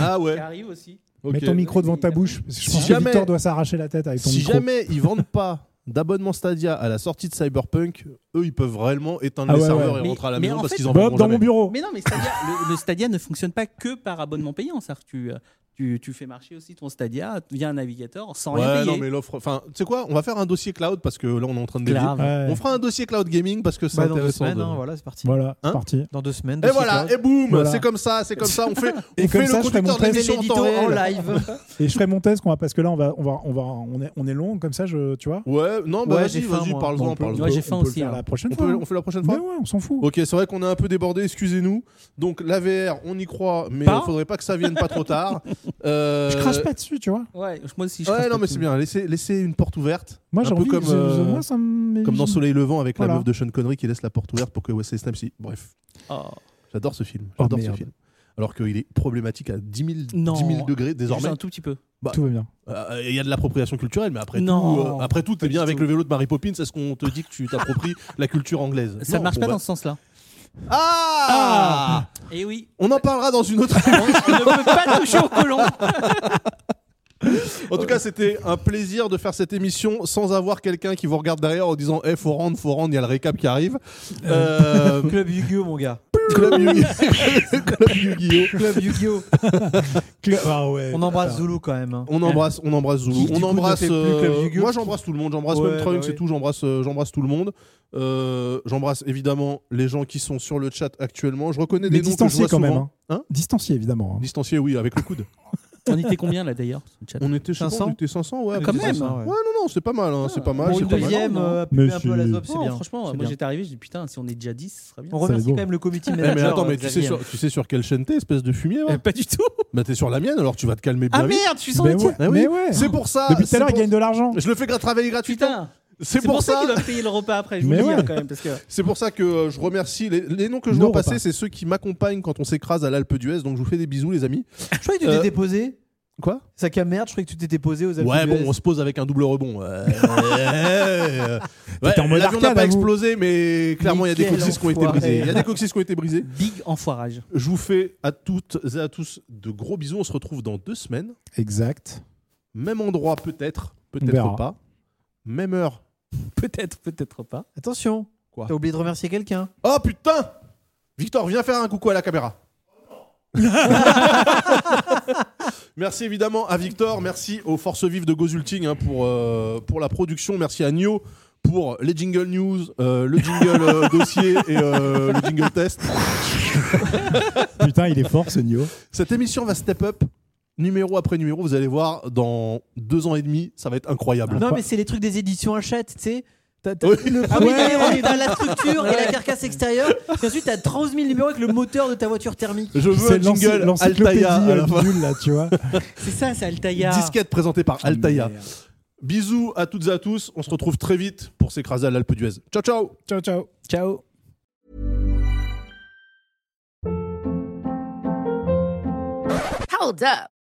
[SPEAKER 1] Ah
[SPEAKER 2] qui
[SPEAKER 1] ouais.
[SPEAKER 2] arrive aussi.
[SPEAKER 1] ok.
[SPEAKER 3] Mets ton micro devant ta bouche. parce que Je
[SPEAKER 1] Si
[SPEAKER 3] pense
[SPEAKER 1] jamais-
[SPEAKER 3] que Victor doit s'arracher la tête avec ton
[SPEAKER 1] Si
[SPEAKER 3] micro.
[SPEAKER 1] jamais ils vendent pas d'abonnement Stadia à la sortie de Cyberpunk, eux ils peuvent réellement éteindre
[SPEAKER 3] Ah
[SPEAKER 1] les
[SPEAKER 3] ouais,
[SPEAKER 1] serveurs
[SPEAKER 3] ouais.
[SPEAKER 1] et
[SPEAKER 2] Mais-
[SPEAKER 1] rentrer à la
[SPEAKER 2] mais
[SPEAKER 1] maison
[SPEAKER 2] en
[SPEAKER 1] parce
[SPEAKER 2] fait-
[SPEAKER 1] qu'ils en
[SPEAKER 3] Bob,
[SPEAKER 1] vendront
[SPEAKER 3] dans
[SPEAKER 1] jamais.
[SPEAKER 3] mon bureau.
[SPEAKER 2] Mais non, mais Stadia, le, le Stadia ne fonctionne pas que par abonnement payant. ça. Tu, euh, tu, tu fais marcher aussi ton Stadia via un navigateur sans rien
[SPEAKER 1] Ouais, non
[SPEAKER 2] payer.
[SPEAKER 1] mais l'offre. Enfin, tu sais quoi On va faire un dossier cloud parce que là on est en train de dévier.
[SPEAKER 4] Grave.
[SPEAKER 3] Ouais.
[SPEAKER 1] On fera un dossier cloud gaming parce que c'est
[SPEAKER 4] Bah, dans deux
[SPEAKER 1] intéressant.
[SPEAKER 4] semaines,
[SPEAKER 1] de-
[SPEAKER 4] hein, voilà, c'est parti.
[SPEAKER 3] Voilà,
[SPEAKER 1] Hein
[SPEAKER 3] c'est parti.
[SPEAKER 4] Dans deux semaines.
[SPEAKER 1] Et
[SPEAKER 4] dossier
[SPEAKER 1] voilà,
[SPEAKER 4] cloud.
[SPEAKER 1] et boum,
[SPEAKER 3] Voilà.
[SPEAKER 1] c'est comme ça, c'est comme ça, on fait,
[SPEAKER 3] Et
[SPEAKER 1] on
[SPEAKER 3] comme
[SPEAKER 1] fait
[SPEAKER 3] ça,
[SPEAKER 1] le
[SPEAKER 3] je
[SPEAKER 1] conducteur
[SPEAKER 3] ferai mon
[SPEAKER 1] de
[SPEAKER 3] test.
[SPEAKER 1] l'émission en
[SPEAKER 4] L'édito
[SPEAKER 1] temps
[SPEAKER 4] en
[SPEAKER 1] réel.
[SPEAKER 4] live.
[SPEAKER 3] Et je ferai mon test qu'on va- parce que là on va on va on va on est, on est long comme ça je tu vois.
[SPEAKER 1] Ouais, non, bah
[SPEAKER 4] Ouais,
[SPEAKER 1] vas-y,
[SPEAKER 4] j'ai faim,
[SPEAKER 1] vas-y,
[SPEAKER 4] moi.
[SPEAKER 3] Bon,
[SPEAKER 1] parle-en,
[SPEAKER 3] on peut-
[SPEAKER 1] parle-en.
[SPEAKER 2] Ouais, j'ai
[SPEAKER 3] on
[SPEAKER 2] faim
[SPEAKER 3] peut le
[SPEAKER 2] aussi,
[SPEAKER 3] faire
[SPEAKER 2] hein.
[SPEAKER 3] la prochaine
[SPEAKER 1] On
[SPEAKER 3] fois.
[SPEAKER 1] peut- on fait la prochaine
[SPEAKER 3] Mais
[SPEAKER 1] fois
[SPEAKER 3] ouais, on s'en fout.
[SPEAKER 1] Ok, c'est vrai qu'on a un peu débordé, excusez-nous. Donc la VR, on y croit, mais
[SPEAKER 2] Pas.
[SPEAKER 1] il faudrait pas que ça vienne pas trop tard. Euh,
[SPEAKER 3] Je crache pas dessus, tu vois.
[SPEAKER 2] Ouais, moi aussi. Je
[SPEAKER 1] Ouais,
[SPEAKER 2] crache
[SPEAKER 1] non,
[SPEAKER 2] pas
[SPEAKER 1] mais c'est
[SPEAKER 2] dessus.
[SPEAKER 1] bien. Laissez, laissez une porte ouverte.
[SPEAKER 3] Moi
[SPEAKER 1] un
[SPEAKER 3] j'ai
[SPEAKER 1] peu
[SPEAKER 3] envie
[SPEAKER 1] comme,
[SPEAKER 3] je- je-
[SPEAKER 1] euh,
[SPEAKER 3] moi, ça me-
[SPEAKER 1] comme dans Soleil Levant avec
[SPEAKER 3] Mmh. Voilà.
[SPEAKER 1] la meuf de Sean Connery qui laisse la porte ouverte pour que Wesley Snipes. y- Bref,
[SPEAKER 2] Oh.
[SPEAKER 1] j'adore ce film.
[SPEAKER 3] Oh,
[SPEAKER 1] J'adore ce
[SPEAKER 3] merde.
[SPEAKER 1] film. Alors qu'il est problématique à 10 000,
[SPEAKER 2] Non.
[SPEAKER 1] 10 000 degrés désormais.
[SPEAKER 2] Juste un tout petit peu.
[SPEAKER 3] tout va bien.
[SPEAKER 1] Euh, Il y a de l'appropriation culturelle, mais après
[SPEAKER 2] Non,
[SPEAKER 1] tout, euh, après tout,
[SPEAKER 2] pas
[SPEAKER 1] t'es bien
[SPEAKER 2] du
[SPEAKER 1] avec
[SPEAKER 2] tout.
[SPEAKER 1] le vélo de Mary Poppins. Est-ce qu'on te dit que tu t'appropries la culture anglaise
[SPEAKER 2] Ça
[SPEAKER 1] Non,
[SPEAKER 2] marche
[SPEAKER 1] bon,
[SPEAKER 2] pas
[SPEAKER 1] bah-
[SPEAKER 2] dans ce sens-là.
[SPEAKER 1] Ah,
[SPEAKER 2] Et Eh oui.
[SPEAKER 1] On en parlera dans une autre.
[SPEAKER 2] On ne peut pas toucher au colon.
[SPEAKER 1] En tout cas, c'était un plaisir de faire cette émission sans avoir quelqu'un qui vous regarde derrière en disant Eh, faut rendre, faut rendre, il y a le récap qui arrive. Euh,
[SPEAKER 4] Club Yu-Gi-Oh, mon gars.
[SPEAKER 1] Club Yu- Club Yu-Gi-Oh!
[SPEAKER 4] Club Yu-Gi-Oh.
[SPEAKER 3] Ah ouais.
[SPEAKER 4] On embrasse Zulu quand même. hein.
[SPEAKER 1] On embrasse, on embrasse
[SPEAKER 4] Qui,
[SPEAKER 1] Zoulou.
[SPEAKER 4] du
[SPEAKER 1] On
[SPEAKER 4] coup, ne
[SPEAKER 1] embrasse.
[SPEAKER 4] fait plus
[SPEAKER 1] euh,
[SPEAKER 4] Club Yu-Gi-Oh!
[SPEAKER 1] moi, j'embrasse tout le monde. J'embrasse
[SPEAKER 4] Ouais,
[SPEAKER 1] même Trunks
[SPEAKER 4] bah
[SPEAKER 1] et
[SPEAKER 4] oui.
[SPEAKER 1] tout. J'embrasse, euh, j'embrasse tout le monde. Euh, j'embrasse évidemment les gens qui sont sur le chat actuellement. Je reconnais
[SPEAKER 3] Mais
[SPEAKER 1] des noms que je
[SPEAKER 3] distancié
[SPEAKER 1] vois
[SPEAKER 3] quand même.
[SPEAKER 1] souvent.
[SPEAKER 3] hein. Distancié évidemment. hein.
[SPEAKER 1] Distancié, oui, avec le coude.
[SPEAKER 2] On était combien là d'ailleurs sur le chat
[SPEAKER 1] On était je sais pas,
[SPEAKER 4] 500?
[SPEAKER 1] on était 500, ouais.
[SPEAKER 2] Ah,
[SPEAKER 1] à peu
[SPEAKER 2] quand
[SPEAKER 1] près
[SPEAKER 2] même.
[SPEAKER 1] 500. Ouais, non, non, c'est pas mal, hein, c'est pas mal.
[SPEAKER 4] Pour
[SPEAKER 1] c'est
[SPEAKER 4] une
[SPEAKER 1] pas mal.
[SPEAKER 4] deuxième,
[SPEAKER 2] non
[SPEAKER 4] euh, appuyer un
[SPEAKER 3] Monsieur-
[SPEAKER 4] peu la zob, c'est
[SPEAKER 2] Non,
[SPEAKER 4] bien.
[SPEAKER 2] Oh, franchement,
[SPEAKER 4] C'est
[SPEAKER 2] moi
[SPEAKER 4] bien.
[SPEAKER 2] j'étais arrivé, j'ai dit putain, si on est déjà 10, ce serait bien.
[SPEAKER 4] On remercie
[SPEAKER 3] C'est bon.
[SPEAKER 4] quand même le comité
[SPEAKER 1] Eh, mais
[SPEAKER 4] manager. euh,
[SPEAKER 1] attends, mais tu sais,
[SPEAKER 4] Xavier.
[SPEAKER 1] sur, tu sais sur quelle chaîne t'es, espèce de fumier
[SPEAKER 2] Euh,
[SPEAKER 1] là
[SPEAKER 2] pas du tout
[SPEAKER 1] Bah t'es sur la mienne, alors tu vas te calmer bien
[SPEAKER 2] Ah
[SPEAKER 1] vite.
[SPEAKER 2] merde, je suis sans
[SPEAKER 3] Mais
[SPEAKER 2] le
[SPEAKER 3] ouais,
[SPEAKER 2] dire
[SPEAKER 1] Bah oui.
[SPEAKER 3] mais ouais.
[SPEAKER 1] C'est pour ça.
[SPEAKER 3] Depuis tout
[SPEAKER 1] c'est
[SPEAKER 3] à l'heure, il
[SPEAKER 1] pour-
[SPEAKER 3] gagne de l'argent.
[SPEAKER 1] Je le fais gra- travailler gratuitement.
[SPEAKER 2] Putain
[SPEAKER 1] C'est pour, ça.
[SPEAKER 2] qu'ils doivent payer le repas après, je vous
[SPEAKER 3] Mais
[SPEAKER 2] le dis
[SPEAKER 3] ouais.
[SPEAKER 2] hein, quand même. Parce que...
[SPEAKER 1] C'est pour ça que euh, je remercie les, les noms que je
[SPEAKER 3] Nos
[SPEAKER 1] vois passer,
[SPEAKER 3] repas.
[SPEAKER 1] c'est ceux qui m'accompagnent quand on s'écrase à l'Alpe d'Huez. Donc je vous fais des bisous, les amis.
[SPEAKER 4] Je croyais que tu
[SPEAKER 1] Euh,
[SPEAKER 4] t'étais posé.
[SPEAKER 1] Quoi
[SPEAKER 4] Sac à merde, je croyais que tu t'étais posé aux Alpes
[SPEAKER 1] Ouais,
[SPEAKER 4] d'Huez.
[SPEAKER 1] bon, on se pose avec un double rebond. Euh, euh, ouais,
[SPEAKER 3] T'étais en mode
[SPEAKER 1] L'avion n'a
[SPEAKER 3] arcade,
[SPEAKER 1] pas
[SPEAKER 3] à vous.
[SPEAKER 1] explosé, mais clairement, il y a des
[SPEAKER 4] Nickel,
[SPEAKER 1] coccyx qui ont été
[SPEAKER 4] enfoiré.
[SPEAKER 1] brisés. Il y a des coccyx qui ont été brisés.
[SPEAKER 2] Big enfoirage.
[SPEAKER 1] Je vous fais à toutes et à tous de gros bisous. On se retrouve dans deux semaines.
[SPEAKER 3] Exact.
[SPEAKER 1] Même endroit, peut-être,
[SPEAKER 3] On verra.
[SPEAKER 1] peut-être pas. Même heure.
[SPEAKER 2] Peut-être, peut-être pas.
[SPEAKER 4] Attention,
[SPEAKER 1] Quoi
[SPEAKER 4] t'as oublié de remercier quelqu'un.
[SPEAKER 1] Oh putain Victor, viens faire un coucou à la caméra. merci évidemment à Victor, merci aux forces vives de Gozulting hein, pour, euh, pour la production, merci à Nio pour les jingle news, euh, le jingle euh, dossier et euh, le jingle test.
[SPEAKER 3] Putain, il est fort ce Nio.
[SPEAKER 1] Cette émission va step up numéro après numéro, vous allez voir, dans deux ans et demi, ça va être incroyable.
[SPEAKER 4] Non, mais c'est les trucs des éditions Hachette, tu sais. Ah T'as- t'as-
[SPEAKER 1] Oui.
[SPEAKER 4] Le premier numéro, t'as la structure et la carcasse extérieure. Et ensuite, t'as 30 000 numéros avec le moteur de ta voiture thermique.
[SPEAKER 1] Je veux
[SPEAKER 3] C'est
[SPEAKER 1] un jingle
[SPEAKER 3] l'encyclopédie
[SPEAKER 1] Altaïa à
[SPEAKER 3] euh,
[SPEAKER 1] la fin.
[SPEAKER 3] bidule, là, tu vois.
[SPEAKER 2] C'est ça, c'est Altaïa.
[SPEAKER 1] Disquette présentée par Altaïa.
[SPEAKER 3] Merde.
[SPEAKER 1] Bisous à toutes et à tous. On se retrouve très vite pour s'écraser à l'Alpe d'Huez. Ciao, ciao
[SPEAKER 3] Ciao, ciao.
[SPEAKER 2] Ciao.
[SPEAKER 6] Hold up.